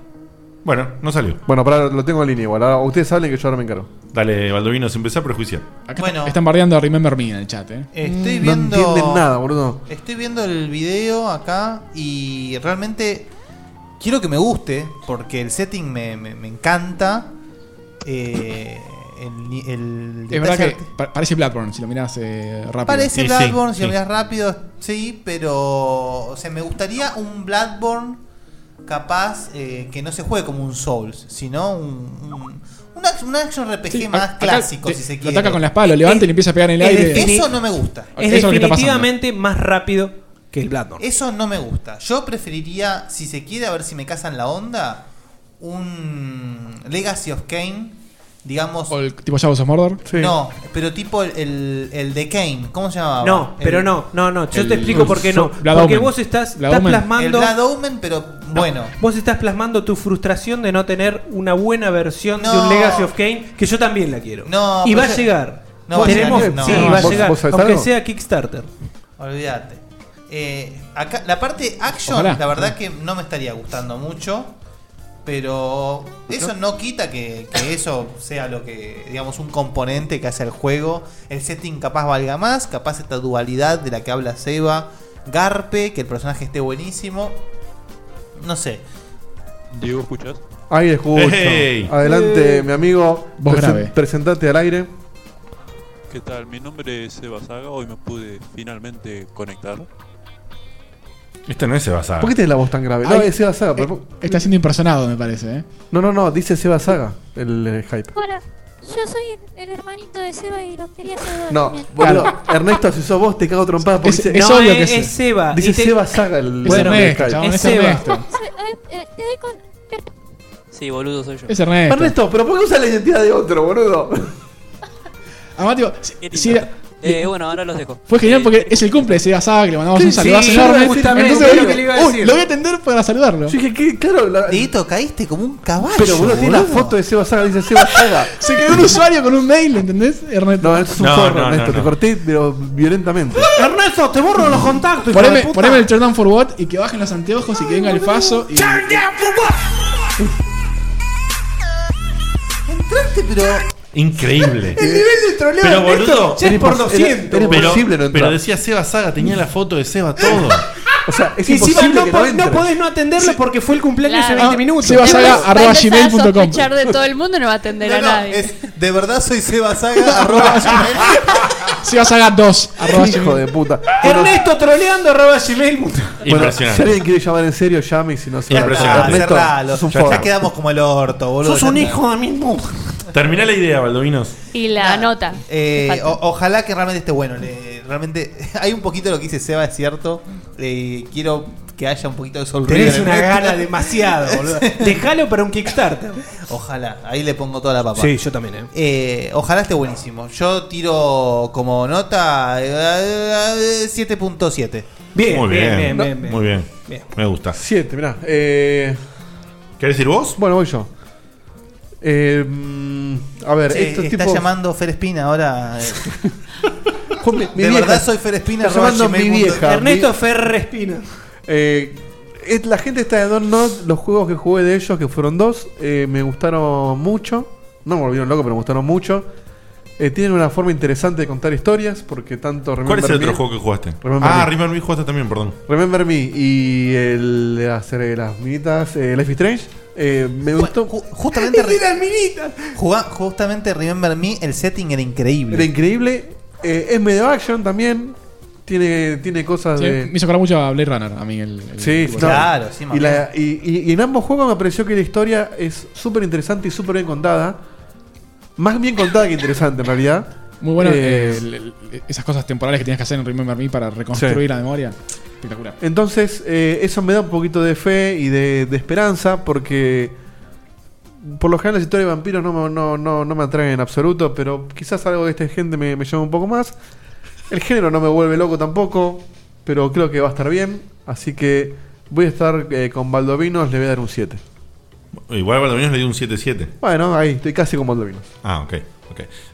Speaker 3: Bueno, no salió.
Speaker 5: Bueno, para lo tengo en línea igual. Ahora, ustedes saben que yo ahora me encargo.
Speaker 3: Dale, Baldovino, se empezó a prejuiciar.
Speaker 4: Acá está- están bardeando a Remember Me en el chat, eh.
Speaker 9: Mm,
Speaker 10: Estoy viendo.
Speaker 5: boludo.
Speaker 10: Estoy viendo el video acá y realmente quiero que me guste porque el setting me, me- me encanta. Eh, el, ni- el
Speaker 4: Es verdad
Speaker 10: detalle
Speaker 4: que pa- parece Bloodborne si lo mirás eh, rápido.
Speaker 10: Parece Bloodborne, si lo miras rápido, sí, pero. O sea, me gustaría un Bloodborne capaz eh, que no se juegue como un Souls, sino un. un- un ac- un action RPG
Speaker 4: Sí,
Speaker 10: más
Speaker 4: acá
Speaker 10: clásico,
Speaker 4: te-
Speaker 10: si se
Speaker 4: lo
Speaker 10: quiere.
Speaker 4: ataca con la espada, lo levanta y le empieza a pegar en el
Speaker 10: es
Speaker 4: aire.
Speaker 10: defini- Eso no me gusta.
Speaker 4: Eso
Speaker 10: Es
Speaker 4: lo que está pasando.
Speaker 9: Definitivamente más rápido que el Bloodborne.
Speaker 10: Eso no me gusta. Yo preferiría, si se quiere, a ver si me casan la onda, un Legacy of Kane, digamos.
Speaker 4: Tipo Shadows of Mordor.
Speaker 10: No, pero tipo el, el, el de Kane, ¿cómo se llamaba?
Speaker 9: No,
Speaker 10: Ah, El-
Speaker 9: pero no, no, no. Yo te explico por qué no. Porque vos estás,
Speaker 10: Blood
Speaker 9: estás
Speaker 10: Omen.
Speaker 9: plasmando.
Speaker 10: El Blood Omen, pero
Speaker 9: No,
Speaker 10: bueno.
Speaker 9: Vos estás plasmando tu frustración de no tener una buena versión de
Speaker 10: No.
Speaker 9: un Legacy of Kane, que yo también la quiero.
Speaker 10: No,
Speaker 9: y
Speaker 10: pero
Speaker 9: va a
Speaker 10: yo-
Speaker 9: llegar.
Speaker 10: No, va a
Speaker 9: Tenemos-
Speaker 10: llegar, no.
Speaker 9: Sí,
Speaker 10: No,
Speaker 9: va a
Speaker 10: ¿vos-
Speaker 9: llegar.
Speaker 10: vos sabés
Speaker 9: Aunque
Speaker 10: algo?
Speaker 9: sea Kickstarter.
Speaker 10: Olvídate. Eh, acá, la parte action,
Speaker 9: Ojalá.
Speaker 10: la verdad que no me estaría gustando mucho. Pero eso no quita que, que eso sea lo que, digamos, un componente que hace el juego. El setting capaz valga más, capaz esta dualidad de la que habla Seba, Garpe, que el personaje esté buenísimo. No sé.
Speaker 20: Diego, ¿escuchas?
Speaker 5: Ahí escucho.
Speaker 20: Hey.
Speaker 5: Adelante,
Speaker 20: Hey.
Speaker 5: mi amigo.
Speaker 20: Voz grave.
Speaker 5: Presentate al aire.
Speaker 20: ¿Qué tal? Mi nombre es Seba Saga, hoy me pude finalmente conectar.
Speaker 3: Este no es Sebasada.
Speaker 5: ¿Por qué tenés la voz tan grave? No,
Speaker 4: Ay,
Speaker 5: es Seba Saga.
Speaker 4: eh, Está siendo impersonado, me parece, eh.
Speaker 5: No, no, no, dice Seba Saga, el, eh, hype.
Speaker 21: Hola, yo soy el, el hermanito de Seba y lo quería saludar.
Speaker 5: No,
Speaker 21: también.
Speaker 5: bueno, Ernesto, si sos vos, te cago trompada porque
Speaker 4: Es-
Speaker 5: dice-
Speaker 4: es No, obvio es- que es- es
Speaker 9: Seba,
Speaker 5: Dice
Speaker 9: y te-
Speaker 5: Seba Saga el,
Speaker 4: Es
Speaker 5: el
Speaker 4: Ernesto,
Speaker 5: hype.
Speaker 4: chabón, es Ernesto.
Speaker 21: Soy- eh, eh, te doy con-
Speaker 22: Sí, boludo, soy yo.
Speaker 4: Es Ernesto.
Speaker 5: Ernesto, pero ¿por qué usas la identidad de otro, boludo?
Speaker 4: Además, tipo, si- si era-
Speaker 22: Eh, bueno, ahora los dejo.
Speaker 4: fue genial porque es el cumple de Seba Saga, que le mandamos
Speaker 22: Sí,
Speaker 4: un saludazo
Speaker 22: sí,
Speaker 4: enorme.
Speaker 22: justamente,
Speaker 4: Entonces,
Speaker 22: es lo que le iba a
Speaker 4: uy,
Speaker 22: decir.
Speaker 4: lo voy a atender para saludarlo.
Speaker 5: Yo dije, que claro.
Speaker 10: Dieguito, caíste como un caballo.
Speaker 5: Pero boludo, tiene la
Speaker 4: boludo.
Speaker 5: foto de Seba Saga, dice Seba Saga.
Speaker 4: Se quedó un usuario con un mail, ¿entendés? Ernesto.
Speaker 5: No, esto es un
Speaker 4: No,
Speaker 5: forro,
Speaker 4: no, no,
Speaker 5: Ernesto,
Speaker 4: no.
Speaker 5: te corté pero violentamente.
Speaker 9: Ernesto, te borro los contactos. hijo de
Speaker 4: Poneme,
Speaker 9: puta.
Speaker 4: poneme el turn down for what y que bajen los anteojos y que venga el faso. Y...
Speaker 10: Entraste, pero.
Speaker 3: Increíble.
Speaker 10: El nivel de troleo
Speaker 3: Pero
Speaker 10: de Ernesto
Speaker 3: boludo.
Speaker 10: ya es por 200,
Speaker 3: Pero,
Speaker 10: boludo.
Speaker 3: pero
Speaker 5: entrar.
Speaker 3: decía Seba Saga, tenía la foto de Seba todo.
Speaker 5: o sea,
Speaker 9: Y encima no, po- no podés no atenderlo porque fue el cumpleaños hace
Speaker 3: Claro.
Speaker 9: 20 minutos.
Speaker 3: Seba Saga,
Speaker 9: Después-
Speaker 3: arroba
Speaker 9: va a empezar a
Speaker 3: gmail.com.
Speaker 9: sospechar de todo el-
Speaker 1: mundo no va a atender
Speaker 10: No,
Speaker 1: a
Speaker 10: no,
Speaker 1: nadie.
Speaker 10: es- de verdad soy Seba Saga, arroba gmail.
Speaker 4: Seba Saga 2. arroba
Speaker 5: Hijo
Speaker 4: gmail.
Speaker 5: de puta.
Speaker 9: Ernesto troleando arroba gmail.
Speaker 5: Bueno, si
Speaker 3: Impresionante.
Speaker 5: alguien quiere llamar en serio, llame y si no se va a-
Speaker 3: Impresionante.
Speaker 5: Ernesto,
Speaker 10: Cerralo.
Speaker 5: sos un
Speaker 10: Ya
Speaker 5: forro.
Speaker 10: quedamos como el orto, boludo.
Speaker 9: Sos un
Speaker 10: Ya
Speaker 9: hijo de mil puta.
Speaker 3: Terminá la idea, Baldovinos.
Speaker 7: Y la nota.
Speaker 10: Eh,
Speaker 7: Falta.
Speaker 10: o- ojalá que realmente esté bueno. le- realmente hay un poquito de lo que dice Seba, es cierto. Eh, quiero que haya un poquito de sol.
Speaker 9: Tenés
Speaker 10: River.
Speaker 9: una gana demasiado, boludo. Dejalo para un Kickstarter.
Speaker 10: Ojalá, ahí le pongo toda la papa.
Speaker 9: Sí, yo también, eh.
Speaker 10: Eh, ojalá esté buenísimo. Yo tiro como nota eh, eh, 7.7.
Speaker 3: Muy bien. Muy bien. Me gusta.
Speaker 5: Siete, mirá. Eh...
Speaker 3: ¿Querés ir vos?
Speaker 5: Bueno, voy yo. Eh, mm, a ver,
Speaker 10: Sí,
Speaker 5: estos
Speaker 10: está
Speaker 5: tipos.
Speaker 10: llamando Fer Espina ahora. eh.
Speaker 5: mi
Speaker 10: de
Speaker 5: vieja.
Speaker 10: verdad soy Fer Espina.
Speaker 5: Está llamando mi vieja.
Speaker 9: Ernesto
Speaker 5: Mi-
Speaker 9: Ferre Espina.
Speaker 5: Eh, es- la gente está de Don Not, los juegos que jugué de ellos, que fueron dos, eh, me gustaron mucho. No me volvieron loco, pero me gustaron mucho. Eh, tienen una forma interesante de contar historias, porque tanto
Speaker 3: ¿Cuál es el
Speaker 5: Remember
Speaker 3: otro
Speaker 5: Me-
Speaker 3: juego que jugaste?
Speaker 5: Remember
Speaker 3: ah,
Speaker 5: Me.
Speaker 3: River Me jugaste también, perdón.
Speaker 5: Remember Me y el de hacer eh, las minitas, eh, Life is Strange, eh, me gustó.
Speaker 10: Justamente, re- Jugá- justamente Remember Me, el setting era increíble.
Speaker 5: Era increíble. eh, es medio action también. Tiene, tiene cosas
Speaker 4: Sí,
Speaker 5: de.
Speaker 4: me hizo acordar mucho a Blade Runner, a mí. El, el-
Speaker 5: Sí,
Speaker 4: el-
Speaker 5: no. y, la- y- y- y en ambos juegos me pareció que la historia es súper interesante y súper bien contada. Más bien contada que interesante, en realidad.
Speaker 4: Muy bueno
Speaker 5: Eh,
Speaker 4: eh, el- el- esas cosas temporales que tienes que hacer en Remember Me para reconstruir la memoria. Espectacular.
Speaker 5: Entonces, eh, eso me da un poquito de fe y de, de esperanza, porque por lo general las historias de vampiros no, me- no, no, no me atraen en absoluto, pero quizás algo de este gente me, me llama un poco más. El género no me vuelve loco tampoco, pero creo que va a estar bien, así que voy a estar eh, con Baldovinos, le voy a dar un 7.
Speaker 3: Igual a Baldovinos le dio un 7-7.
Speaker 5: Bueno, ahí, estoy casi con Baldovinos.
Speaker 3: Ah, ok.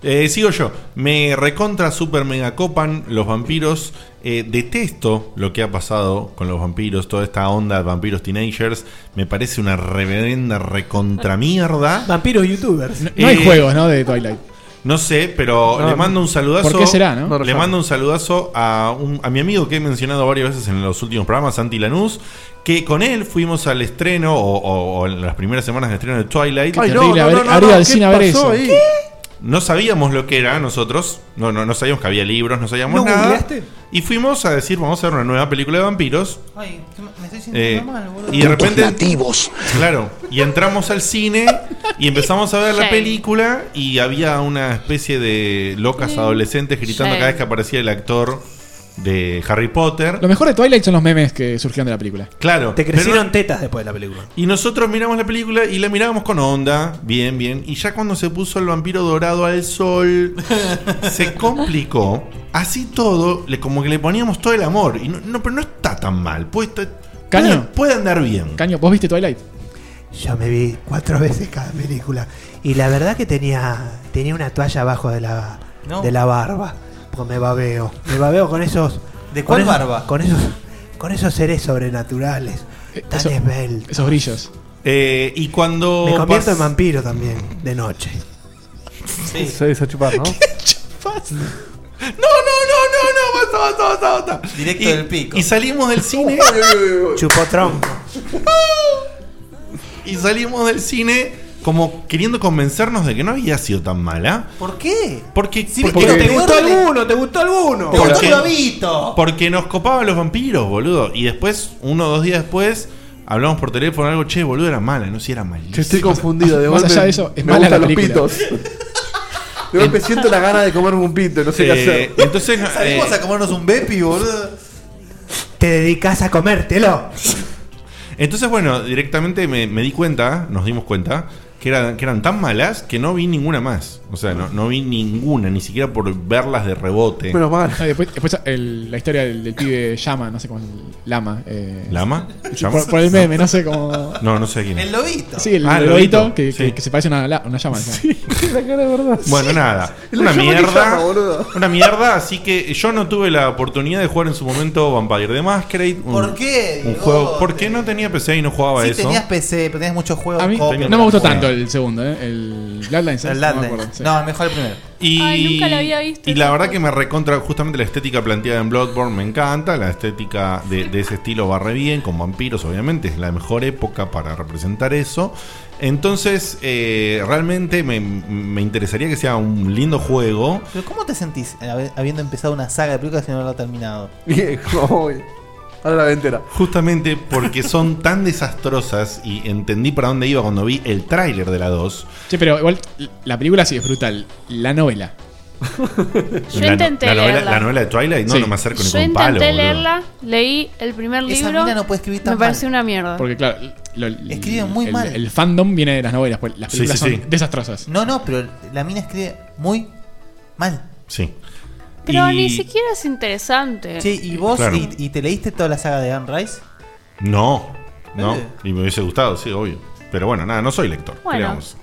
Speaker 3: Eh, sigo yo. Me recontra super mega copan los vampiros. Eh, detesto lo que ha pasado con los vampiros, toda esta onda de vampiros teenagers. Me parece una reverenda recontra mierda.
Speaker 9: Vampiros youtubers.
Speaker 4: No, no hay
Speaker 3: Eh,
Speaker 4: juegos, ¿no? De Twilight.
Speaker 3: No sé, pero
Speaker 4: No,
Speaker 3: le mando un saludazo.
Speaker 4: ¿por qué será, no? No lo
Speaker 3: Le
Speaker 4: llamo.
Speaker 3: mando un saludazo a, un- a mi amigo que he mencionado varias veces en los últimos programas, Santi Lanús, que con él fuimos al estreno o, o- o en las primeras semanas de estreno de Twilight.
Speaker 4: Qué terrible haber- haber ido al cine a ver eso. ¿Qué?
Speaker 3: No sabíamos lo que era nosotros, no, no, no sabíamos que había libros, no sabíamos
Speaker 10: ¿No
Speaker 3: nada.
Speaker 10: googleaste?
Speaker 3: Y fuimos a decir, vamos a ver una nueva película de vampiros.
Speaker 10: Ay, que me me estoy
Speaker 3: Eh,
Speaker 10: sintiendo mal, boludo.
Speaker 3: y de repente Claro, y entramos al cine y empezamos a ver la
Speaker 10: Shame.
Speaker 3: película y había una especie de locas adolescentes gritando
Speaker 4: Shame.
Speaker 3: cada vez que aparecía el actor de Harry Potter.
Speaker 4: Lo mejor de Twilight son los memes que surgieron de la película.
Speaker 3: Claro.
Speaker 4: Te crecieron
Speaker 3: tetas después de la película. Y nosotros miramos la película y la mirábamos con onda, bien, bien. Y ya cuando se puso el vampiro dorado al sol, se complicó. Así todo, le, como que le poníamos todo el amor. Y no, no, pero no está tan mal. Puede, estar-
Speaker 4: Caño.
Speaker 3: puede- puede andar bien.
Speaker 4: Caño, ¿vos viste Twilight?
Speaker 9: Yo me vi cuatro veces cada película. Y la verdad que tenía, tenía una toalla abajo de la,
Speaker 10: No.
Speaker 9: de la barba. Porque me babeo. Me babeo con esos.
Speaker 10: ¿De
Speaker 9: con
Speaker 10: cuál
Speaker 9: esos-
Speaker 10: barba?
Speaker 9: Con esos, con esos seres sobrenaturales. Tan esbeltos.
Speaker 4: Eh, Esos brillos.
Speaker 3: Eh, y cuando.
Speaker 9: Me convierto
Speaker 3: pas-
Speaker 9: en vampiro también, de noche.
Speaker 3: Sí.
Speaker 5: Se hizo chupar, ¿no?
Speaker 3: No, no, no, no, no, basta, basta, basta, basta.
Speaker 10: Directo
Speaker 3: Y-
Speaker 10: del pico.
Speaker 3: Y salimos del cine.
Speaker 9: Chupotrón.
Speaker 3: y salimos del cine como queriendo convencernos de que no había sido tan mala.
Speaker 10: ¿Por qué?
Speaker 3: Porque,
Speaker 10: Si
Speaker 3: porque,
Speaker 10: viste lo peor de-
Speaker 9: alguno, te gustó alguno.
Speaker 10: Te gustó
Speaker 3: Porque-
Speaker 10: Globito.
Speaker 3: porque nos copaban los vampiros, boludo. Y después, uno o dos días después, hablamos por teléfono algo, che, boludo, era mala, no si era malísima.
Speaker 5: Estoy confundido. De
Speaker 4: Más
Speaker 5: golpe
Speaker 4: allá de eso, es
Speaker 5: me
Speaker 4: mala la
Speaker 5: gustan los
Speaker 4: película.
Speaker 5: pitos. De golpe siento la gana de comerme un pito, no sé qué
Speaker 3: Eh,
Speaker 5: hacer.
Speaker 3: entonces,
Speaker 10: Salimos
Speaker 3: eh,
Speaker 10: a comernos un bepi, boludo.
Speaker 9: Te dedicas a comértelo.
Speaker 3: Entonces, bueno, directamente me, me di cuenta, nos dimos cuenta, que eran, que eran tan malas que no vi ninguna más. O sea, no, no vi ninguna, ni siquiera por verlas de rebote.
Speaker 4: Ah, y después después el- la historia del, del pibe Llama, no sé cómo. es, Lama. eh,
Speaker 3: ¿Lama? ¿Llama?
Speaker 4: Por, por el meme, no sé cómo.
Speaker 3: No, no sé quién es.
Speaker 4: El
Speaker 10: lobito.
Speaker 4: Sí, el
Speaker 3: Ah, el
Speaker 4: lobito,
Speaker 3: lobito,
Speaker 4: que, que-
Speaker 3: sí.
Speaker 4: que se parece a una, la- una llama.
Speaker 5: la cara de verdad.
Speaker 3: Bueno, nada.
Speaker 5: Lo
Speaker 3: Una
Speaker 5: llamo que
Speaker 3: mierda.
Speaker 5: llama, boludo.
Speaker 3: una mierda, así que yo no tuve la oportunidad de jugar en su momento Vampire the Masquerade. un-
Speaker 10: ¿Por qué,
Speaker 3: Un
Speaker 10: Diego?
Speaker 3: juego. ¿Por qué no tenía PC y no jugaba
Speaker 10: Sí,
Speaker 3: eso?
Speaker 10: tenías PC, pero tenías muchos juegos.
Speaker 4: A mí
Speaker 10: copia.
Speaker 4: no me gustó tanto el segundo, ¿eh? El Bloodlines. ¿eh?
Speaker 10: El
Speaker 4: No, me
Speaker 10: Landline.
Speaker 4: acuerdo, sí.
Speaker 10: No, mejor el primero.
Speaker 3: Y,
Speaker 10: Ay, nunca lo había visto
Speaker 3: Y
Speaker 10: ese
Speaker 3: la verdad
Speaker 10: juego.
Speaker 3: que me recontra justamente la estética planteada en Bloodborne me encanta. La estética de, de ese estilo va re bien, con vampiros, obviamente. Es la mejor época para representar eso. Entonces, eh, realmente me, me interesaría que sea un lindo juego.
Speaker 10: Pero ¿cómo te sentís hab- habiendo empezado una saga de películas y no haberla terminado?
Speaker 5: Viejo. Ahora la ventera.
Speaker 3: Justamente porque son tan desastrosas y entendí para dónde iba cuando vi el tráiler de la 2.
Speaker 4: Che, pero igual la película sí es brutal. La novela.
Speaker 7: Yo
Speaker 3: la, no-
Speaker 7: intenté
Speaker 3: la novela,
Speaker 7: leerla.
Speaker 3: la novela de Twilight, no,
Speaker 4: Sí.
Speaker 3: no me acerco ni
Speaker 7: Yo
Speaker 3: con un
Speaker 7: intenté
Speaker 3: palo. boludo.
Speaker 7: leerla, leí el primer
Speaker 10: Esa
Speaker 7: libro.
Speaker 10: mina no puede escribir tan
Speaker 7: me pareció una mierda.
Speaker 4: Porque, claro, lo-
Speaker 10: Escriben muy
Speaker 4: el,
Speaker 10: mal.
Speaker 4: El fandom viene de las novelas, pues las
Speaker 3: Sí,
Speaker 4: películas
Speaker 3: sí,
Speaker 4: son
Speaker 3: sí.
Speaker 4: desastrosas.
Speaker 10: No, no, pero la mina escribe muy mal.
Speaker 3: Sí.
Speaker 7: Pero
Speaker 3: Y-
Speaker 7: ni siquiera es interesante.
Speaker 10: Che, ¿y vos
Speaker 3: Claro.
Speaker 10: y, y te leíste toda la saga de Anne Rice?
Speaker 3: No, no.
Speaker 10: Eh.
Speaker 3: Y me hubiese gustado, sí, obvio. Pero bueno, nada, no soy lector.
Speaker 10: Bueno.
Speaker 3: digamos.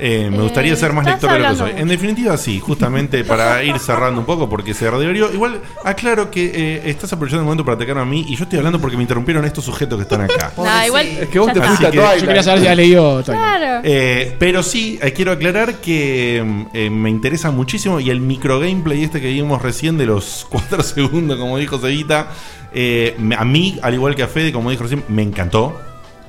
Speaker 3: Eh, me
Speaker 10: Eh,
Speaker 3: gustaría ser más
Speaker 10: estás
Speaker 3: lector de lo que
Speaker 10: hablando
Speaker 3: soy. En
Speaker 10: mucho.
Speaker 3: definitiva, sí, justamente para ir cerrando un poco, porque se rediverió. Igual, aclaro que eh, estás aprovechando el momento para atacarme a mí y yo estoy hablando porque me interrumpieron estos sujetos que están acá.
Speaker 7: Nah, igual.
Speaker 5: Es que vos
Speaker 7: ya
Speaker 5: te
Speaker 7: está.
Speaker 5: fuiste a
Speaker 3: Así que-
Speaker 5: Twilight.
Speaker 4: Yo quería saber si has leído Twilight.
Speaker 7: Claro.
Speaker 3: Eh, pero sí, eh, quiero aclarar que mm, eh, me interesa muchísimo y el micro gameplay este que vimos recién de los 4 segundos, como dijo Cevita, eh, me- a mí, al igual que a Fede, como dijo recién, me encantó.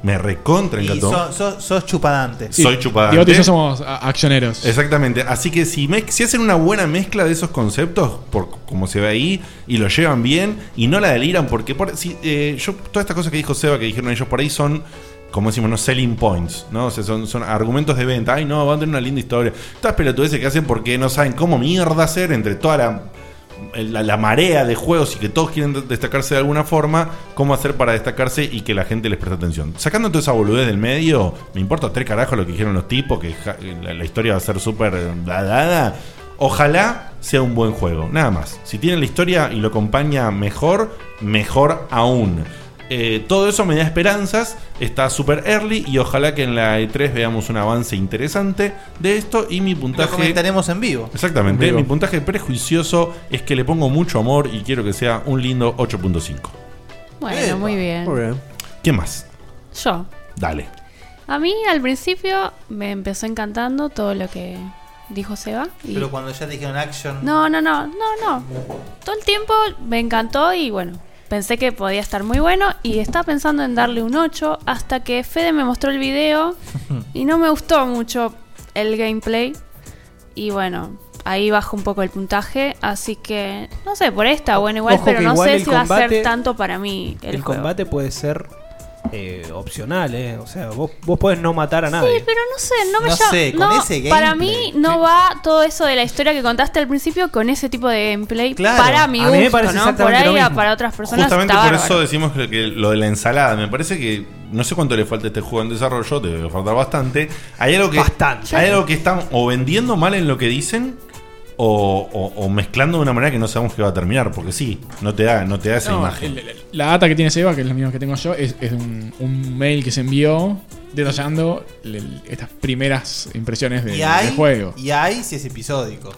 Speaker 3: Me recontra
Speaker 10: Y
Speaker 3: encantó.
Speaker 10: sos, sos- sos chupadante.
Speaker 3: Sí. Soy chupadante.
Speaker 4: Diego y yo somos a- accioneros.
Speaker 3: Exactamente. Así que si, mez- si hacen una buena mezcla de esos conceptos, por, como se ve ahí, y lo llevan bien, y no la deliran, porque por, si, eh, yo, todas estas cosas que dijo Seba, que dijeron ellos por ahí, son, como decimos, no selling points, ¿no? O sea, son, son argumentos de venta. Ay, no, van a tener una linda historia. Estas pelotudeces que hacen porque no saben cómo mierda hacer entre toda la la, la marea de juegos y que todos quieren de- destacarse de alguna forma, cómo hacer para destacarse y que la gente les preste atención. Sacando toda esa boludez del medio, me importa tres carajos lo que dijeron los tipos, que ja- la, la historia va a ser súper eh, dada. Ojalá sea un buen juego, nada más. Si tienen la historia y lo acompaña mejor, mejor aún. Eh, todo eso me da esperanzas, está super early y ojalá que en la E3 veamos un avance interesante de esto y mi puntaje...
Speaker 10: comentaremos en vivo.
Speaker 3: Exactamente,
Speaker 10: En vivo.
Speaker 3: mi puntaje prejuicioso es que le pongo mucho amor y quiero que sea un lindo 8.5.
Speaker 7: Bueno, muy bien.
Speaker 3: ¿Qué más?
Speaker 7: Yo.
Speaker 3: Dale.
Speaker 7: A mí al principio me empezó encantando todo lo que dijo Seba. y-
Speaker 10: Pero cuando ya te dijeron action.
Speaker 7: No, no, no, no, no. Todo el tiempo me encantó y bueno, pensé que podía estar muy bueno y estaba pensando en darle un 8 hasta que Fede me mostró el video y no me gustó mucho el gameplay. Y bueno, ahí bajo un poco el puntaje, así que no sé, por esta, bueno, igual,
Speaker 9: Ojo
Speaker 7: pero
Speaker 9: que
Speaker 7: no
Speaker 9: igual
Speaker 7: sé
Speaker 9: el
Speaker 7: si va a ser
Speaker 9: combate-
Speaker 7: tanto para mí el,
Speaker 9: El,
Speaker 7: juego.
Speaker 9: combate puede ser eh, opcional, ¿eh? O sea, vos, vos podés no matar a nadie.
Speaker 7: Sí, pero no sé, no me
Speaker 9: No
Speaker 7: llama.
Speaker 9: sé, con
Speaker 7: no,
Speaker 9: ese
Speaker 7: para mí
Speaker 9: gameplay,
Speaker 7: no va todo eso de la historia que contaste al principio con ese tipo de gameplay. Para mi
Speaker 3: A
Speaker 7: gusto,
Speaker 3: mí me parece
Speaker 7: ¿no?
Speaker 3: exactamente
Speaker 7: Por ahí,
Speaker 3: lo mismo.
Speaker 7: para otras personas
Speaker 3: Justamente
Speaker 7: está
Speaker 3: por
Speaker 7: bárbaro.
Speaker 3: eso decimos que, que lo de la ensalada. Me parece que no sé cuánto le falta a este juego en desarrollo, te debe faltar bastante. Hay algo que, Hay algo que están o vendiendo mal en lo que dicen o, o- o mezclando de una manera que no sabemos que va a terminar, porque sí, no te da, no te da esa
Speaker 4: No,
Speaker 3: imagen.
Speaker 4: el- el- la data que tiene Seba, que es la misma que tengo yo, es, es un, un mail que se envió detallando el- el- estas primeras impresiones del,
Speaker 10: Y
Speaker 4: del
Speaker 10: hay,
Speaker 4: juego.
Speaker 10: y hay si es episódico.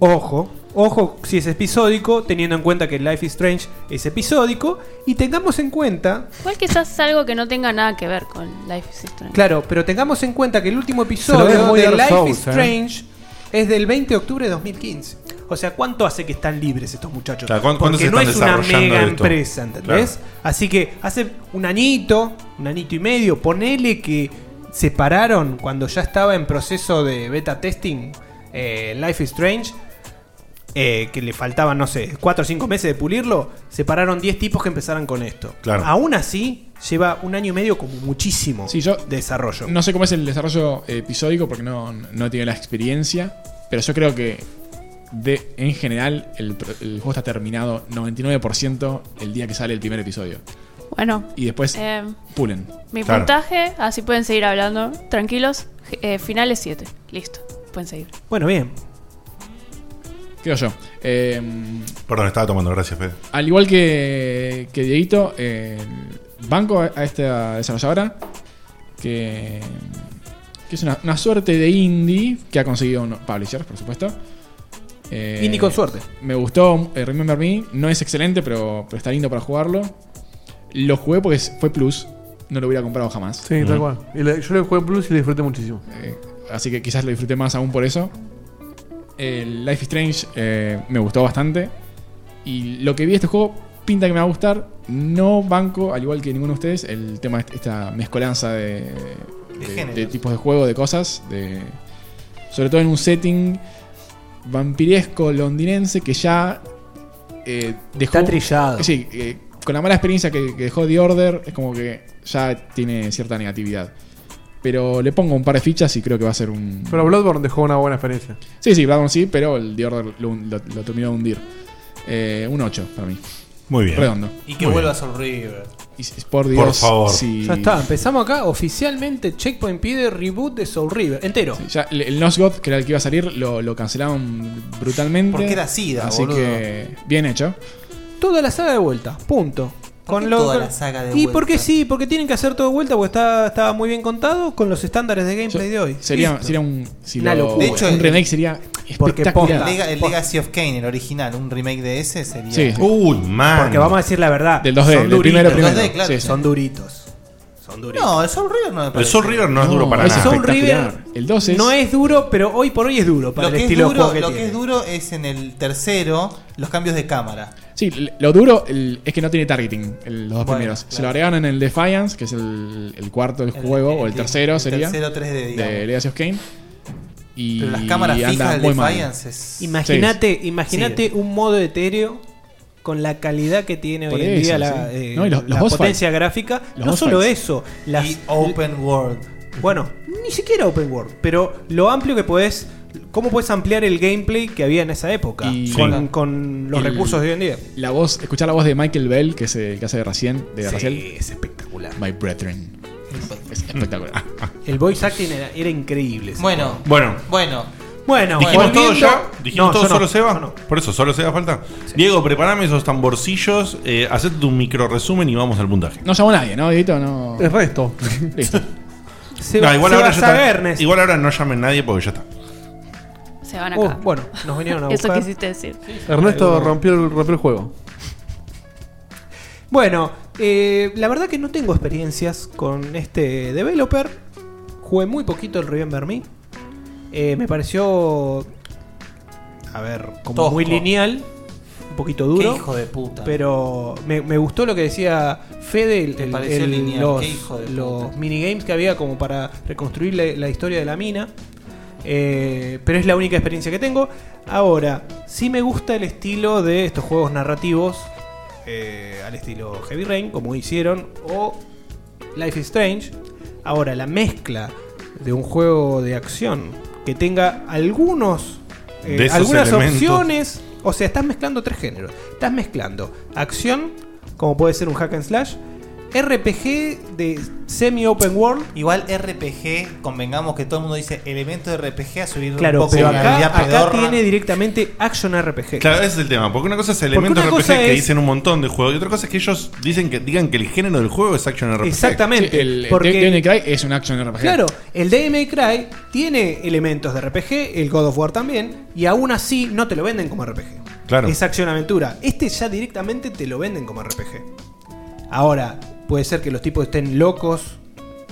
Speaker 9: Ojo, ojo si es episódico, teniendo en cuenta que Life is Strange es episódico, y tengamos en cuenta,
Speaker 7: Igual quizás es algo que no tenga nada que ver con Life is Strange.
Speaker 9: claro, pero tengamos en cuenta que el último
Speaker 8: Se lo
Speaker 9: episodio
Speaker 8: ves muy
Speaker 9: de
Speaker 8: Dark
Speaker 9: Life
Speaker 8: Souls,
Speaker 9: is
Speaker 8: eh.
Speaker 9: Strange es del 20 de octubre de 2015. O sea, ¿cuánto hace que están libres estos muchachos?
Speaker 3: Claro, ¿cuán- cuánto
Speaker 9: Porque
Speaker 3: se
Speaker 9: no
Speaker 3: están
Speaker 9: es una
Speaker 3: desarrollando
Speaker 9: mega
Speaker 3: esto?
Speaker 9: empresa, ¿entendés? Así que hace un añito, un añito y medio, ponele que se pararon cuando ya estaba en proceso de beta testing eh, Life is Strange. eh, que le faltaban, no sé, 4 o 5 meses de pulirlo, separaron 10 tipos que empezaran con esto.
Speaker 4: Claro.
Speaker 9: Aún así, lleva un año y medio como muchísimo desarrollo.
Speaker 4: No sé cómo es el desarrollo episódico porque no, no tiene la experiencia, pero yo creo que de, en general el, pro- el juego está terminado 99% el día que sale el primer episodio.
Speaker 7: Bueno.
Speaker 4: Y después
Speaker 7: eh,
Speaker 4: pulen.
Speaker 7: mi puntaje, así pueden seguir hablando. Tranquilos, eh, finales 7. Listo, pueden seguir.
Speaker 9: Bueno, bien.
Speaker 4: Creo yo. Eh,
Speaker 3: Perdón, estaba tomando, gracias, Fede.
Speaker 4: Al igual que, que Dieguito, eh, banco a a esta desarrolladora que, que es una, una suerte de indie que ha conseguido unos publishers, por supuesto. Eh,
Speaker 9: Indie con suerte.
Speaker 4: Me gustó eh, Remember Me, no es excelente, pero, pero está lindo para jugarlo. Lo jugué porque es- fue Plus, no lo hubiera comprado jamás.
Speaker 5: Sí,
Speaker 3: Mm.
Speaker 5: tal cual. Y le- yo le jugué en Plus y le disfruté muchísimo.
Speaker 4: Así que quizás lo disfruté más aún por eso. El Life is Strange eh, me gustó bastante. Y lo que vi de este juego pinta que me va a gustar. No banco, al igual que ninguno de ustedes, el tema de esta mezcolanza de, de,
Speaker 10: géneros.
Speaker 4: de tipos de juego, de cosas. de- sobre todo en un setting vampiresco londinense que ya eh, dejó-
Speaker 9: Está trillado.
Speaker 4: Sí, eh, con la mala experiencia que, que dejó The Order, es como que ya tiene cierta negatividad. Pero le pongo un par de fichas y creo que va a ser un.
Speaker 5: Pero Bloodborne dejó una buena experiencia.
Speaker 4: Sí, sí, Bloodborne sí, pero el The Order lo, lo- lo terminó de hundir. Eh, un 8 para mí.
Speaker 3: Muy bien.
Speaker 4: Redondo.
Speaker 10: Y que
Speaker 4: Muy
Speaker 10: vuelva a Soul River.
Speaker 4: bien. Por Dios. sí.
Speaker 9: Ya está, empezamos acá. Oficialmente, Checkpoint pide reboot de Soul River. Entero.
Speaker 4: Sí, ya el, el Lost God, que era el que iba a salir, lo, lo cancelaron brutalmente.
Speaker 9: Porque era SIDA,
Speaker 4: Así
Speaker 9: boludo.
Speaker 4: que, bien hecho.
Speaker 9: Toda la saga de vuelta. Punto.
Speaker 10: qué toda la saga de
Speaker 9: y
Speaker 10: vuelta?
Speaker 9: porque sí, porque tienen que hacer todo de vuelta porque está, estaba muy bien contado con los estándares de gameplay de hoy.
Speaker 4: Sería,
Speaker 9: Listo.
Speaker 4: sería un, si
Speaker 9: Una
Speaker 4: lo-
Speaker 9: locura.
Speaker 10: De hecho, eh,
Speaker 4: un
Speaker 10: el-
Speaker 4: remake sería
Speaker 9: Porque
Speaker 4: espectacular.
Speaker 10: El, Lega- el Legacy of Kane, el original, un remake de ese sería.
Speaker 4: Sí.
Speaker 3: Uy, man.
Speaker 9: Porque vamos a decir la verdad.
Speaker 4: Del 2D, del primero,
Speaker 9: Del
Speaker 4: primero.
Speaker 9: 2D, claro.
Speaker 4: Sí, sí.
Speaker 9: Son duritos. Son duritos.
Speaker 10: No, el Soul River no me
Speaker 3: El
Speaker 10: parece.
Speaker 3: Soul River no es duro para nada.
Speaker 9: Soul River
Speaker 4: el 2
Speaker 9: no es duro, pero hoy por hoy es duro para el
Speaker 10: Lo, que es,
Speaker 9: estilo de
Speaker 10: duro,
Speaker 9: juego que
Speaker 10: lo
Speaker 9: tiene.
Speaker 10: que es duro es en el tercero, los cambios de cámara.
Speaker 4: Sí, l- lo duro el- es que no tiene targeting, el- los dos
Speaker 10: Bueno,
Speaker 4: primeros. Se
Speaker 10: claro.
Speaker 4: lo agregaron en el Defiance, que es el, el cuarto del juego, o el,
Speaker 10: el-
Speaker 4: tercero
Speaker 10: el
Speaker 4: sería.
Speaker 10: tercero 3D, digamos.
Speaker 4: De Legacy of Kane. Y
Speaker 10: Pero las cámaras
Speaker 4: anda
Speaker 10: fijas del
Speaker 4: muy mal.
Speaker 10: Defiance es-
Speaker 9: Imagínate,
Speaker 4: Sí.
Speaker 9: imagínate un modo etéreo con la calidad que tiene
Speaker 4: Por
Speaker 9: hoy en
Speaker 4: eso,
Speaker 9: día
Speaker 4: sí.
Speaker 9: la, eh,
Speaker 4: No, y los- los
Speaker 9: la
Speaker 4: boss
Speaker 9: potencia
Speaker 4: fights.
Speaker 9: gráfica.
Speaker 4: Los
Speaker 9: no
Speaker 4: boss
Speaker 9: solo
Speaker 4: fights.
Speaker 9: eso, las
Speaker 10: open world.
Speaker 9: Bueno, ni siquiera open world, pero lo amplio que podés cómo podés ampliar el gameplay que había en esa época con,
Speaker 4: Sí.
Speaker 9: con los
Speaker 4: El-
Speaker 9: recursos de hoy en día.
Speaker 4: La voz, escuchar la voz de Michael Bell, que es el que hace de Raciel. De
Speaker 9: Sí,
Speaker 4: Raziel.
Speaker 9: es espectacular.
Speaker 4: My Brethren. Es espectacular.
Speaker 9: Mm. El voice acting era, era increíble.
Speaker 10: Bueno,
Speaker 4: Bueno.
Speaker 10: bueno,
Speaker 9: Bueno,
Speaker 3: dijimos todo
Speaker 9: volviendo-
Speaker 3: ya, dijimos
Speaker 9: No,
Speaker 3: todo
Speaker 9: yo no,
Speaker 3: solo Seba.
Speaker 9: yo no.
Speaker 3: Por eso, solo Seba falta. Diego, prepárame esos tamborcillos, eh, hacete un micro resumen y vamos al puntaje.
Speaker 4: No llamó nadie, ¿no, Dieguito? No.
Speaker 3: El resto.
Speaker 4: Listo.
Speaker 3: No, igual, ahora ya está, igual ahora no llamen nadie porque ya está.
Speaker 7: Se van
Speaker 5: Oh,
Speaker 9: Uh,
Speaker 7: acá.
Speaker 5: bueno, nos vinieron a
Speaker 7: Eso
Speaker 5: buscar.
Speaker 7: quisiste decir.
Speaker 5: Ernesto rompió el, rompió el juego.
Speaker 9: Bueno, eh, la verdad que no tengo experiencias con este developer. Jugué muy poquito el Remember Me. Eh, me pareció. A ver, como
Speaker 10: Tosco.
Speaker 9: muy lineal. Un poquito duro.
Speaker 10: Qué hijo de puta.
Speaker 9: Pero me, me gustó lo que decía Fede. El,
Speaker 10: Te
Speaker 9: el-
Speaker 10: pareció
Speaker 9: el-
Speaker 10: lineal,
Speaker 9: los
Speaker 10: qué hijo de
Speaker 9: los minigames que había como para reconstruir la, la historia de la mina. Eh, pero es la única experiencia que tengo. Ahora, sí me gusta el estilo de estos juegos narrativos eh, al estilo Heavy Rain, como hicieron, o Life is Strange. Ahora, la mezcla de un juego de acción que tenga algunos eh,
Speaker 3: De esos
Speaker 9: algunas
Speaker 3: elementos.
Speaker 9: opciones. O sea, estás mezclando tres géneros. Estás mezclando acción, como puede ser un hack and slash, RPG de semi-open world.
Speaker 10: Igual RPG, convengamos que todo el mundo dice elemento de RPG a subir un
Speaker 9: Claro,
Speaker 10: poco
Speaker 9: pero
Speaker 10: la
Speaker 9: acá,
Speaker 10: realidad
Speaker 9: acá
Speaker 10: pedorra.
Speaker 9: tiene directamente action RPG.
Speaker 3: Claro, ese es el tema. Porque una cosa es
Speaker 9: Porque
Speaker 3: elementos
Speaker 9: una
Speaker 3: RPG
Speaker 9: cosa
Speaker 3: que
Speaker 9: es-
Speaker 3: dicen un montón de juegos. Y otra cosa es que ellos dicen que digan que el género del juego es action RPG.
Speaker 9: Exactamente,
Speaker 4: El
Speaker 9: porque-
Speaker 4: porque... Devil May Cry es un action RPG.
Speaker 9: Claro, el DMA Cry tiene elementos de RPG, el God of War también, y aún así no te lo venden como RPG.
Speaker 3: Claro.
Speaker 9: Es acción-aventura. Este ya directamente te lo venden como RPG. Ahora, puede ser que los tipos estén locos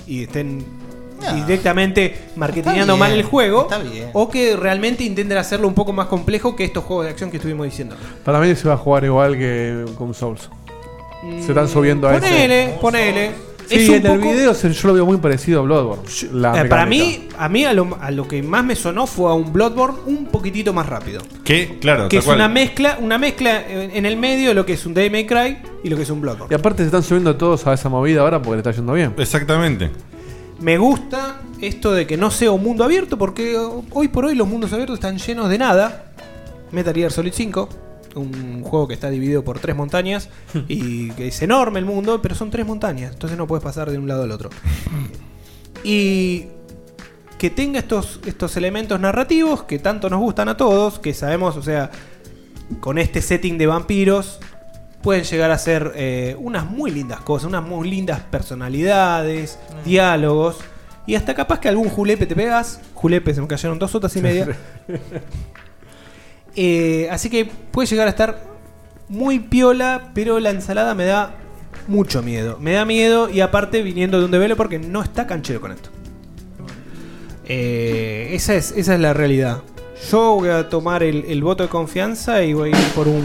Speaker 9: y estén directamente marketingando
Speaker 10: Ah, bien,
Speaker 9: mal el juego,
Speaker 10: está bien.
Speaker 9: o que realmente intenten hacerlo un poco más complejo que estos juegos de acción que estuvimos diciendo.
Speaker 5: Para mí se va a jugar igual que con Souls. Se están subiendo a ese.
Speaker 9: Eh, Ponele, ponele.
Speaker 5: Sí,
Speaker 9: Es un
Speaker 5: en el
Speaker 9: poco-
Speaker 5: video se- yo lo veo muy parecido a Bloodborne. la
Speaker 9: Eh, para
Speaker 5: mecánica.
Speaker 9: mí, a mí a lo, a lo que más me sonó fue a un Bloodborne un poquitito más rápido.
Speaker 3: Que, claro,
Speaker 9: que
Speaker 3: tal
Speaker 9: es
Speaker 3: cual.
Speaker 9: una mezcla, una mezcla en, en el medio de lo que es un Day May Cry y lo que es un Bloodborne.
Speaker 5: Y aparte se están subiendo todos a esa movida ahora porque le está yendo bien.
Speaker 3: Exactamente.
Speaker 9: Me gusta esto de que no sea un mundo abierto, porque hoy por hoy los mundos abiertos están llenos de nada. Metal Gear Solid 5, un juego que está dividido por tres montañas y que es enorme el mundo, pero son tres montañas, entonces no puedes pasar de un lado al otro. Y que tenga estos, estos elementos narrativos que tanto nos gustan a todos, que sabemos, o sea, con este setting de vampiros, pueden llegar a ser eh, unas muy lindas cosas, unas muy lindas personalidades, diálogos. Y hasta capaz que algún julepe te pegas. Julepe, se me cayeron dos sotas y media. Eh, así que puede llegar a estar muy piola, pero la ensalada me da mucho miedo. Me da miedo y aparte viniendo de un develo porque no está canchero con esto. Eh, esa, es, esa es la realidad. Yo voy a tomar el, el voto de confianza y voy a ir por un...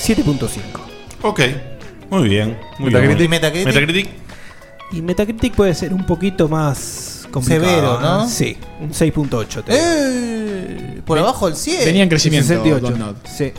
Speaker 9: ...7.5.
Speaker 3: Ok. Muy bien. Muy
Speaker 9: Metacritic.
Speaker 3: bien.
Speaker 9: Metacritic.
Speaker 3: Metacritic.
Speaker 9: Y Metacritic puede ser un poquito más complicado.
Speaker 10: Severo, ¿no?
Speaker 9: Sí, un 6.8. te digo.
Speaker 10: Eh, por abajo del 100.
Speaker 9: Venía en crecimiento,
Speaker 10: 68.
Speaker 9: Dontnod. Sí.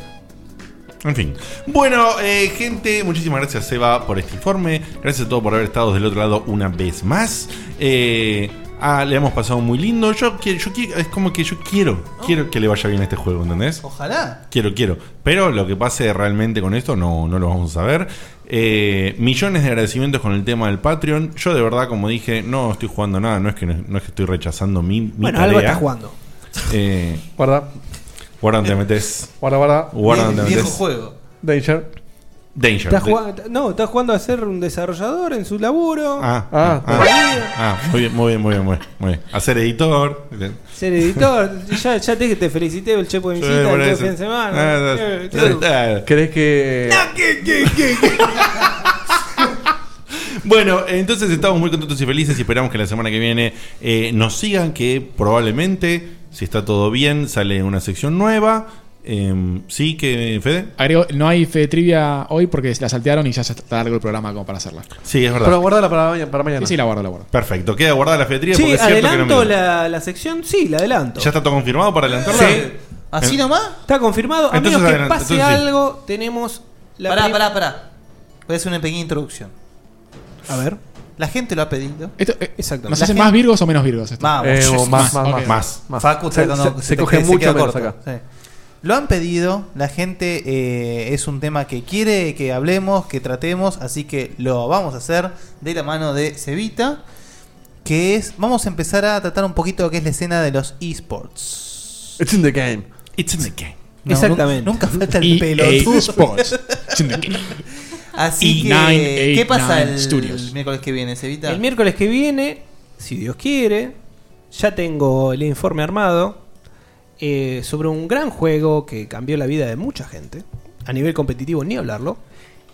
Speaker 3: En fin. Bueno, eh, gente, muchísimas gracias, Seba, por este informe. Gracias a todos por haber estado del otro lado una vez más. Eh, ah, le hemos pasado muy lindo. Yo, qui- yo qui- es como que yo quiero, quiero que le vaya bien a este juego, ¿entendés?
Speaker 10: Ojalá.
Speaker 3: Quiero, quiero. Pero lo que pase realmente con esto no, no lo vamos a saber. Eh, millones de agradecimientos con el tema del Patreon. Yo de verdad, como dije, no estoy jugando nada. No es que, no es que estoy rechazando mi, mi
Speaker 9: Bueno,
Speaker 3: tarea.
Speaker 9: algo está jugando.
Speaker 3: Eh,
Speaker 5: guarda.
Speaker 3: Guarda donde te metes.
Speaker 5: Guarda, guarda.
Speaker 3: Guarda donde te metes.
Speaker 10: juego.
Speaker 5: Danger.
Speaker 3: Danger.
Speaker 9: Está jugando- no, está jugando a ser un desarrollador en su laburo.
Speaker 3: Ah, ah, ah, Ah, muy bien, muy bien, muy bien, muy bien, muy bien. Hacer editor.
Speaker 9: Ser editor. ya, ya te, te felicité el chepo de mi
Speaker 3: Sí,
Speaker 9: cita
Speaker 3: por
Speaker 9: el
Speaker 3: eso.
Speaker 9: fin de semana.
Speaker 3: Ah,
Speaker 9: Eh,
Speaker 3: ah,
Speaker 9: claro.
Speaker 3: ah.
Speaker 5: ¿Crees que.?
Speaker 3: Bueno, entonces estamos muy contentos y felices y esperamos que la semana que viene eh, nos sigan, que probablemente, si está todo bien, sale una sección nueva. Em, sí, que Fede.
Speaker 4: Agrego, no hay fe trivia hoy porque la saltearon y ya está largo el programa como para hacerla.
Speaker 3: Sí, es verdad.
Speaker 5: Pero guardala para, maña- para mañana.
Speaker 4: Sí, sí, la guardo, la guardo.
Speaker 3: Perfecto, queda guardada la fetría
Speaker 9: Sí,
Speaker 3: porque es cierto que no
Speaker 9: adelanto
Speaker 3: me...
Speaker 9: la, la sección. Sí, la adelanto.
Speaker 3: ¿Ya está todo confirmado para adelantarla?
Speaker 10: ¿Así
Speaker 3: Eh,
Speaker 10: nomás?
Speaker 9: Está confirmado. A
Speaker 3: Entonces
Speaker 9: menos que
Speaker 3: adelante,
Speaker 9: pase
Speaker 3: entonces sí.
Speaker 9: algo, tenemos la.
Speaker 10: pará,
Speaker 9: prim-
Speaker 10: pará, pará. Voy a hacer una pequeña introducción.
Speaker 9: A ver. eh,
Speaker 10: La gente lo ha pedido.
Speaker 9: Exacto.
Speaker 4: ¿Nos hacen más virgos o menos virgos? esto?
Speaker 10: Vamos.
Speaker 5: Eh, o más, más,
Speaker 4: ok.
Speaker 5: más, más.
Speaker 10: Facu,
Speaker 5: Se-
Speaker 10: no,
Speaker 5: se-
Speaker 10: no,
Speaker 5: se coge
Speaker 10: queda
Speaker 5: mucho menos
Speaker 10: corto.
Speaker 5: acá.
Speaker 10: Sí. Lo han pedido, la gente eh, es un tema que quiere que hablemos, que tratemos, así que lo vamos a hacer de la mano de Cevita, que es, vamos a empezar a tratar un poquito lo que es la escena de los esports.
Speaker 5: It's in the game.
Speaker 3: It's in the game.
Speaker 10: Exactamente. Nunca falta el
Speaker 5: EA
Speaker 10: pelotudo.
Speaker 5: Sports.
Speaker 10: Así que,
Speaker 9: E989
Speaker 10: ¿qué pasa el
Speaker 9: Studios.
Speaker 10: miércoles que viene, Cevita?
Speaker 9: El miércoles que viene, si Dios quiere, ya tengo el informe armado eh, sobre un gran juego que cambió la vida de mucha gente, a nivel competitivo ni hablarlo,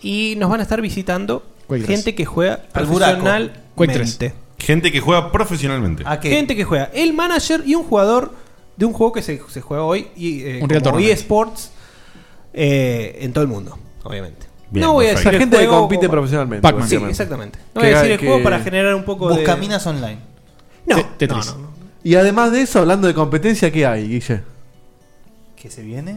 Speaker 9: y nos van a estar visitando
Speaker 3: Quake tres.
Speaker 9: gente que juega
Speaker 3: Al buraco.
Speaker 9: profesionalmente.
Speaker 3: Gente que juega profesionalmente.
Speaker 9: Gente que juega el manager y un jugador de un juego que se, se juega hoy y eh,
Speaker 3: Un Real
Speaker 9: como
Speaker 3: Tournament.
Speaker 9: eSports eh, en todo el mundo, obviamente.
Speaker 5: Bien,
Speaker 9: no voy a
Speaker 5: perfecto.
Speaker 9: decir el
Speaker 5: gente que
Speaker 9: juego
Speaker 5: compite
Speaker 9: como-
Speaker 5: profesionalmente,
Speaker 9: Pac-Man. Sí,
Speaker 5: básicamente.
Speaker 9: exactamente. No
Speaker 5: Que-
Speaker 9: voy a decir el
Speaker 5: que-
Speaker 9: juego para generar un poco de
Speaker 10: Buscaminas online.
Speaker 9: No,
Speaker 5: Tetris. Y además de eso, hablando de competencia, ¿qué hay, Guille?
Speaker 10: ¿Qué se viene?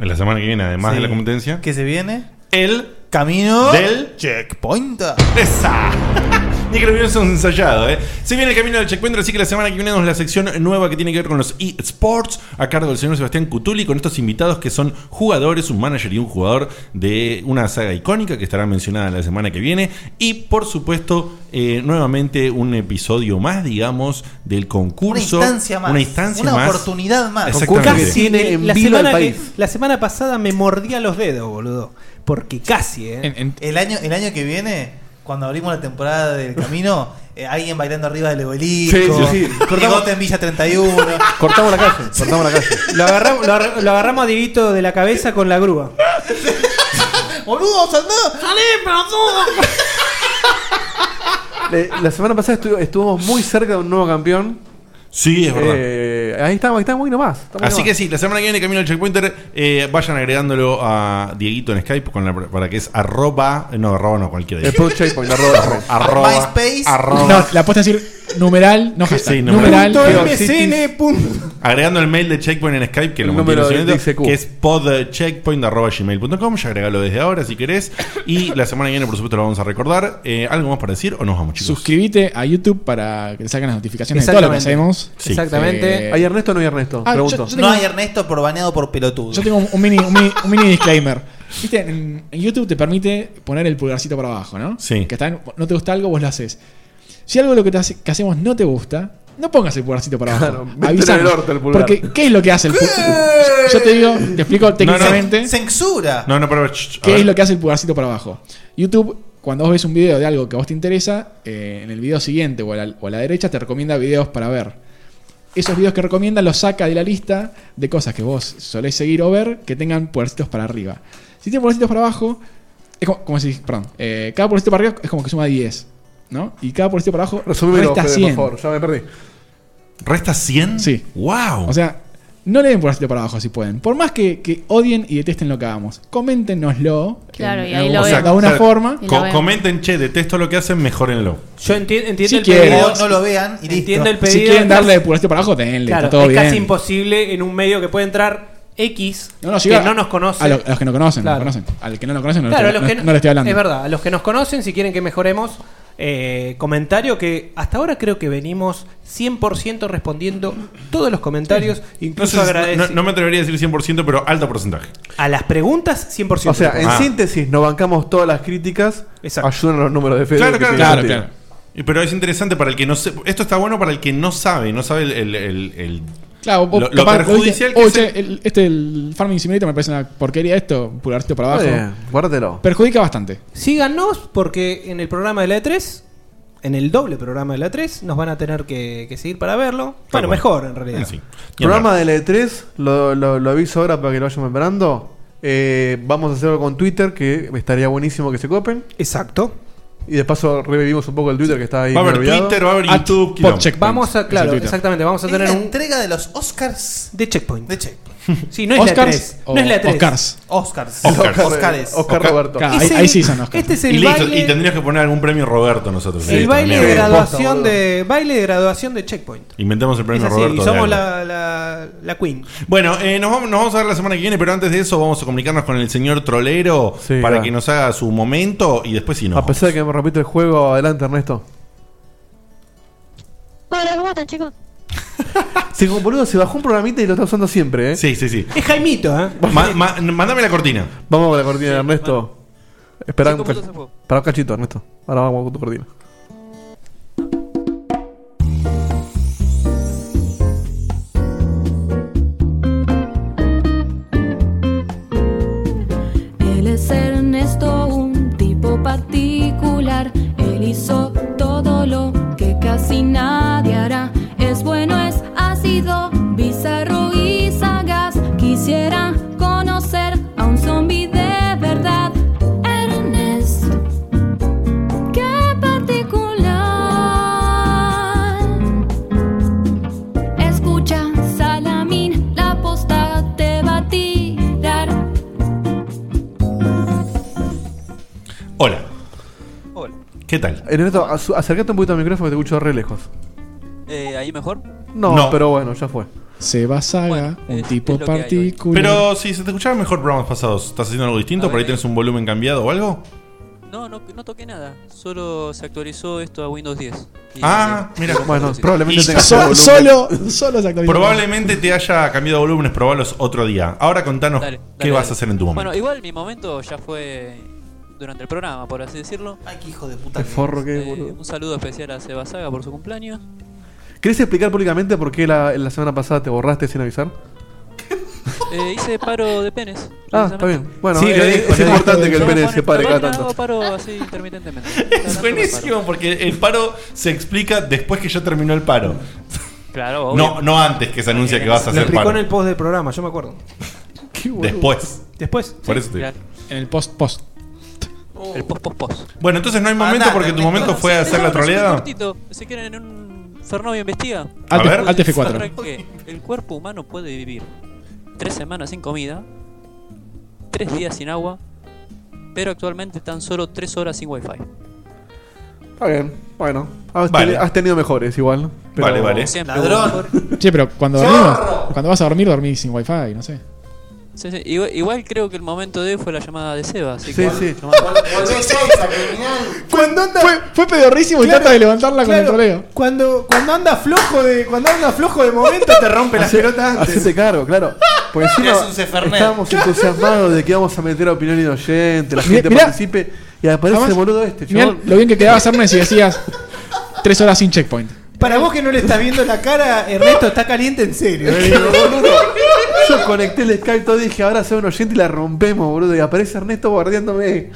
Speaker 3: En la semana que viene, además
Speaker 10: Sí.
Speaker 3: de la competencia.
Speaker 10: ¿Qué se viene?
Speaker 3: El
Speaker 10: camino
Speaker 3: del
Speaker 10: checkpoint.
Speaker 3: ¡Esa! Ni que lo hubiéramos ensayado, ¿eh? Se viene el camino del checkpoint, así que la semana que viene tenemos la sección nueva que tiene que ver con los eSports, a cargo del señor Sebastián Cutuli, con estos invitados que son jugadores, un manager y un jugador de una saga icónica que estará mencionada la semana que viene. Y, por supuesto, eh, nuevamente un episodio más, digamos, del concurso.
Speaker 10: Una instancia más.
Speaker 3: Una instancia
Speaker 10: Una
Speaker 3: más.
Speaker 10: oportunidad más.
Speaker 3: Exactamente.
Speaker 9: Casi
Speaker 5: Tiene en
Speaker 9: la,
Speaker 5: vilo al
Speaker 9: semana que-
Speaker 5: país.
Speaker 9: la semana pasada me mordía los dedos, boludo. Porque casi, ¿eh?
Speaker 10: El año, el año que viene, cuando abrimos la temporada del camino, eh, alguien bailando arriba del obelisco.
Speaker 5: Sí, sí, sí.
Speaker 10: Cortamos en Villa 31.
Speaker 5: Cortamos la calle, cortamos la calle.
Speaker 9: Lo agarramos, lo agarra- lo agarramos a Dieguito de la cabeza con la grúa.
Speaker 10: ¡Boludo, saltó!
Speaker 11: ¡Salí, pelotudo!
Speaker 5: Le- la semana pasada estu- estuvimos muy cerca de un nuevo campeón.
Speaker 3: Sí, es verdad.
Speaker 5: Eh, ahí estamos, ahí estamos ahí nomás. estamos ahí
Speaker 3: Así que
Speaker 5: nomás.
Speaker 3: sí, la semana que viene Camino al Checkpointer, eh, vayan agregándolo a Dieguito en Skype con la- para que es arroba, no, arroba no, cualquiera.
Speaker 5: El Pro Checkpoint, arroba Checkpoint.
Speaker 3: arroba,
Speaker 5: MySpace.
Speaker 3: arroba.
Speaker 4: No, la apuesta es decir numeral, no hashtag.
Speaker 3: Sí, numeral.
Speaker 4: numeral.
Speaker 3: Punto
Speaker 4: Sí, sí, sí.
Speaker 9: MCN, pum.
Speaker 3: Agregando el mail de Checkpoint en Skype, que lo
Speaker 5: El
Speaker 3: mantiene
Speaker 5: número
Speaker 3: subiendo,
Speaker 5: del DCQ.
Speaker 3: que es podcheckpoint.gmail.com. Ya agregalo desde ahora si querés. Y la semana que viene, por supuesto, lo vamos a recordar. Eh, ¿Algo más para decir o nos vamos, chicos?
Speaker 4: Suscribite a YouTube para que te salgan las notificaciones de todo lo que hacemos. Eh,
Speaker 5: ¿Hay Ernesto o no hay Ernesto?
Speaker 4: Ah,
Speaker 5: Pregunto.
Speaker 4: yo- yo tengo- No hay
Speaker 10: Ernesto por baneado por pelotudo.
Speaker 4: Yo tengo un un mini, un mini, un mini disclaimer. Viste, en, en YouTube te permite poner el pulgarcito para abajo, ¿no?
Speaker 3: Sí.
Speaker 4: Que está en- no te gusta algo, vos lo haces. Si algo de lo que, te hace- que hacemos no te gusta, no pongas el pulgarcito para abajo.
Speaker 5: Claro, métele
Speaker 4: Avísanos.
Speaker 5: en el orto el pulgar.
Speaker 4: Porque, ¿qué es lo que hace el pulgarcito? Yo te digo, te explico técnicamente.
Speaker 10: Censura.
Speaker 3: No, no, pero. ch- ch- a
Speaker 4: ¿Qué
Speaker 3: ver.
Speaker 4: es lo que hace el pulgarcito para abajo? YouTube, cuando vos ves un video de algo que a vos te interesa, eh, en el video siguiente o a, la, o a la derecha te recomienda videos para ver. Esos videos que recomienda los saca de la lista de cosas que vos solés seguir o ver que tengan pulgarcitos para arriba. Si tiene pulgarcitos para abajo, es como, como si, perdón, eh, cada pulgarcito para arriba es como que suma 10, ¿no? Y cada pulgarcito para abajo
Speaker 5: Resúmelo,
Speaker 4: resta
Speaker 5: Fede,
Speaker 4: 100.
Speaker 5: por favor, ya me perdí.
Speaker 3: ¿Resta 100?
Speaker 4: Sí.
Speaker 3: ¡Wow!
Speaker 4: O sea, no le den pulgarcito para abajo si pueden. Por más que, que odien y detesten lo que hagamos, coméntenoslo.
Speaker 7: Claro,
Speaker 4: en-
Speaker 7: y
Speaker 4: en
Speaker 7: ahí
Speaker 4: algún-
Speaker 7: lo
Speaker 4: o sea,
Speaker 7: vemos.
Speaker 4: de alguna
Speaker 7: Claro.
Speaker 4: forma.
Speaker 7: Y lo
Speaker 3: Co-
Speaker 7: vemos.
Speaker 3: comenten, che, detesto lo que hacen, mejorenlo.
Speaker 9: Yo enti- entiendo
Speaker 4: Si
Speaker 9: el
Speaker 4: quieren.
Speaker 9: pedido.
Speaker 4: No
Speaker 10: lo vean y
Speaker 9: Entiendo el pedido.
Speaker 4: Si quieren darle de pulgarcito para abajo, denle.
Speaker 9: Claro,
Speaker 4: está todo
Speaker 9: es
Speaker 4: bien.
Speaker 9: casi imposible en un medio que puede entrar X
Speaker 4: No, no, si
Speaker 9: que
Speaker 4: va-
Speaker 9: no nos conoce.
Speaker 4: A, lo- a los que no conocen,
Speaker 9: Claro.
Speaker 4: no conocen. Al que no lo conocen, no,
Speaker 9: Claro,
Speaker 4: le,
Speaker 9: a los
Speaker 4: estoy-
Speaker 9: que
Speaker 4: no- no le estoy hablando.
Speaker 9: Es verdad, a los que nos conocen, si quieren que mejoremos, eh, comentario que hasta ahora creo que venimos 100% respondiendo todos los comentarios,
Speaker 3: No, sé
Speaker 9: incluso
Speaker 3: si-
Speaker 9: agradeciendo
Speaker 3: no- no me atrevería a decir 100%, pero alto porcentaje.
Speaker 9: a las preguntas 100%.
Speaker 5: O sea, en
Speaker 9: Ah.
Speaker 5: síntesis, nos bancamos todas las críticas. Ayudan a los números de Fede.
Speaker 3: Claro,
Speaker 5: que
Speaker 3: claro,
Speaker 5: tiene
Speaker 3: claro,
Speaker 5: sentido.
Speaker 3: claro. Y Pero es interesante para el que no se, Esto está bueno para el que no sabe, no sabe el. el- el- el-
Speaker 4: Claro, vos
Speaker 3: lo, lo
Speaker 4: capaz lo
Speaker 3: perjudicial
Speaker 4: viste,
Speaker 3: que
Speaker 4: "Oh,
Speaker 3: es el-
Speaker 4: che, el- este, el Farming Simulator me parece una porquería esto, pulgarcito para abajo.
Speaker 5: Bien, guárdatelo.
Speaker 4: Perjudica bastante.
Speaker 9: Síganos porque en el programa de la E3, en el doble programa de la E3, nos van a tener que, que seguir para verlo.
Speaker 5: cual.
Speaker 9: Bueno, mejor en realidad.
Speaker 5: Programa de la E3, lo, lo- lo aviso ahora para que lo vayan membrando. vamos a hacerlo con Twitter, que estaría buenísimo que se copen.
Speaker 9: Exacto.
Speaker 5: Y de paso revivimos un poco el Twitter que está ahí.
Speaker 3: Va a haber
Speaker 5: olvidado.
Speaker 3: Twitter, va a
Speaker 9: Ah,
Speaker 3: haber At YouTube, quilombo. Podcheckpoint.
Speaker 9: Vamos a, claro, exactamente, vamos a
Speaker 10: Es
Speaker 9: tener
Speaker 10: la
Speaker 9: un
Speaker 10: entrega de los Oscars
Speaker 9: de Checkpoint.
Speaker 10: de Checkpoint.
Speaker 9: Sí, no es la E3. No es la E3.
Speaker 10: Oscars.
Speaker 3: Oscars.
Speaker 10: Oscars.
Speaker 5: Oscar Roberto.
Speaker 9: Claro, ahí- Es el- ahí sí son Oscars. este es el
Speaker 3: y listo,
Speaker 9: baile-
Speaker 3: y tendrías que poner algún premio Roberto nosotros.
Speaker 9: El
Speaker 3: Listo,
Speaker 9: baile
Speaker 3: mierda.
Speaker 9: de graduación de baile de graduación de Checkpoint.
Speaker 3: Inventamos el
Speaker 9: Es
Speaker 3: premio
Speaker 9: así,
Speaker 3: Roberto.
Speaker 9: y
Speaker 3: de
Speaker 9: somos
Speaker 3: algo.
Speaker 9: la, la, la Queen.
Speaker 3: Bueno, eh, nos, vamos, nos vamos a ver la semana que viene, pero antes de eso vamos a comunicarnos con el señor Trolero para
Speaker 5: va.
Speaker 3: que nos haga su momento y después si no.
Speaker 5: A pesar de que me repito el juego, adelante Ernesto.
Speaker 21: Hola, ¿cómo están, chicos?
Speaker 5: Se, boludo, se bajó un programita y lo está usando siempre, ¿eh? Sí,
Speaker 3: sí, sí.
Speaker 9: Es Jaimito, ¿eh?
Speaker 3: mándame la cortina.
Speaker 5: Vamos con la cortina, Ernesto. Espera
Speaker 9: Cinco
Speaker 5: un, ca-
Speaker 9: minutos se fue.
Speaker 5: pará un cachito, Ernesto. Ahora vamos con tu cortina.
Speaker 1: Él es Ernesto, un tipo particular. Él hizo todo lo que casi nadie hará. Es bueno, es ácido, bizarro y sagaz. Quisiera conocer a un zombi de verdad. Ernesto, qué particular. Escucha, Salamín, la posta te va a tirar.
Speaker 3: Hola. ¿Qué tal?
Speaker 5: Ernesto, asu- acercate un poquito al micrófono que te escucho re lejos.
Speaker 14: Eh, ¿Ahí mejor?
Speaker 5: No,
Speaker 3: No.
Speaker 5: pero bueno, ya fue.
Speaker 4: Se va Saga, un tipo
Speaker 14: lo que hay hoy.
Speaker 4: particular.
Speaker 3: Pero si se te escuchaba mejor programas pasados, ¿estás haciendo algo distinto?
Speaker 14: A
Speaker 3: ¿Por
Speaker 14: ver,
Speaker 3: ahí tenés un volumen cambiado o algo?
Speaker 14: No, no, no toqué nada. Solo se actualizó esto a Windows 10. Y-
Speaker 3: Ah,
Speaker 14: y-
Speaker 3: mira.
Speaker 14: y- sí.
Speaker 3: Y
Speaker 4: solo, solo, solo se actualizó.
Speaker 3: Probablemente te haya cambiado volúmenes, probalos otro día. Ahora contanos qué
Speaker 14: Dale,
Speaker 3: vas
Speaker 14: dale.
Speaker 3: a hacer en tu momento.
Speaker 14: Bueno, igual mi momento ya fue durante el programa, por así decirlo. Ay, qué hijo de puta.
Speaker 5: Qué que forro es. que es, boludo.
Speaker 14: un saludo especial a Seba Saga por su cumpleaños.
Speaker 5: ¿Querés explicar públicamente por qué la, la semana pasada te borraste sin avisar?
Speaker 14: Eh, hice paro de penes.
Speaker 5: Ah, está
Speaker 14: precisamente.
Speaker 5: bien. Bueno, eh, eh, es, importante que el pene se pare cada tanto.
Speaker 14: Hago paro así intermitentemente.
Speaker 3: Es buenísimo porque el paro se explica después que ya terminó el paro.
Speaker 14: Claro,
Speaker 3: No, no antes que se anuncie que vas a
Speaker 9: Lo
Speaker 3: hacer
Speaker 9: explicó en
Speaker 3: paro.
Speaker 9: el post del programa, yo me acuerdo.
Speaker 3: Después.
Speaker 9: Después.
Speaker 3: Por eso te digo.
Speaker 4: En el post post.
Speaker 14: El post post post.
Speaker 3: Bueno, entonces no hay momento
Speaker 14: Andá,
Speaker 3: porque tu momento fue
Speaker 14: Sí,
Speaker 3: hacer
Speaker 14: no,
Speaker 3: la
Speaker 14: no,
Speaker 3: troleada.
Speaker 14: sí, cortito. Si quieren en un Fernovio investiga.
Speaker 3: A Alt- ver. Alt F4.
Speaker 14: Demuestran que el cuerpo humano puede vivir tres semanas sin comida, tres días sin agua, pero actualmente tan solo tres horas sin wifi.
Speaker 5: Está bien, bueno. Has,
Speaker 14: Vale.
Speaker 5: teni- Ah, has tenido mejores igual. ¿no? Pero-
Speaker 14: Vale, vale. Siempre Ladrón. hubo
Speaker 4: Che, pero cuando dormimos, cuando vas a dormir, dormís sin wifi, no sé.
Speaker 14: Sí, sí, Igual, igual creo que el momento de hoy fue la llamada de Seba. Así
Speaker 4: Sí,
Speaker 14: que,
Speaker 4: sí.
Speaker 9: Cuando anda, fue,
Speaker 4: pedorrísimo y trata de levantarla con el troleo.
Speaker 9: Cuando, cuando anda flojo de. Cuando anda flojo de momento te rompe las
Speaker 5: Hace-
Speaker 9: pelotas antes.
Speaker 5: Hacete cargo, claro. Porque encima
Speaker 9: Es un Cefernet.
Speaker 5: estábamos entusiasmados de que íbamos a meter opinión inocente, la
Speaker 4: Mirá,
Speaker 5: gente
Speaker 4: mirá.
Speaker 5: participe y aparece
Speaker 4: Jamás-
Speaker 5: el boludo este,
Speaker 4: Mirá
Speaker 5: chabón.
Speaker 4: lo bien que quedaba hacerme si decías tres horas sin checkpoint.
Speaker 9: Para vos que no le estás viendo la cara, Ernesto está caliente en serio. eh.
Speaker 5: Le digo, boludo, Yo conecté el Skype todo y dije, ahora soy un oyente y la rompemos, boludo. Y aparece Ernesto guardiándome